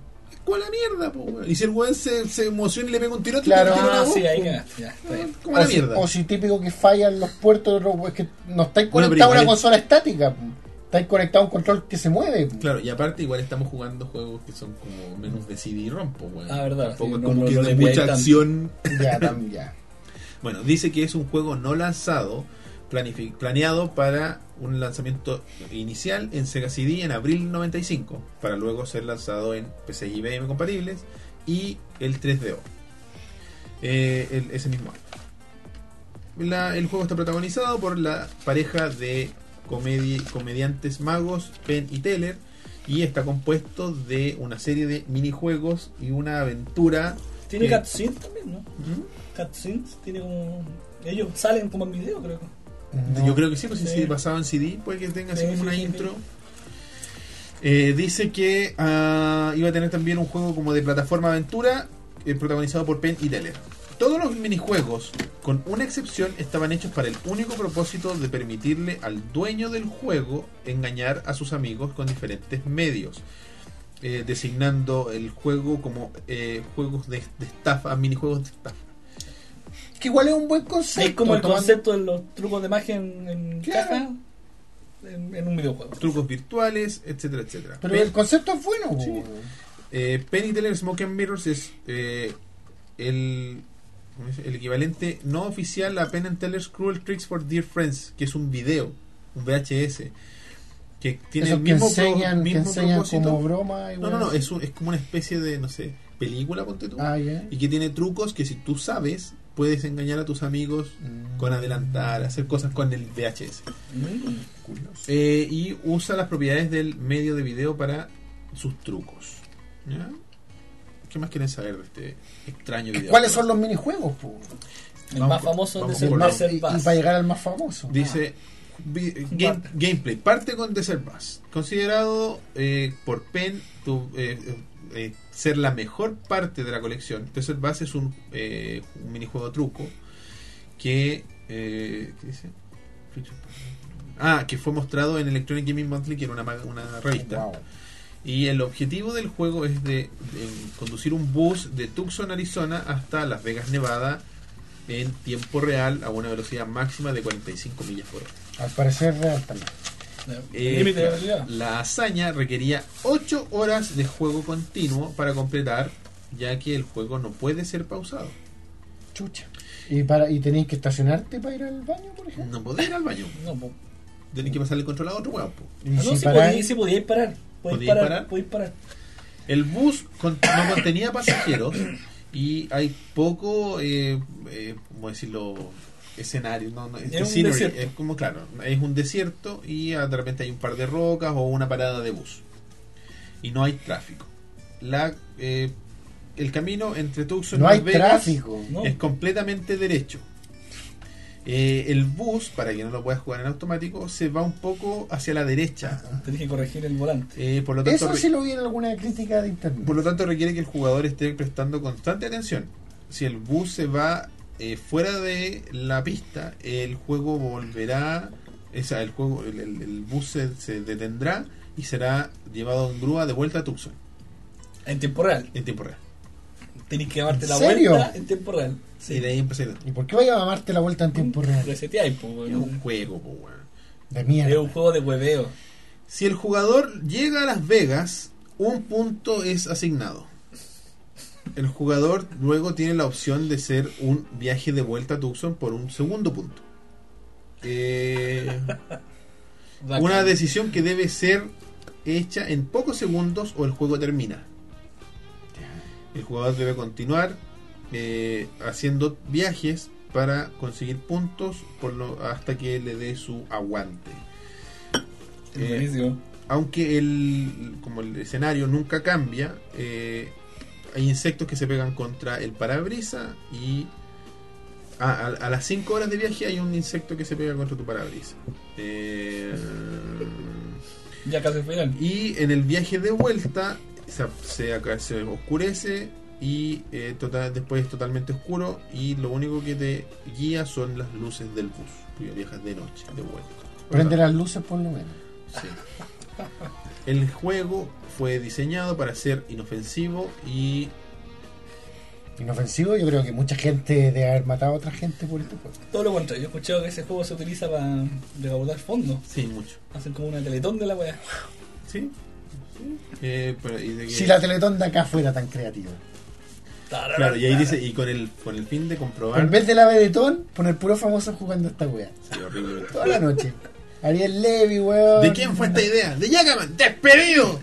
[SPEAKER 1] ¿Cuál la mierda, po, weón? Y si el weón se, se emociona y le pega un tirote,
[SPEAKER 2] Claro.
[SPEAKER 1] te tira una
[SPEAKER 3] Ah,
[SPEAKER 1] voz,
[SPEAKER 3] sí, ahí
[SPEAKER 1] po.
[SPEAKER 3] cagaste. Ya, está bien.
[SPEAKER 1] Como la
[SPEAKER 2] o, si,
[SPEAKER 1] mierda.
[SPEAKER 2] o si típico que fallan los puertos de los- es que no estáis
[SPEAKER 1] Bueno, pero
[SPEAKER 2] conectado a una
[SPEAKER 1] igual-
[SPEAKER 2] consola estática. po. Estáis conectado a un control que se mueve. po.
[SPEAKER 1] Claro, y aparte igual estamos jugando juegos que son como menos de CD y rompo, weón.
[SPEAKER 3] Ah, verdad,
[SPEAKER 1] Tampoco
[SPEAKER 3] sí,
[SPEAKER 1] es
[SPEAKER 3] no-
[SPEAKER 1] como
[SPEAKER 3] no-
[SPEAKER 1] que
[SPEAKER 3] no
[SPEAKER 1] de
[SPEAKER 3] le
[SPEAKER 1] mucha
[SPEAKER 3] pidáis tanto.
[SPEAKER 1] acción.
[SPEAKER 2] Ya, tam- ya.
[SPEAKER 1] Bueno, dice que es un juego no lanzado, planifi- planeado para un lanzamiento inicial en Sega CD en abril 95, para luego ser lanzado en PC y IBM compatibles y el 3DO. eh, el- ese mismo año. La- el juego está protagonizado por la pareja de comedi- comediantes magos Penn y Teller y está compuesto de una serie de minijuegos y una aventura.
[SPEAKER 2] Ah.
[SPEAKER 3] Tiene
[SPEAKER 1] que-
[SPEAKER 3] cutscenes también, ¿no?
[SPEAKER 1] ¿Mm?
[SPEAKER 3] Cutscenes tiene como. Ellos salen como en video, creo.
[SPEAKER 2] No.
[SPEAKER 1] Yo creo que sí, pues si
[SPEAKER 3] Sí.
[SPEAKER 1] se pasaba en CD, puede que tenga así
[SPEAKER 3] Sí,
[SPEAKER 1] como
[SPEAKER 3] sí,
[SPEAKER 1] una
[SPEAKER 3] sí, sí.
[SPEAKER 1] intro. Eh, dice que ah, iba a tener también un juego como de plataforma aventura, eh, protagonizado por Penn y Teller. Todos los minijuegos, con una excepción, estaban hechos para el único propósito de permitirle al dueño del juego engañar a sus amigos con diferentes medios. eh, designando el juego como eh, juegos de, de estafa, minijuegos de estafa.
[SPEAKER 2] Que igual es un buen concepto.
[SPEAKER 3] Es como el
[SPEAKER 2] tomando-
[SPEAKER 3] concepto de los trucos de magia en, en
[SPEAKER 2] Claro.
[SPEAKER 3] caja en, en un videojuego.
[SPEAKER 1] Trucos virtuales, etcétera, etcétera.
[SPEAKER 2] Pero
[SPEAKER 1] Pe-
[SPEAKER 2] el concepto es bueno. po.
[SPEAKER 1] Sí. eh, Penny Teller Smoke and Mirrors es eh, el, ¿cómo es? el equivalente no oficial a Penn and Teller's Cruel Tricks for Dear Friends, que es un video, un VHS, que tiene
[SPEAKER 2] Esos
[SPEAKER 1] el
[SPEAKER 2] que
[SPEAKER 1] mismo, pro-
[SPEAKER 2] enseñan, que
[SPEAKER 1] mismo
[SPEAKER 2] enseñan
[SPEAKER 1] propósito.
[SPEAKER 2] como broma. y
[SPEAKER 1] No, no,
[SPEAKER 2] bueno.
[SPEAKER 1] no, es, un- es como una especie de, no sé, película, ponte tú.
[SPEAKER 2] Ah, ya.
[SPEAKER 1] Y que tiene trucos que si tú sabes, puedes engañar a tus amigos
[SPEAKER 2] Mm.
[SPEAKER 1] con adelantar, hacer cosas con el VHS.
[SPEAKER 3] Mm.
[SPEAKER 1] Eh, y usa las propiedades del medio de video para sus trucos. ¿ya? ¿Qué más quieren saber de este extraño video?
[SPEAKER 2] ¿Cuáles son los minijuegos? po?
[SPEAKER 3] El
[SPEAKER 1] Vamos
[SPEAKER 3] más
[SPEAKER 1] por-
[SPEAKER 3] famoso
[SPEAKER 1] vamos
[SPEAKER 3] es
[SPEAKER 2] Y,
[SPEAKER 3] el
[SPEAKER 1] por-
[SPEAKER 3] más
[SPEAKER 2] y- y para llegar al más famoso.
[SPEAKER 1] Dice
[SPEAKER 2] Ah.
[SPEAKER 1] vi- game-
[SPEAKER 3] Parte.
[SPEAKER 1] gameplay, parte con Desert Bus, considerado eh, por Penn tu- eh, eh, eh, ser la mejor parte de la colección. Desert Bus es un, eh, un minijuego truco que eh, ¿qué dice? Ah, que fue mostrado en Electronic Gaming Monthly, que era una, ma-
[SPEAKER 2] Ah,
[SPEAKER 1] una revista.
[SPEAKER 2] Wow.
[SPEAKER 1] Y el objetivo del juego es de, de conducir un bus de Tucson, Arizona hasta Las Vegas, Nevada en tiempo real a una velocidad máxima de 45 millas por hora.
[SPEAKER 2] Al parecer real también.
[SPEAKER 1] Eh,
[SPEAKER 3] El límite de velocidad.
[SPEAKER 1] la hazaña requería 8 horas de juego continuo para completar, ya que el juego no puede ser pausado.
[SPEAKER 2] Chucha. ¿Y, para, y tenéis que estacionarte para ir al baño, por ejemplo?
[SPEAKER 1] No podés ir al baño,
[SPEAKER 3] No, po.
[SPEAKER 1] tenés que pasarle el control a otro huevo. po.
[SPEAKER 2] Y si
[SPEAKER 3] Ah, no, sí
[SPEAKER 1] pues,
[SPEAKER 2] paráis-
[SPEAKER 3] podía, sí podía ir parar. Podía ir
[SPEAKER 1] ¿Podía ir
[SPEAKER 3] parar.
[SPEAKER 1] parar?
[SPEAKER 3] Podía ir parar.
[SPEAKER 1] El bus con- no contenía pasajeros y hay poco, eh, eh, ¿cómo decirlo? Escenario, no, no, es,
[SPEAKER 3] Es un
[SPEAKER 1] scenery,
[SPEAKER 3] desierto.
[SPEAKER 1] es como claro, es un desierto y ah, de repente hay un par de rocas o una parada de bus y no hay tráfico. La, eh, el camino entre Tucson
[SPEAKER 2] No
[SPEAKER 1] y
[SPEAKER 2] hay
[SPEAKER 1] Las Vegas
[SPEAKER 2] tráfico.
[SPEAKER 3] No.
[SPEAKER 1] es completamente derecho. Eh, el bus, para que no lo puedas jugar en automático, se va un poco hacia la derecha.
[SPEAKER 3] Tenés que corregir el volante.
[SPEAKER 1] Eh, por lo tanto,
[SPEAKER 2] Eso
[SPEAKER 1] re-
[SPEAKER 2] sí lo vi en alguna crítica de internet.
[SPEAKER 1] por lo tanto, requiere que el jugador esté prestando constante atención. Si el bus se va eh, fuera de la pista, el juego volverá, o sea, el, juego, el, el- el bus se, se detendrá y será llevado en grúa de vuelta a Tucson
[SPEAKER 3] En tiempo real.
[SPEAKER 1] en tiempo real.
[SPEAKER 3] Tenés que darte
[SPEAKER 2] ¿En
[SPEAKER 3] la
[SPEAKER 2] serio?
[SPEAKER 3] vuelta en tiempo real.
[SPEAKER 1] Y de ahí empecé.
[SPEAKER 2] ¿Y por qué vaya a mamarte la vuelta en
[SPEAKER 1] Mm,
[SPEAKER 2] tiempo real?
[SPEAKER 3] Reseteáis, po,
[SPEAKER 1] Es un
[SPEAKER 3] weón.
[SPEAKER 1] juego, po, weón.
[SPEAKER 2] De
[SPEAKER 3] Es
[SPEAKER 2] mierda.
[SPEAKER 3] un juego de hueveo.
[SPEAKER 1] Si el jugador llega a Las Vegas, un punto es asignado. El jugador luego tiene la opción de hacer un viaje de vuelta a Tucson por un segundo punto. Eh,
[SPEAKER 3] Bacán.
[SPEAKER 1] una decisión que debe ser hecha en pocos segundos o el juego termina. El jugador debe continuar eh, haciendo viajes para conseguir puntos por lo- hasta que le dé su aguante. Eh,
[SPEAKER 3] Buenísimo.
[SPEAKER 1] aunque el, como el escenario nunca cambia, eh, hay insectos que se pegan contra el parabrisas y a, a- a las 5 horas de viaje hay un insecto que se pega contra tu parabrisas. Eh,
[SPEAKER 3] Ya casi al final.
[SPEAKER 1] y en el viaje de vuelta se, se ac- se oscurece y eh, total- después es totalmente oscuro y lo único que te guía son las luces del bus. porque Viajas de noche, de vuelta.
[SPEAKER 2] Prende las luces por lo menos.
[SPEAKER 1] Sí. El juego fue diseñado para ser inofensivo y
[SPEAKER 2] Inofensivo, yo creo que mucha gente debe haber matado a otra gente por este juego.
[SPEAKER 3] Todo lo contrario. Yo he escuchado que ese juego se utiliza para recaudar fondos.
[SPEAKER 1] sí mucho.
[SPEAKER 3] Hacen como una teletón de la weá.
[SPEAKER 1] Sí. Eh, pero- y de que-
[SPEAKER 2] Si la Teletón de acá fuera tan creativa.
[SPEAKER 1] claro, y ahí dice y con el con el fin de
[SPEAKER 2] En
[SPEAKER 1] comprobar
[SPEAKER 2] vez de la Teletón, poner puro famoso jugando a esta wea.
[SPEAKER 1] Sí, horrible.
[SPEAKER 2] Toda la noche. Ariel Levy, weón.
[SPEAKER 1] ¿De quién fue esta idea? De Jackaman, despedido.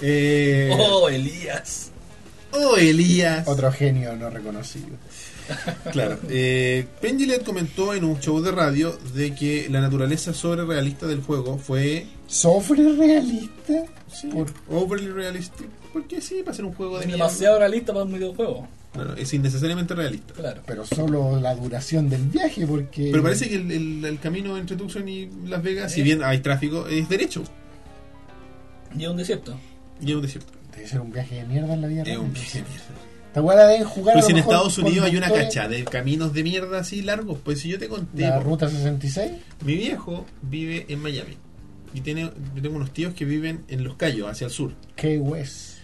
[SPEAKER 1] Eh,
[SPEAKER 3] Oh, Elías.
[SPEAKER 1] oh, Elías.
[SPEAKER 2] Otro genio no reconocido.
[SPEAKER 1] Claro. Eh, Penn Jillette comentó en un show de radio de que la naturaleza sobre realista del juego fue
[SPEAKER 2] ¿Sofre realista?
[SPEAKER 1] sí,
[SPEAKER 2] Por-
[SPEAKER 1] overly realistic. Porque sí, para ser un juego de mierda.
[SPEAKER 3] Demasiado realista para un videojuego.
[SPEAKER 1] Claro, es innecesariamente realista.
[SPEAKER 3] Claro.
[SPEAKER 2] Pero solo la duración del viaje, porque.
[SPEAKER 1] Pero parece que el, el- el camino entre Tucson y Las Vegas, si bien hay tráfico, es derecho.
[SPEAKER 3] Y es un desierto.
[SPEAKER 1] Y es un desierto.
[SPEAKER 2] Debe ser un viaje de mierda en la vida
[SPEAKER 1] Es
[SPEAKER 2] real.
[SPEAKER 1] un viaje de mierda.
[SPEAKER 2] Esta weá la deben jugar a
[SPEAKER 1] Pues
[SPEAKER 2] lo
[SPEAKER 1] si en
[SPEAKER 2] mejor
[SPEAKER 1] Estados Unidos hay una
[SPEAKER 2] conductores.
[SPEAKER 1] cacha de caminos de mierda así largos, pues si yo te conté,
[SPEAKER 2] La
[SPEAKER 1] po,
[SPEAKER 2] ruta 66.
[SPEAKER 1] mi viejo vive en Miami. y tiene, yo tengo unos tíos que viven en Los Cayos, hacia el sur.
[SPEAKER 2] Key West.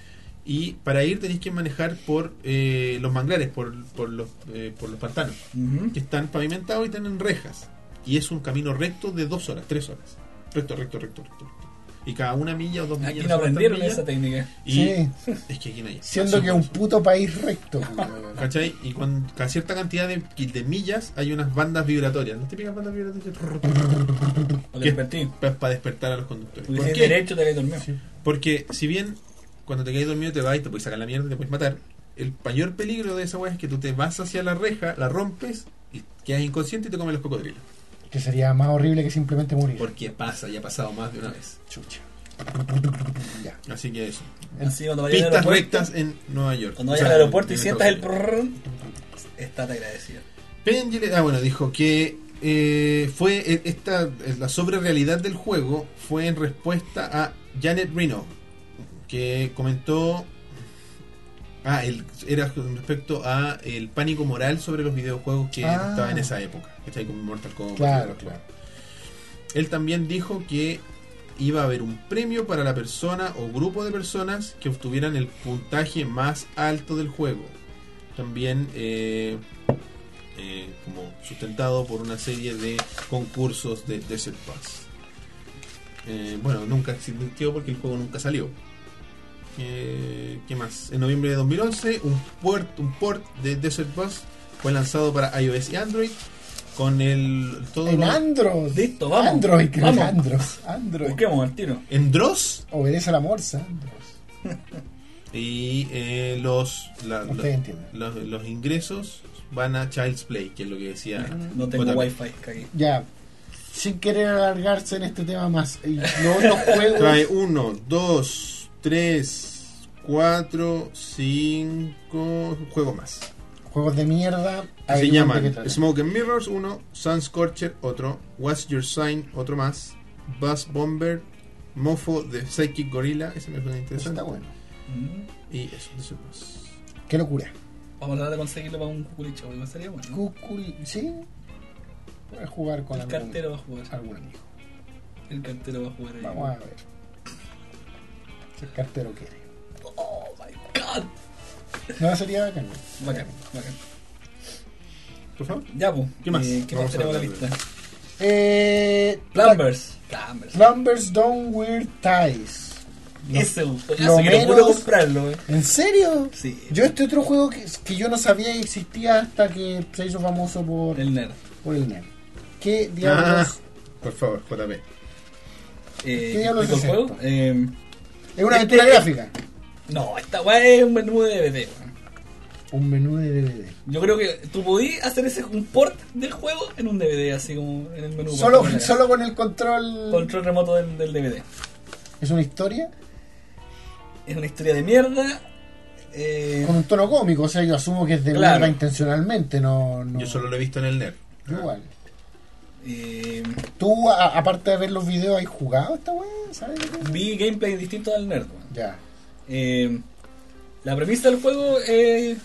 [SPEAKER 1] Y para ir tenéis que manejar por eh, los manglares, por, por los, eh, por los pantanos,
[SPEAKER 3] Ujú.
[SPEAKER 1] que están pavimentados y tienen rejas. Y es un camino recto de dos horas, tres horas. Recto, recto, recto, recto. recto. Y cada una milla o dos millas.
[SPEAKER 3] Aquí
[SPEAKER 1] no
[SPEAKER 3] no
[SPEAKER 1] sé cuántas
[SPEAKER 3] aprendieron
[SPEAKER 1] millas,
[SPEAKER 3] esa técnica.
[SPEAKER 1] Y
[SPEAKER 2] Sí.
[SPEAKER 1] es que aquí no hay.
[SPEAKER 2] Siendo
[SPEAKER 1] Así
[SPEAKER 2] que es un
[SPEAKER 1] pasa.
[SPEAKER 2] puto país recto. weón.
[SPEAKER 1] ¿Cachai? Y con cada cierta cantidad de, de millas hay unas bandas vibratorias, las típicas bandas vibratorias
[SPEAKER 3] O te despertí.
[SPEAKER 1] para despertar a los conductores.
[SPEAKER 3] Porque
[SPEAKER 1] ¿Por
[SPEAKER 3] tienes
[SPEAKER 1] qué?
[SPEAKER 3] derecho, te quedé dormido.
[SPEAKER 1] Porque si bien cuando te quedas dormido te vas y te puedes sacar la mierda y te puedes matar, el mayor peligro de esa weá es que tú te vas hacia la reja, la rompes y quedas inconsciente y te comen los cocodrilos.
[SPEAKER 2] Que sería más horrible que simplemente morir.
[SPEAKER 1] Porque pasa, ya ha pasado más de una vez.
[SPEAKER 2] Chucha. Ya.
[SPEAKER 1] Así que eso.
[SPEAKER 3] Así cuando vayas al
[SPEAKER 1] Pistas
[SPEAKER 3] aeropuerto,
[SPEAKER 1] rectas en Nueva York.
[SPEAKER 3] cuando
[SPEAKER 1] O
[SPEAKER 3] vayas
[SPEAKER 1] sea,
[SPEAKER 3] al aeropuerto y
[SPEAKER 1] en
[SPEAKER 3] sientas el
[SPEAKER 1] Estados Unidos.
[SPEAKER 3] prrrr, estás agradecido.
[SPEAKER 1] Pendule- ah, bueno, dijo que eh, fue eh, esta eh, la sobrerealidad del juego fue en respuesta a Janet Reno, que comentó ah, el- era con respecto a el pánico moral sobre los videojuegos que
[SPEAKER 2] Ah.
[SPEAKER 1] estaba en esa época, ¿cachai? Como Mortal Kombat.
[SPEAKER 2] Claro,
[SPEAKER 1] etcétera.
[SPEAKER 2] claro.
[SPEAKER 1] Él también dijo que iba a haber un premio para la persona o grupo de personas que obtuvieran el puntaje más alto del juego. También eh, eh, como sustentado por una serie de concursos de Desert Pass. Eh, bueno, nunca existió porque el juego nunca salió. Eh, ¿Qué más? En noviembre de 2011, un port, un port de Desert Pass fue lanzado para iOS y Android con el todo
[SPEAKER 2] En
[SPEAKER 1] lo-
[SPEAKER 2] Andros.
[SPEAKER 3] Listo, vamos.
[SPEAKER 2] Android, creo.
[SPEAKER 3] Vamos.
[SPEAKER 2] Andros. Android.
[SPEAKER 3] Busquemos al tiro.
[SPEAKER 1] en DROS
[SPEAKER 2] Obedece a la morsa. Andros.
[SPEAKER 1] Y eh, los, la-
[SPEAKER 2] Ustedes
[SPEAKER 1] los,
[SPEAKER 2] entienden.
[SPEAKER 1] los- los ingresos van a Child's Play, que es lo que decía.
[SPEAKER 3] No tengo
[SPEAKER 1] JP.
[SPEAKER 3] wifi cagué.
[SPEAKER 2] Ya. Sin querer alargarse en este tema más. y Los otros juegos.
[SPEAKER 1] Trae 1, 2, 3, 4, 5 juegos más.
[SPEAKER 2] Juegos de mierda.
[SPEAKER 1] Se
[SPEAKER 2] averigüen de este qué
[SPEAKER 1] llaman
[SPEAKER 2] tratan.
[SPEAKER 1] Smoke and Mirrors 1, Sunscorcher otro, What's Your Sign otro más, Buzz Bomber, Mofo de Psychic Gorilla, ese me suena
[SPEAKER 2] Eso
[SPEAKER 1] interesante.
[SPEAKER 2] está bueno.
[SPEAKER 3] Mm.
[SPEAKER 1] Y eso, eso más.
[SPEAKER 2] Qué locura.
[SPEAKER 3] Vamos a tratar de conseguirlo para un cuculicho, porque estaría bueno. ¿no?
[SPEAKER 2] Cucul. ¿Sí? Voy a jugar con
[SPEAKER 3] El
[SPEAKER 2] algún,
[SPEAKER 3] cartero va a jugar.
[SPEAKER 2] algún amigo.
[SPEAKER 3] El cartero va a jugar ahí.
[SPEAKER 2] Vamos a ver. Si el cartero quiere.
[SPEAKER 3] Oh my god.
[SPEAKER 2] No, sería bacán.
[SPEAKER 3] Bacán, bacán.
[SPEAKER 1] Por favor.
[SPEAKER 3] Ya, pues.
[SPEAKER 1] ¿Qué más?
[SPEAKER 3] Eh, ¿Qué
[SPEAKER 1] Vamos
[SPEAKER 3] más
[SPEAKER 1] a
[SPEAKER 3] tenemos en la
[SPEAKER 1] hablar de-
[SPEAKER 3] lista?
[SPEAKER 2] Eh,
[SPEAKER 3] Plumbers. Plumbers.
[SPEAKER 2] Plumbers Don't Wear Ties.
[SPEAKER 3] Ese un
[SPEAKER 2] lo
[SPEAKER 3] juegazo que no pude
[SPEAKER 2] menos-
[SPEAKER 3] comprarlo, eh.
[SPEAKER 2] ¿En serio?
[SPEAKER 3] Sí.
[SPEAKER 2] Yo este otro juego que, que yo no sabía que existía hasta que se hizo famoso por,
[SPEAKER 3] El nerd. Eh,
[SPEAKER 2] por el NEM. ¿Qué diablos?
[SPEAKER 1] Por favor, JP.
[SPEAKER 3] Eh,
[SPEAKER 2] ¿Qué diablos
[SPEAKER 3] explico
[SPEAKER 2] es
[SPEAKER 3] el juego?
[SPEAKER 2] esto?
[SPEAKER 3] Eh,
[SPEAKER 2] es una
[SPEAKER 3] este-
[SPEAKER 2] aventura gráfica.
[SPEAKER 3] no, esta weá es un menú de DVD. weón.
[SPEAKER 2] Un menú de DVD.
[SPEAKER 3] Yo creo que tú podías hacer ese un port del juego en un DVD, así como en el menú.
[SPEAKER 2] Solo,
[SPEAKER 3] Para poner
[SPEAKER 2] solo con el control.
[SPEAKER 3] Control remoto del, del DVD.
[SPEAKER 2] Es una historia
[SPEAKER 3] Es una historia de mierda. Eh,
[SPEAKER 2] con un tono cómico. O sea, yo asumo que es de
[SPEAKER 3] Claro.
[SPEAKER 2] mierda intencionalmente. No, no.
[SPEAKER 1] Yo solo lo he visto en el E NER.
[SPEAKER 2] Yo Igual.
[SPEAKER 3] eh,
[SPEAKER 2] Tú, a- aparte de ver los videos, ¿has jugado esta weá? ¿Sabes de qué?
[SPEAKER 3] vi gameplay distinto al nerd. weón.
[SPEAKER 2] Ya.
[SPEAKER 3] Eh, la premisa del juego es,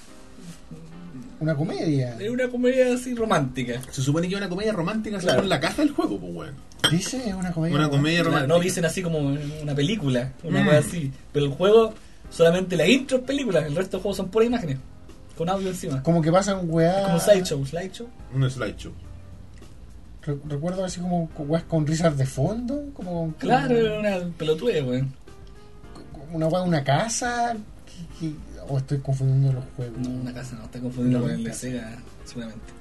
[SPEAKER 2] Una comedia.
[SPEAKER 3] es una comedia así romántica.
[SPEAKER 1] Se supone que es una comedia romántica
[SPEAKER 3] Claro.
[SPEAKER 1] según la caja del juego, pues bueno.
[SPEAKER 2] Dice, es una comedia.
[SPEAKER 1] Una comedia
[SPEAKER 3] No,
[SPEAKER 1] romántica.
[SPEAKER 3] no dicen así como una película, una
[SPEAKER 1] Mm.
[SPEAKER 3] cosa así. Pero el juego, solamente la intro es película, el resto del juego son puras imágenes, con audio encima.
[SPEAKER 2] Como que pasan weá.
[SPEAKER 3] Como Sideshow, Slideshow.
[SPEAKER 1] Un slideshow.
[SPEAKER 2] Re- Recuerdo así como con- weas con risas de fondo, como con-
[SPEAKER 3] Claro, era
[SPEAKER 2] como-
[SPEAKER 3] una pelotude, weón.
[SPEAKER 2] como una wea de una casa. que- que- o estoy confundiendo los juegos.
[SPEAKER 3] No, una casa no, está confundiendo
[SPEAKER 2] No,
[SPEAKER 3] con el
[SPEAKER 2] una
[SPEAKER 3] de
[SPEAKER 2] casa.
[SPEAKER 3] Sega, seguramente.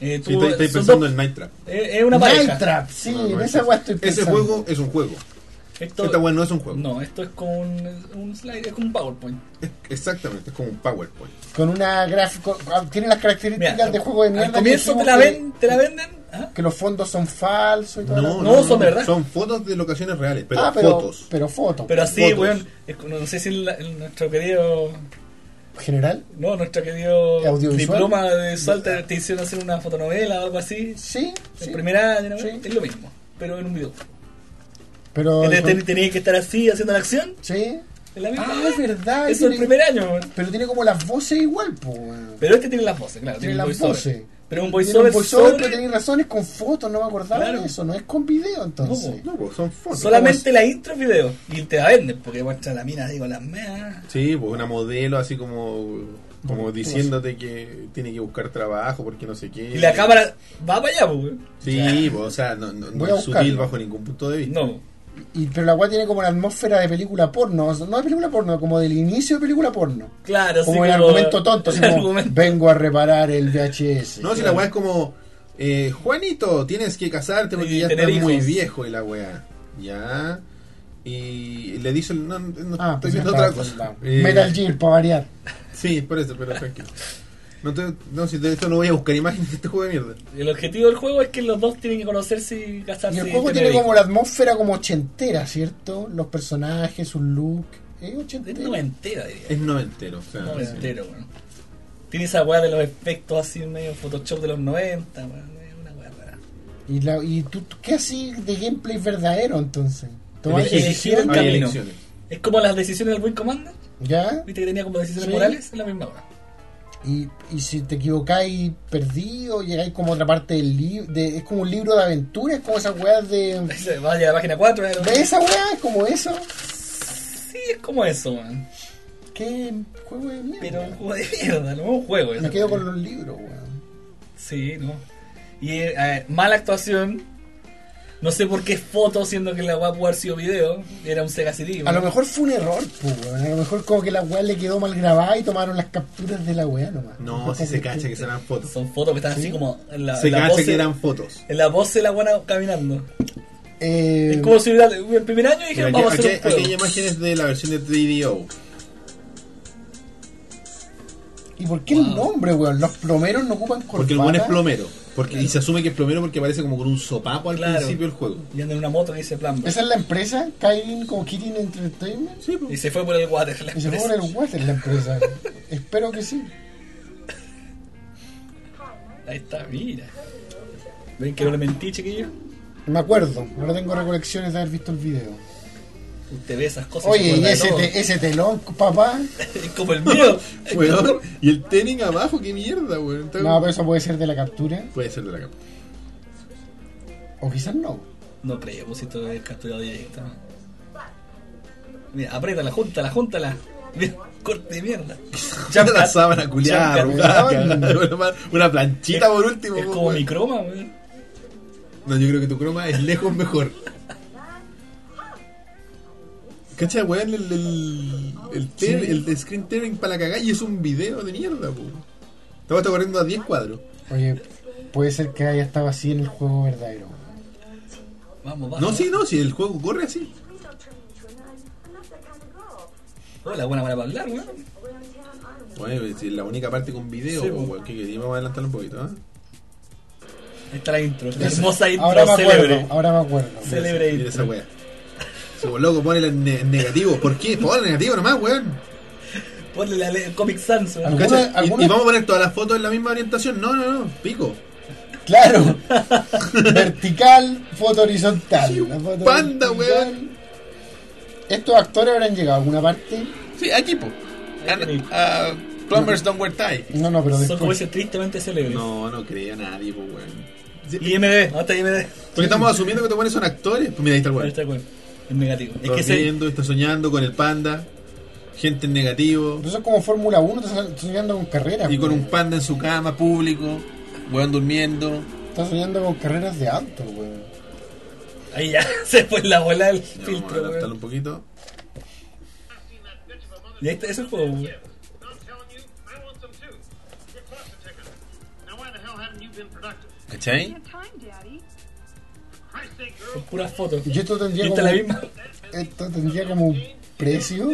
[SPEAKER 3] eh,
[SPEAKER 1] Sí,
[SPEAKER 3] tú-
[SPEAKER 1] estoy, estoy
[SPEAKER 3] son
[SPEAKER 1] pensando
[SPEAKER 3] dos-
[SPEAKER 1] en Night Trap.
[SPEAKER 3] Es es una
[SPEAKER 2] Night
[SPEAKER 3] pareja.
[SPEAKER 2] Trap, sí,
[SPEAKER 1] No, no,
[SPEAKER 2] en
[SPEAKER 1] es-
[SPEAKER 2] esa wea estoy
[SPEAKER 1] Ese
[SPEAKER 2] pensando.
[SPEAKER 1] juego es un juego.
[SPEAKER 3] Esto,
[SPEAKER 1] Esta weá no es un juego.
[SPEAKER 3] No, esto es con un, un slide, es como un PowerPoint.
[SPEAKER 2] Este
[SPEAKER 1] Es- exactamente, es como un PowerPoint.
[SPEAKER 2] Con una gráfico. ah, Tiene las características
[SPEAKER 3] Mira,
[SPEAKER 2] de juego de
[SPEAKER 3] al
[SPEAKER 2] mierda. que
[SPEAKER 3] comienzo te
[SPEAKER 2] dijimos
[SPEAKER 3] la,
[SPEAKER 2] que-
[SPEAKER 3] ven, te la venden. ¿ah?
[SPEAKER 2] Que los fondos son falsos y todo.
[SPEAKER 1] No,
[SPEAKER 3] no, son verdad.
[SPEAKER 1] Son fotos de locaciones reales, pero,
[SPEAKER 2] ah, pero
[SPEAKER 1] fotos.
[SPEAKER 2] Pero fotos.
[SPEAKER 3] Pero así,
[SPEAKER 1] Fotos.
[SPEAKER 3] weón, es como- no sé si el- el- nuestro querido
[SPEAKER 2] General,
[SPEAKER 3] No, nuestro querido
[SPEAKER 2] Audiovisual.
[SPEAKER 3] diploma de Salta te hicieron hacer una fotonovela o algo así.
[SPEAKER 2] sí.
[SPEAKER 3] El
[SPEAKER 2] sí.
[SPEAKER 3] primer año, ¿no?
[SPEAKER 2] Sí.
[SPEAKER 3] es lo mismo, pero en un video.
[SPEAKER 2] Pero.
[SPEAKER 3] Ten- ten- Tenías que estar así haciendo la acción.
[SPEAKER 2] Sí.
[SPEAKER 3] en la misma
[SPEAKER 2] Ah,
[SPEAKER 3] hora.
[SPEAKER 2] es verdad.
[SPEAKER 3] Eso es el
[SPEAKER 2] tiene-
[SPEAKER 3] primer año. weón.
[SPEAKER 2] Pero tiene como las voces igual, po. weón.
[SPEAKER 3] Pero este tiene las voces, claro.
[SPEAKER 2] Tiene las
[SPEAKER 3] voiceover.
[SPEAKER 2] voces.
[SPEAKER 3] Pero
[SPEAKER 2] Tiene
[SPEAKER 3] un
[SPEAKER 2] un voiceover,
[SPEAKER 3] voiceover, Pues sobre-
[SPEAKER 2] pero tenéis razones con fotos, no me acordaba
[SPEAKER 3] Claro.
[SPEAKER 2] de eso, no es con video entonces.
[SPEAKER 1] No, pues son fotos.
[SPEAKER 3] solamente la intro video. Y te la venden, porque muestra la mina, digo, las meas.
[SPEAKER 1] Sí, pues una modelo así como como diciéndote que tiene que buscar trabajo porque no sé qué.
[SPEAKER 3] Y la cámara va para allá, pues. weón.
[SPEAKER 1] Sí, pues, o sea, no, no, no
[SPEAKER 2] Voy a
[SPEAKER 1] es sutil
[SPEAKER 2] buscarlo.
[SPEAKER 1] bajo ningún punto de vista.
[SPEAKER 3] No,
[SPEAKER 2] Y, pero la weá tiene como una atmósfera de película porno, o sea, no de película porno, como del inicio de película porno.
[SPEAKER 3] claro, sí,
[SPEAKER 2] como el argumento tonto, así
[SPEAKER 3] el
[SPEAKER 2] como,
[SPEAKER 3] argumento.
[SPEAKER 2] vengo a reparar el VHS.
[SPEAKER 1] No, si la weá es como, eh, Juanito, tienes que casarte porque
[SPEAKER 3] Y
[SPEAKER 1] ya
[SPEAKER 3] tener
[SPEAKER 1] estás muy
[SPEAKER 3] hijos.
[SPEAKER 1] viejo y la weá. Ya. Y le dice, no, no
[SPEAKER 2] Ah,
[SPEAKER 1] estoy
[SPEAKER 2] pues
[SPEAKER 1] viendo
[SPEAKER 2] está,
[SPEAKER 1] otra cosa.
[SPEAKER 2] está.
[SPEAKER 1] Eh,
[SPEAKER 2] Metal Gear, para variar.
[SPEAKER 1] Sí, por eso, pero tranquilo. No, te- no, si de esto no voy a buscar imágenes de este juego de mierda.
[SPEAKER 3] El objetivo del juego es que los dos tienen que conocerse y casarse.
[SPEAKER 2] Y el
[SPEAKER 3] y
[SPEAKER 2] juego
[SPEAKER 3] tener
[SPEAKER 2] tiene como
[SPEAKER 3] hijos.
[SPEAKER 2] la atmósfera como ochentera, ¿cierto? Los personajes, su look. ¿Es
[SPEAKER 3] Es
[SPEAKER 2] ochentera?
[SPEAKER 3] noventera, diría.
[SPEAKER 1] Es noventero. O sea, sí.
[SPEAKER 3] noventero, weón. Tiene esa weá de los efectos así medio Photoshop de los 90, weón. Es una weá rara.
[SPEAKER 2] ¿Y, la, y tú, tú- qué así de gameplay verdadero entonces? ¿Tomas
[SPEAKER 1] Elegí-
[SPEAKER 3] decisión,
[SPEAKER 1] hay
[SPEAKER 3] camino.
[SPEAKER 1] elecciones.
[SPEAKER 3] Es como las decisiones del Wing Commander.
[SPEAKER 2] ya?
[SPEAKER 3] Viste que tenía como decisiones
[SPEAKER 2] Sí.
[SPEAKER 3] morales, es la misma weá.
[SPEAKER 2] Y, y si te equivocáis, perdí o llegáis como a otra parte del libro. Es como un libro de aventuras, como esas weas de.
[SPEAKER 3] Se Vaya a la página 4. eh,
[SPEAKER 2] ¿Ves esa wea? Es como eso.
[SPEAKER 3] Sí, es como eso, weón.
[SPEAKER 2] ¿Qué juego de mierda?
[SPEAKER 3] Pero un juego de mierda, no es un juego.
[SPEAKER 2] Me
[SPEAKER 3] esa
[SPEAKER 2] quedo
[SPEAKER 3] weá.
[SPEAKER 2] con los libros, weón.
[SPEAKER 3] Sí, no. Y eh, eh, mala actuación. No sé por qué es foto, siendo que la weá pudo haber sido video. Era un Sega CD.
[SPEAKER 2] A
[SPEAKER 3] weón.
[SPEAKER 2] lo mejor fue un error, po, weón. A lo mejor como que la weá le quedó mal grabada y tomaron las capturas de la weá nomás.
[SPEAKER 1] No, si se cacha que serán fotos.
[SPEAKER 3] Son fotos que están así
[SPEAKER 2] Sí.
[SPEAKER 3] como en la,
[SPEAKER 1] Se
[SPEAKER 3] en la
[SPEAKER 1] cacha
[SPEAKER 3] pose,
[SPEAKER 1] que eran fotos.
[SPEAKER 3] en la pose de la buena caminando.
[SPEAKER 2] Eh,
[SPEAKER 3] Es como si hubiera hubiera el primer año y
[SPEAKER 1] Mira,
[SPEAKER 3] dijeron,
[SPEAKER 1] aquí,
[SPEAKER 3] vamos a
[SPEAKER 1] aquí-
[SPEAKER 3] hacer un
[SPEAKER 1] aquí hay
[SPEAKER 3] juego.
[SPEAKER 1] imágenes de la versión de 3DO.
[SPEAKER 2] ¿Y por qué el nombre, weón? Los plomeros no ocupan corbata.
[SPEAKER 1] Porque el buen es plomero. Porque, Y se asume que es plomero porque aparece como con un sopapo al
[SPEAKER 3] Claro.
[SPEAKER 1] principio del juego.
[SPEAKER 3] Y anda en una moto que dice plan B.
[SPEAKER 2] Esa es la empresa, Kylin como Kirin Entertainment.
[SPEAKER 1] Sí,
[SPEAKER 3] Y
[SPEAKER 1] pues.
[SPEAKER 3] se fue por el water. La
[SPEAKER 2] Y se
[SPEAKER 3] empresa.
[SPEAKER 2] pone el water la empresa. Espero que sí.
[SPEAKER 3] Ahí está, mira. ¿Ven que no le mentí, chiquillo?
[SPEAKER 2] Me acuerdo, ahora tengo recolecciones de haber visto el video.
[SPEAKER 3] Usted ve esas cosas. se
[SPEAKER 2] Oye, este, y
[SPEAKER 3] acuerda de
[SPEAKER 2] ese,
[SPEAKER 3] todo.
[SPEAKER 2] te- ese telón, papá.
[SPEAKER 3] Es como el mío.
[SPEAKER 1] Weón, y el tenis abajo, qué mierda, weón. Está-
[SPEAKER 2] No, pero eso puede ser de la captura.
[SPEAKER 1] Puede ser de la capa.
[SPEAKER 2] O quizás no.
[SPEAKER 3] No creo, pues esto es capturado directo. ¿no? Mira, apriétala, júntala, júntala. Mira, corte de mierda.
[SPEAKER 1] Ya la sábana culiada,
[SPEAKER 3] Champa-
[SPEAKER 1] arrugada,
[SPEAKER 2] weón.
[SPEAKER 1] cagada, Una planchita por último.
[SPEAKER 3] Es
[SPEAKER 1] po,
[SPEAKER 3] como
[SPEAKER 1] weón.
[SPEAKER 3] mi croma, weón.
[SPEAKER 1] No, yo creo que tu croma es lejos mejor. Cacha, weón, el, el, el, tear- el de screen tearing para la cagada y es un video de mierda, po. Estaba hasta corriendo a 10 cuadros.
[SPEAKER 2] Oye, puede ser que haya estado así en el juego verdadero.
[SPEAKER 3] Vamos, vamos.
[SPEAKER 1] No, sí, no, si el juego corre así.
[SPEAKER 3] Hola, buena para hablar, weón.
[SPEAKER 1] Bueno, si es la única parte con video,
[SPEAKER 3] Sí,
[SPEAKER 1] po,
[SPEAKER 3] po.
[SPEAKER 1] weón, que queríamos adelantar un poquito, ¿ah?
[SPEAKER 3] Ahí está la intro. La hermosa intro
[SPEAKER 2] Ahora me
[SPEAKER 3] célebre.
[SPEAKER 2] acuerdo, ahora me acuerdo.
[SPEAKER 3] Célebre
[SPEAKER 1] Mira esa
[SPEAKER 3] intro.
[SPEAKER 1] weá. Si vos loco, ponele en ne- en negativo. ¿Por qué? Ponle en negativo nomás, weón.
[SPEAKER 3] Ponle la le- Comic Sans, weón.
[SPEAKER 2] Alguna-
[SPEAKER 1] Cacha, y-
[SPEAKER 2] alguna-
[SPEAKER 1] Y, vamos a poner todas las fotos en la misma orientación. No, no, no, pico.
[SPEAKER 2] Claro. Vertical, foto horizontal.
[SPEAKER 1] Sí,
[SPEAKER 2] La foto
[SPEAKER 1] panda,
[SPEAKER 2] horizontal.
[SPEAKER 1] weón.
[SPEAKER 2] ¿Estos actores habrán llegado a alguna parte?
[SPEAKER 1] Sí, aquí, po.
[SPEAKER 3] tenéis.
[SPEAKER 1] Ah, plumbers don't wear tie.
[SPEAKER 2] No, no, pero
[SPEAKER 3] Son como
[SPEAKER 2] después.
[SPEAKER 3] ese tristemente célebre.
[SPEAKER 1] No, no creo a nadie, pues, weón. Sí,
[SPEAKER 3] Y IMD, ¿dónde está IMD?
[SPEAKER 1] porque estamos asumiendo que estos buenos son actores. Pues mira, ahí está el
[SPEAKER 3] Ahí
[SPEAKER 1] weón.
[SPEAKER 3] está, weón. Es negativo.
[SPEAKER 2] Pues
[SPEAKER 3] Es que
[SPEAKER 1] Está
[SPEAKER 3] se.
[SPEAKER 1] viendo, está soñando con el panda. Gente en negativo.
[SPEAKER 2] Entonces como Fórmula 1 te estás soñando con carreras.
[SPEAKER 1] Y con
[SPEAKER 2] weón.
[SPEAKER 1] un panda en su cama, público. Weón durmiendo.
[SPEAKER 2] Estás soñando con carreras de auto, weón.
[SPEAKER 3] Ahí ya se fue la bola del
[SPEAKER 1] Ya, vamos a
[SPEAKER 3] filtro,
[SPEAKER 1] adaptarlo
[SPEAKER 3] weón.
[SPEAKER 1] un poquito.
[SPEAKER 3] Y ahí está, eso es juego, weón.
[SPEAKER 1] ¿Cachai?
[SPEAKER 3] Son puras fotos.
[SPEAKER 2] Y esto
[SPEAKER 3] Y
[SPEAKER 2] tendría
[SPEAKER 3] esta
[SPEAKER 2] como...
[SPEAKER 3] es la misma.
[SPEAKER 2] Esto tendría como un precio.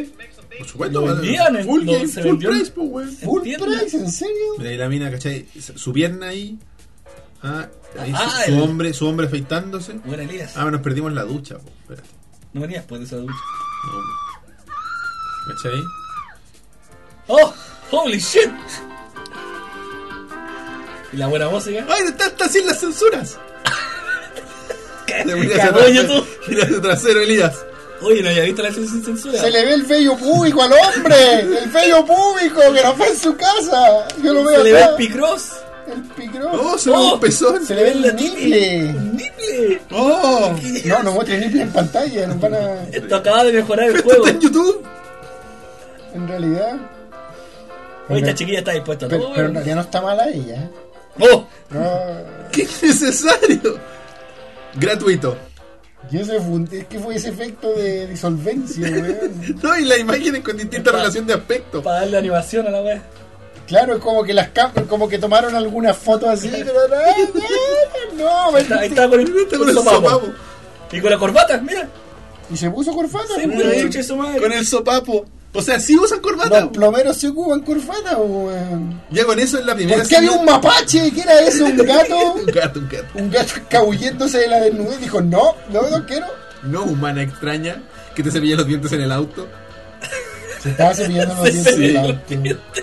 [SPEAKER 1] Por supuesto,
[SPEAKER 3] Lo
[SPEAKER 1] weón.
[SPEAKER 3] vendían en-
[SPEAKER 1] Full
[SPEAKER 3] lo-
[SPEAKER 1] game,
[SPEAKER 3] se
[SPEAKER 1] full
[SPEAKER 3] vendió en-
[SPEAKER 1] price, pues, weón.
[SPEAKER 2] Full
[SPEAKER 3] Entiendo.
[SPEAKER 2] price, ¿en serio?
[SPEAKER 1] Mira ahí la mina, ¿cachai? Su pierna ahí. Ah, ahí
[SPEAKER 3] Ah,
[SPEAKER 1] su, su
[SPEAKER 3] el-
[SPEAKER 1] hombre, su hombre afeitándose.
[SPEAKER 3] Buena Elías.
[SPEAKER 1] Ah, nos perdimos la ducha, po. Espérate.
[SPEAKER 3] No venías después de esa ducha.
[SPEAKER 1] No. ¿Cachai?
[SPEAKER 3] ¡Oh! ¡Holy shit! Y la buena música.
[SPEAKER 1] ¡Ay, no está, está sin las censuras! Debería
[SPEAKER 3] Cagó
[SPEAKER 1] ser-
[SPEAKER 3] YouTube.
[SPEAKER 1] Mira ese trasero, Elías.
[SPEAKER 3] Oye, no había visto la acción sin censura.
[SPEAKER 2] Se le ve el vello público al hombre. El vello público que no fue en su casa. Yo lo veo
[SPEAKER 3] Se le ve el
[SPEAKER 2] acá.
[SPEAKER 3] picross.
[SPEAKER 2] el picro.
[SPEAKER 1] ¡Oh! Se le ve
[SPEAKER 3] ¡Oh!
[SPEAKER 1] un pezón.
[SPEAKER 2] Se le ve el
[SPEAKER 3] nible!
[SPEAKER 2] nible.
[SPEAKER 3] ¡Un nible!
[SPEAKER 1] ¡Oh!
[SPEAKER 2] No, no muestre nible en pantalla, nos van a.
[SPEAKER 3] Esto acaba de mejorar el
[SPEAKER 1] Esto
[SPEAKER 3] juego.
[SPEAKER 1] está en YouTube.
[SPEAKER 2] En realidad.
[SPEAKER 3] Oye, esta
[SPEAKER 2] Pero-
[SPEAKER 3] chiquilla está dispuesta a
[SPEAKER 2] Pero,
[SPEAKER 3] todo.
[SPEAKER 2] pero en
[SPEAKER 3] weón.
[SPEAKER 2] realidad no está mala ella.
[SPEAKER 3] ¡Oh!
[SPEAKER 2] No.
[SPEAKER 1] ¡Qué innecesario! Gratuito.
[SPEAKER 2] Y ese fue, un- es que fue ese efecto de disolvencia, weón.
[SPEAKER 1] No, y las imágenes con distinta relación de aspecto.
[SPEAKER 3] Para darle animación a la wea.
[SPEAKER 2] Claro, es como que las cam- como que tomaron algunas fotos así, pero no, no, no,
[SPEAKER 3] Ahí está con el,
[SPEAKER 1] Está con el
[SPEAKER 3] sopapo.
[SPEAKER 1] sopapo.
[SPEAKER 3] Y con la corbata, mira.
[SPEAKER 2] Y se puso corbata,
[SPEAKER 3] Sí,
[SPEAKER 2] weón.
[SPEAKER 3] pues, chucha su madre.
[SPEAKER 1] Con el sopapo. O sea, sí usan corbata.
[SPEAKER 2] Los plomeros se ocupan corbata, weón.
[SPEAKER 1] Ya con eso es la primera.
[SPEAKER 2] ¿Por qué había un mapache? ¿Qué era eso? ¿Un gato?
[SPEAKER 1] Un gato, un gato.
[SPEAKER 2] Un gato escabulléndose de la desnudez. Dijo, no, no, no quiero.
[SPEAKER 1] No humana extraña que te cepilla los dientes en el auto.
[SPEAKER 2] Se estaba cepillando los dientes
[SPEAKER 1] Sí.
[SPEAKER 2] del auto.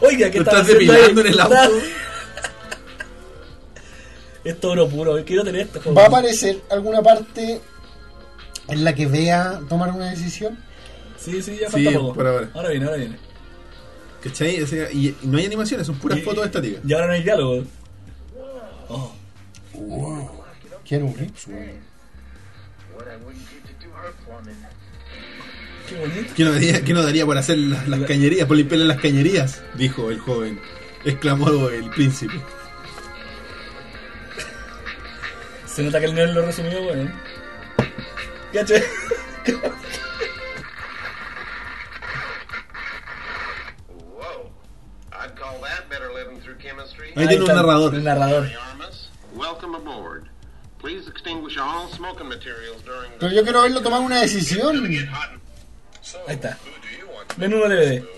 [SPEAKER 3] Oiga, ¿qué
[SPEAKER 1] Lo
[SPEAKER 3] estás
[SPEAKER 1] estás
[SPEAKER 3] haciendo ahí?
[SPEAKER 1] depilando en el auto.
[SPEAKER 3] Es todo puro, quiero tener esto.
[SPEAKER 2] ¿Va a
[SPEAKER 3] joder.
[SPEAKER 2] aparecer alguna parte en la que vea tomar una decisión?
[SPEAKER 3] Sí, sí, ya
[SPEAKER 1] Sí,
[SPEAKER 3] falta poco.
[SPEAKER 1] por ahora.
[SPEAKER 3] Ahora viene, ahora viene.
[SPEAKER 1] ¿Cachai? O sea, y, y no hay animaciones, son puras
[SPEAKER 3] Y-
[SPEAKER 1] fotos estáticas.
[SPEAKER 3] Y ahora no hay diálogo. Oh,
[SPEAKER 2] Quiero un rips, weón.
[SPEAKER 3] qué bonito.
[SPEAKER 1] ¿Qué no daría, qué no daría por hacer las, las cañerías, por limpiarle las cañerías? Dijo el joven. Exclamó el príncipe.
[SPEAKER 3] Se nota que el nivel lo resumió, weón. ¿Caché?
[SPEAKER 5] Whoa. I'd call that better living through chemistry.
[SPEAKER 1] Ahí tiene un
[SPEAKER 3] está
[SPEAKER 1] narrador.
[SPEAKER 3] El narrador.
[SPEAKER 5] Armas, welcome aboard. Please extinguish all smoking materials during
[SPEAKER 2] Pero yo quiero verlo tomar una decisión.
[SPEAKER 5] So,
[SPEAKER 3] Ahí está.
[SPEAKER 5] who do you want to
[SPEAKER 3] Menú DVD.
[SPEAKER 5] move?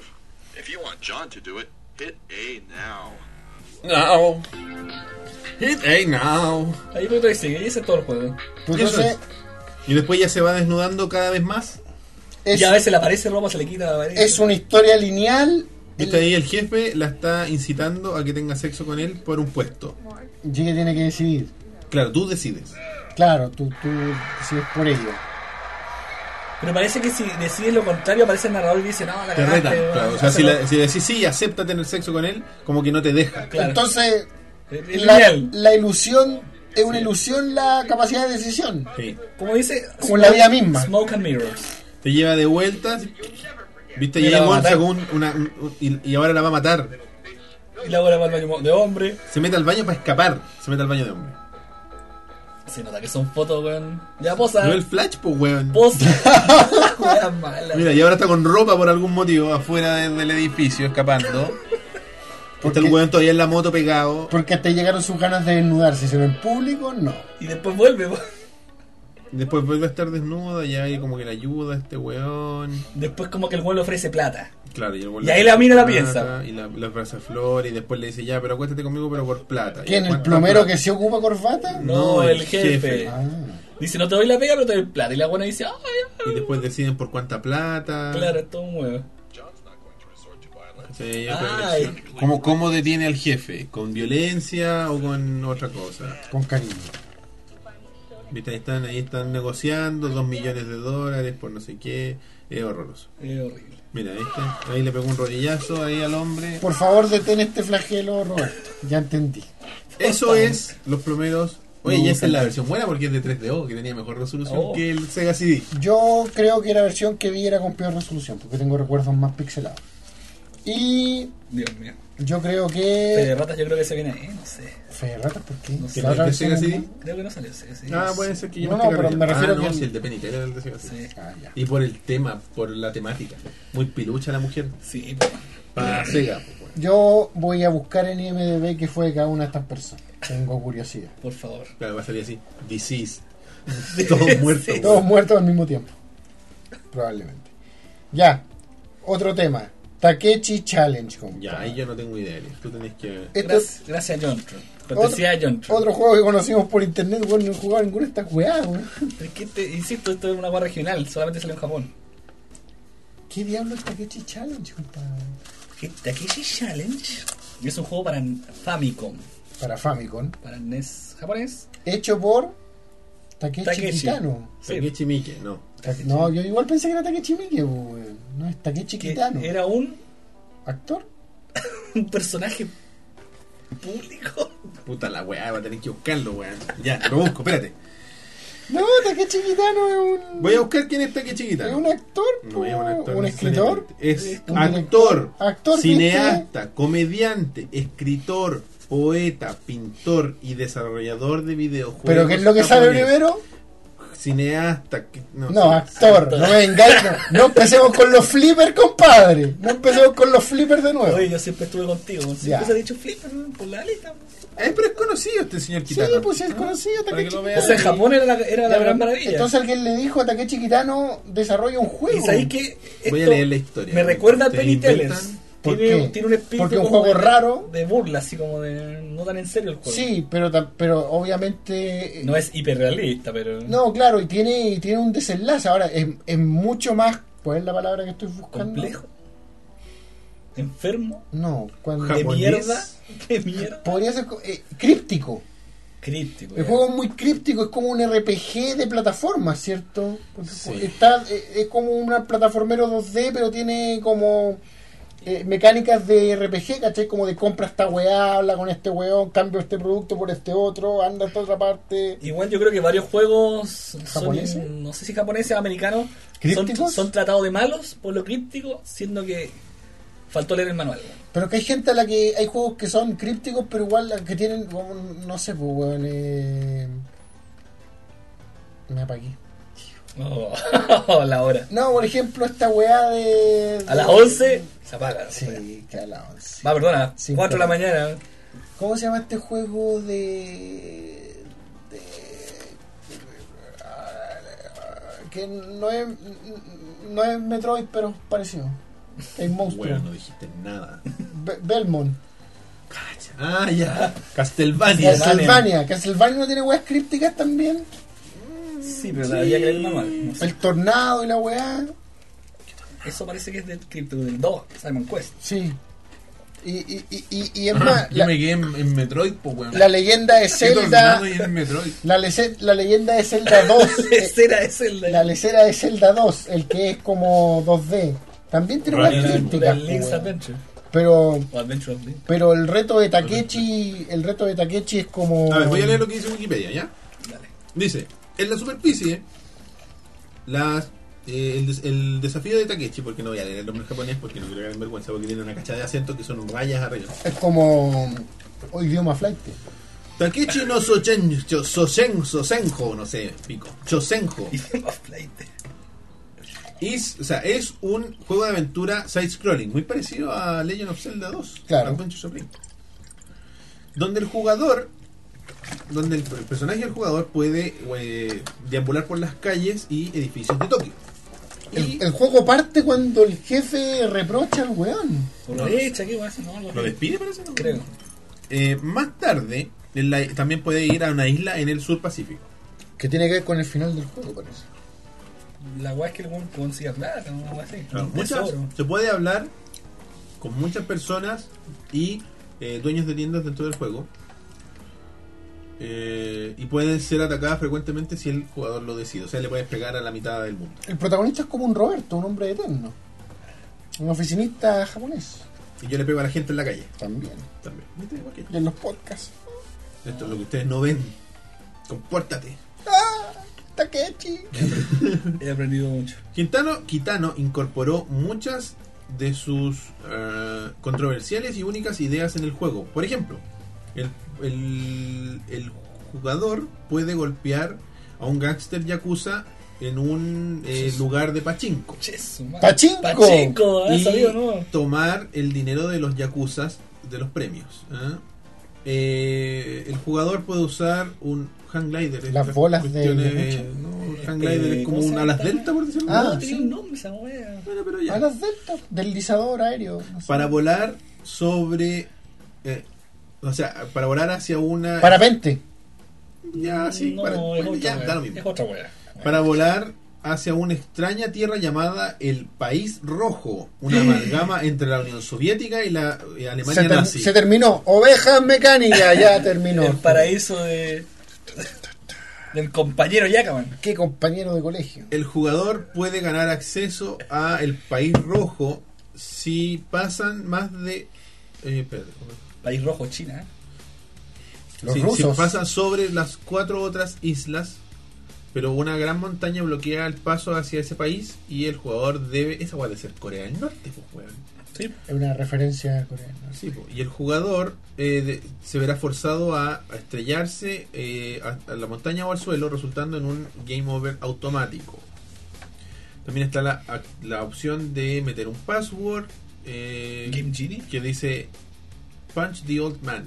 [SPEAKER 5] If you want John to do it, hit A now.
[SPEAKER 1] No. It ain't now.
[SPEAKER 3] Ahí puto y sigue, y ese es todo el juego.
[SPEAKER 2] Pero Pues Entonces,
[SPEAKER 1] Y después ya se va desnudando cada vez más.
[SPEAKER 2] es,
[SPEAKER 3] Y a veces le aparece ropa, se le quita. aparece.
[SPEAKER 2] es una historia lineal.
[SPEAKER 1] Viste ahí el jefe la está incitando a que tenga sexo con él por un puesto.
[SPEAKER 2] Y que tiene que decidir.
[SPEAKER 1] Claro, tú decides.
[SPEAKER 2] Claro, tú, tú decides por ello.
[SPEAKER 3] Pero parece que si decides lo contrario, aparece el narrador y dice: No, la
[SPEAKER 1] Te
[SPEAKER 3] cagaste,
[SPEAKER 1] retan.
[SPEAKER 3] weón,
[SPEAKER 1] Claro. O sea, si,
[SPEAKER 3] hazlo".
[SPEAKER 1] la- si le decís sí, acepta tener sexo con él, como que no te deja.
[SPEAKER 3] Claro.
[SPEAKER 2] Entonces,
[SPEAKER 3] Es- es
[SPEAKER 2] la,
[SPEAKER 3] lineal.
[SPEAKER 2] la ilusión es una ilusión la capacidad de decisión.
[SPEAKER 1] Sí.
[SPEAKER 3] Como dice.
[SPEAKER 2] Como la vida misma.
[SPEAKER 3] Smoke and Mirrors.
[SPEAKER 1] Te lleva de vueltas. Viste,
[SPEAKER 3] Y la
[SPEAKER 1] llega
[SPEAKER 3] va a
[SPEAKER 1] un
[SPEAKER 3] matar.
[SPEAKER 1] segundo una, un- un- y, y ahora la va a matar.
[SPEAKER 3] Y la bola va al baño de hombre.
[SPEAKER 1] Se mete al baño para escapar. Se mete al baño de hombre.
[SPEAKER 3] Se nota que son fotos, weón. Ya posa.
[SPEAKER 1] No el flash, pues, weón.
[SPEAKER 3] Posa. Weón mala.
[SPEAKER 1] Mira, y ahora está con ropa por algún motivo afuera de- del edificio, escapando. Está el
[SPEAKER 2] qué?
[SPEAKER 1] weón todavía en la moto pegado.
[SPEAKER 2] Porque hasta ahí llegaron sus ganas de desnudarse. Si no en público, no.
[SPEAKER 3] Y después vuelve, weón.
[SPEAKER 1] Después vuelve a estar desnuda y ahí como que le ayuda a este weón.
[SPEAKER 3] Después, como que el weón le ofrece plata.
[SPEAKER 1] Claro, y, el weón
[SPEAKER 3] Y
[SPEAKER 1] le
[SPEAKER 3] ahí la mina la
[SPEAKER 1] plata,
[SPEAKER 3] piensa.
[SPEAKER 1] Y la, la abraza a Flor y después le dice, ya, pero acuéstate conmigo, pero por plata.
[SPEAKER 2] ¿Quién?
[SPEAKER 1] Y
[SPEAKER 2] ¿El
[SPEAKER 1] cuánta
[SPEAKER 2] plomero
[SPEAKER 1] plata.
[SPEAKER 2] que se ocupa corbata?
[SPEAKER 3] No, el jefe.
[SPEAKER 2] Ah,
[SPEAKER 3] Dice: No te doy la pega, pero te doy plata. Y la buena dice: Ay, ay,
[SPEAKER 1] Y después deciden por cuánta plata.
[SPEAKER 3] ay". Claro, es todo un weón.
[SPEAKER 1] Sí, otra
[SPEAKER 3] Ay.
[SPEAKER 1] elección. ¿Cómo, ¿Cómo detiene al jefe? ¿Con violencia o con otra cosa?
[SPEAKER 2] con cariño.
[SPEAKER 1] Viste, ahí están, ahí están negociando dos millones de dólares por no sé qué. Es horroroso.
[SPEAKER 3] Es horrible.
[SPEAKER 1] Mira, ¿viste? Ahí le pegó un rodillazo ahí al hombre.
[SPEAKER 2] Por favor, detén este flagelo, Roberto. Ya entendí.
[SPEAKER 1] Eso es los primeros. Oye,
[SPEAKER 2] No,
[SPEAKER 1] y esa es la
[SPEAKER 2] ojalá.
[SPEAKER 1] versión buena porque es de 3DO, que tenía mejor resolución
[SPEAKER 3] Oh.
[SPEAKER 1] que el Sega CD.
[SPEAKER 2] Yo creo que la versión que vi era con peor resolución, porque tengo recuerdos más pixelados. Y
[SPEAKER 3] Dios mío.
[SPEAKER 2] yo creo
[SPEAKER 3] Fede de
[SPEAKER 2] que.
[SPEAKER 3] ratas, yo creo que se viene ahí, no sé.
[SPEAKER 2] Ferrata, ¿por qué?
[SPEAKER 3] No sé.
[SPEAKER 2] ¿La otra
[SPEAKER 1] ¿El de ¿Este Sega
[SPEAKER 2] versión es
[SPEAKER 1] CD?
[SPEAKER 2] buena?
[SPEAKER 3] Creo que no salió ese. sí,
[SPEAKER 1] Ah,
[SPEAKER 3] sí.
[SPEAKER 1] puede ser que yo
[SPEAKER 2] No,
[SPEAKER 1] esté
[SPEAKER 2] no, pero
[SPEAKER 1] cargando.
[SPEAKER 2] me refiero
[SPEAKER 1] ah, no,
[SPEAKER 2] que-
[SPEAKER 1] sí, el de Penitera era el de Sega CD.
[SPEAKER 3] Sí.
[SPEAKER 2] Ah, ya.
[SPEAKER 1] Y por el tema, por la temática. Muy pilucha la mujer.
[SPEAKER 3] Sí, po.
[SPEAKER 1] Para Sega. pues, bueno.
[SPEAKER 2] Yo voy a buscar en IMDB qué fue de cada una de estas personas. Tengo curiosidad.
[SPEAKER 3] por favor.
[SPEAKER 1] Claro, va a salir así. Deceased. Todos muertos.
[SPEAKER 3] Sí.
[SPEAKER 2] Todos
[SPEAKER 1] güey.
[SPEAKER 2] muertos al mismo tiempo. Probablemente. Ya. Otro tema. Takechi Challenge. compa.
[SPEAKER 1] Ya, ahí yo no tengo idea. Elias. Tú tenés que.
[SPEAKER 2] Esto es
[SPEAKER 3] Gracias, gracias a John Tron. Cortesía a John Tron.
[SPEAKER 2] otro juego que conocimos por internet, bueno, no he jugado ninguna de estas weas, weón.
[SPEAKER 3] Es que te, insisto, esto es una guerra regional, solamente salió en Japón.
[SPEAKER 2] ¿Qué diablo es Takechi Challenge, compadre?
[SPEAKER 3] ¿Qué- Takeshi Challenge es un juego para Famicom,
[SPEAKER 2] Para Famicom.
[SPEAKER 3] para NES japonés.
[SPEAKER 2] Hecho por Takechi,
[SPEAKER 3] Takeshi.
[SPEAKER 2] Kitano.
[SPEAKER 3] Sí,
[SPEAKER 1] Takechi Miike, no.
[SPEAKER 2] Ta- No, yo igual pensé que era Takechi Miike, weón. No, es Takechi
[SPEAKER 3] que
[SPEAKER 2] Kitano.
[SPEAKER 3] era un,
[SPEAKER 2] ¿Actor?
[SPEAKER 3] un personaje público.
[SPEAKER 1] Puta la weá, va a tener que buscarlo, weón. Ya, lo busco, espérate.
[SPEAKER 2] No, Takeshi Kitano es un.
[SPEAKER 1] Voy a buscar quién es Takeshi Kitano.
[SPEAKER 2] Es un actor,
[SPEAKER 1] No es un actor.
[SPEAKER 2] escritor.
[SPEAKER 1] necesariamente. Es
[SPEAKER 2] un
[SPEAKER 1] actor,
[SPEAKER 2] director, actor,
[SPEAKER 1] cineasta, comediante, escritor, poeta, pintor y desarrollador de videojuegos.
[SPEAKER 2] Pero ¿qué es lo que sabe
[SPEAKER 1] japonés.
[SPEAKER 2] primero?
[SPEAKER 1] Cineasta. que- No,
[SPEAKER 2] No, actor, no me engañes. No, no empecemos con los flippers, compadre. No empecemos con los flippers de nuevo.
[SPEAKER 3] Oye, yo siempre estuve contigo. Siempre
[SPEAKER 2] Ya.
[SPEAKER 3] se ha dicho flipper ¿no? por la lista.
[SPEAKER 1] Eh, pero es conocido este señor
[SPEAKER 2] Sí,
[SPEAKER 1] Kitano.
[SPEAKER 2] pues sí, es conocido
[SPEAKER 1] Para que
[SPEAKER 2] Takeshi
[SPEAKER 1] lo
[SPEAKER 3] O
[SPEAKER 1] vean.
[SPEAKER 3] sea, en Japón era la, era la
[SPEAKER 2] Ya,
[SPEAKER 3] gran
[SPEAKER 2] pero
[SPEAKER 3] maravilla.
[SPEAKER 2] Entonces alguien le dijo a Takeshi Kitano desarrolla un juego.
[SPEAKER 3] y sabéis que
[SPEAKER 1] Voy a
[SPEAKER 3] esto
[SPEAKER 1] leer la historia.
[SPEAKER 3] Me recuerda a
[SPEAKER 1] Te
[SPEAKER 3] Penny
[SPEAKER 1] inventan-
[SPEAKER 3] Tellers.
[SPEAKER 2] ¿Por
[SPEAKER 3] tiene,
[SPEAKER 2] qué?
[SPEAKER 3] tiene un espíritu
[SPEAKER 2] Porque un
[SPEAKER 3] como
[SPEAKER 2] juego
[SPEAKER 3] de-
[SPEAKER 2] raro.
[SPEAKER 3] de burla, así como de no tan en serio el juego.
[SPEAKER 2] Sí, pero, tam- pero obviamente... eh,
[SPEAKER 3] No es hiperrealista, pero
[SPEAKER 2] No, claro, y tiene, y tiene un desenlace. Ahora, es, es mucho más... ¿Cuál es la palabra que estoy buscando?
[SPEAKER 3] complejo. Enfermo.
[SPEAKER 2] No, cuando...
[SPEAKER 3] De
[SPEAKER 1] Japonés.
[SPEAKER 3] mierda. De mierda.
[SPEAKER 2] Podría ser co- eh, críptico.
[SPEAKER 3] Crítico.
[SPEAKER 2] El
[SPEAKER 3] ya.
[SPEAKER 2] juego es muy críptico, es como un RPG de plataforma, ¿cierto? Porque
[SPEAKER 1] Sí.
[SPEAKER 2] Está, eh, es como un plataformero 2D, pero tiene como eh, mecánicas de RPG, ¿cachai? Como de compra esta weá, habla con este weón, cambio este producto por este otro, anda a esta otra parte.
[SPEAKER 3] Igual yo creo que varios juegos son-
[SPEAKER 2] ¿Japoneses?
[SPEAKER 3] no sé si japoneses o americanos, son,
[SPEAKER 2] ¿Crípticos?
[SPEAKER 3] son tratados de malos por lo críptico, siendo que faltó leer el manual.
[SPEAKER 2] Pero que hay gente a la que hay juegos que son crípticos, pero igual que tienen, como, no sé, pues weón. eh, Me apagué.
[SPEAKER 3] Oh, la hora.
[SPEAKER 2] No, por ejemplo, esta weá de.
[SPEAKER 3] A las 11 se apaga.
[SPEAKER 2] Sí, que a las 11.
[SPEAKER 3] Va, perdona,
[SPEAKER 2] Sí,
[SPEAKER 3] 4 de la
[SPEAKER 2] perdón.
[SPEAKER 3] mañana.
[SPEAKER 2] ¿Cómo se llama este juego de. de. que no es. no es Metroid, pero es parecido. El monstruo.
[SPEAKER 1] Bueno, no dijiste nada.
[SPEAKER 2] Be- Belmont.
[SPEAKER 1] Cacha. Ah, ya. Castlevania.
[SPEAKER 2] Castlevania. Castlevania no tiene weas crípticas también.
[SPEAKER 3] Sí, pero había que leer el manual. no sé.
[SPEAKER 2] El tornado y la weá.
[SPEAKER 3] Eso parece que es del cripto, del 2, Simon Quest.
[SPEAKER 2] Sí. Y, y, y, y, y es más,
[SPEAKER 1] Ah, Yo
[SPEAKER 2] la,
[SPEAKER 1] me quedé en, en Metroid, pues, weón.
[SPEAKER 2] la leyenda de
[SPEAKER 1] Estoy
[SPEAKER 2] Zelda.
[SPEAKER 1] tornado y en Metroid.
[SPEAKER 2] La, lece- la leyenda de Zelda 2. eh,
[SPEAKER 3] Ese era ese el de
[SPEAKER 2] La lecera de Zelda 2, el que es como 2D, también tiene unas
[SPEAKER 1] Rayman,
[SPEAKER 2] crípticas.
[SPEAKER 3] del Link's
[SPEAKER 2] po, pues, weón.
[SPEAKER 3] Adventure.
[SPEAKER 2] Pero,
[SPEAKER 3] O Adventure of Link.
[SPEAKER 2] pero el reto de Takechi, el reto de Takechi es como.
[SPEAKER 1] A ver, voy a leer lo que dice Wikipedia, ¿ya?
[SPEAKER 3] Dale.
[SPEAKER 1] Dice, en la superficie, las, eh, el, des- el desafío de Takechi, porque no voy a leer el nombre en japonés porque no quiero en vergüenza, porque tiene una cacha de acento que son rayas arriba.
[SPEAKER 2] Es como. O idioma flight.
[SPEAKER 1] Takechi no Sochen, Cho- Sosen, Sosenjo, no sé, pico, Chosenjo.
[SPEAKER 3] Y Game of Plate.
[SPEAKER 1] Is, o sea, es un juego de aventura side-scrolling, muy parecido a Legend of Zelda 2,
[SPEAKER 2] Claro.
[SPEAKER 1] Adventures of Link, donde el jugador, donde el, el personaje del jugador puede eh, deambular por las calles y edificios de Tokio. Y-
[SPEAKER 2] El, el juego parte cuando el jefe reprocha al weón.
[SPEAKER 3] Aprovecha, ¿qué pasa? No, algo
[SPEAKER 1] ¿Lo
[SPEAKER 3] así.
[SPEAKER 1] despide parece? No?
[SPEAKER 3] Creo.
[SPEAKER 1] Eh, más tarde, en la- también puede ir a una isla en el sur Pacífico.
[SPEAKER 2] Que tiene que ver con el final del juego, parece.
[SPEAKER 3] La weá es que el weón consiga plata, ¿no? Algo así.
[SPEAKER 1] Claro,
[SPEAKER 3] Un
[SPEAKER 1] Ah, muchas-
[SPEAKER 3] tesoro.
[SPEAKER 1] se puede hablar con muchas personas y eh, dueños de tiendas dentro del juego. Eh, y pueden ser atacadas frecuentemente si el jugador lo decide. O sea, le puedes pegar a la mitad del mundo.
[SPEAKER 2] El protagonista es como un Roberto, un hombre eterno. Un oficinista japonés.
[SPEAKER 1] Y yo le pego a la gente en la calle
[SPEAKER 2] También.
[SPEAKER 1] también. ¿Viste? Igual que yo.
[SPEAKER 2] Y en los podcasts.
[SPEAKER 1] Esto es lo que ustedes no ven. Compórtate.
[SPEAKER 2] Takechi.
[SPEAKER 3] He aprendido mucho.
[SPEAKER 1] Quintano Kitano incorporó muchas de sus eh, controversiales y únicas ideas en el juego. Por ejemplo, el, el- el jugador puede golpear a un gángster yakuza en un eh, lugar de pachinko
[SPEAKER 3] Che, su madre.
[SPEAKER 2] Pachinko.
[SPEAKER 3] Pachinko, ha
[SPEAKER 1] y
[SPEAKER 3] salido,
[SPEAKER 1] Ah,
[SPEAKER 3] ¿no?
[SPEAKER 1] tomar el dinero de los yakuzas de los premios. ¿ah? Eh, el jugador puede usar un hang glider.
[SPEAKER 2] Las
[SPEAKER 1] estas
[SPEAKER 2] bolas de
[SPEAKER 1] cuestiones,
[SPEAKER 2] yakuza.
[SPEAKER 1] no, el hang glider
[SPEAKER 3] Eh,
[SPEAKER 1] es como
[SPEAKER 3] ¿cómo
[SPEAKER 1] un
[SPEAKER 3] se
[SPEAKER 1] alas
[SPEAKER 3] llama?
[SPEAKER 1] delta, por decirlo
[SPEAKER 2] Ah,
[SPEAKER 3] no, tenía
[SPEAKER 2] sí.
[SPEAKER 3] un nombre esa weá.
[SPEAKER 1] Bueno, pero ya.
[SPEAKER 2] A las deltas, deslizador aéreo. no sé.
[SPEAKER 1] para volar sobre eh, o sea para volar hacia una
[SPEAKER 2] Parapente.
[SPEAKER 1] ya Ah, sí
[SPEAKER 3] No,
[SPEAKER 1] para,
[SPEAKER 3] es,
[SPEAKER 1] bueno,
[SPEAKER 3] otra
[SPEAKER 1] ya, da lo
[SPEAKER 3] weá. es
[SPEAKER 1] mismo.
[SPEAKER 3] otra weá.
[SPEAKER 1] para volar hacia una extraña tierra llamada el País Rojo una amalgama entre la Unión Soviética y la eh, Alemania
[SPEAKER 2] Se, ter-
[SPEAKER 1] nazi
[SPEAKER 2] se terminó. Ovejas mecánicas, ya
[SPEAKER 3] El
[SPEAKER 2] terminó.
[SPEAKER 3] paraíso de. del compañero Yacaman.
[SPEAKER 2] Qué compañero de colegio.
[SPEAKER 1] el jugador puede ganar acceso a el País Rojo si pasan más de eh, espérate,
[SPEAKER 3] País rojo, China. ¿eh?
[SPEAKER 2] Los
[SPEAKER 1] si, si
[SPEAKER 2] rusos.
[SPEAKER 1] pasa sobre las cuatro otras islas, pero una gran montaña bloquea el paso hacia ese país y el jugador debe. Esa guay de ser Corea del Norte, pues, weón.
[SPEAKER 3] Sí.
[SPEAKER 2] Es una referencia coreana.
[SPEAKER 1] Sí, po. y el jugador eh, de- se verá forzado a, a estrellarse eh, a, a la montaña o al suelo, resultando en un game over automático. También está la, ac- la opción de meter un password eh,
[SPEAKER 3] Game Genie
[SPEAKER 1] que dice Punch the Old Man.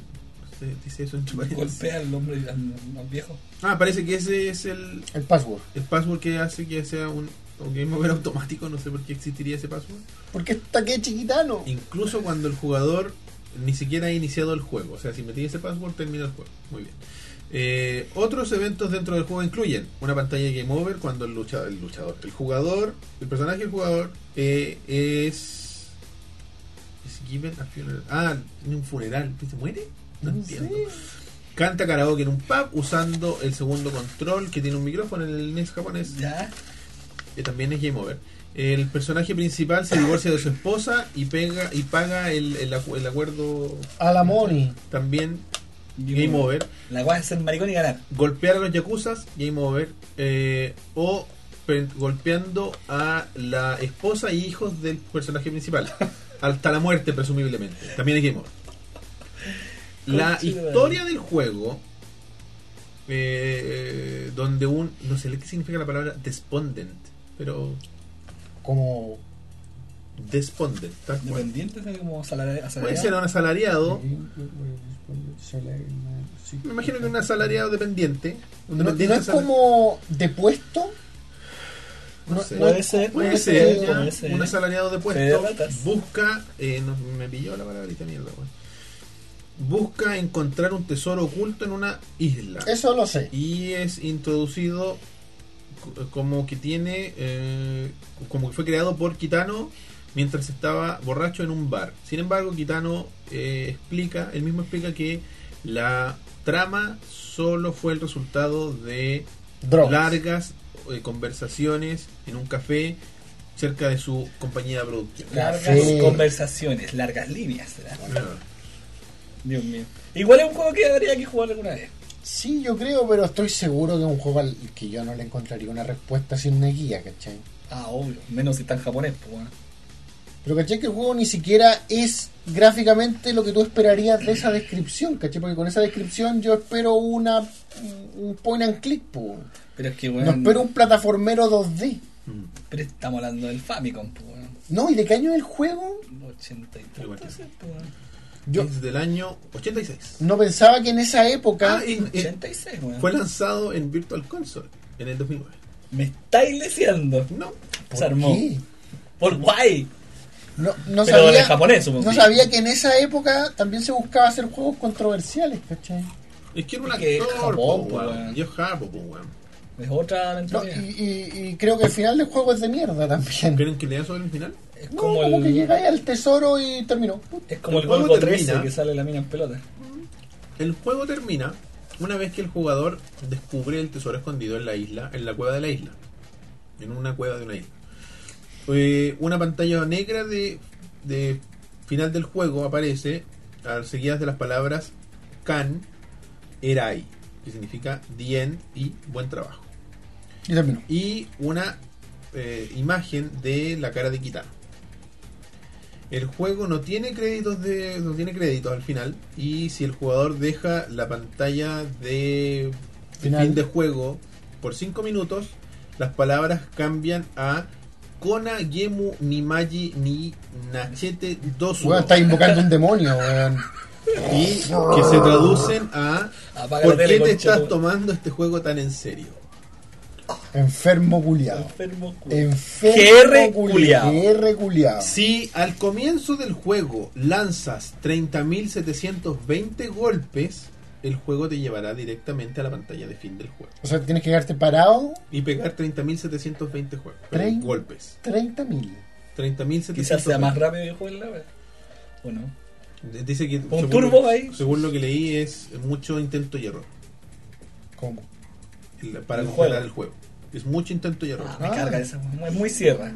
[SPEAKER 1] Se- Dice eso entre paréntesis.
[SPEAKER 3] pues, golpea al hombre al, al viejo.
[SPEAKER 1] Ah, parece que ese es el,
[SPEAKER 2] El password.
[SPEAKER 1] el password que hace que sea un, un game over automático. No sé por qué existiría ese password.
[SPEAKER 2] ¿Por qué está que chiquitano?
[SPEAKER 1] Incluso cuando el jugador ni siquiera ha iniciado el juego. O sea, si metí ese password, termina el juego. Muy bien. Eh, otros eventos dentro del juego incluyen una pantalla de game over cuando el luchador, el, luchador, el jugador, el personaje del jugador eh, es. Es given a funeral. Ah, en un funeral. ¿Se muere? No
[SPEAKER 2] No
[SPEAKER 1] entiendo.
[SPEAKER 2] sé.
[SPEAKER 1] Canta karaoke en un pub usando el segundo control que tiene un micrófono en el NES japonés
[SPEAKER 3] Ya.
[SPEAKER 1] que también es Game Over. El personaje principal se divorcia de su esposa y pega y paga el, el acu- el acuerdo
[SPEAKER 2] A la Moni.
[SPEAKER 1] también Game Over.
[SPEAKER 3] La guay es ser maricón y ganar.
[SPEAKER 1] Golpear a los yakuzas, Game Over. Eh, o pe- golpeando a la esposa y hijos del personaje principal. Hasta la muerte, presumiblemente. También es Game Over. La
[SPEAKER 3] Conchita.
[SPEAKER 1] historia del juego, eh, donde un. No sé qué significa la palabra despondent, pero
[SPEAKER 2] Como.
[SPEAKER 1] despondent, tal cual.
[SPEAKER 3] Dependiente, ¿sabe? como asalariado.
[SPEAKER 1] Puede ser un asalariado, me imagino que un asalariado dependiente. Un
[SPEAKER 2] No,
[SPEAKER 1] dependiente
[SPEAKER 2] no es
[SPEAKER 1] asala-
[SPEAKER 2] como depuesto.
[SPEAKER 1] No
[SPEAKER 2] No,
[SPEAKER 1] sé.
[SPEAKER 2] no
[SPEAKER 3] Puede
[SPEAKER 2] es,
[SPEAKER 3] ser.
[SPEAKER 1] Puede
[SPEAKER 2] no
[SPEAKER 1] ser,
[SPEAKER 2] sé,
[SPEAKER 1] ya,
[SPEAKER 3] puede ser.
[SPEAKER 1] un asalariado de
[SPEAKER 3] Fe de
[SPEAKER 1] puesto
[SPEAKER 3] ratas.
[SPEAKER 1] busca, eh, no, me pilló la palabrita mierda, weón. busca encontrar un tesoro oculto en una isla
[SPEAKER 2] eso lo sé.
[SPEAKER 1] y es introducido co- eh, como que tiene, eh, como que fue creado por Kitano mientras estaba borracho en un bar. Sin embargo, Kitano eh, explica, él mismo explica que la trama solo fue el resultado de
[SPEAKER 2] Drogas.
[SPEAKER 1] largas eh, conversaciones en un café cerca de su compañía de producción.
[SPEAKER 3] Largas
[SPEAKER 2] Sí.
[SPEAKER 3] conversaciones, largas líneas. ¿verdad?
[SPEAKER 1] Claro.
[SPEAKER 3] Dios mío. Igual es un juego que habría que jugar alguna vez.
[SPEAKER 2] Sí, yo creo, pero estoy seguro que es un juego al que yo no le encontraría una respuesta sin una guía, ¿cachai?
[SPEAKER 3] Ah, obvio. Menos si está en japonés, pues bueno.
[SPEAKER 2] Pero caché que el juego ni siquiera es gráficamente lo que tú esperarías de esa descripción, caché, porque con esa descripción yo espero una un point and click, po.
[SPEAKER 3] Pero es que,
[SPEAKER 2] no
[SPEAKER 3] bueno.
[SPEAKER 2] espero un plataformero 2D.
[SPEAKER 3] Pero estamos hablando del Famicom, pues bueno.
[SPEAKER 2] No, y de qué año es el juego?
[SPEAKER 3] 80 y
[SPEAKER 1] Igual
[SPEAKER 3] tantos,
[SPEAKER 1] que-
[SPEAKER 3] pues, bueno.
[SPEAKER 2] Eh, Yo
[SPEAKER 1] Es del año 86.
[SPEAKER 2] no pensaba que en esa época
[SPEAKER 1] Ah, y- y
[SPEAKER 3] 86, bueno.
[SPEAKER 1] fue lanzado en Virtual Console en el 2009.
[SPEAKER 3] Me estáis deseando.
[SPEAKER 1] No,
[SPEAKER 2] ¿por
[SPEAKER 3] Se armó.
[SPEAKER 2] qué?
[SPEAKER 3] Por guay.
[SPEAKER 2] No, no
[SPEAKER 3] Pero
[SPEAKER 2] sabía,
[SPEAKER 3] en japonés, supongo.
[SPEAKER 2] no sabía que en esa época también se buscaba hacer juegos controversiales, ¿cachai?
[SPEAKER 1] es que era un
[SPEAKER 3] Es que
[SPEAKER 1] actor,
[SPEAKER 3] Japón,
[SPEAKER 1] po,
[SPEAKER 3] po,
[SPEAKER 1] weón.
[SPEAKER 3] weón.
[SPEAKER 1] Yo Japón, po, weón.
[SPEAKER 3] Es otra aventura.
[SPEAKER 2] No, y, y- y creo que el final del juego es de mierda también.
[SPEAKER 1] ¿Quieren que lea sobre el final?
[SPEAKER 3] es
[SPEAKER 2] no,
[SPEAKER 3] como,
[SPEAKER 2] como,
[SPEAKER 3] el,
[SPEAKER 2] que llegáis al tesoro y terminó.
[SPEAKER 3] es como el
[SPEAKER 1] ¿Cómo
[SPEAKER 3] Golgo
[SPEAKER 1] termina?
[SPEAKER 3] 13 que sale la mina en pelota.
[SPEAKER 1] El juego termina una vez que el jugador descubre el tesoro escondido en la isla, en la cueva de la isla. En una cueva de una isla. Eh, una pantalla negra de, de final del juego aparece a- seguidas de las palabras Kan Erai, que significa The End y Buen Trabajo.
[SPEAKER 2] Y terminó.
[SPEAKER 1] Y una eh, imagen de la cara de Kitano. El juego no tiene créditos de. no tiene créditos al final. Y si el jugador deja la pantalla de
[SPEAKER 2] Final.
[SPEAKER 1] fin de juego por 5 minutos, las palabras cambian a Kona Gemu Nimaji ni Nachete Dosu
[SPEAKER 2] Weón, está invocando un demonio, weón.
[SPEAKER 1] y que se traducen a
[SPEAKER 3] Apaga
[SPEAKER 1] ¿Por
[SPEAKER 3] la tele,
[SPEAKER 1] qué te
[SPEAKER 3] concha
[SPEAKER 1] estás
[SPEAKER 3] tu-
[SPEAKER 1] tomando este juego tan en serio?
[SPEAKER 2] Enfermo culiado.
[SPEAKER 3] Enfermo
[SPEAKER 2] Eh,
[SPEAKER 3] culo. GR
[SPEAKER 2] Enfermo culiado.
[SPEAKER 3] culiao.
[SPEAKER 2] GR culiado.
[SPEAKER 1] Si al comienzo del juego lanzas 30.720 golpes, el juego te llevará directamente a la pantalla de fin del juego.
[SPEAKER 2] O sea, tienes que quedarte parado
[SPEAKER 1] Y pegar 30.720 juegos, pero
[SPEAKER 2] Trein-
[SPEAKER 1] eh, golpes.
[SPEAKER 2] 30.000.
[SPEAKER 1] 30.720.
[SPEAKER 3] Quizás sea más rápido que el juego en la web. ¿O no?
[SPEAKER 1] Dice que según
[SPEAKER 3] turbo
[SPEAKER 1] lo-
[SPEAKER 3] ahí.
[SPEAKER 1] Según lo que leí es mucho intento y error
[SPEAKER 2] ¿Cómo?
[SPEAKER 1] el- para completar
[SPEAKER 3] El juego.
[SPEAKER 1] el juego. Es mucho intento y error.
[SPEAKER 3] Ah, me carga esa. wea. Es muy sierra.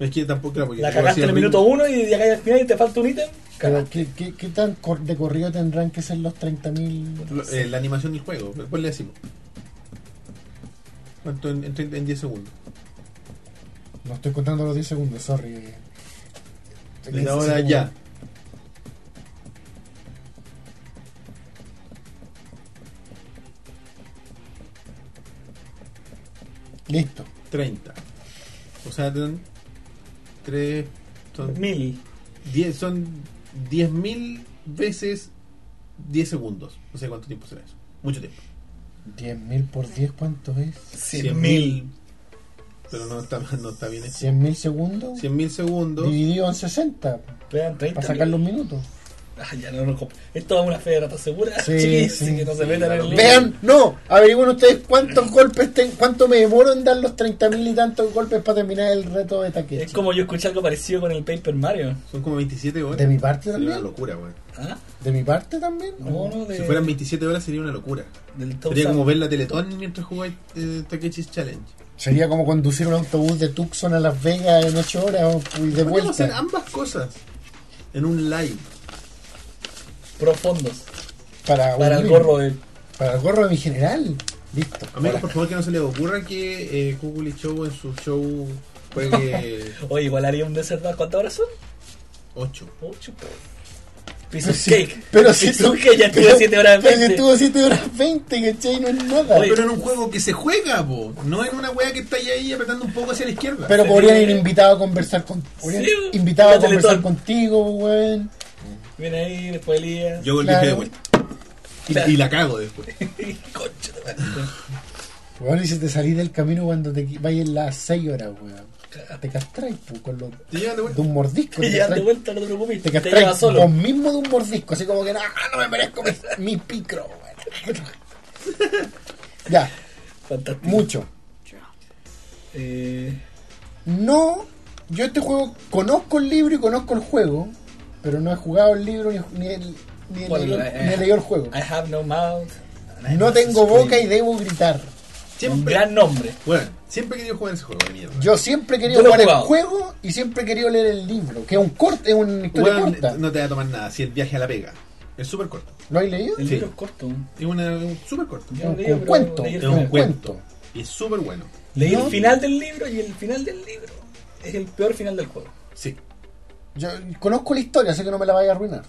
[SPEAKER 1] Es que tampoco, claro, porque
[SPEAKER 3] La
[SPEAKER 1] te voy a
[SPEAKER 3] cagaste
[SPEAKER 1] decir
[SPEAKER 3] en el
[SPEAKER 1] ritmo.
[SPEAKER 3] minuto uno y llegáis al final y te falta un ítem.
[SPEAKER 2] Pero,
[SPEAKER 3] cagaste.
[SPEAKER 2] ¿qué, qué, qué tan cor- de corrido tendrán que ser los 30.000?
[SPEAKER 1] Lo- eh, la animación del juego, después le decimos. ¿Cuánto en, en 30 en 10 segundos?
[SPEAKER 2] No estoy contando los 10 segundos, sorry.
[SPEAKER 1] Desde ahora ya.
[SPEAKER 2] Listo.
[SPEAKER 1] 30. O sea, son 3, son
[SPEAKER 3] Mil.
[SPEAKER 1] 10, son 10.000 veces 10 segundos. No sé cuánto tiempo será eso. Mucho tiempo.
[SPEAKER 2] 10.000 por 10, ¿cuánto es?
[SPEAKER 3] Cien mil.
[SPEAKER 1] Pero no está, no está bien hecho.
[SPEAKER 2] 100.000 segundos
[SPEAKER 1] 100.000 segundos.
[SPEAKER 2] dividido en 60
[SPEAKER 3] Quedan 30
[SPEAKER 2] para sacar los minutos.
[SPEAKER 3] Ah, ya no nos comp- Esto es una fe de rata segura.
[SPEAKER 2] Sí,
[SPEAKER 3] Sí,
[SPEAKER 2] sí.
[SPEAKER 3] que no se metan en el lío.
[SPEAKER 2] Vean, no, averigüen ustedes cuántos golpes, ten- cuánto me demoro en dar los 30.000 y tantos golpes para terminar el reto de Takeshi.
[SPEAKER 3] Es como yo escuché algo parecido con el Paper Mario.
[SPEAKER 1] Son como 27 horas.
[SPEAKER 2] ¿De mi parte
[SPEAKER 1] Sería una
[SPEAKER 2] también?
[SPEAKER 1] locura, weón.
[SPEAKER 3] ¿Ah?
[SPEAKER 2] ¿De mi parte también? Oh.
[SPEAKER 3] No, no, de,
[SPEAKER 1] Si fueran 27 horas sería una locura.
[SPEAKER 3] del Tom
[SPEAKER 1] Sería como
[SPEAKER 3] Sam.
[SPEAKER 1] ver la Teletón mientras jugáis eh, Takeshi's Challenge.
[SPEAKER 2] Sería como conducir un autobús de Tucson a Las Vegas en 8 horas o- y de
[SPEAKER 1] Podemos hacer
[SPEAKER 2] vuelta
[SPEAKER 1] ambas cosas en un live.
[SPEAKER 3] profundos.
[SPEAKER 2] para,
[SPEAKER 3] Para
[SPEAKER 2] un-
[SPEAKER 3] el gorro de.
[SPEAKER 2] para el gorro de mi general. Listo.
[SPEAKER 1] Amigos,
[SPEAKER 2] Ahora,
[SPEAKER 1] por favor, que no se les ocurra que eh, Kukuli Show en su show juegue
[SPEAKER 3] Oye, igual haría un desert bar. ¿Cuántas horas son?
[SPEAKER 1] 8.
[SPEAKER 3] Ocho, po. Piece
[SPEAKER 2] pero
[SPEAKER 3] of
[SPEAKER 2] si-
[SPEAKER 3] cake.
[SPEAKER 2] Pero si
[SPEAKER 3] Piece of
[SPEAKER 2] tú-
[SPEAKER 3] cake ya estuvo
[SPEAKER 2] pero-
[SPEAKER 3] 7 horas
[SPEAKER 2] pero si
[SPEAKER 3] 20.
[SPEAKER 2] estuvo 7 horas 20, ¿cachai? No es nada.
[SPEAKER 3] Oye,
[SPEAKER 1] Pero en un juego que se juega, po. No en una wea que está ahí, ahí apretando un poco hacia la izquierda.
[SPEAKER 2] Pero
[SPEAKER 3] Sí.
[SPEAKER 2] podrían ir invitado a conversar con podrían
[SPEAKER 3] Sí,
[SPEAKER 2] ir invitado a
[SPEAKER 3] la
[SPEAKER 2] conversar
[SPEAKER 3] Teletón.
[SPEAKER 2] contigo, weón.
[SPEAKER 3] Viene ahí, después Elías.
[SPEAKER 1] Yo golpeé
[SPEAKER 2] Claro.
[SPEAKER 1] de vuelta. Y,
[SPEAKER 3] Claro.
[SPEAKER 1] y la cago después.
[SPEAKER 3] Concha de madre.
[SPEAKER 2] Weón, y si Pues te salís del camino cuando te qui- vayas las 6 horas, weón. Te castráis, pues, con los
[SPEAKER 1] Te llevan de vuelta.
[SPEAKER 2] de un mordisco.
[SPEAKER 3] Te
[SPEAKER 2] Te
[SPEAKER 3] llevan de
[SPEAKER 2] castráis,
[SPEAKER 3] vuelta, no te preocupes.
[SPEAKER 2] te
[SPEAKER 3] Te,
[SPEAKER 2] castráis
[SPEAKER 3] llevas solo.
[SPEAKER 2] vos mismo de un mordisco, así como que no, no me merezco mi, mi picro, weón. ya,
[SPEAKER 3] Fantástico.
[SPEAKER 2] mucho.
[SPEAKER 3] Eh,
[SPEAKER 2] No, yo este juego conozco el libro y conozco el juego, pero no he jugado el libro ni, ni, el- ni he
[SPEAKER 3] Bueno,
[SPEAKER 2] leído-
[SPEAKER 3] eh,
[SPEAKER 2] ni he leído el juego.
[SPEAKER 3] I have no mouth. and I
[SPEAKER 2] No
[SPEAKER 3] must
[SPEAKER 2] tengo
[SPEAKER 3] scream.
[SPEAKER 2] boca y debo gritar.
[SPEAKER 3] Un
[SPEAKER 1] Siempre.
[SPEAKER 3] gran nombre.
[SPEAKER 1] Bueno, siempre he querido jugar ese juego de mierda.
[SPEAKER 2] Yo siempre he querido
[SPEAKER 3] Yo lo he
[SPEAKER 2] jugar el
[SPEAKER 3] jugado.
[SPEAKER 2] juego y siempre he querido leer el libro, que es un corte, es una historia
[SPEAKER 1] Weón,
[SPEAKER 2] corta.
[SPEAKER 1] no te va a tomar nada. Si el viaje a la pega. Es súper corto.
[SPEAKER 2] ¿Lo has leído?
[SPEAKER 3] El
[SPEAKER 1] Sí.
[SPEAKER 3] libro es corto.
[SPEAKER 1] Es una- un súper corto.
[SPEAKER 3] Yo
[SPEAKER 2] Es un,
[SPEAKER 3] leí,
[SPEAKER 2] un
[SPEAKER 3] pero
[SPEAKER 2] cuento,
[SPEAKER 3] leí el
[SPEAKER 2] es
[SPEAKER 1] Es un
[SPEAKER 2] un
[SPEAKER 3] final.
[SPEAKER 1] cuento.
[SPEAKER 2] cuento.
[SPEAKER 1] Y es súper bueno.
[SPEAKER 3] Leí
[SPEAKER 2] No.
[SPEAKER 3] el final del libro y el final del libro es el peor final del juego.
[SPEAKER 1] Sí.
[SPEAKER 2] Yo conozco la historia, así que no me la vaya a arruinar.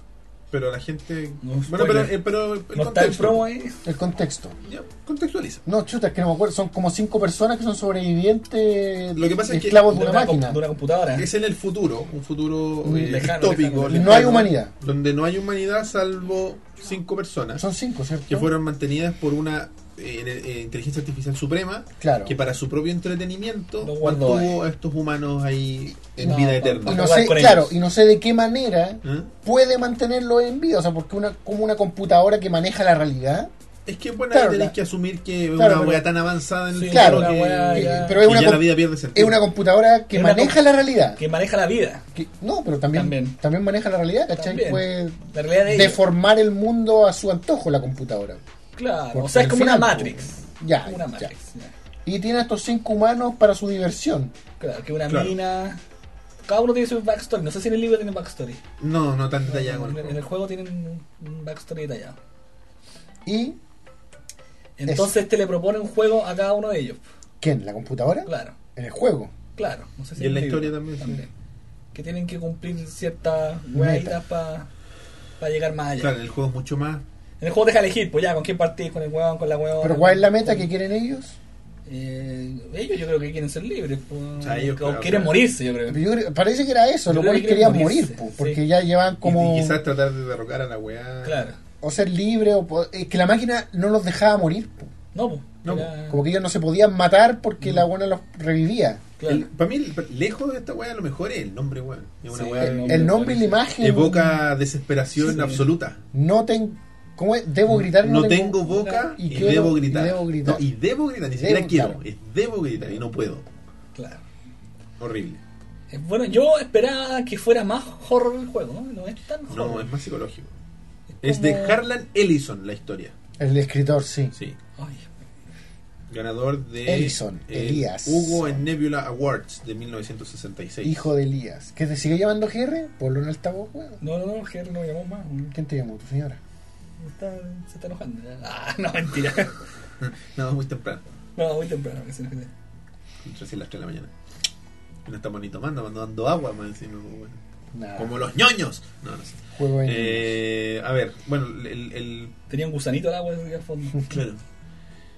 [SPEAKER 1] Pero la gente.
[SPEAKER 3] No,
[SPEAKER 1] bueno, pero,
[SPEAKER 3] spoiler.
[SPEAKER 1] eh, pero el
[SPEAKER 3] no está el promo ahí.
[SPEAKER 2] El contexto.
[SPEAKER 1] Ya, contextualiza.
[SPEAKER 2] No, chuta, es que no me acuerdo. Son como cinco personas que son sobrevivientes
[SPEAKER 1] Lo que pasa es que-
[SPEAKER 2] esclavos
[SPEAKER 3] De
[SPEAKER 2] de
[SPEAKER 3] una,
[SPEAKER 2] una
[SPEAKER 3] com-
[SPEAKER 2] máquina.
[SPEAKER 3] de una computadora.
[SPEAKER 1] Es en el futuro, un futuro eh,
[SPEAKER 3] Lejano,
[SPEAKER 1] tópico.
[SPEAKER 3] lejano.
[SPEAKER 2] No hay humanidad.
[SPEAKER 1] Donde no hay humanidad salvo cinco personas
[SPEAKER 2] Son cinco, ¿cierto?
[SPEAKER 1] que fueron mantenidas por una eh, eh, inteligencia artificial suprema
[SPEAKER 2] Claro.
[SPEAKER 1] que para su propio entretenimiento
[SPEAKER 3] Los guardó
[SPEAKER 1] mantuvo a estos humanos ahí en
[SPEAKER 3] No,
[SPEAKER 1] vida
[SPEAKER 2] Y
[SPEAKER 1] eterna.
[SPEAKER 2] no
[SPEAKER 3] jugar
[SPEAKER 2] sé,
[SPEAKER 3] con
[SPEAKER 2] claro,
[SPEAKER 3] ellos.
[SPEAKER 2] y no sé de qué manera
[SPEAKER 1] ¿Ah?
[SPEAKER 2] puede mantenerlo en vida. O sea, porque una, como una computadora que maneja la realidad.
[SPEAKER 1] Es que bueno,
[SPEAKER 2] Claro,
[SPEAKER 1] ahí tenés
[SPEAKER 2] la-
[SPEAKER 1] que asumir que es
[SPEAKER 2] claro,
[SPEAKER 1] una
[SPEAKER 2] pero-
[SPEAKER 1] wea tan avanzada en el
[SPEAKER 3] Sí,
[SPEAKER 1] futuro
[SPEAKER 2] claro,
[SPEAKER 3] una
[SPEAKER 1] que,
[SPEAKER 3] wea
[SPEAKER 1] que
[SPEAKER 3] ya-
[SPEAKER 2] pero es una,
[SPEAKER 1] ya la
[SPEAKER 2] com-
[SPEAKER 1] vida pierde
[SPEAKER 2] es
[SPEAKER 1] sentido.
[SPEAKER 2] una computadora que
[SPEAKER 3] Es una
[SPEAKER 2] maneja
[SPEAKER 3] com-
[SPEAKER 2] la realidad.
[SPEAKER 3] Que maneja la vida.
[SPEAKER 2] Que- no, pero también,
[SPEAKER 3] También.
[SPEAKER 2] también maneja la realidad, ¿cachai? Pues,
[SPEAKER 3] También.
[SPEAKER 2] Puede
[SPEAKER 3] La realidad de ellos.
[SPEAKER 2] deformar el mundo a su antojo la computadora.
[SPEAKER 3] Claro.
[SPEAKER 2] Por-
[SPEAKER 3] O sea, es
[SPEAKER 2] por
[SPEAKER 3] como
[SPEAKER 2] el
[SPEAKER 3] una
[SPEAKER 2] final,
[SPEAKER 3] Matrix.
[SPEAKER 2] pues. Ya,
[SPEAKER 3] Como una
[SPEAKER 2] ya.
[SPEAKER 3] Matrix. ya.
[SPEAKER 2] Y tiene a estos cinco humanos para su diversión.
[SPEAKER 3] Claro, que una
[SPEAKER 1] Claro.
[SPEAKER 3] mina. Cada uno tiene su backstory. No sé si en el libro tienen backstory.
[SPEAKER 1] No, no tan detallada con
[SPEAKER 3] en,
[SPEAKER 1] el
[SPEAKER 3] en el
[SPEAKER 1] juego.
[SPEAKER 3] juego tienen un backstory detallado.
[SPEAKER 2] ¿Y
[SPEAKER 3] Entonces te le propone un juego a cada uno de ellos.
[SPEAKER 2] quién? ¿La computadora?
[SPEAKER 3] Claro.
[SPEAKER 2] En el juego.
[SPEAKER 3] Claro, no sé si
[SPEAKER 1] Y en
[SPEAKER 3] el
[SPEAKER 1] la
[SPEAKER 3] libro
[SPEAKER 1] historia también, sí.
[SPEAKER 3] Que tienen que cumplir ciertas
[SPEAKER 2] Meta.
[SPEAKER 3] hueitas para llegar más allá.
[SPEAKER 1] Claro, en el juego es mucho más.
[SPEAKER 3] En el juego te deja elegir, pues ya, con quién partís, con el huevón, con la huevona.
[SPEAKER 2] ¿Pero cuál es la meta que quieren ellos?
[SPEAKER 3] Eh, ellos yo creo que quieren ser libres, pues,
[SPEAKER 1] O sea, ellos,
[SPEAKER 3] o
[SPEAKER 1] claro,
[SPEAKER 3] quieren
[SPEAKER 1] claro.
[SPEAKER 3] morirse, yo creo.
[SPEAKER 2] Yo creo- parece que era eso,
[SPEAKER 3] Yo
[SPEAKER 2] los
[SPEAKER 3] creo
[SPEAKER 2] cuales
[SPEAKER 3] que
[SPEAKER 2] querían
[SPEAKER 3] quieren
[SPEAKER 2] morir,
[SPEAKER 3] morirse,
[SPEAKER 2] po,
[SPEAKER 3] sí.
[SPEAKER 2] porque ya llevan como...
[SPEAKER 1] Y, y quizás tratar de derrocar a la wea.
[SPEAKER 3] Claro.
[SPEAKER 2] O ser libre, o po- es que la máquina no los dejaba morir. po.
[SPEAKER 3] No, pues.
[SPEAKER 1] No,
[SPEAKER 3] era-
[SPEAKER 2] Como que ellos no se podían matar
[SPEAKER 3] Mm.
[SPEAKER 2] porque la buena los revivía.
[SPEAKER 3] claro.
[SPEAKER 1] para mí, el- lejos de esta weá, lo mejor es el nombre, weón. Es una
[SPEAKER 3] Sí,
[SPEAKER 1] weá
[SPEAKER 3] el
[SPEAKER 1] que
[SPEAKER 3] nombre.
[SPEAKER 2] El nombre y la imagen...
[SPEAKER 1] evoca desesperación
[SPEAKER 3] Sí.
[SPEAKER 1] absoluta.
[SPEAKER 2] No ten- ¿Cómo es? ¿Debo gritar? y
[SPEAKER 1] No tengo boca
[SPEAKER 2] y
[SPEAKER 1] y,
[SPEAKER 2] quiero-
[SPEAKER 1] debo gritar.
[SPEAKER 2] y debo gritar.
[SPEAKER 1] No, y debo gritar, ni siquiera
[SPEAKER 2] Debo-
[SPEAKER 1] quiero.
[SPEAKER 2] claro.
[SPEAKER 1] Es debo gritar y no puedo.
[SPEAKER 3] claro.
[SPEAKER 1] Horrible.
[SPEAKER 3] Eh, Bueno, yo esperaba que fuera más horror el juego, ¿no? No es tan horror.
[SPEAKER 1] No, es más psicológico. Es
[SPEAKER 3] como-
[SPEAKER 1] de Harlan Ellison la historia.
[SPEAKER 2] El escritor, sí.
[SPEAKER 1] Sí.
[SPEAKER 3] Ay,
[SPEAKER 1] ganador de
[SPEAKER 2] Ellison,
[SPEAKER 1] el
[SPEAKER 2] Elías.
[SPEAKER 1] Hugo en Nebula Awards de 1966.
[SPEAKER 2] Hijo de Elías. ¿Qué te sigue llamando GR? Ponlo en altavoz, weón.
[SPEAKER 3] No, no, no, Ger no llamó más. weón.
[SPEAKER 2] ¿Quién te llamó? ¿Tu señora?
[SPEAKER 3] Está, se está enojando. Ah, no, mentira.
[SPEAKER 1] No, muy temprano.
[SPEAKER 3] No, muy temprano que se enoje.
[SPEAKER 1] Recién las 3 de la mañana. Y no estamos ni tomando, estamos dando agua más encima, pues, bueno.
[SPEAKER 2] Nada.
[SPEAKER 1] Como los ñoños. No, no sé.
[SPEAKER 2] Juego en.
[SPEAKER 1] Eh, a ver, bueno, el- el
[SPEAKER 3] Tenía un gusanito al agua ese que al fondo.
[SPEAKER 1] Claro.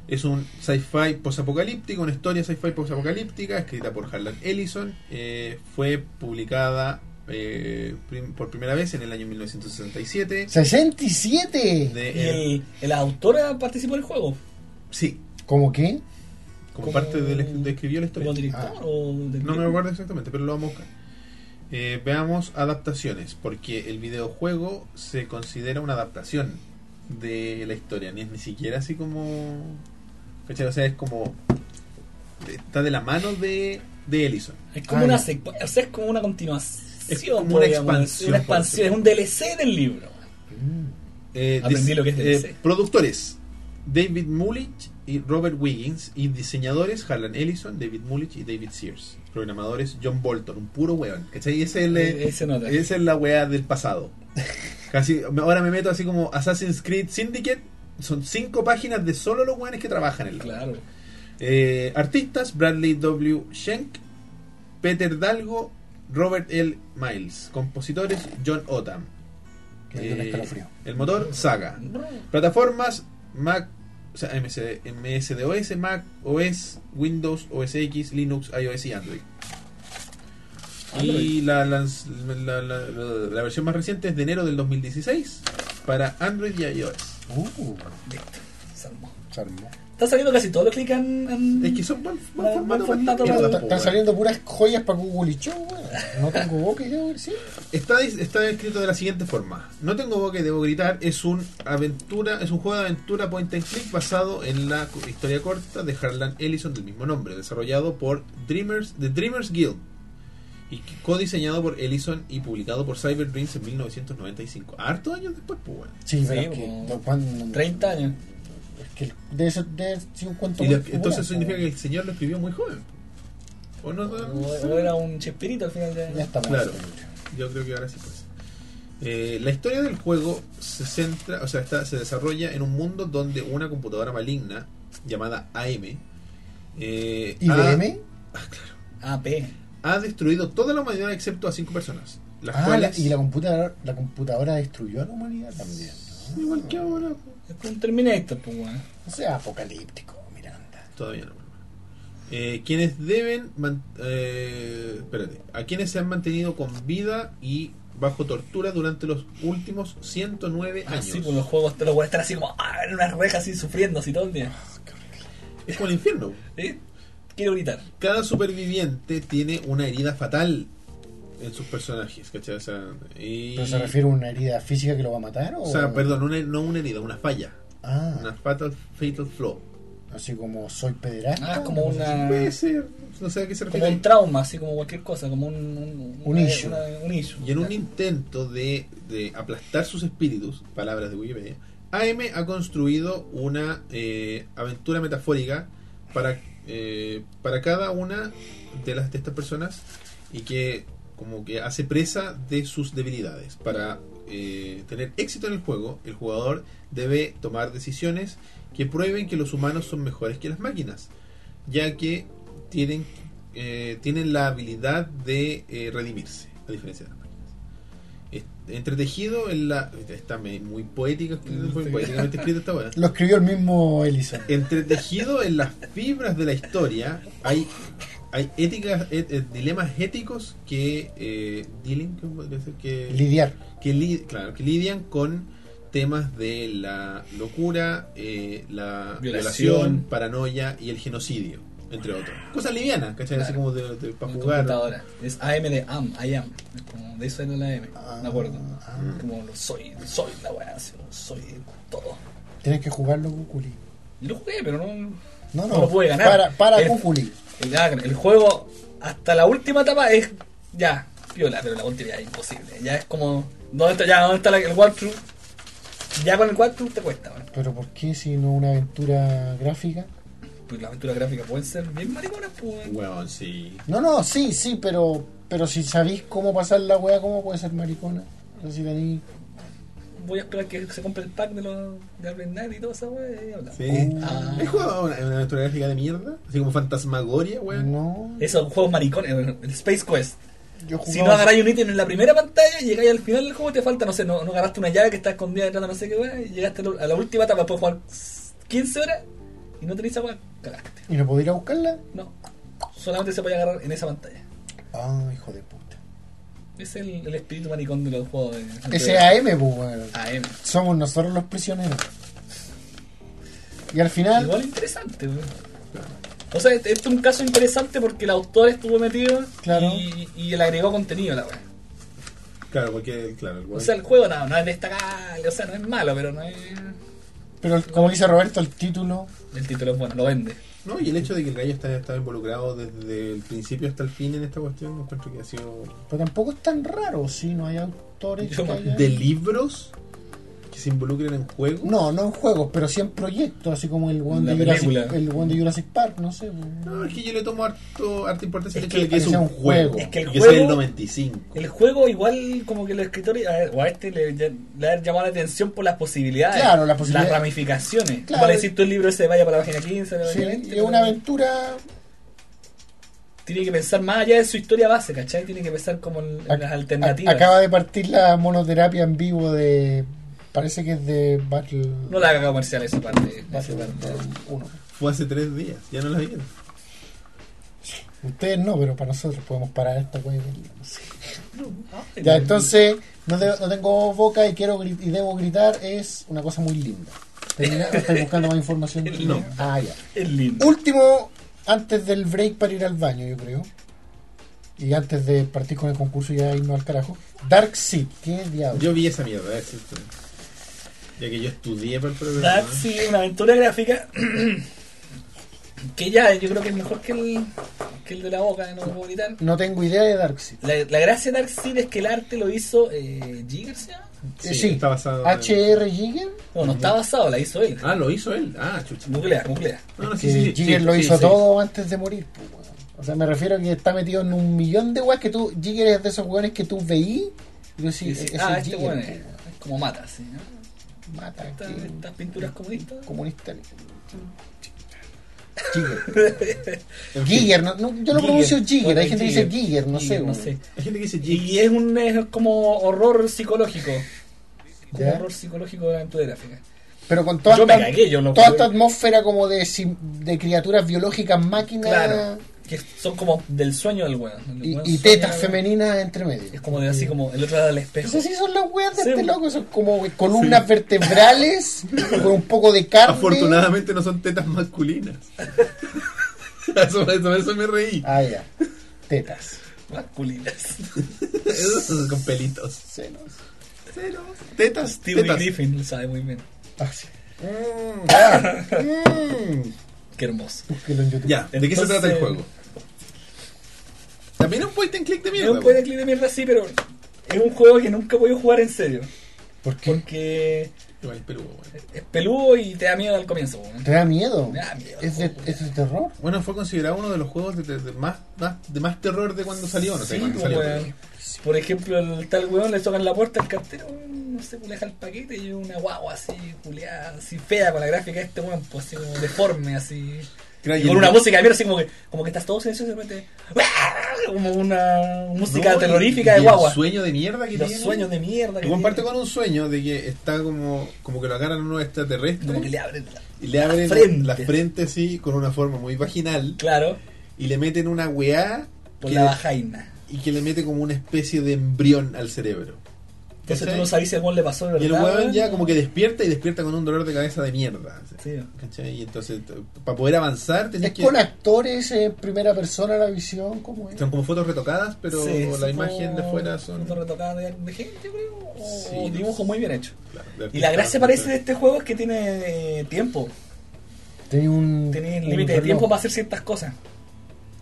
[SPEAKER 1] Es un sci-fi posapocalíptico, una historia sci-fi posapocalíptica escrita por Harlan Ellison. Eh, fue publicada eh, prim- por primera vez en el año 1967.
[SPEAKER 2] ¡67!
[SPEAKER 1] De,
[SPEAKER 3] Y
[SPEAKER 1] eh,
[SPEAKER 3] el, el autora participó en el juego.
[SPEAKER 1] sí,
[SPEAKER 2] ¿Cómo qué?
[SPEAKER 1] como,
[SPEAKER 3] Como-
[SPEAKER 1] parte del escri- de escribió la
[SPEAKER 3] ¿Como
[SPEAKER 1] historia.
[SPEAKER 3] director
[SPEAKER 2] Ah.
[SPEAKER 3] o del
[SPEAKER 1] No me acuerdo exactamente, pero lo vamos a buscar. Eh, veamos adaptaciones, porque el videojuego se considera una adaptación de la historia, ni es ni siquiera así como. ¿cachai? O sea, es como. Está de la mano de, de Ellison.
[SPEAKER 3] Es como
[SPEAKER 2] Ah,
[SPEAKER 3] una
[SPEAKER 2] ya.
[SPEAKER 3] secu- o sea, es como una continuación.
[SPEAKER 1] Es como una
[SPEAKER 3] podríamos decir,
[SPEAKER 1] expansión,
[SPEAKER 3] una expansión, es un DLC del libro.
[SPEAKER 1] Eh,
[SPEAKER 3] Aprendí
[SPEAKER 1] dis-
[SPEAKER 3] lo que es
[SPEAKER 1] eh,
[SPEAKER 3] DLC.
[SPEAKER 1] productores David Mullich y Robert Wiggins y diseñadores Harlan Ellison, David Mullich y David Sears. Programadores John Bolton, un puro weón. ¿Cachai? Ese es el, eh,
[SPEAKER 3] Ese nota.
[SPEAKER 1] esa es la weá del pasado. Casi, me- ahora me meto así como Assassin's Creed Syndicate. Son cinco páginas de solo los weones que trabajan en la.
[SPEAKER 3] Claro.
[SPEAKER 1] Eh, artistas Bradley W. Schenck, Peter Dalgo, Robert L. Miles. Compositores John Otam.
[SPEAKER 2] Me dio un
[SPEAKER 1] Eh,
[SPEAKER 2] escalofrío.
[SPEAKER 1] el motor Saga. Plataformas Mac, o sea, MS, MSDOS, Mac OS, Windows, OS X, Linux, iOS y Android. Y la, lanz- la- la- la- la versión más reciente es de enero del 2016 para Android y iOS.
[SPEAKER 2] Uh,
[SPEAKER 3] Listo. Se armó.
[SPEAKER 2] se armó.
[SPEAKER 3] Está saliendo casi todos los clics en, en-
[SPEAKER 1] Es que son buen, buen formato, para
[SPEAKER 3] Buen formato
[SPEAKER 1] esta
[SPEAKER 3] para-
[SPEAKER 1] mierda,
[SPEAKER 2] Está-
[SPEAKER 1] po,
[SPEAKER 2] Están
[SPEAKER 1] weón.
[SPEAKER 2] saliendo puras joyas para Google y Show, weón. No tengo boca yo, weón, sí.
[SPEAKER 1] Está, dis- está escrito de la siguiente forma. No tengo boca y debo gritar. Es un aventura, es un juego de aventura point and click basado en la co- historia corta de Harlan Ellison del mismo nombre, desarrollado por Dreamers, The Dreamers Guild y que- codiseñado por Ellison y publicado por Cyber Dreams en 1995. Harto años después, pues bueno.
[SPEAKER 2] Sí, pero es
[SPEAKER 3] Sí,
[SPEAKER 2] que,
[SPEAKER 3] como
[SPEAKER 2] no, cuando-
[SPEAKER 3] 30 años.
[SPEAKER 2] es que el- debe ser, debe ser un cuento
[SPEAKER 1] Y
[SPEAKER 2] muy
[SPEAKER 1] lo-
[SPEAKER 2] popular,
[SPEAKER 1] entonces
[SPEAKER 2] weón.
[SPEAKER 1] significa que el señor lo escribió muy joven. ¿O no?
[SPEAKER 3] O, o era un chespirito al final
[SPEAKER 2] Ya este
[SPEAKER 3] de.
[SPEAKER 2] estamos.
[SPEAKER 1] Claro. Ah, Yo creo que ahora sí pues. Eh, la historia del juego se centra, o sea, está- se desarrolla en un mundo donde una computadora maligna llamada AM eh,
[SPEAKER 2] IBM.
[SPEAKER 3] AP.
[SPEAKER 1] Ha, ha destruido toda la humanidad excepto a cinco personas. Las
[SPEAKER 2] Ah, la-
[SPEAKER 1] cuales,
[SPEAKER 2] y la computadora, la computadora destruyó a la humanidad también. ¿no?
[SPEAKER 1] igual que ahora,
[SPEAKER 3] Es como un Terminator, pues, weón.
[SPEAKER 2] O sea, apocalíptico, Miranda.
[SPEAKER 1] todavía no. Eh, quienes deben, man- eh, espérate, a quienes se han mantenido con vida y bajo tortura durante los últimos 109 años.
[SPEAKER 3] Así con Ah, pues, los juegos, te los voy a estar así como ah, en unas rejas así sufriendo así todo el día.
[SPEAKER 1] Es como el infierno.
[SPEAKER 3] ¿Sí? Quiero gritar.
[SPEAKER 1] cada superviviente tiene una herida fatal en sus personajes, ¿cachai? O sea, y-
[SPEAKER 2] ¿Pero se refiere a una herida física que lo va a matar? O,
[SPEAKER 1] o sea, perdón, una- no una herida, una falla. Una
[SPEAKER 2] Ah,
[SPEAKER 1] fatal, fatal flaw.
[SPEAKER 2] así como soy pederasta.
[SPEAKER 3] Ah, es como una.
[SPEAKER 1] Puede ser, no sé a qué se
[SPEAKER 3] Como
[SPEAKER 1] refiere.
[SPEAKER 3] un trauma, así como cualquier cosa, como un. Un,
[SPEAKER 2] Un
[SPEAKER 3] una-
[SPEAKER 2] issue.
[SPEAKER 3] una- un issue.
[SPEAKER 1] Y en un intento de, de aplastar sus espíritus, palabras de Wikipedia, AM ha construido una eh, aventura metafórica para, eh, para cada una de, las, de estas personas y que como que hace presa de sus debilidades. Para eh, tener éxito en el juego, el jugador debe tomar decisiones que prueben que los humanos son mejores que las máquinas, ya que tienen, eh, tienen la habilidad de eh, redimirse, a diferencia de las máquinas. Es- Entretejido en la... Está me- muy poética, escrita- muy
[SPEAKER 3] Sí.
[SPEAKER 1] poéticamente escrita esta weá.
[SPEAKER 2] Lo escribió el mismo Ellison.
[SPEAKER 1] Entretejido en las fibras de la historia hay, hay éticas, et- et- dilemas éticos que... Eh, dealing, ¿cómo podría ser? que
[SPEAKER 2] Lidiar.
[SPEAKER 1] que, li- claro, que lidian con temas de la locura, eh, la
[SPEAKER 3] Violación.
[SPEAKER 1] violación, paranoia y el genocidio, entre otros. Cosas livianas, ¿cachai? Así
[SPEAKER 3] Claro.
[SPEAKER 1] como de, para
[SPEAKER 3] En
[SPEAKER 1] jugar.
[SPEAKER 3] computadora. Es AM de AM, I am. Es como de eso era la AM,
[SPEAKER 2] Ah,
[SPEAKER 3] me acuerdo.
[SPEAKER 2] ah.
[SPEAKER 3] Como lo soy, soy la weá, así, soy todo.
[SPEAKER 2] Tienes que jugarlo Cuculi.
[SPEAKER 3] Y lo jugué, pero no.
[SPEAKER 2] No, no.
[SPEAKER 3] No lo puede ganar.
[SPEAKER 2] Para, para
[SPEAKER 3] El-
[SPEAKER 2] Cuculi.
[SPEAKER 3] El, ah, el juego hasta la última etapa es ya, piola, pero la última ya es imposible. Ya es como. ¿Dónde está, ya, ¿dónde está la- el walkthrough? Ya con el walkthrough te cuesta, weón.
[SPEAKER 2] Pero ¿por qué si no una aventura gráfica?
[SPEAKER 3] pues, las aventuras gráficas pueden ser bien mariconas, pues. weón.
[SPEAKER 1] Weón, sí.
[SPEAKER 2] No, no, sí, sí, pero pero si sabéis cómo pasar la weá, ¿cómo puede ser maricona? O sea, si tenéis.
[SPEAKER 3] Voy a esperar que se compre el pack de los de Arkham Knight y todo esa weá y hablamos.
[SPEAKER 1] Sí.
[SPEAKER 2] Ah.
[SPEAKER 1] ¿Has jugado una, una aventura gráfica de mierda? Así como Fantasmagoria, weón.
[SPEAKER 2] No.
[SPEAKER 3] Esos juegos maricones, weón, el Space Quest.
[SPEAKER 2] Yo
[SPEAKER 3] Si no agarráis un ítem en la primera pantalla, llegáis al final del juego, te falta, no sé, no, no agarraste una llave que está escondida detrás de no sé qué weá, y llegaste a la- a la última etapa, puedes jugar 15 horas y no tenéis esa weá, cagaste.
[SPEAKER 2] ¿Y no podía ir a buscarla?
[SPEAKER 3] No, solamente se puede agarrar en esa pantalla.
[SPEAKER 2] Ah, hijo de puta.
[SPEAKER 3] Ese es el, el espíritu maricón de los juegos. de-
[SPEAKER 2] Ese
[SPEAKER 3] de-
[SPEAKER 2] AM, pues, weón.
[SPEAKER 3] AM.
[SPEAKER 2] Somos nosotros los prisioneros. Y al final.
[SPEAKER 3] Igual interesante, weón. O sea, este este es un caso interesante porque el autor estuvo metido
[SPEAKER 2] Claro.
[SPEAKER 3] y, y le agregó contenido a la weá.
[SPEAKER 1] Claro, porque, claro, el
[SPEAKER 3] O
[SPEAKER 1] weón.
[SPEAKER 3] sea, el juego no, no es destacable, o sea, no es malo, pero no es.
[SPEAKER 2] Pero el- como dice Roberto, el título.
[SPEAKER 3] El título es bueno, lo vende.
[SPEAKER 1] No, y el hecho de que el gallo está- estaba involucrado desde el principio hasta el fin en esta cuestión, no encuentro que ha sido.
[SPEAKER 2] Pero tampoco es tan raro, si no hay autores.
[SPEAKER 3] Yo
[SPEAKER 2] que
[SPEAKER 3] me-
[SPEAKER 2] hayan-
[SPEAKER 1] de libros que se involucren en juegos.
[SPEAKER 2] No, no en juegos, pero sí en proyectos, así como el one,
[SPEAKER 3] La
[SPEAKER 2] de Jurassic,
[SPEAKER 3] película.
[SPEAKER 2] el one de Jurassic Park, no sé. pues.
[SPEAKER 1] No, es que yo le tomo harto, harta importancia
[SPEAKER 3] Es
[SPEAKER 1] al hecho
[SPEAKER 3] que-
[SPEAKER 1] de que es
[SPEAKER 2] sea
[SPEAKER 1] un
[SPEAKER 2] un juego.
[SPEAKER 1] juego.
[SPEAKER 3] Es que el
[SPEAKER 1] y ese es
[SPEAKER 3] juego-
[SPEAKER 1] el 95.
[SPEAKER 3] El juego, igual, como que el escritor, a ver, o a este le, ya- le ha llamado la atención por las posibilidades.
[SPEAKER 2] Claro, las posibilidades.
[SPEAKER 3] Las ramificaciones.
[SPEAKER 2] Claro.
[SPEAKER 3] Para decir tú el libro ese vaya para la página 15, para la
[SPEAKER 2] Sí,
[SPEAKER 3] página 20,
[SPEAKER 2] y es una
[SPEAKER 3] pero-
[SPEAKER 2] aventura.
[SPEAKER 3] Tiene que pensar más allá de su historia base, ¿cachai? Tiene que pensar como en, en las
[SPEAKER 2] Ac-
[SPEAKER 3] alternativas.
[SPEAKER 2] ac- Acaba de partir la monoterapia en vivo de. Parece que es de Battle.
[SPEAKER 3] No la haga comercial esa parte.
[SPEAKER 2] Battle-
[SPEAKER 3] esa parte.
[SPEAKER 2] uno.
[SPEAKER 1] Fue hace tres días, ya no la vieron.
[SPEAKER 2] Ustedes no, pero para nosotros podemos parar esta cueva. Ya, entonces, no, de- no tengo boca y quiero gri- y debo gritar, es una cosa muy linda. Termina- ¿Estáis buscando más información?
[SPEAKER 1] No.
[SPEAKER 2] Ah, ya.
[SPEAKER 3] Es lindo.
[SPEAKER 2] Último, antes del break para ir al baño, yo creo. Y antes de partir con el concurso y ya irnos al carajo. Dark Seed, qué diablo.
[SPEAKER 1] Yo vi esa mierda, es cierto. Ya que yo estudié para el programa.
[SPEAKER 3] Dark sí, una aventura gráfica que ya yo creo que es mejor que el, que el de la boca, no lo puedo gritar.
[SPEAKER 2] No tengo idea de Dark Seed.
[SPEAKER 3] La, la gracia de Dark Seed es que el arte lo hizo eh, Giger, ¿se llama?
[SPEAKER 1] Sí, está basado en-
[SPEAKER 2] HR Jigger.
[SPEAKER 3] No, no está basado, la hizo él.
[SPEAKER 1] Ah, lo hizo él. Ah, chucha.
[SPEAKER 3] Nuclea, nuclea.
[SPEAKER 1] No, no, sí,
[SPEAKER 2] Que
[SPEAKER 1] sí, sí,
[SPEAKER 2] Jigger
[SPEAKER 1] sí,
[SPEAKER 2] lo
[SPEAKER 1] sí,
[SPEAKER 2] hizo
[SPEAKER 1] sí.
[SPEAKER 2] todo antes de morir. pues, weón. O sea, me refiero a que está metido en un millón de weas que tú. Jigger es de esos weones que tú veí. Y yo sí,
[SPEAKER 3] Y dice,
[SPEAKER 2] ese
[SPEAKER 3] ah,
[SPEAKER 2] es
[SPEAKER 3] este
[SPEAKER 2] Jigger,
[SPEAKER 3] bueno
[SPEAKER 2] pues,
[SPEAKER 3] es,
[SPEAKER 2] weón.
[SPEAKER 3] es como mata, sí, ¿no?
[SPEAKER 2] Mata,
[SPEAKER 3] Esta-
[SPEAKER 2] que-
[SPEAKER 3] estas pinturas comunistas.
[SPEAKER 2] comunista. Jigger. Jigger, no, no, yo lo
[SPEAKER 3] Giger.
[SPEAKER 2] pronuncio Jigger. Hay
[SPEAKER 3] Ok,
[SPEAKER 2] gente que
[SPEAKER 3] Giger.
[SPEAKER 2] dice Jigger, no sé.
[SPEAKER 3] Giger, no
[SPEAKER 2] weón.
[SPEAKER 3] sé.
[SPEAKER 1] Hay gente que dice
[SPEAKER 3] Y
[SPEAKER 1] Jiggy.
[SPEAKER 3] es un es como horror psicológico. Como
[SPEAKER 2] Ya.
[SPEAKER 3] horror psicológico de la aventura gráfica.
[SPEAKER 2] Pero con toda,
[SPEAKER 3] Yo me
[SPEAKER 2] esta,
[SPEAKER 3] cagué, yo no
[SPEAKER 2] toda
[SPEAKER 3] pude.
[SPEAKER 2] esta atmósfera como de, sim- de criaturas biológicas, máquinas
[SPEAKER 3] Claro. Que son como del sueño del weón. El
[SPEAKER 2] y,
[SPEAKER 3] weón
[SPEAKER 2] y
[SPEAKER 3] sueña-
[SPEAKER 2] tetas femeninas entre medio.
[SPEAKER 3] Es como de así como el otro lado del espejo.
[SPEAKER 2] Entonces sí son las weas de
[SPEAKER 3] Sí.
[SPEAKER 2] este loco, son como columnas vertebrales con un poco de carne.
[SPEAKER 1] Afortunadamente no son tetas masculinas. eso, eso, eso me reí.
[SPEAKER 2] Ah, ya. Tetas.
[SPEAKER 3] Masculinas.
[SPEAKER 1] Con pelitos.
[SPEAKER 2] Senos.
[SPEAKER 1] Cero. Tetas,
[SPEAKER 3] Steve
[SPEAKER 1] tetas.
[SPEAKER 3] Griffin lo sabe muy bien.
[SPEAKER 2] Ah, sí.
[SPEAKER 1] Mm.
[SPEAKER 3] Qué hermoso.
[SPEAKER 2] Búsquelo en YouTube.
[SPEAKER 1] Ya, ¿de qué se
[SPEAKER 3] Entonces-
[SPEAKER 1] trata el juego? También es un point and click de mierda.
[SPEAKER 3] No puede clic de mierda así, pero es un juego que nunca voy a jugar en serio.
[SPEAKER 2] ¿Por qué?
[SPEAKER 3] Porque
[SPEAKER 1] Igual el Perú, bueno.
[SPEAKER 3] es peludo y te da miedo al comienzo. weón.
[SPEAKER 2] ¿Te da miedo?
[SPEAKER 3] Me da miedo,
[SPEAKER 2] ¿Es, de,
[SPEAKER 3] weón.
[SPEAKER 2] ¿Es de terror?
[SPEAKER 1] Bueno, fue considerado uno de los juegos de, de- de más, más- de más terror de cuando salió. No sé
[SPEAKER 3] Sí,
[SPEAKER 1] cuándo
[SPEAKER 3] pues,
[SPEAKER 1] salió.
[SPEAKER 3] weón. Por ejemplo, el tal weón le tocan la puerta al cartero, weón, no sé, pues, le deja el paquete y una guagua así, culiada, así fea con la gráfica de este weón, pues así como deforme, así.
[SPEAKER 1] Creo
[SPEAKER 3] Y
[SPEAKER 1] que
[SPEAKER 3] con
[SPEAKER 1] el-
[SPEAKER 3] una música de mierda, así como que, como que estás todo silencioso y de repente. ¡ah! Como una música
[SPEAKER 1] No, y-
[SPEAKER 3] terrorífica
[SPEAKER 1] y
[SPEAKER 3] de guagua.
[SPEAKER 1] El sueño de mierda que
[SPEAKER 3] Los
[SPEAKER 1] tiene.
[SPEAKER 3] sueños de mierda. que
[SPEAKER 1] Lo comparte
[SPEAKER 3] tiene.
[SPEAKER 1] con un sueño de que está como, como que lo agarran unos extraterrestres
[SPEAKER 3] Como que le abren la-
[SPEAKER 1] y le abren
[SPEAKER 3] la frente.
[SPEAKER 1] la frente así con una forma muy vaginal
[SPEAKER 3] Claro,
[SPEAKER 1] y le meten una weá
[SPEAKER 3] por
[SPEAKER 1] que-
[SPEAKER 3] la vajaina.
[SPEAKER 1] y que le mete como una especie de embrión al cerebro.
[SPEAKER 3] Entonces
[SPEAKER 1] ¿Cachai?
[SPEAKER 3] tú no sabes si al weón le pasó de verdad.
[SPEAKER 1] Y el weón
[SPEAKER 3] weón.
[SPEAKER 1] ya como que despierta y despierta con un dolor de cabeza de mierda.
[SPEAKER 3] Sí.
[SPEAKER 1] ¿Cachai? Y entonces, para poder avanzar, tenías
[SPEAKER 2] ¿Es
[SPEAKER 1] que.
[SPEAKER 2] con actores en primera persona la visión? ¿Cómo es?
[SPEAKER 1] Son como fotos retocadas, pero
[SPEAKER 3] Sí,
[SPEAKER 1] la
[SPEAKER 3] son
[SPEAKER 1] imagen de
[SPEAKER 3] como
[SPEAKER 1] fuera son.
[SPEAKER 3] fotos retocadas de, de gente, yo creo. O
[SPEAKER 1] Sí,
[SPEAKER 3] o
[SPEAKER 1] no
[SPEAKER 3] dibujo
[SPEAKER 1] sé.
[SPEAKER 3] muy bien hecho.
[SPEAKER 1] Claro, de
[SPEAKER 3] Y la
[SPEAKER 1] artista,
[SPEAKER 3] gracia parece de
[SPEAKER 1] artista.
[SPEAKER 3] este juego es que tiene eh, tiempo.
[SPEAKER 2] Tenía un.
[SPEAKER 3] Tiene
[SPEAKER 2] un
[SPEAKER 3] límite de tiempo
[SPEAKER 2] reloj.
[SPEAKER 3] para hacer ciertas cosas.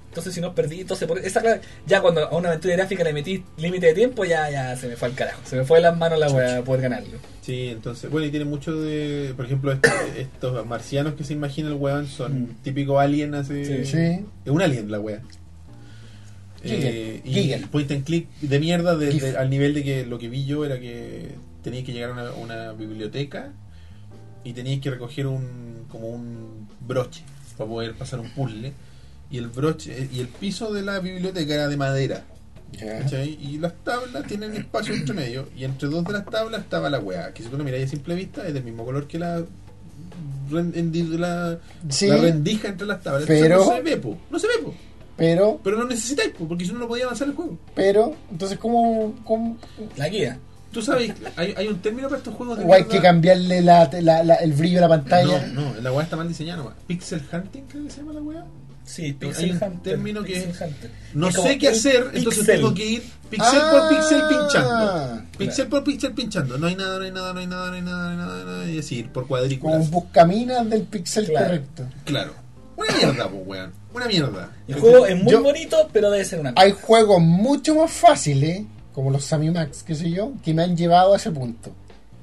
[SPEAKER 3] Entonces, si nos perdí, entonces por esa clave, ya cuando a una aventura gráfica le metí límite de tiempo, ya, ya se me fue al carajo. Se me fue de las manos la weá a poder ganarlo.
[SPEAKER 1] Sí, entonces, bueno, y tiene mucho de, por ejemplo, este- estos marcianos que se imagina el weón son típico alien así.
[SPEAKER 3] Mm. Sí.
[SPEAKER 2] Sí.
[SPEAKER 1] Es un alien la wea.
[SPEAKER 2] Giger.
[SPEAKER 1] Eh, y
[SPEAKER 2] Giger.
[SPEAKER 1] point and click de mierda de-
[SPEAKER 2] GIF.
[SPEAKER 1] de- al nivel de que lo que vi yo era que tenías que llegar a una, una biblioteca y tenías que recoger un como un broche para poder pasar un puzzle y el broche eh, y el piso de la biblioteca era de madera
[SPEAKER 2] Ya.
[SPEAKER 1] ¿cachai? y las tablas tienen espacio entre medio y entre dos de las tablas estaba la weá que si tú lo miráis a simple vista es del mismo color que la ren- en- la,
[SPEAKER 2] Sí,
[SPEAKER 1] la rendija entre las tablas Entonces,
[SPEAKER 2] Pero-
[SPEAKER 1] no se ve po, no se ve po.
[SPEAKER 2] pero,
[SPEAKER 1] Pero no necesitáis, po, porque si no, no podía avanzar el juego.
[SPEAKER 2] pero, entonces, ¿cómo, cómo
[SPEAKER 3] La guía.
[SPEAKER 1] Tú sabes, hay, hay un término para estos juegos de
[SPEAKER 2] o hay que
[SPEAKER 1] mierda.
[SPEAKER 2] cambiarle la, la- la- el brillo a la pantalla?
[SPEAKER 1] No, no, la weá está mal diseñada nomás. Pixel Hunting, creo que se llama la weá.
[SPEAKER 3] Sí,
[SPEAKER 1] hay
[SPEAKER 3] Pixel
[SPEAKER 1] un
[SPEAKER 3] Hunter.
[SPEAKER 1] término que
[SPEAKER 3] Pixel
[SPEAKER 1] es-
[SPEAKER 3] Hunter.
[SPEAKER 1] No
[SPEAKER 3] Es como
[SPEAKER 1] sé qué
[SPEAKER 3] un
[SPEAKER 1] hacer, entonces
[SPEAKER 3] pixel.
[SPEAKER 1] tengo que ir pixel
[SPEAKER 2] Ah,
[SPEAKER 1] por pixel pinchando.
[SPEAKER 2] claro.
[SPEAKER 1] Pixel por pixel pinchando. No hay nada, no hay nada, no hay nada, no hay nada, no hay nada. no hay- Y así, ir por
[SPEAKER 2] Como
[SPEAKER 1] cuadrículas.
[SPEAKER 2] un buscaminas del pixel
[SPEAKER 3] Claro.
[SPEAKER 2] correcto.
[SPEAKER 1] Claro. Una mierda, pues, weón. Una mierda.
[SPEAKER 3] El juego es muy
[SPEAKER 2] Yo-
[SPEAKER 3] bonito, pero debe ser una.
[SPEAKER 2] Hay juegos mucho más fáciles, como los Sammy Max, qué sé yo, que me han llevado a ese punto.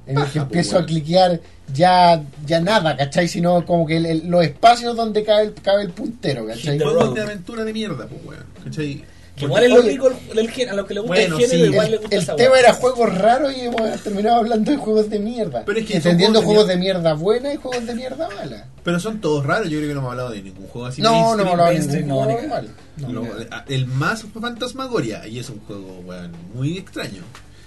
[SPEAKER 2] En el
[SPEAKER 1] Paja,
[SPEAKER 2] que
[SPEAKER 1] po,
[SPEAKER 2] empiezo
[SPEAKER 1] weón.
[SPEAKER 2] a cliquear ya, ya nada, ¿cachai? Sino como que el- el- los espacios donde cabe el, cabe el puntero, ¿cachai?
[SPEAKER 3] Hit the
[SPEAKER 1] Juegos
[SPEAKER 3] road.
[SPEAKER 1] de aventura de mierda, pues, weón. ¿Cachai?
[SPEAKER 3] Que igual es lo
[SPEAKER 2] Oye.
[SPEAKER 3] rico el- el género, a los que le gusta
[SPEAKER 1] Bueno,
[SPEAKER 3] el género,
[SPEAKER 1] sí.
[SPEAKER 3] igual le
[SPEAKER 2] El,
[SPEAKER 3] gusta
[SPEAKER 2] el
[SPEAKER 3] esa
[SPEAKER 2] tema
[SPEAKER 3] weá.
[SPEAKER 2] era juegos raros y hemos terminado hablando de juegos de mierda.
[SPEAKER 1] Pero es que son
[SPEAKER 2] Entendiendo
[SPEAKER 1] juegos
[SPEAKER 2] juegos
[SPEAKER 1] de
[SPEAKER 2] de mierda buena y juegos de mierda mala.
[SPEAKER 1] Pero son todos raros. Yo creo que no hemos hablado de ningún juego así.
[SPEAKER 2] No, no hemos hablado de
[SPEAKER 3] mainstream,
[SPEAKER 2] ningún
[SPEAKER 3] no,
[SPEAKER 2] juego
[SPEAKER 3] ni
[SPEAKER 2] malo. No.
[SPEAKER 1] Lo- el más fantasmagoria y es un juego weón, muy extraño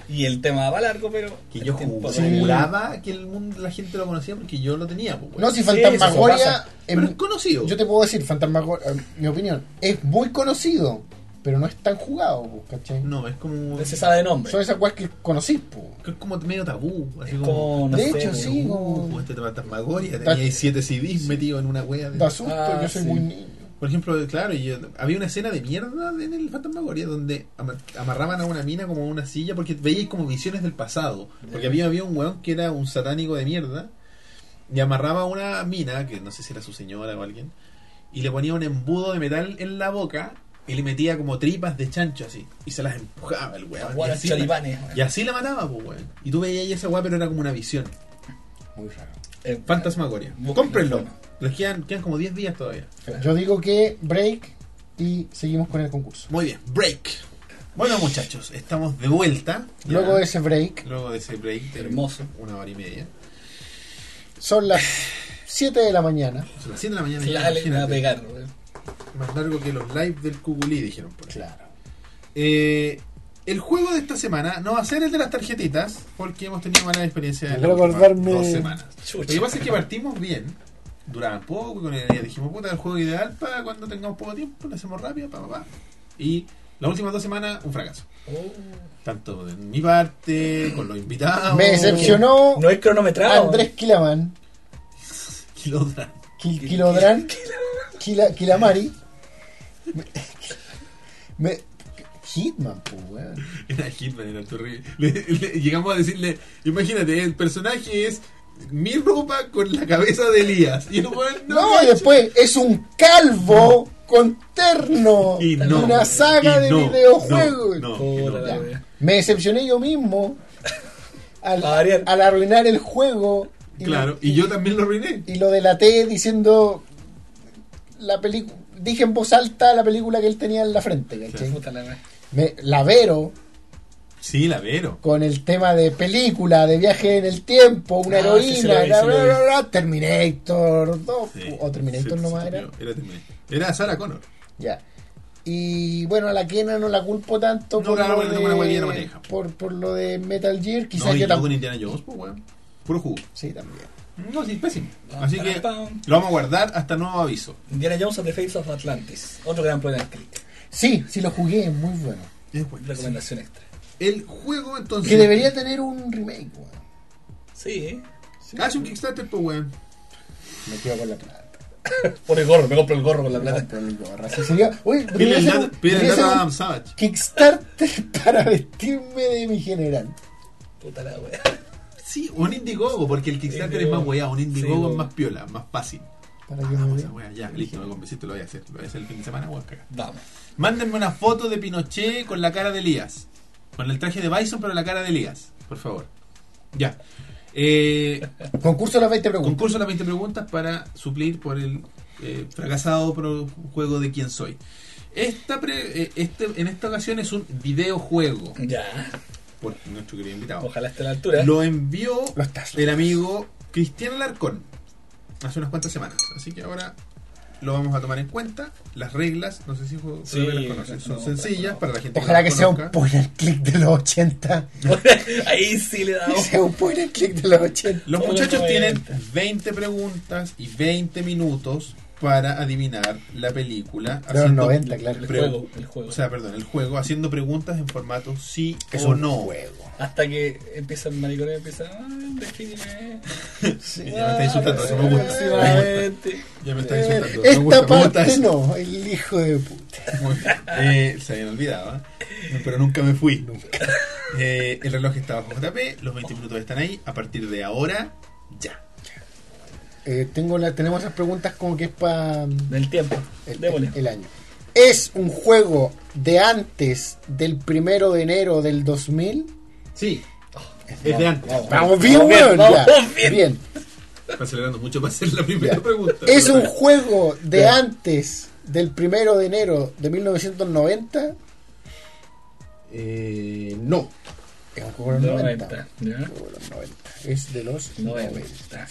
[SPEAKER 3] Y el tema va largo, pero.
[SPEAKER 1] que
[SPEAKER 3] el
[SPEAKER 1] yo
[SPEAKER 3] tiempo
[SPEAKER 1] ju-
[SPEAKER 2] sí.
[SPEAKER 3] no.
[SPEAKER 1] juraba que el mundo la gente lo conocía porque yo lo tenía pues, weón.
[SPEAKER 2] No, si
[SPEAKER 3] Sí, eso
[SPEAKER 2] Fantasmagoria,
[SPEAKER 3] pasa.
[SPEAKER 1] pero
[SPEAKER 2] em,
[SPEAKER 1] es conocido
[SPEAKER 2] yo te puedo decir, Fantasmagoria, en mi opinión, es muy conocido, pero no es tan jugado, po, ¿cachai?
[SPEAKER 1] no es como
[SPEAKER 3] Se sabe de nombre.
[SPEAKER 2] Son esas weas que conocís, po.
[SPEAKER 1] que es como medio tabú así
[SPEAKER 3] Es
[SPEAKER 1] como,
[SPEAKER 3] como, no
[SPEAKER 2] De
[SPEAKER 3] sé,
[SPEAKER 2] hecho,
[SPEAKER 3] como-
[SPEAKER 2] sí,
[SPEAKER 1] uh,
[SPEAKER 2] como-
[SPEAKER 1] este fantasmagoria
[SPEAKER 2] Da-
[SPEAKER 1] tenía 7 CDs metido en una wea de-
[SPEAKER 2] Da susto,
[SPEAKER 3] Ah,
[SPEAKER 2] yo soy
[SPEAKER 3] sí.
[SPEAKER 2] muy niño.
[SPEAKER 1] por ejemplo claro yo- había una escena de mierda en el fantasmagoria donde ama- amarraban a una mina como a una silla porque veíais como visiones del pasado porque había, había un weón que era un satánico de mierda y amarraba a una mina, que no sé si era su señora o alguien, y le ponía un embudo de metal en la boca y le metía como tripas de chancho así, y se las empujaba el
[SPEAKER 3] Ah,
[SPEAKER 1] weón. Y
[SPEAKER 3] bueno,
[SPEAKER 1] así, la,
[SPEAKER 3] choripanes, weón.
[SPEAKER 1] y así la mataba, pues weón. Y tú veías esa weá, pero era como una visión.
[SPEAKER 2] Muy raro.
[SPEAKER 3] Eh,
[SPEAKER 1] Fantasmagoria.
[SPEAKER 3] Búsquenlo.
[SPEAKER 1] Cómprenlo. Les quedan, quedan como 10 días todavía.
[SPEAKER 2] Yo digo que break y seguimos con el concurso.
[SPEAKER 1] Muy bien, break. Bueno, muchachos, estamos de vuelta. Ya.
[SPEAKER 2] Luego de ese break,
[SPEAKER 1] Luego de ese break de
[SPEAKER 3] Hermoso.
[SPEAKER 1] Una hora y media.
[SPEAKER 2] son las 7 de la mañana.
[SPEAKER 1] Son las 7 de la mañana. ya,
[SPEAKER 3] La le va a
[SPEAKER 1] imagínate.
[SPEAKER 3] pegar, weón.
[SPEAKER 1] Más largo que los live del Cuculí, dijeron por ahí.
[SPEAKER 2] Claro.
[SPEAKER 1] Eh, el juego de esta semana no va a ser el de las tarjetitas, porque hemos tenido mala experiencia en las
[SPEAKER 2] Quiero
[SPEAKER 1] últimas
[SPEAKER 2] acordarme-
[SPEAKER 1] dos semanas.
[SPEAKER 3] Chucha.
[SPEAKER 1] Lo que pasa es que partimos bien, duraban poco, y con la idea dijimos, puta, el juego ideal para cuando tengamos poco tiempo, lo hacemos rápido, pa, pa, pa. Y las últimas dos semanas, un fracaso. Tanto de mi parte, con los invitados.
[SPEAKER 2] Me decepcionó
[SPEAKER 3] No es cronometrado.
[SPEAKER 2] Andrés Quilaman,
[SPEAKER 1] Kilodra.
[SPEAKER 2] Kil- Kilodran, Kila- Kilamari. Me, me- Hitman, po, weón.
[SPEAKER 1] Era Hitman, era terrible. Le- le- llegamos a decirle, imagínate, el personaje es mi ropa con la cabeza de Elías. Y el weón,
[SPEAKER 2] No,
[SPEAKER 1] cacha.
[SPEAKER 2] y después es un calvo con terno
[SPEAKER 1] Y no,
[SPEAKER 2] de una saga
[SPEAKER 1] y
[SPEAKER 2] de
[SPEAKER 1] no,
[SPEAKER 2] videojuegos.
[SPEAKER 1] no, no,
[SPEAKER 3] Puta la
[SPEAKER 1] no.
[SPEAKER 3] weá.
[SPEAKER 2] Me decepcioné yo mismo al,
[SPEAKER 3] A variar.
[SPEAKER 2] al arruinar el juego y,
[SPEAKER 1] Claro, y yo también lo arruiné.
[SPEAKER 2] y lo delaté diciendo la película. Dije en voz alta la película que él tenía en la frente, ¿cachai?
[SPEAKER 3] Puta la weá.
[SPEAKER 2] Me- la Vero,
[SPEAKER 1] Sí, la vero.
[SPEAKER 2] con el tema de película, de viaje en el tiempo, una
[SPEAKER 3] Ah,
[SPEAKER 2] heroína,
[SPEAKER 3] sí, sí lo vi,
[SPEAKER 2] bla,
[SPEAKER 3] sí lo
[SPEAKER 2] bla,
[SPEAKER 3] vi.
[SPEAKER 2] bla, bla, Terminator 2,
[SPEAKER 1] Sí,
[SPEAKER 2] Uh, o Terminator
[SPEAKER 1] sí,
[SPEAKER 2] nomás
[SPEAKER 1] sí,
[SPEAKER 2] era.
[SPEAKER 1] Era Terminator. Era Sarah Connor.
[SPEAKER 2] Ya. Y bueno, a la Kena no la culpo tanto
[SPEAKER 1] No, claro, porque tengo una huevilla en la bandeja.
[SPEAKER 2] por, por lo de Metal Gear, quizás
[SPEAKER 1] No, y yo
[SPEAKER 2] yo
[SPEAKER 1] con
[SPEAKER 2] también.
[SPEAKER 1] Indiana Jones, pues, weón. Puro jugo.
[SPEAKER 2] Sí, también.
[SPEAKER 1] No, sí, pésimo. Así que
[SPEAKER 3] pam.
[SPEAKER 1] lo vamos a guardar hasta nuevo aviso.
[SPEAKER 3] Indiana Jones and the Face of Atlantis. Otro gran problema click.
[SPEAKER 2] Sí, sí lo jugué, es muy bueno.
[SPEAKER 1] Es bueno.
[SPEAKER 3] Recomendación extra.
[SPEAKER 1] El juego, entonces.
[SPEAKER 2] Que debería tener un remake, weón.
[SPEAKER 3] Sí, ¿eh?
[SPEAKER 1] Hace un Kickstarter, pues, weón.
[SPEAKER 2] Me quedo con la plata.
[SPEAKER 3] Por el gorro, me compro el gorro con la
[SPEAKER 2] Me
[SPEAKER 3] plata.
[SPEAKER 2] compro el gorro. Así sería. Oye,
[SPEAKER 1] Pide
[SPEAKER 2] debería
[SPEAKER 1] el
[SPEAKER 2] ser
[SPEAKER 1] dato
[SPEAKER 2] un-
[SPEAKER 1] pide el
[SPEAKER 2] debería
[SPEAKER 1] dato
[SPEAKER 2] ser
[SPEAKER 1] a
[SPEAKER 2] un
[SPEAKER 1] Adam Savage.
[SPEAKER 2] Kickstarter para vestirme de mi general.
[SPEAKER 3] Puta la weá.
[SPEAKER 1] Sí, un Indiegogo, porque el Kickstarter es
[SPEAKER 3] Indiegogo.
[SPEAKER 1] más weá. Un
[SPEAKER 3] Sí,
[SPEAKER 1] Indiegogo
[SPEAKER 3] weón.
[SPEAKER 1] es más piola, más fácil.
[SPEAKER 2] Para que me
[SPEAKER 1] Vamos,
[SPEAKER 2] vea.
[SPEAKER 1] esa wea, ya, listo, me convenciste, lo voy a hacer. Lo voy a hacer el fin de semana, weón, cagaste.
[SPEAKER 3] Vamos.
[SPEAKER 1] Mándenme una foto de Pinochet con la cara de Elías. Con el traje de Bison, pero la cara de Elías, por favor. Ya. Eh,
[SPEAKER 2] Concurso de las 20 preguntas.
[SPEAKER 1] concurso de las 20 preguntas para suplir por el eh, fracasado pro- juego de quién soy. Esta pre- eh, este, en esta ocasión es un videojuego
[SPEAKER 3] Ya.
[SPEAKER 1] por nuestro querido invitado.
[SPEAKER 3] Ojalá esté a la altura.
[SPEAKER 1] Lo envió
[SPEAKER 2] Lo estás, lo
[SPEAKER 1] el
[SPEAKER 2] estás.
[SPEAKER 1] amigo Cristian Alarcón hace unas cuantas semanas. Así que ahora lo vamos a tomar en cuenta. Las reglas, no sé si Jorge
[SPEAKER 3] Sí,
[SPEAKER 1] las conoce, son
[SPEAKER 3] no,
[SPEAKER 1] sencillas
[SPEAKER 3] no.
[SPEAKER 1] para la gente
[SPEAKER 2] Ojalá que
[SPEAKER 1] las
[SPEAKER 2] sea un
[SPEAKER 1] conozca.
[SPEAKER 2] point and click de los 80.
[SPEAKER 3] Ahí sí le
[SPEAKER 2] Que
[SPEAKER 3] damos.
[SPEAKER 2] sea un point and click de los 80.
[SPEAKER 1] Los
[SPEAKER 3] Una
[SPEAKER 1] muchachos tienen
[SPEAKER 3] cuenta.
[SPEAKER 1] 20 preguntas y 20 minutos para adivinar la película.
[SPEAKER 2] De los 90, claro.
[SPEAKER 3] El
[SPEAKER 1] pre-
[SPEAKER 3] juego, el juego.
[SPEAKER 1] O sea, perdón, el juego, haciendo preguntas en formato sí
[SPEAKER 2] Es
[SPEAKER 1] o
[SPEAKER 2] un
[SPEAKER 1] no.
[SPEAKER 2] juego.
[SPEAKER 3] Hasta que empieza el maricón y empieza. "Ah, defíneme".
[SPEAKER 1] Y ya me está insultando, eso me gusta.
[SPEAKER 3] Próximamente.
[SPEAKER 1] Ya me está
[SPEAKER 2] Eh,
[SPEAKER 1] insultando. me gusta,
[SPEAKER 2] Esta
[SPEAKER 1] me gusta
[SPEAKER 2] parte
[SPEAKER 1] eso.
[SPEAKER 2] no, el hijo de puta.
[SPEAKER 1] Muy bien. Eh, se habían olvidado, ¿eh? pero nunca me fui. Eh, el reloj está bajo JP, los 20 minutos están ahí. A partir de ahora, ya.
[SPEAKER 2] Eh, tengo la, tenemos esas preguntas como que es para
[SPEAKER 3] Del tiempo.
[SPEAKER 2] el,
[SPEAKER 3] Démosle.
[SPEAKER 2] el año. ¿Es un juego de antes del primero de enero del 2000?
[SPEAKER 1] Sí, es de antes.
[SPEAKER 2] Vamos bien,
[SPEAKER 3] Vamos bien,
[SPEAKER 2] weón.
[SPEAKER 3] vamos
[SPEAKER 2] ya.
[SPEAKER 3] bien.
[SPEAKER 2] bien.
[SPEAKER 1] Está acelerando mucho para hacer la primera pregunta.
[SPEAKER 2] ¿Es un
[SPEAKER 1] Pero-
[SPEAKER 2] juego de
[SPEAKER 1] Ya.
[SPEAKER 2] antes del primero de enero de 1990?
[SPEAKER 1] Eh, no.
[SPEAKER 2] Es un juego de los 90.
[SPEAKER 3] 90. ¿Ya?
[SPEAKER 2] Juego de los 90. Es de los 90.
[SPEAKER 3] 90.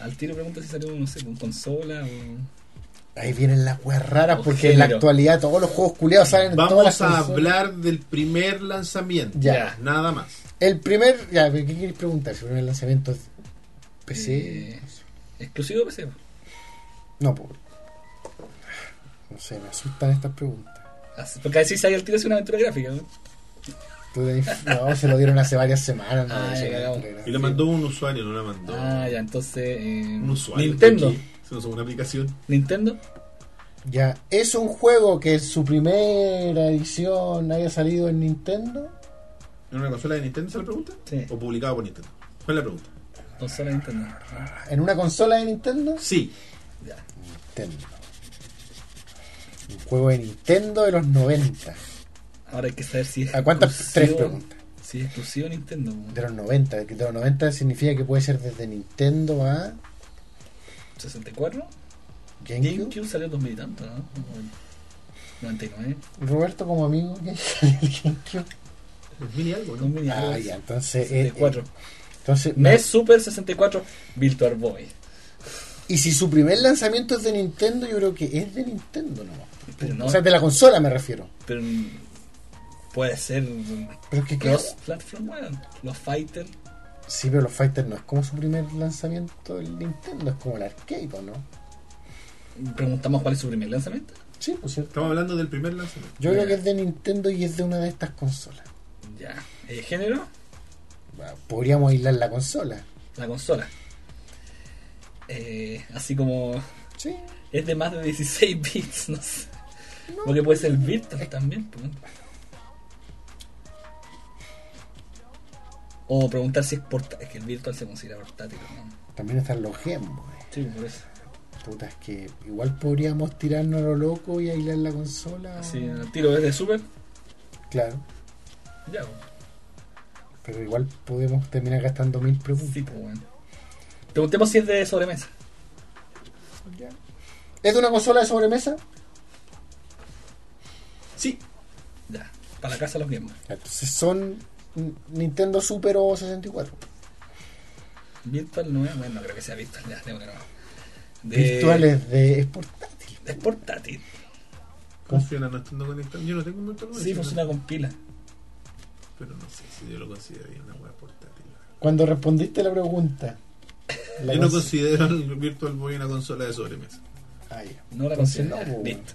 [SPEAKER 3] Al tiro pregunta si salió, no sé, con consola o.
[SPEAKER 2] Ahí vienen las weas raras
[SPEAKER 3] O
[SPEAKER 2] porque en la
[SPEAKER 3] género.
[SPEAKER 2] actualidad todos los juegos culiados salen en todas las
[SPEAKER 1] Vamos a
[SPEAKER 2] consolas.
[SPEAKER 1] hablar del primer lanzamiento.
[SPEAKER 2] Ya.
[SPEAKER 1] Nada más.
[SPEAKER 2] El primer. Ya, ¿qué queréis preguntar? Si el primer lanzamiento es PC.
[SPEAKER 3] Eh, Exclusivo de PC.
[SPEAKER 2] No, por. No sé, me asustan estas preguntas.
[SPEAKER 3] Así- Porque así sale al tiro es una aventura gráfica. ¿no?
[SPEAKER 2] Tú tenés- No, se lo dieron hace varias semanas. no,
[SPEAKER 3] Ah,
[SPEAKER 2] eso
[SPEAKER 3] ya,
[SPEAKER 2] era
[SPEAKER 3] cagamos.
[SPEAKER 2] era-
[SPEAKER 1] Y lo mandó un usuario, no la mandó
[SPEAKER 3] Ah, ya, entonces. eh,
[SPEAKER 1] un usuario.
[SPEAKER 3] Nintendo.
[SPEAKER 1] Aquí, Se nos sube una aplicación.
[SPEAKER 3] Nintendo.
[SPEAKER 2] Ya, ¿es un juego que su primera edición haya salido en Nintendo?
[SPEAKER 1] ¿En una consola de Nintendo se la pregunta?
[SPEAKER 3] Sí.
[SPEAKER 1] ¿O publicado por Nintendo? ¿Cuál es la pregunta?
[SPEAKER 3] Consola Nintendo. Ah,
[SPEAKER 2] ¿En una consola de Nintendo?
[SPEAKER 1] Sí.
[SPEAKER 2] Nintendo. Un juego de Nintendo de los 90.
[SPEAKER 3] Ahora hay que saber si es.
[SPEAKER 2] ¿A cuántas?
[SPEAKER 3] exclusivo-
[SPEAKER 2] Tres preguntas.
[SPEAKER 3] Si es exclusivo Nintendo. ¿no?
[SPEAKER 2] De los 90. que De los 90 significa que puede ser desde Nintendo a
[SPEAKER 3] 64.
[SPEAKER 2] GameCube.
[SPEAKER 3] GameCube salió en 2000 y tanto, ¿no? 99.
[SPEAKER 2] Roberto como amigo. GameCube.
[SPEAKER 1] Dos mil y algo, ¿no?
[SPEAKER 3] 2000 y algo.
[SPEAKER 2] Ah, ya, entonces... eh,
[SPEAKER 3] 64.
[SPEAKER 2] entonces no.
[SPEAKER 3] NES Super 64 Virtual Boy.
[SPEAKER 2] Y si su primer lanzamiento es de Nintendo, yo creo que es de Nintendo nomás.
[SPEAKER 3] Pero no,
[SPEAKER 2] O sea, de la consola me refiero.
[SPEAKER 3] pero puede ser
[SPEAKER 2] Pero es que ¿qué-
[SPEAKER 3] cross platform, weón. Los Fighters.
[SPEAKER 2] Sí, pero los Fighters no es como su primer lanzamiento del Nintendo, es como el arcade, ¿o ¿no?
[SPEAKER 3] Preguntamos cuál es su primer lanzamiento.
[SPEAKER 2] Sí, pues cierto.
[SPEAKER 1] Estamos hablando del primer lanzamiento.
[SPEAKER 2] Yo creo que es de Nintendo y es de una de estas consolas.
[SPEAKER 3] Ya. Eh, género,
[SPEAKER 2] Bueno, Podríamos aislar la consola.
[SPEAKER 3] la consola. Eh, así como
[SPEAKER 2] Sí.
[SPEAKER 3] es de más de 16 bits, no sé. Porque puede ser Virtual también. pues. O preguntar si es portátil. Es que el Virtual se considera portátil, ¿no?
[SPEAKER 2] También están los Game Boy.
[SPEAKER 3] Sí, por eso.
[SPEAKER 2] Puta, es que igual podríamos tirarnos a lo loco y aislar la consola.
[SPEAKER 3] Así, el tiro desde Super.
[SPEAKER 2] Claro.
[SPEAKER 3] Ya, pues.
[SPEAKER 2] Pero igual podemos terminar gastando mil preguntas.
[SPEAKER 3] Sí, pues bueno. Preguntemos si es de sobremesa.
[SPEAKER 2] Ya. ¿Es de una consola de sobremesa?
[SPEAKER 1] Sí.
[SPEAKER 3] Ya. Para la casa los mismos.
[SPEAKER 2] Ya, Entonces son N- Nintendo Super o 64.
[SPEAKER 3] Virtual no es, bueno, no creo que sea Virtual, ya, démosle nomás. De-
[SPEAKER 2] Virtuales de es portátil.
[SPEAKER 3] Es portátil.
[SPEAKER 1] Funciona no estando conectado. Yo no tengo un montón de
[SPEAKER 3] Sí, funciona con pila.
[SPEAKER 1] Pero no sé si yo lo consideraría una web portátil.
[SPEAKER 2] Cuando respondiste la pregunta. la
[SPEAKER 1] yo no
[SPEAKER 2] cons-
[SPEAKER 1] considero el Virtual Boy una consola de sobremesa.
[SPEAKER 2] Ah, ya.
[SPEAKER 3] No la
[SPEAKER 2] Entonces
[SPEAKER 3] considera.
[SPEAKER 2] no, po,
[SPEAKER 3] Listo.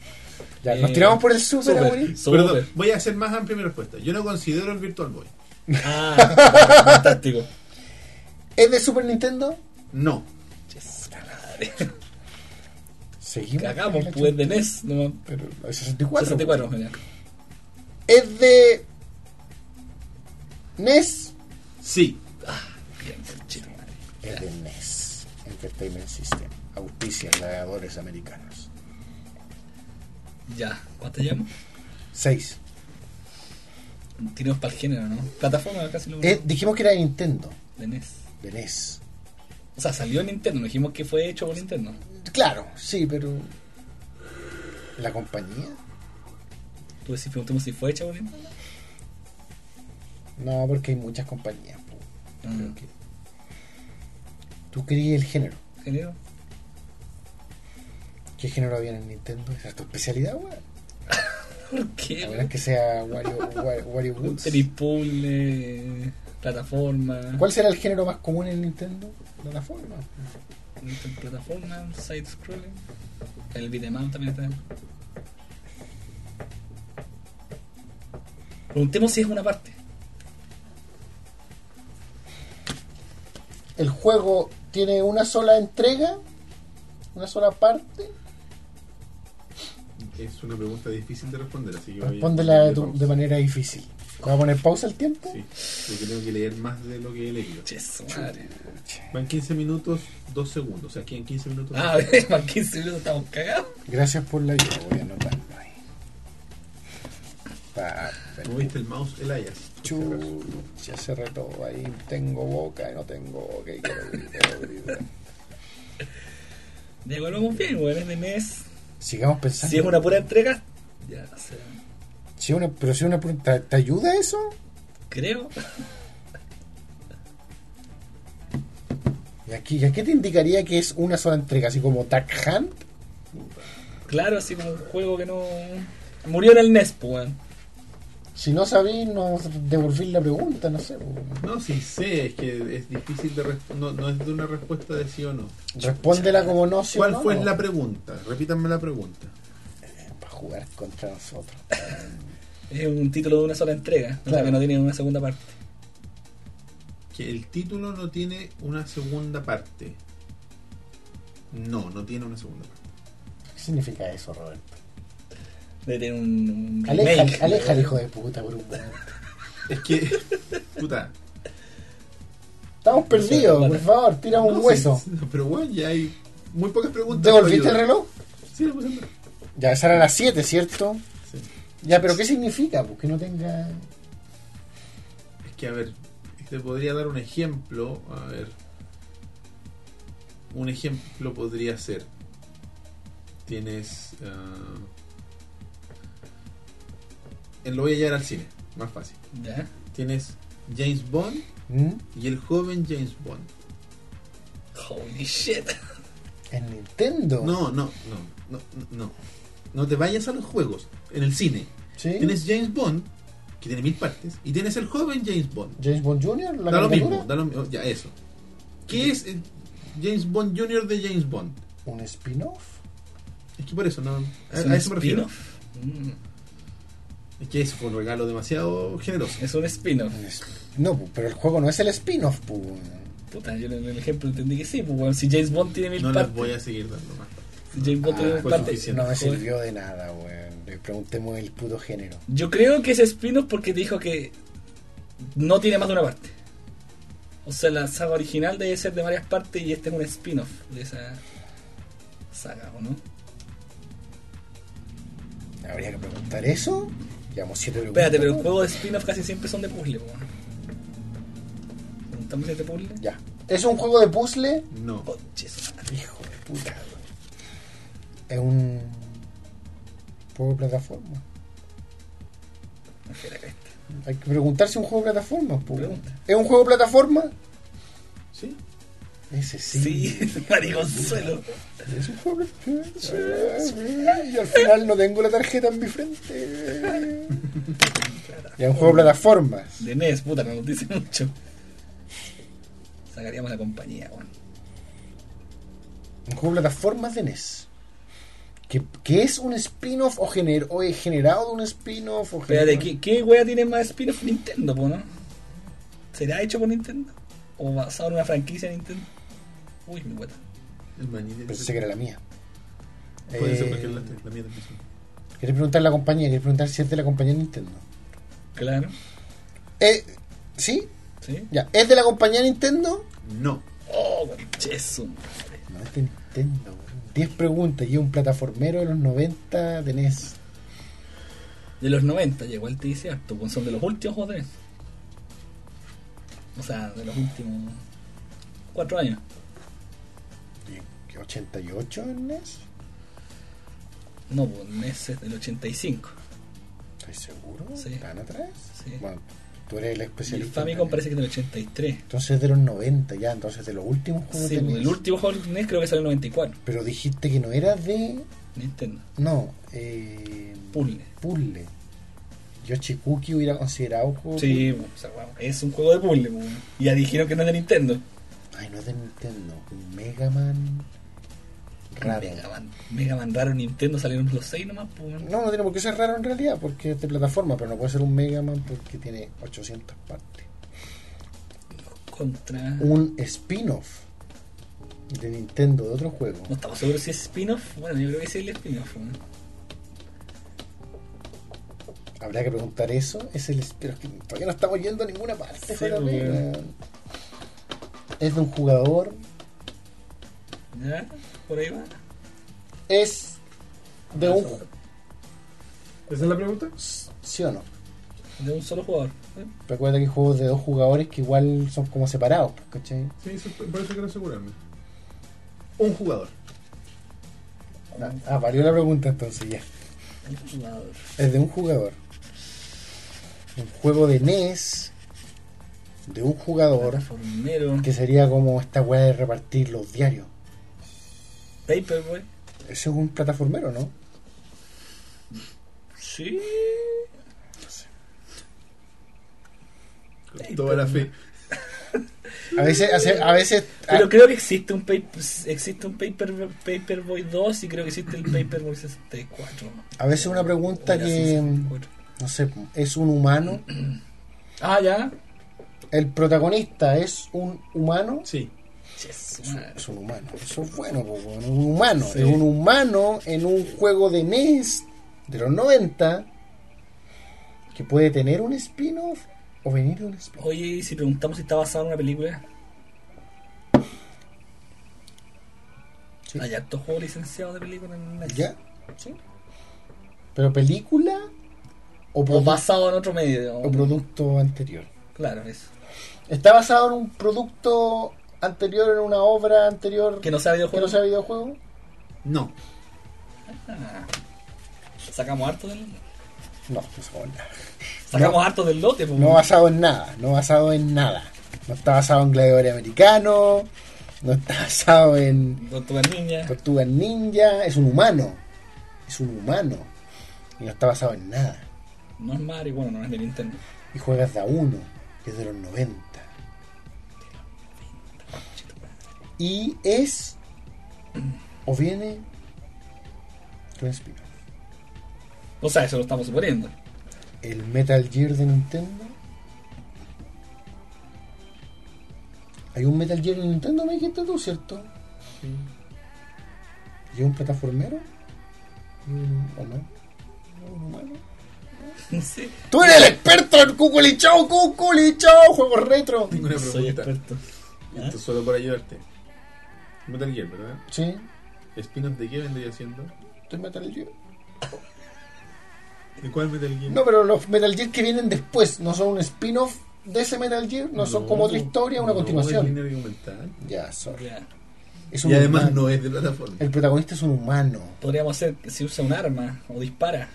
[SPEAKER 2] Ya, nos
[SPEAKER 3] Eh,
[SPEAKER 2] tiramos por el super,
[SPEAKER 3] Super,
[SPEAKER 2] Aguri.
[SPEAKER 3] super.
[SPEAKER 1] Perdón, voy a hacer más amplia mi respuesta. Yo no considero el Virtual Boy.
[SPEAKER 3] Ah, fantástico.
[SPEAKER 2] ¿Es de Super Nintendo?
[SPEAKER 1] No.
[SPEAKER 2] Seguimos.
[SPEAKER 3] Cagamos,
[SPEAKER 2] Ahí la
[SPEAKER 3] pues
[SPEAKER 2] chuta.
[SPEAKER 3] de NES, no.
[SPEAKER 2] Pero no, es 64.
[SPEAKER 3] 64, ya.
[SPEAKER 2] ¿Es de E NES?
[SPEAKER 1] Sí.
[SPEAKER 3] Bien, chido, madre.
[SPEAKER 2] Es de NES. E Entertainment System. Auspicia gladiadores americanos.
[SPEAKER 3] Ya, ¿cuánto llamo?
[SPEAKER 2] 6.
[SPEAKER 3] Tiremos para el género, ¿no? Plataforma casi lo
[SPEAKER 2] Eh, dijimos que era Nintendo.
[SPEAKER 3] de NES.
[SPEAKER 2] De E NES.
[SPEAKER 3] O sea, salió Nintendo, nos dijimos que fue hecho por Nintendo.
[SPEAKER 2] Claro, sí, pero. ¿La compañía?
[SPEAKER 3] Tú decís, preguntemos si fue hecho por Nintendo.
[SPEAKER 2] No, porque hay muchas compañías. po.
[SPEAKER 3] Ah.
[SPEAKER 2] Creo que- Tú querías el género.
[SPEAKER 3] ¿Género?
[SPEAKER 2] ¿Qué género había en Nintendo? ¿Esa es tu especialidad, weón?
[SPEAKER 3] ¿Por
[SPEAKER 2] A
[SPEAKER 3] qué?
[SPEAKER 2] menos que sea Wario, Wario, Wario Woods.
[SPEAKER 3] Tenis puzzle, plataforma.
[SPEAKER 2] ¿Cuál será el género más común en Nintendo? Plataforma.
[SPEAKER 3] Nintendo Plataforma, side scrolling. El beat'em también está. Preguntemos si es una parte.
[SPEAKER 2] El juego tiene una sola entrega, una sola parte.
[SPEAKER 1] Es una pregunta difícil de responder, así que voy a-
[SPEAKER 2] Respóndela de,
[SPEAKER 1] voy a
[SPEAKER 2] tu-
[SPEAKER 1] pausa.
[SPEAKER 2] de manera difícil. ¿Vas a poner pausa el tiempo?
[SPEAKER 1] Sí, porque tengo que leer más de lo que he leído.
[SPEAKER 3] Yes, madre.
[SPEAKER 1] Van 15 minutos, 2 segundos. Aquí en 15 minutos.
[SPEAKER 3] Ah, a ver, para 15 minutos estamos cagados.
[SPEAKER 2] Gracias por la ayuda, voy a anotarlo ahí. Pa-
[SPEAKER 1] Moviste el mouse, el Ayas.
[SPEAKER 2] Chu, ya cerré todo ahí. Tengo boca y no tengo boca. y quiero abrir, quiero abrir.
[SPEAKER 3] Ya evaluamos bien, weón, es de NES.
[SPEAKER 2] Sigamos pensando.
[SPEAKER 3] Si es una pura entrega, ya no sé.
[SPEAKER 2] Si es una- pero si es una pregunta, ¿te- ¿te ayuda eso?
[SPEAKER 3] Creo.
[SPEAKER 2] ¿Y aquí, ¿Y aquí te indicaría que es una sola entrega? Así como Duck Hunt.
[SPEAKER 3] Claro, así como un juego que no. Murió en el NES, pues, weón.
[SPEAKER 2] Si no sabéis, no devolví la pregunta, no sé. pues. po.
[SPEAKER 1] No, sí sé, es que es difícil de resp- no, no es de una respuesta de sí o no.
[SPEAKER 2] Respóndela como no, sí o
[SPEAKER 1] ¿Cuál
[SPEAKER 2] no,
[SPEAKER 1] fue
[SPEAKER 2] po.
[SPEAKER 1] la pregunta? Repítanme la pregunta.
[SPEAKER 2] Para jugar contra nosotros.
[SPEAKER 3] Es un título de una sola entrega, o sea
[SPEAKER 2] Claro.
[SPEAKER 3] que no tiene una segunda parte.
[SPEAKER 1] Que el título no tiene una segunda parte. No, no tiene una segunda parte.
[SPEAKER 2] ¿Qué significa eso, Roberto?
[SPEAKER 3] Debe tener un, un
[SPEAKER 2] Aleja,
[SPEAKER 3] remake.
[SPEAKER 2] aleja al hijo de puta por un momento.
[SPEAKER 1] Es que. Puta.
[SPEAKER 2] Estamos perdidos, por favor, tira un
[SPEAKER 1] no,
[SPEAKER 2] hueso.
[SPEAKER 1] sí, pero bueno, ya hay muy pocas preguntas.
[SPEAKER 2] ¿Devolviste
[SPEAKER 1] para
[SPEAKER 2] el
[SPEAKER 1] ayudar.
[SPEAKER 2] reloj?
[SPEAKER 1] Sí, le puse el reloj.
[SPEAKER 2] Ya, esa era la 7, ¿cierto?
[SPEAKER 1] Sí.
[SPEAKER 2] Ya, pero ¿qué significa? Pues que no tenga.
[SPEAKER 1] Es que, a ver, te podría dar un ejemplo. A ver. Un ejemplo podría ser. Tienes. ah, lo voy a llevar al cine, más fácil.
[SPEAKER 3] Ya.
[SPEAKER 1] Tienes James Bond
[SPEAKER 2] ¿Mm?
[SPEAKER 1] y el joven James Bond.
[SPEAKER 3] Holy shit.
[SPEAKER 2] En Nintendo.
[SPEAKER 1] No, no, no, no, no. No te vayas a los juegos, en el cine.
[SPEAKER 2] ¿Sí?
[SPEAKER 1] Tienes James Bond, que tiene mil partes, y tienes el joven James Bond.
[SPEAKER 2] James Bond Jr., la
[SPEAKER 1] da lo
[SPEAKER 2] caricatura?
[SPEAKER 1] mismo, da lo mismo, ya eso. ¿Qué es el James Bond Jr. de James Bond?
[SPEAKER 2] Un spin-off.
[SPEAKER 1] Es que por eso, no. A,
[SPEAKER 3] ¿Es
[SPEAKER 1] a
[SPEAKER 3] un
[SPEAKER 1] eso me refiero.
[SPEAKER 3] spin-off? Mm,
[SPEAKER 1] Es que eso fue un regalo demasiado generoso.
[SPEAKER 3] Es un spin-off.
[SPEAKER 2] Un es- No, pues, pero el juego no es el spin-off, pues.
[SPEAKER 3] Puta, yo en el ejemplo entendí que sí, pues, weón. Si James Bond tiene mil
[SPEAKER 1] No les
[SPEAKER 3] partes.
[SPEAKER 1] voy a seguir dando más.
[SPEAKER 3] Si James Bond tiene
[SPEAKER 2] Ah,
[SPEAKER 3] mil
[SPEAKER 1] fue
[SPEAKER 3] partes.
[SPEAKER 1] suficiente.
[SPEAKER 2] no me
[SPEAKER 3] joder.
[SPEAKER 2] sirvió de nada, weón. Le preguntemos el puto género.
[SPEAKER 3] Yo creo que es spin-off porque te dijo que no tiene más de una parte. O sea, la saga original debe ser de varias partes y este es un spin-off de esa saga, ¿o no?
[SPEAKER 2] Habría que preguntar eso. Llevamos siete preguntas.
[SPEAKER 3] Espérate, pero
[SPEAKER 2] ¿no?
[SPEAKER 3] los juegos de spin-off casi siempre son de puzzle, weón. ¿Preguntamos si es de puzzle?
[SPEAKER 2] Ya. ¿Es un juego de puzzle?
[SPEAKER 1] No.
[SPEAKER 3] Oh, Jesus.
[SPEAKER 2] Hijo de puta, weón. Es un. juego de plataforma.
[SPEAKER 3] Me fui a la cresta.
[SPEAKER 2] Hay que preguntarse un juego de plataforma, po.
[SPEAKER 3] este. Pregunta.
[SPEAKER 2] ¿Es un juego de plataforma?
[SPEAKER 1] ¿Sí?
[SPEAKER 2] Ese sí.
[SPEAKER 3] Sí, mariconzuelo.
[SPEAKER 2] Es un juego de plataforma. Y al final no tengo la tarjeta en mi frente. Y es un juego de plataformas.
[SPEAKER 3] De NES, puta, no nos dice mucho. Sacaríamos la compañía, weón.
[SPEAKER 2] Un juego de plataformas de NES. Que, que es un spin-off o, gener- o es generado de un spin-off. o
[SPEAKER 3] Espérate,
[SPEAKER 2] generado-
[SPEAKER 3] ¿qué, qué wea tiene más spin-off Nintendo, po, no? ¿Será hecho por Nintendo? ¿O basado en una franquicia de Nintendo? Uy, mi cueta.
[SPEAKER 1] El maní de-
[SPEAKER 2] Pensé que era la mía.
[SPEAKER 1] Puede ser
[SPEAKER 2] Eh,
[SPEAKER 1] porque la, la mía también.
[SPEAKER 2] Quería preguntar a la compañía, quería preguntar si es de la compañía Nintendo.
[SPEAKER 3] Claro,
[SPEAKER 2] Eh, ¿Sí?
[SPEAKER 3] ¿sí?
[SPEAKER 2] Ya. ¿Es de la compañía Nintendo?
[SPEAKER 1] No.
[SPEAKER 3] Oh, Jesús.
[SPEAKER 2] No, es de- Nintendo. 10 preguntas y un plataformero de los 90 de E NES.
[SPEAKER 3] De los 90 llegó el TIC harto, pues son de los últimos juegos de NES. O sea, de los últimos cuatro años.
[SPEAKER 2] ¿Y qué, 88 en NES?
[SPEAKER 3] No, pues NES es del 85.
[SPEAKER 2] ¿Estoy seguro?
[SPEAKER 3] Sí.
[SPEAKER 2] ¿Están atrás?
[SPEAKER 3] Sí.
[SPEAKER 2] Bueno, tú eres el
[SPEAKER 3] Y el
[SPEAKER 2] especialista.
[SPEAKER 3] Famicom
[SPEAKER 2] en
[SPEAKER 3] parece
[SPEAKER 2] NES.
[SPEAKER 3] que es del 83.
[SPEAKER 2] Entonces de los 90 ya, entonces de los últimos juegos
[SPEAKER 3] Sí,
[SPEAKER 2] de
[SPEAKER 3] pues,
[SPEAKER 2] NES.
[SPEAKER 3] el último juego de NES creo que salió en el 94.
[SPEAKER 2] Pero dijiste que no era de...
[SPEAKER 3] Nintendo.
[SPEAKER 2] No, eh...
[SPEAKER 3] Puzzle.
[SPEAKER 2] Puzzle. Yoshi Cookie hubiera considerado como...
[SPEAKER 3] Sí, pues, o sea, bueno, es un juego de puzzle. pues. Y Ya dijeron que no es de Nintendo.
[SPEAKER 2] Ay, no es de Nintendo. Un Mega Man... Raro.
[SPEAKER 3] Mega Man, Mega Man raro Nintendo salieron los 6 nomás. Pues, bueno.
[SPEAKER 2] No, no tiene por qué ser raro en realidad, porque es de plataforma, pero no puede ser un Mega Man porque tiene 800 partes.
[SPEAKER 3] Contra.
[SPEAKER 2] Un spin-off de Nintendo de otro juego.
[SPEAKER 3] No estamos seguros si es spin-off. Bueno, yo creo que sí es el spin-off. ¿no?
[SPEAKER 2] Habrá que preguntar eso. Es el, pero es que todavía no estamos yendo a ninguna parte.
[SPEAKER 3] Sí,
[SPEAKER 2] fuera
[SPEAKER 3] porque-
[SPEAKER 2] Mega. Es de un jugador.
[SPEAKER 3] ¿Ya? Por ahí va.
[SPEAKER 2] Es de un. ju-
[SPEAKER 9] ¿Esa es la pregunta?
[SPEAKER 2] ¿Sí o no?
[SPEAKER 3] De un solo jugador. ¿eh?
[SPEAKER 2] Recuerda que hay juegos de dos jugadores que igual son como separados, pues, ¿cachai?
[SPEAKER 1] Sí, eso- por eso quiero asegurarme. Un jugador.
[SPEAKER 2] Ah, ah, valió la pregunta entonces ya.
[SPEAKER 3] Un jugador.
[SPEAKER 2] Es de un jugador. Un juego de NES. De un jugador.
[SPEAKER 3] Plataformero.
[SPEAKER 2] Que sería como esta weá de repartir los diarios.
[SPEAKER 3] Paperboy.
[SPEAKER 2] Eso es un plataformero, ¿no?
[SPEAKER 3] Sí.
[SPEAKER 1] Con toda la fe.
[SPEAKER 2] A veces, hace- a veces.
[SPEAKER 3] Pero
[SPEAKER 2] ah,
[SPEAKER 3] creo que existe un, paper, existe un paper, Paperboy 2 y creo que existe el Paperboy 64. ¿no?
[SPEAKER 2] A veces una pregunta
[SPEAKER 3] Era
[SPEAKER 2] que,
[SPEAKER 3] 64.
[SPEAKER 2] no sé, es un humano.
[SPEAKER 3] Ah, ya.
[SPEAKER 2] El protagonista es un humano.
[SPEAKER 1] Sí.
[SPEAKER 3] Yes,
[SPEAKER 2] Es un-
[SPEAKER 3] madre.
[SPEAKER 2] Es un humano. Eso es bueno, po, weón, un humano.
[SPEAKER 1] Sí.
[SPEAKER 2] Es un humano en un juego de NES de los 90 que puede tener un spin-off o venir de un spin-off.
[SPEAKER 3] Oye, ¿y si preguntamos si está basado en una película.
[SPEAKER 2] Sí.
[SPEAKER 3] Hay hartos juegos licenciados de película en Netflix.
[SPEAKER 2] ¿Ya?
[SPEAKER 3] Sí.
[SPEAKER 2] ¿Pero película o,
[SPEAKER 3] O
[SPEAKER 2] produ-
[SPEAKER 3] basado en otro medio.
[SPEAKER 2] o producto anterior?
[SPEAKER 3] Claro, eso.
[SPEAKER 2] ¿Está basado en un producto anterior, en una obra anterior
[SPEAKER 3] Que no sea
[SPEAKER 2] que
[SPEAKER 3] videojuego.
[SPEAKER 2] no sea videojuego?
[SPEAKER 1] No.
[SPEAKER 3] Ah. Sacamos harto del,
[SPEAKER 2] No, no se puede nada.
[SPEAKER 3] sacamos
[SPEAKER 2] No.
[SPEAKER 3] harto del lote. pues.
[SPEAKER 2] No basado en nada, no basado en nada. No está basado en gladiadores americanos, no está basado en
[SPEAKER 3] Tortuga Ninja.
[SPEAKER 2] tortuga ninja, es un humano. Es un humano. Y no está basado en nada.
[SPEAKER 3] No es Mario, bueno, no es de Nintendo.
[SPEAKER 2] Y juegas de a uno, que es de los 90. Y es o viene de un spin-off.
[SPEAKER 3] O sea, eso lo estamos suponiendo.
[SPEAKER 2] el Metal Gear de Nintendo. Hay un Metal Gear de Nintendo, me dijiste tú, ¿cierto? ¿Y un plataformero?
[SPEAKER 1] Mm.
[SPEAKER 2] ¿O no? ¿Un humano?
[SPEAKER 3] sí,
[SPEAKER 2] Tú eres el experto en Cuculi Show, Cuculi Show, juegos retro.
[SPEAKER 1] Tengo una
[SPEAKER 3] soy
[SPEAKER 1] pregunta.
[SPEAKER 3] experto.
[SPEAKER 1] Y esto solo por ayudarte. Metal Gear, ¿verdad?
[SPEAKER 2] Sí,
[SPEAKER 1] ¿Spin-off de qué vendría siendo?
[SPEAKER 2] del Metal Gear.
[SPEAKER 1] ¿De cuál Metal Gear?
[SPEAKER 2] No, pero los Metal Gear que vienen después no son un spin-off de ese Metal Gear, no son como otra historia, una
[SPEAKER 1] no, es
[SPEAKER 2] continuación.
[SPEAKER 1] línea argumental.
[SPEAKER 2] Ya, sorry.
[SPEAKER 3] Ya.
[SPEAKER 2] Es un
[SPEAKER 1] Y además
[SPEAKER 2] humano.
[SPEAKER 1] no es de plataforma.
[SPEAKER 2] El protagonista es un humano.
[SPEAKER 3] Podríamos hacer que si usa un arma o dispara.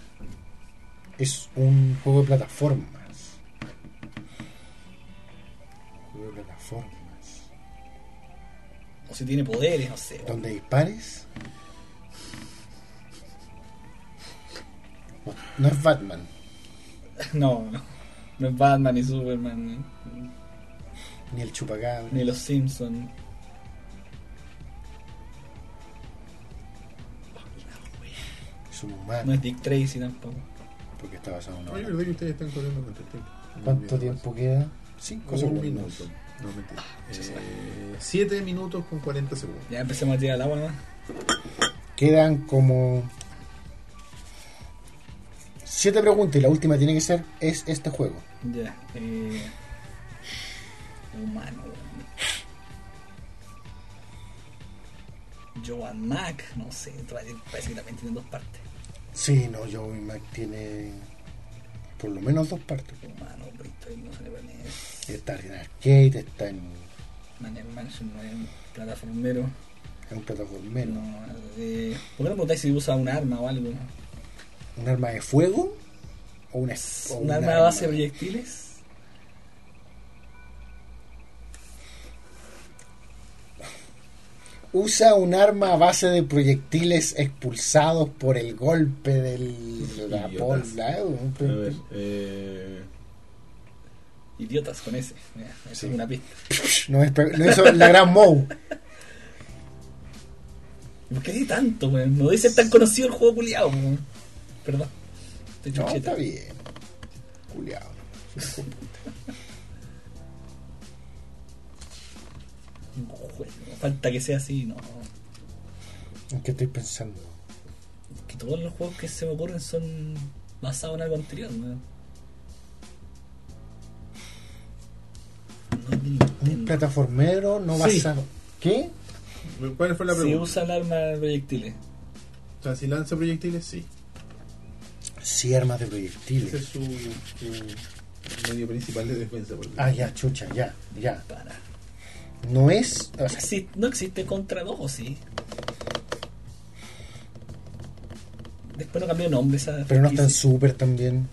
[SPEAKER 2] es un juego de plataformas. Juego de plataformas.
[SPEAKER 3] O si tiene poderes, no sé.
[SPEAKER 2] Donde dispares. No- No es Batman.
[SPEAKER 3] No, no. No es Batman ni Superman, ni,
[SPEAKER 2] Ni el chupacabra.
[SPEAKER 3] ni los Simpsons.
[SPEAKER 2] Es un humano.
[SPEAKER 3] No es Dick Tracy tampoco.
[SPEAKER 2] Porque está basado en una
[SPEAKER 1] Oye,
[SPEAKER 2] obra.
[SPEAKER 1] ¿verdad que ustedes están corriendo contra el tiempo?
[SPEAKER 2] ¿Cuánto tiempo queda? Cinco
[SPEAKER 1] Un
[SPEAKER 2] segundos.
[SPEAKER 1] minuto. No, mentira.
[SPEAKER 2] Ah,
[SPEAKER 1] Eh, siete minutos con 40 segundos.
[SPEAKER 3] Ya empecemos a tirar el agua nomás.
[SPEAKER 2] Quedan como. Siete preguntas y la última tiene que ser: ¿es este juego?
[SPEAKER 3] Ya. Eh, humano, weón. Joan Mac, no sé, trae- parece que también tiene dos partes.
[SPEAKER 2] Sí, no, Joey Mac tiene por lo menos dos partes.
[SPEAKER 3] Humano, Brito, y no se le pone
[SPEAKER 2] Está en arcade, está en,
[SPEAKER 3] Maniac Mansion, no es un plataformero.
[SPEAKER 2] en un plataformero.
[SPEAKER 3] No, eh, ¿Por qué no preguntáis si usa un arma o algo?
[SPEAKER 2] ¿Un arma de fuego? ¿O una, es- o
[SPEAKER 3] ¿Un arma de base de proyectiles?
[SPEAKER 2] Usa un arma a base de proyectiles expulsados por el golpe del, la
[SPEAKER 1] Idiotas.
[SPEAKER 2] bola. eh, un
[SPEAKER 1] A ver,
[SPEAKER 2] proyectil.
[SPEAKER 1] eh,
[SPEAKER 3] Idiotas con ese. Mira, esa
[SPEAKER 2] Sí.
[SPEAKER 3] es una pista.
[SPEAKER 2] No es, pe- no hizo la gran Moe.
[SPEAKER 3] ¿Y ¿Por qué dice tanto, weón? No debe ser tan conocido el juego culiado, weón. Perdón. Estoy
[SPEAKER 2] No,
[SPEAKER 3] chucheta.
[SPEAKER 2] está bien. Culeado.
[SPEAKER 3] Un juego. Falta que sea así, no.
[SPEAKER 2] ¿En qué estoy pensando?
[SPEAKER 3] Que todos los juegos que se me ocurren son basados en algo anterior, weón. No
[SPEAKER 2] Un
[SPEAKER 3] Nintendo.
[SPEAKER 2] plataformero no
[SPEAKER 1] Sí.
[SPEAKER 2] basado. ¿Qué?
[SPEAKER 1] ¿Cuál fue la
[SPEAKER 3] Si
[SPEAKER 1] pregunta?
[SPEAKER 3] usa el arma de proyectiles.
[SPEAKER 1] O sea, si lanza proyectiles, sí.
[SPEAKER 2] Sí, armas de
[SPEAKER 1] Ese es
[SPEAKER 2] proyectiles.
[SPEAKER 1] su, su medio principal de defensa. por
[SPEAKER 2] Ah, ya, chucha, ya, ya.
[SPEAKER 3] Para.
[SPEAKER 2] No es. o sea,
[SPEAKER 3] Exi- no existe contra dos, ¿o sí? Después no cambió nombre esa.
[SPEAKER 2] pero no
[SPEAKER 3] franquicia.
[SPEAKER 2] están súper también.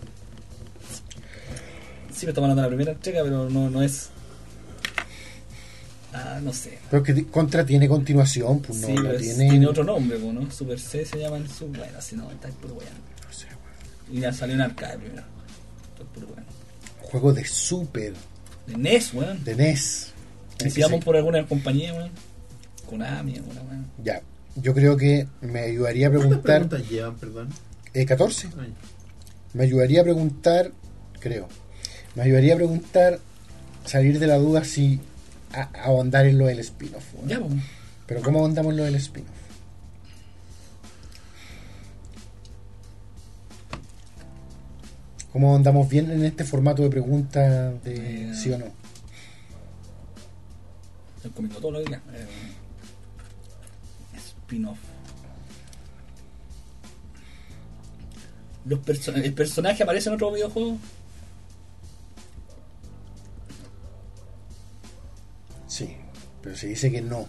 [SPEAKER 3] Sí, me está mandando la primera entrega, pero no, no es. Ah, no sé.
[SPEAKER 2] Pero que di- contra tiene continuación, pues no
[SPEAKER 3] sí,
[SPEAKER 2] no
[SPEAKER 3] pero es-
[SPEAKER 2] tiene.
[SPEAKER 3] tiene otro nombre, po, ¿no? Super C se llama el sub. Bueno, así no, está el puro weón.
[SPEAKER 2] no sé, weón.
[SPEAKER 3] Y ya salió en arcade primero. Está el puro weón.
[SPEAKER 2] Juego de Super,
[SPEAKER 3] De NES, weón.
[SPEAKER 2] de NES.
[SPEAKER 3] Y si
[SPEAKER 2] Ese
[SPEAKER 3] vamos
[SPEAKER 2] sí.
[SPEAKER 3] por alguna compañía, weón. Konami, alguna weón.
[SPEAKER 2] Ya. Yo creo que me ayudaría a
[SPEAKER 1] ¿Cuántas
[SPEAKER 2] preguntar.
[SPEAKER 1] preguntas llevan, perdón?
[SPEAKER 2] Eh, 14.
[SPEAKER 1] Ay,
[SPEAKER 2] Me ayudaría a preguntar, creo, me ayudaría a preguntar, salir de la duda si a- ahondar en lo del spin-off. weón.
[SPEAKER 3] Ya, po.
[SPEAKER 2] Pero ¿cómo ahondamos en lo del spin-off? ¿Cómo ahondamos bien en este formato de pregunta de
[SPEAKER 3] Eh,
[SPEAKER 2] sí o no?
[SPEAKER 3] Estoy comiendo todo lo que diga. Eh, Spin-off. Los perso- ¿El personaje aparece en otro videojuego?
[SPEAKER 2] Sí, pero se dice que no.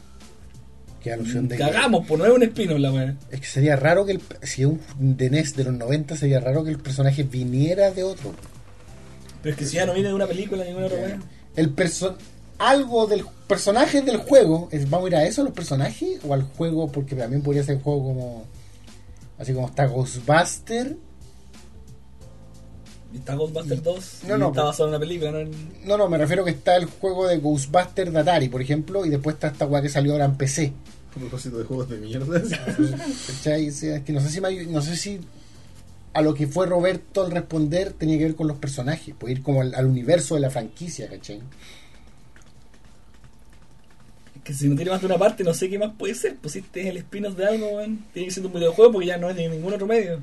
[SPEAKER 2] Qué alusión de que-
[SPEAKER 3] Cagamos, pues no es un spin-off la weá.
[SPEAKER 2] Es que sería raro que el, si es un de NES de los 90 sería raro que el personaje viniera de otro.
[SPEAKER 3] Pero es que si ya no viene de una película, ninguna otra weá.
[SPEAKER 2] El perso algo del personaje del juego, es- vamos a ir a eso, los personajes, o al juego, porque también podría ser un juego como. Así como está Ghostbuster.
[SPEAKER 3] Y Está Ghostbusters
[SPEAKER 2] No,
[SPEAKER 3] 2.
[SPEAKER 2] pues.
[SPEAKER 3] y
[SPEAKER 2] no,
[SPEAKER 3] Está
[SPEAKER 2] po.
[SPEAKER 3] basado en una película, no en.
[SPEAKER 2] No, no, me refiero que está el juego de Ghostbuster de Atari, por ejemplo, y después está esta weá que salió ahora en PC.
[SPEAKER 1] a propósito de juegos de mierda.
[SPEAKER 2] ¿Cachai? O sea, es que no sé si me ayu- no sé si a lo que fue Roberto al responder tenía que ver con los personajes, puede ir como al, al universo de la franquicia, ¿cachai?
[SPEAKER 3] Es que si no tiene más de una parte, no sé qué más puede ser. Pues si este es el spin-off de algo, weón. Tiene que ser de un videojuego porque ya no es de ningún otro medio.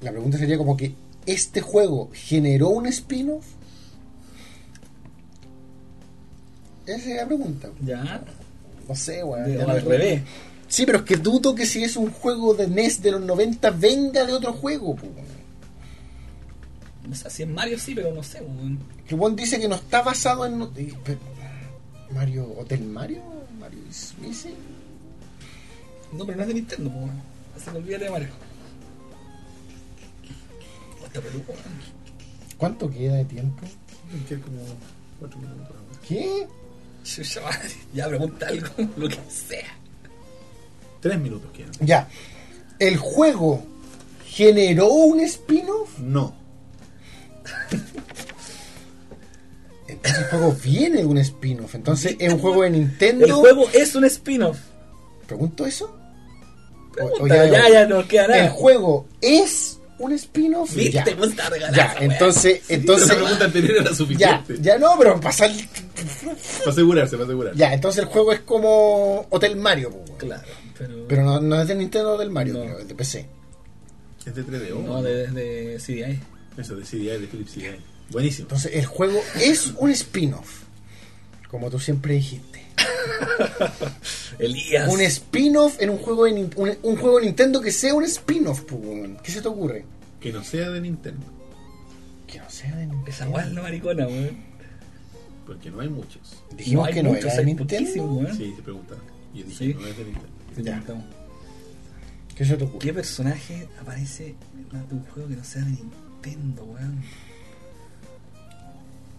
[SPEAKER 2] La pregunta sería como que este juego generó un spin-off. Esa sería la pregunta.
[SPEAKER 3] Ya.
[SPEAKER 2] No sé, weón.
[SPEAKER 3] De,
[SPEAKER 2] ya
[SPEAKER 3] o
[SPEAKER 2] no
[SPEAKER 3] al
[SPEAKER 2] recuerdo.
[SPEAKER 3] revés.
[SPEAKER 2] Sí, pero es que dudo que si es un juego de NES de los 90 venga de otro juego. po, weón.
[SPEAKER 3] O sea, si es Mario sí, pero no sé, pues, weón.
[SPEAKER 2] Que Juan dice que no está basado en... no- y- pero- Mario... ¿Hotel Mario? ¿Mario is missing?
[SPEAKER 3] No, pero no es de Nintendo, pues, weón. Así que olvídate de Mario. Hasta peluco, weón.
[SPEAKER 2] ¿Cuánto queda de tiempo?
[SPEAKER 1] Que como cuatro minutos.
[SPEAKER 2] ¿Qué?
[SPEAKER 3] Chucha madre. Ya pregunta algo, lo que sea.
[SPEAKER 1] Tres minutos quedan.
[SPEAKER 2] Ya. ¿El juego generó un spin-off?
[SPEAKER 1] No.
[SPEAKER 2] Entonces el juego viene de un spin-off. Entonces es un juego de
[SPEAKER 3] El
[SPEAKER 2] Nintendo.
[SPEAKER 3] juego es un spin-off.
[SPEAKER 2] ¿Pregunto eso? O- o
[SPEAKER 3] Puta, ya, ya, no queda
[SPEAKER 2] El
[SPEAKER 3] nada.
[SPEAKER 2] juego es un spin-off. Ya,
[SPEAKER 3] Viste, pues está regalado.
[SPEAKER 2] ya
[SPEAKER 3] esa weá.
[SPEAKER 2] entonces,
[SPEAKER 1] Entonces,
[SPEAKER 2] entonces.
[SPEAKER 1] la pregunta anterior era
[SPEAKER 2] Ya,
[SPEAKER 1] suficiente.
[SPEAKER 2] ya no, pero pasar.
[SPEAKER 1] Para asegurarse, para asegurarse.
[SPEAKER 2] Ya, entonces el juego es como Hotel Mario, po, weón.
[SPEAKER 3] Claro, pero.
[SPEAKER 2] pero no, no es de Nintendo Hotel Mario,
[SPEAKER 3] No.
[SPEAKER 2] creo, es de PC.
[SPEAKER 1] Es de 3DO.
[SPEAKER 3] no, de, de CDI.
[SPEAKER 1] Eso, de CDI, de Philips CDI. Buenísimo.
[SPEAKER 2] Entonces el juego es un spin-off, como tú siempre dijiste.
[SPEAKER 3] Elías.
[SPEAKER 2] Un spin-off en un juego de, Nin- un, un juego de Nintendo que sea un spin-off, pues, weón. ¿Qué se te ocurre?
[SPEAKER 1] Que no sea de Nintendo,
[SPEAKER 2] Que no sea de Nintendo.
[SPEAKER 3] Esa guay es la maricona, weón.
[SPEAKER 1] porque no hay muchos.
[SPEAKER 2] Dijimos
[SPEAKER 3] hay
[SPEAKER 2] que no
[SPEAKER 3] muchos,
[SPEAKER 2] era de
[SPEAKER 3] hay
[SPEAKER 2] Nintendo.
[SPEAKER 3] poquísimos, weón.
[SPEAKER 1] Sí, te preguntaron. Yo dije,
[SPEAKER 3] ¿Eh? Sí.
[SPEAKER 1] no es de Nintendo.
[SPEAKER 2] Ya. ¿Qué se te ocurre?
[SPEAKER 3] ¿Qué personaje aparece en un juego que no sea de Nintendo, weón?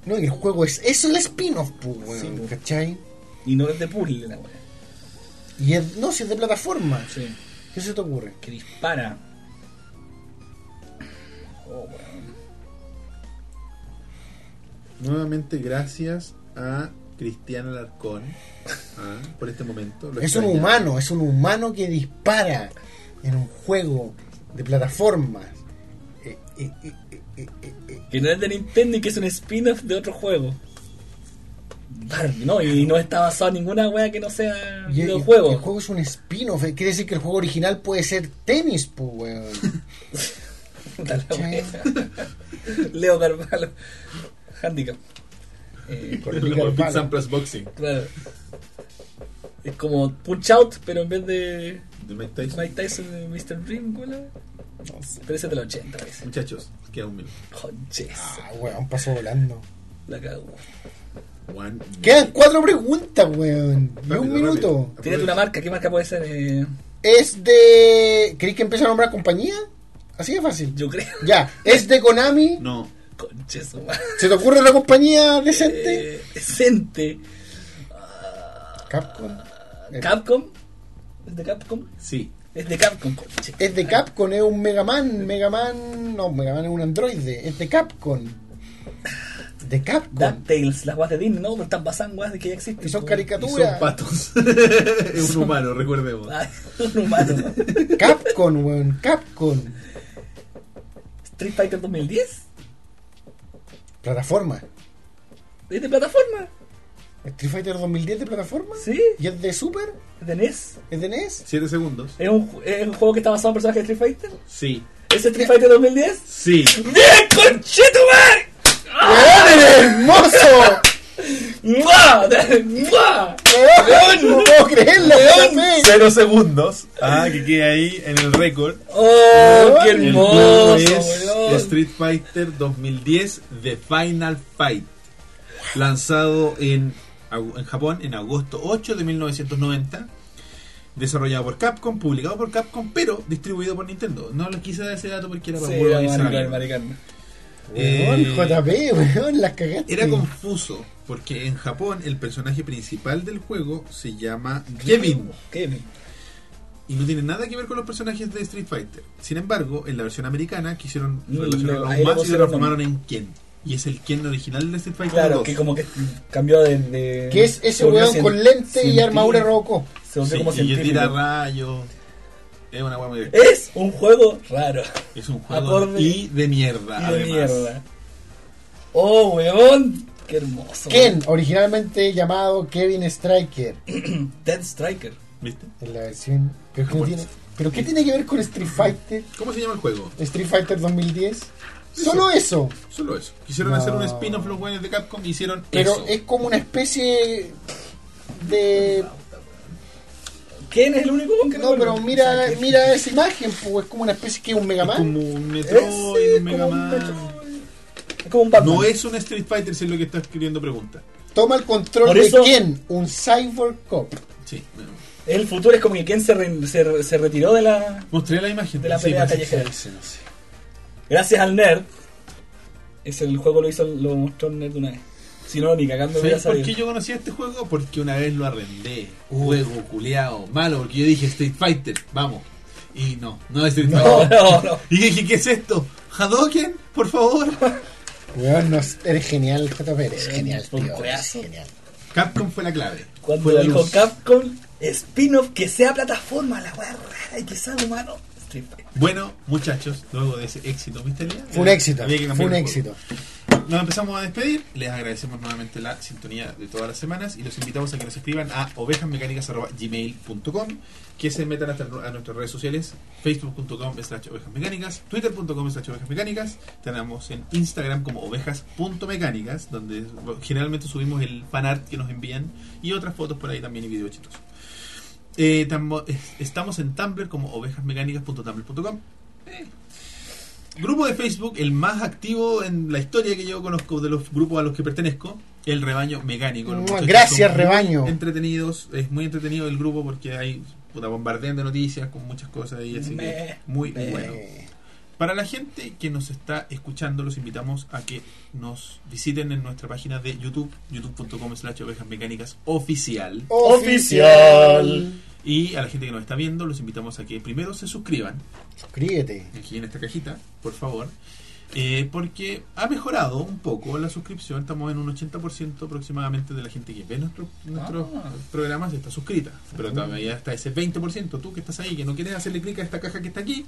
[SPEAKER 2] No, y el juego es. Eso es el spin-off, pues, weón.
[SPEAKER 3] Sí, pues.
[SPEAKER 2] ¿Cachai?
[SPEAKER 3] Y no es de puzzle, la weón.
[SPEAKER 2] Y es- no, si es de plataforma.
[SPEAKER 3] Sí.
[SPEAKER 2] ¿Qué se te ocurre?
[SPEAKER 3] Que dispara. Oh, weón.
[SPEAKER 1] Nuevamente, gracias a Cristian Alarcón ah, por este momento. Lo
[SPEAKER 2] es un
[SPEAKER 1] extrañaba.
[SPEAKER 2] humano, es un humano que dispara en un juego de plataformas. Eh, eh, eh, eh, eh, eh, eh.
[SPEAKER 3] Que no es de Nintendo y que es un spin-off de otro juego. Barbie, no, y no está basado en ninguna weá que no sea
[SPEAKER 2] Y el,
[SPEAKER 3] videojuego.
[SPEAKER 2] el juego es un spin-off, eh, quiere decir que el juego original puede ser tenis, pues, weón.
[SPEAKER 3] Puta la
[SPEAKER 2] ¿Cachai?
[SPEAKER 3] wea. Leo Carvalho. Handicap. Eh,
[SPEAKER 1] Lo por Big Sam Plus Boxing.
[SPEAKER 3] claro. Es como Punch Out, pero en vez de
[SPEAKER 1] De Mike Tyson.
[SPEAKER 3] Mike Tyson de Mr. Dream, ¿cómo la- No sé, pero ese es de los 80 veces.
[SPEAKER 1] Muchachos, queda un minuto.
[SPEAKER 3] Conches,
[SPEAKER 2] Ah, weón, pasó volando.
[SPEAKER 3] la cago.
[SPEAKER 1] One
[SPEAKER 2] Quedan
[SPEAKER 1] minute.
[SPEAKER 2] cuatro preguntas, weón. Y
[SPEAKER 1] Rápido,
[SPEAKER 2] un
[SPEAKER 1] rápido.
[SPEAKER 2] minuto.
[SPEAKER 3] Tírate una marca, ¿qué marca puede ser? Eh,
[SPEAKER 2] Es de. ¿Queréis que empiece a nombrar compañía? Así de fácil.
[SPEAKER 3] yo creo.
[SPEAKER 2] Ya, es de Konami.
[SPEAKER 1] No,
[SPEAKER 3] Conches, wea.
[SPEAKER 2] ¿Se te ocurre una compañía decente?
[SPEAKER 3] Eh, Decente.
[SPEAKER 2] Capcom. Eh,
[SPEAKER 3] Capcom. ¿Es de Capcom?
[SPEAKER 1] sí.
[SPEAKER 3] Es de Capcom, conche.
[SPEAKER 2] Es de Capcom, es un Mega Man. Mega Man. No, Mega Man es un androide. Es de Capcom. De Capcom.
[SPEAKER 3] DuckTales, las guas de Disney, no, pero están basadas en guas de que ya existen.
[SPEAKER 2] Y son
[SPEAKER 3] po.
[SPEAKER 1] Y
[SPEAKER 2] caricaturas.
[SPEAKER 1] son patos. es un humano, recordemos.
[SPEAKER 3] Ah, un humano.
[SPEAKER 2] Capcom, weón. Capcom.
[SPEAKER 3] Street Fighter 2010
[SPEAKER 2] Plataforma.
[SPEAKER 3] es de plataforma.
[SPEAKER 2] Street Fighter 2010 de plataforma.
[SPEAKER 3] Sí,
[SPEAKER 2] ¿Y es de Super?
[SPEAKER 3] es de E NES.
[SPEAKER 2] ¿Es de E NES?
[SPEAKER 1] Siete segundos.
[SPEAKER 3] ¿Es un, ju- es un juego que está basado en personajes de Street Fighter.
[SPEAKER 1] Sí.
[SPEAKER 3] ¿Es Street Fighter 2010?
[SPEAKER 1] Sí.
[SPEAKER 3] ¡Bien, conchetumare!
[SPEAKER 2] ¡Weón, eres hermoso!
[SPEAKER 3] ¡Mua! ¡Mua!
[SPEAKER 2] ¡Weón! ¡No puedo creerlo!
[SPEAKER 3] Weón.
[SPEAKER 2] weón.
[SPEAKER 1] Cero segundos. Ah, que quede ahí en el récord.
[SPEAKER 3] ¡Oh, qué
[SPEAKER 1] El juego
[SPEAKER 3] hermoso,
[SPEAKER 1] es
[SPEAKER 3] weón!
[SPEAKER 1] Street Fighter 2010 The Final Fight. Lanzado en, agu- en Japón en agosto 8 de 1990. Desarrollado por Capcom, publicado por Capcom, pero distribuido por Nintendo. No les quise dar ese dato porque era para
[SPEAKER 3] Sí,
[SPEAKER 1] vulgarizar
[SPEAKER 3] maricón,
[SPEAKER 1] algo.
[SPEAKER 3] maricón.
[SPEAKER 2] Weón,
[SPEAKER 1] Eh,
[SPEAKER 2] JP, weón, las cagaste.
[SPEAKER 1] Era confuso porque en Japón el personaje principal del juego se llama Kevin
[SPEAKER 3] Kevin.
[SPEAKER 1] y no tiene nada que ver con los personajes de Street Fighter. Sin embargo, en la versión americana quisieron
[SPEAKER 3] Mm,
[SPEAKER 1] relacionarlo
[SPEAKER 3] no, ahí
[SPEAKER 1] aún
[SPEAKER 3] le
[SPEAKER 1] más y lo
[SPEAKER 3] pusieron
[SPEAKER 1] transformaron en Ken. Y es el Ken original de Street Fighter
[SPEAKER 3] Claro,
[SPEAKER 1] 2.
[SPEAKER 3] que como que cambió de. de-
[SPEAKER 2] Que es
[SPEAKER 3] se
[SPEAKER 2] ese
[SPEAKER 3] volvió
[SPEAKER 2] weón
[SPEAKER 3] cien-
[SPEAKER 2] con lente y
[SPEAKER 3] científico.
[SPEAKER 2] armadura Robocop.
[SPEAKER 3] Se
[SPEAKER 1] Sí,
[SPEAKER 3] volvió como
[SPEAKER 1] y tira
[SPEAKER 3] científico.
[SPEAKER 1] rayos. Es una guay muy-
[SPEAKER 3] Es un juego raro.
[SPEAKER 1] Es un juego
[SPEAKER 3] Acorde.
[SPEAKER 1] y de mierda.
[SPEAKER 3] Y de
[SPEAKER 1] además.
[SPEAKER 3] mierda. ¡Oh, weón! ¡Qué hermoso!
[SPEAKER 2] Ken, originalmente llamado Kevin Striker.
[SPEAKER 3] Dead Striker.
[SPEAKER 1] ¿Viste?
[SPEAKER 2] En la versión. Pero, ¿qué
[SPEAKER 1] Japonés.
[SPEAKER 2] tiene, ¿pero qué tiene que ver con Street Fighter?
[SPEAKER 1] ¿Cómo se llama el juego?
[SPEAKER 2] Street Fighter 2010. Solo eso.
[SPEAKER 1] Solo eso. Quisieron
[SPEAKER 2] No.
[SPEAKER 1] hacer un spin-off los güeyes de Capcom y hicieron
[SPEAKER 2] Pero
[SPEAKER 1] eso.
[SPEAKER 2] es como una especie de.
[SPEAKER 3] ¿Quién es el único weón que
[SPEAKER 2] No, pero
[SPEAKER 3] conozco?
[SPEAKER 2] mira,
[SPEAKER 3] O sea, que-
[SPEAKER 2] mira esa imagen, pues es como una especie que es un Mega
[SPEAKER 1] Es
[SPEAKER 2] Man.
[SPEAKER 1] como un
[SPEAKER 3] Es,
[SPEAKER 1] Metroid,
[SPEAKER 3] sí,
[SPEAKER 1] un Mega
[SPEAKER 3] como un
[SPEAKER 1] Man.
[SPEAKER 3] Metroid. Es como un Batman.
[SPEAKER 1] No es un Street Fighter, si es lo que estás queriendo preguntar.
[SPEAKER 2] Toma el control
[SPEAKER 3] Por
[SPEAKER 2] de
[SPEAKER 3] eso-
[SPEAKER 2] Ken, un Cyborg Cop.
[SPEAKER 1] Sí. bueno.
[SPEAKER 3] El futuro es como que Ken se, re- se, se retiró de la.
[SPEAKER 1] Mostré la imagen.
[SPEAKER 3] De la
[SPEAKER 1] Sí,
[SPEAKER 3] pelea
[SPEAKER 1] parece-
[SPEAKER 3] callejera.
[SPEAKER 1] sí, no sé.
[SPEAKER 3] Gracias al Nerd. Ese el juego lo hizo, lo mostró el Nerd una vez. Si no, ni cagando voy a
[SPEAKER 1] ¿Sabes por
[SPEAKER 3] salir.
[SPEAKER 1] qué yo conocía este juego? Porque una vez lo arrendé. Juego culeado, malo, porque yo dije Street Fighter, vamos. Y no, no es Street
[SPEAKER 3] No,
[SPEAKER 1] Fighter.
[SPEAKER 3] no, no.
[SPEAKER 1] Y dije, ¿qué es esto? ¿Hadoken? Por favor.
[SPEAKER 2] Weón, no, eres genial, JP, eres
[SPEAKER 3] Weón,
[SPEAKER 2] genial, tío.
[SPEAKER 3] un
[SPEAKER 2] Eres
[SPEAKER 3] juegazo.
[SPEAKER 2] genial.
[SPEAKER 1] Capcom fue la clave.
[SPEAKER 3] Cuando
[SPEAKER 1] fue la
[SPEAKER 3] dijo
[SPEAKER 1] luz.
[SPEAKER 3] Capcom, spin-off que sea plataforma, la weá rara y que sea humano. Street Fighter.
[SPEAKER 1] Bueno, muchachos, luego de ese éxito, ¿viste? Lea?
[SPEAKER 2] Fue un éxito,
[SPEAKER 1] Había que
[SPEAKER 2] fue
[SPEAKER 1] cambiar
[SPEAKER 2] un
[SPEAKER 1] el juego.
[SPEAKER 2] éxito.
[SPEAKER 1] nos empezamos a despedir. Les agradecemos nuevamente la sintonía de todas las semanas y los invitamos a que nos escriban a ovejasmecánicas.gmail.com que se metan hasta a nuestras redes sociales facebook.com slash ovejasmecánicas twitter.com slash ovejasmecánicas tenemos en Instagram como ovejas.mecánicas donde generalmente subimos el fanart que nos envían y otras fotos por ahí también y videos chistosos Eh, tamo- es- estamos en Tumblr como ovejasmecánicas.tumblr.com Grupo de Facebook, el más activo en la historia que yo conozco de los grupos a los que pertenezco, el rebaño mecánico. Los
[SPEAKER 2] Mm,
[SPEAKER 1] muchachos
[SPEAKER 2] gracias,
[SPEAKER 1] son muy
[SPEAKER 2] Rebaño.
[SPEAKER 1] Entretenidos, es muy entretenido el grupo porque hay puta bombardean de noticias con muchas cosas y así que
[SPEAKER 3] Me-
[SPEAKER 1] muy
[SPEAKER 3] me-
[SPEAKER 1] bueno. Para la gente que nos está escuchando, los invitamos a que nos visiten en nuestra página de YouTube, youtube.com slash ovejas mecánicas oficial.
[SPEAKER 2] Oficial.
[SPEAKER 1] Y a la gente que nos está viendo, los invitamos a que primero se suscriban
[SPEAKER 2] Suscríbete.
[SPEAKER 1] aquí en esta cajita, por favor. Eh, porque ha mejorado un poco la suscripción, estamos en un 80% aproximadamente de la gente que ve nuestro- nuestros
[SPEAKER 3] Ah.
[SPEAKER 1] programas está suscrita, pero todavía está ese 20%, tú que estás ahí, que no quieres hacerle clic a esta caja que está aquí,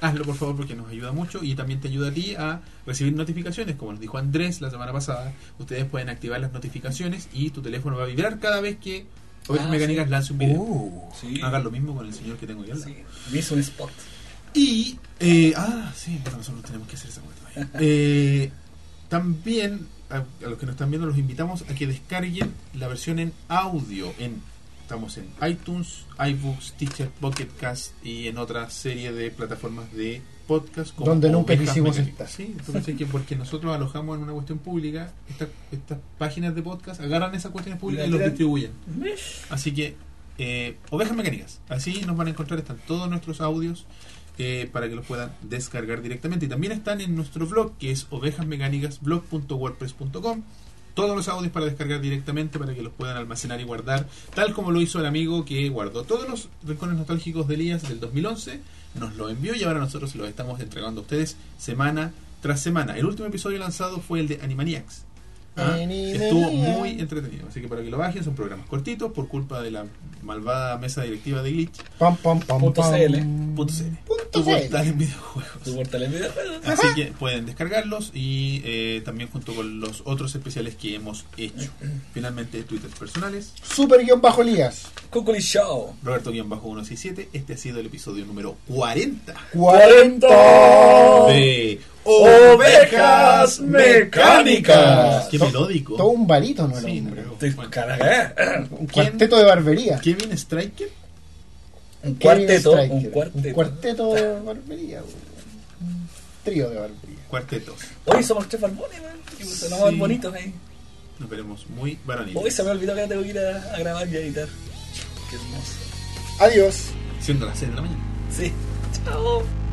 [SPEAKER 1] hazlo por favor porque nos ayuda mucho y también te ayuda a ti a recibir notificaciones, como nos dijo Andrés la semana pasada, ustedes pueden activar las notificaciones y tu teléfono va a vibrar cada vez que Ovejas
[SPEAKER 3] Ah,
[SPEAKER 1] Mecánicas
[SPEAKER 3] sí.
[SPEAKER 1] lance un video.
[SPEAKER 2] Uh,
[SPEAKER 3] Sí.
[SPEAKER 1] Hagan lo mismo con el señor que tengo aquí al lado.
[SPEAKER 3] Sí, me hizo un spot.
[SPEAKER 1] Y. eh, ah, sí, bueno, nosotros tenemos que hacer esa hueá todavía. Eh, también, a, a los que nos están viendo, los invitamos a que descarguen la versión en audio. En, estamos en iTunes, iBooks, Teacher, Pocket Cast y en otra serie de plataformas de podcast.
[SPEAKER 2] Donde nunca
[SPEAKER 1] Ovejas
[SPEAKER 2] quisimos
[SPEAKER 1] Mecánicas.
[SPEAKER 2] estar.
[SPEAKER 1] Sí, entonces que porque nosotros alojamos en una cuestión pública, estas estas páginas de podcast agarran esas cuestiones públicas y
[SPEAKER 3] La
[SPEAKER 1] los
[SPEAKER 3] tiran.
[SPEAKER 1] distribuyen. Así que, eh, ovejas mecánicas. Así nos van a encontrar, están todos nuestros audios eh, para que los puedan descargar directamente. Y también están en nuestro blog, que es ovejasmecánicasblog.wordpress.com. Todos los audios para descargar directamente para que los puedan almacenar y guardar, tal como lo hizo el amigo que guardó todos los rincones nostálgicos de Elías del 2011, nos lo envió y ahora nosotros se los estamos entregando a ustedes semana tras semana. El último episodio lanzado fue el de Animaniacs. ¿ah? Estuvo muy entretenido, así que para que lo bajen son programas cortitos por culpa de la malvada mesa directiva de Glitch.
[SPEAKER 2] Pam, pam, pam,
[SPEAKER 3] Punto
[SPEAKER 2] pam.
[SPEAKER 3] CL.
[SPEAKER 1] Punto CL.
[SPEAKER 2] Punto
[SPEAKER 1] Tu
[SPEAKER 2] CL.
[SPEAKER 1] portal en videojuegos.
[SPEAKER 3] Tu portal en videojuegos.
[SPEAKER 1] Así que pueden descargarlos y eh, también junto con los otros especiales que hemos hecho. Finalmente, Twitter personales.
[SPEAKER 2] Super guión bajo Elías.
[SPEAKER 3] Cocoli Show.
[SPEAKER 1] Roberto-167. Este ha sido el episodio número 40
[SPEAKER 2] 40.
[SPEAKER 1] de
[SPEAKER 2] Ovejas Mecánicas.
[SPEAKER 1] Qué melódico.
[SPEAKER 2] Todo un varito, ¿no?
[SPEAKER 1] Sí,
[SPEAKER 2] hombre.
[SPEAKER 1] no,
[SPEAKER 3] Estoy
[SPEAKER 1] bueno.
[SPEAKER 3] caraca.
[SPEAKER 2] Un
[SPEAKER 1] ¿Quién?
[SPEAKER 2] cuarteto de barbería.
[SPEAKER 1] Kevin Striker.
[SPEAKER 3] Un
[SPEAKER 2] Kevin
[SPEAKER 3] cuarteto.
[SPEAKER 2] Stryker.
[SPEAKER 3] Un cuarteto.
[SPEAKER 2] Un cuarteto de barbería. güey. Un trío de barbería.
[SPEAKER 1] Cuartetos.
[SPEAKER 3] Hoy somos tres barbones, man. Y sonamos
[SPEAKER 1] Sí.
[SPEAKER 3] bonitos ahí.
[SPEAKER 1] Nos veremos muy
[SPEAKER 3] Hoy
[SPEAKER 1] varoniles.
[SPEAKER 3] se me olvidó que ya tengo que ir a, a grabar y a editar. Qué hermoso.
[SPEAKER 2] Adiós.
[SPEAKER 1] Siendo las 6 de la mañana.
[SPEAKER 3] Sí. Chao.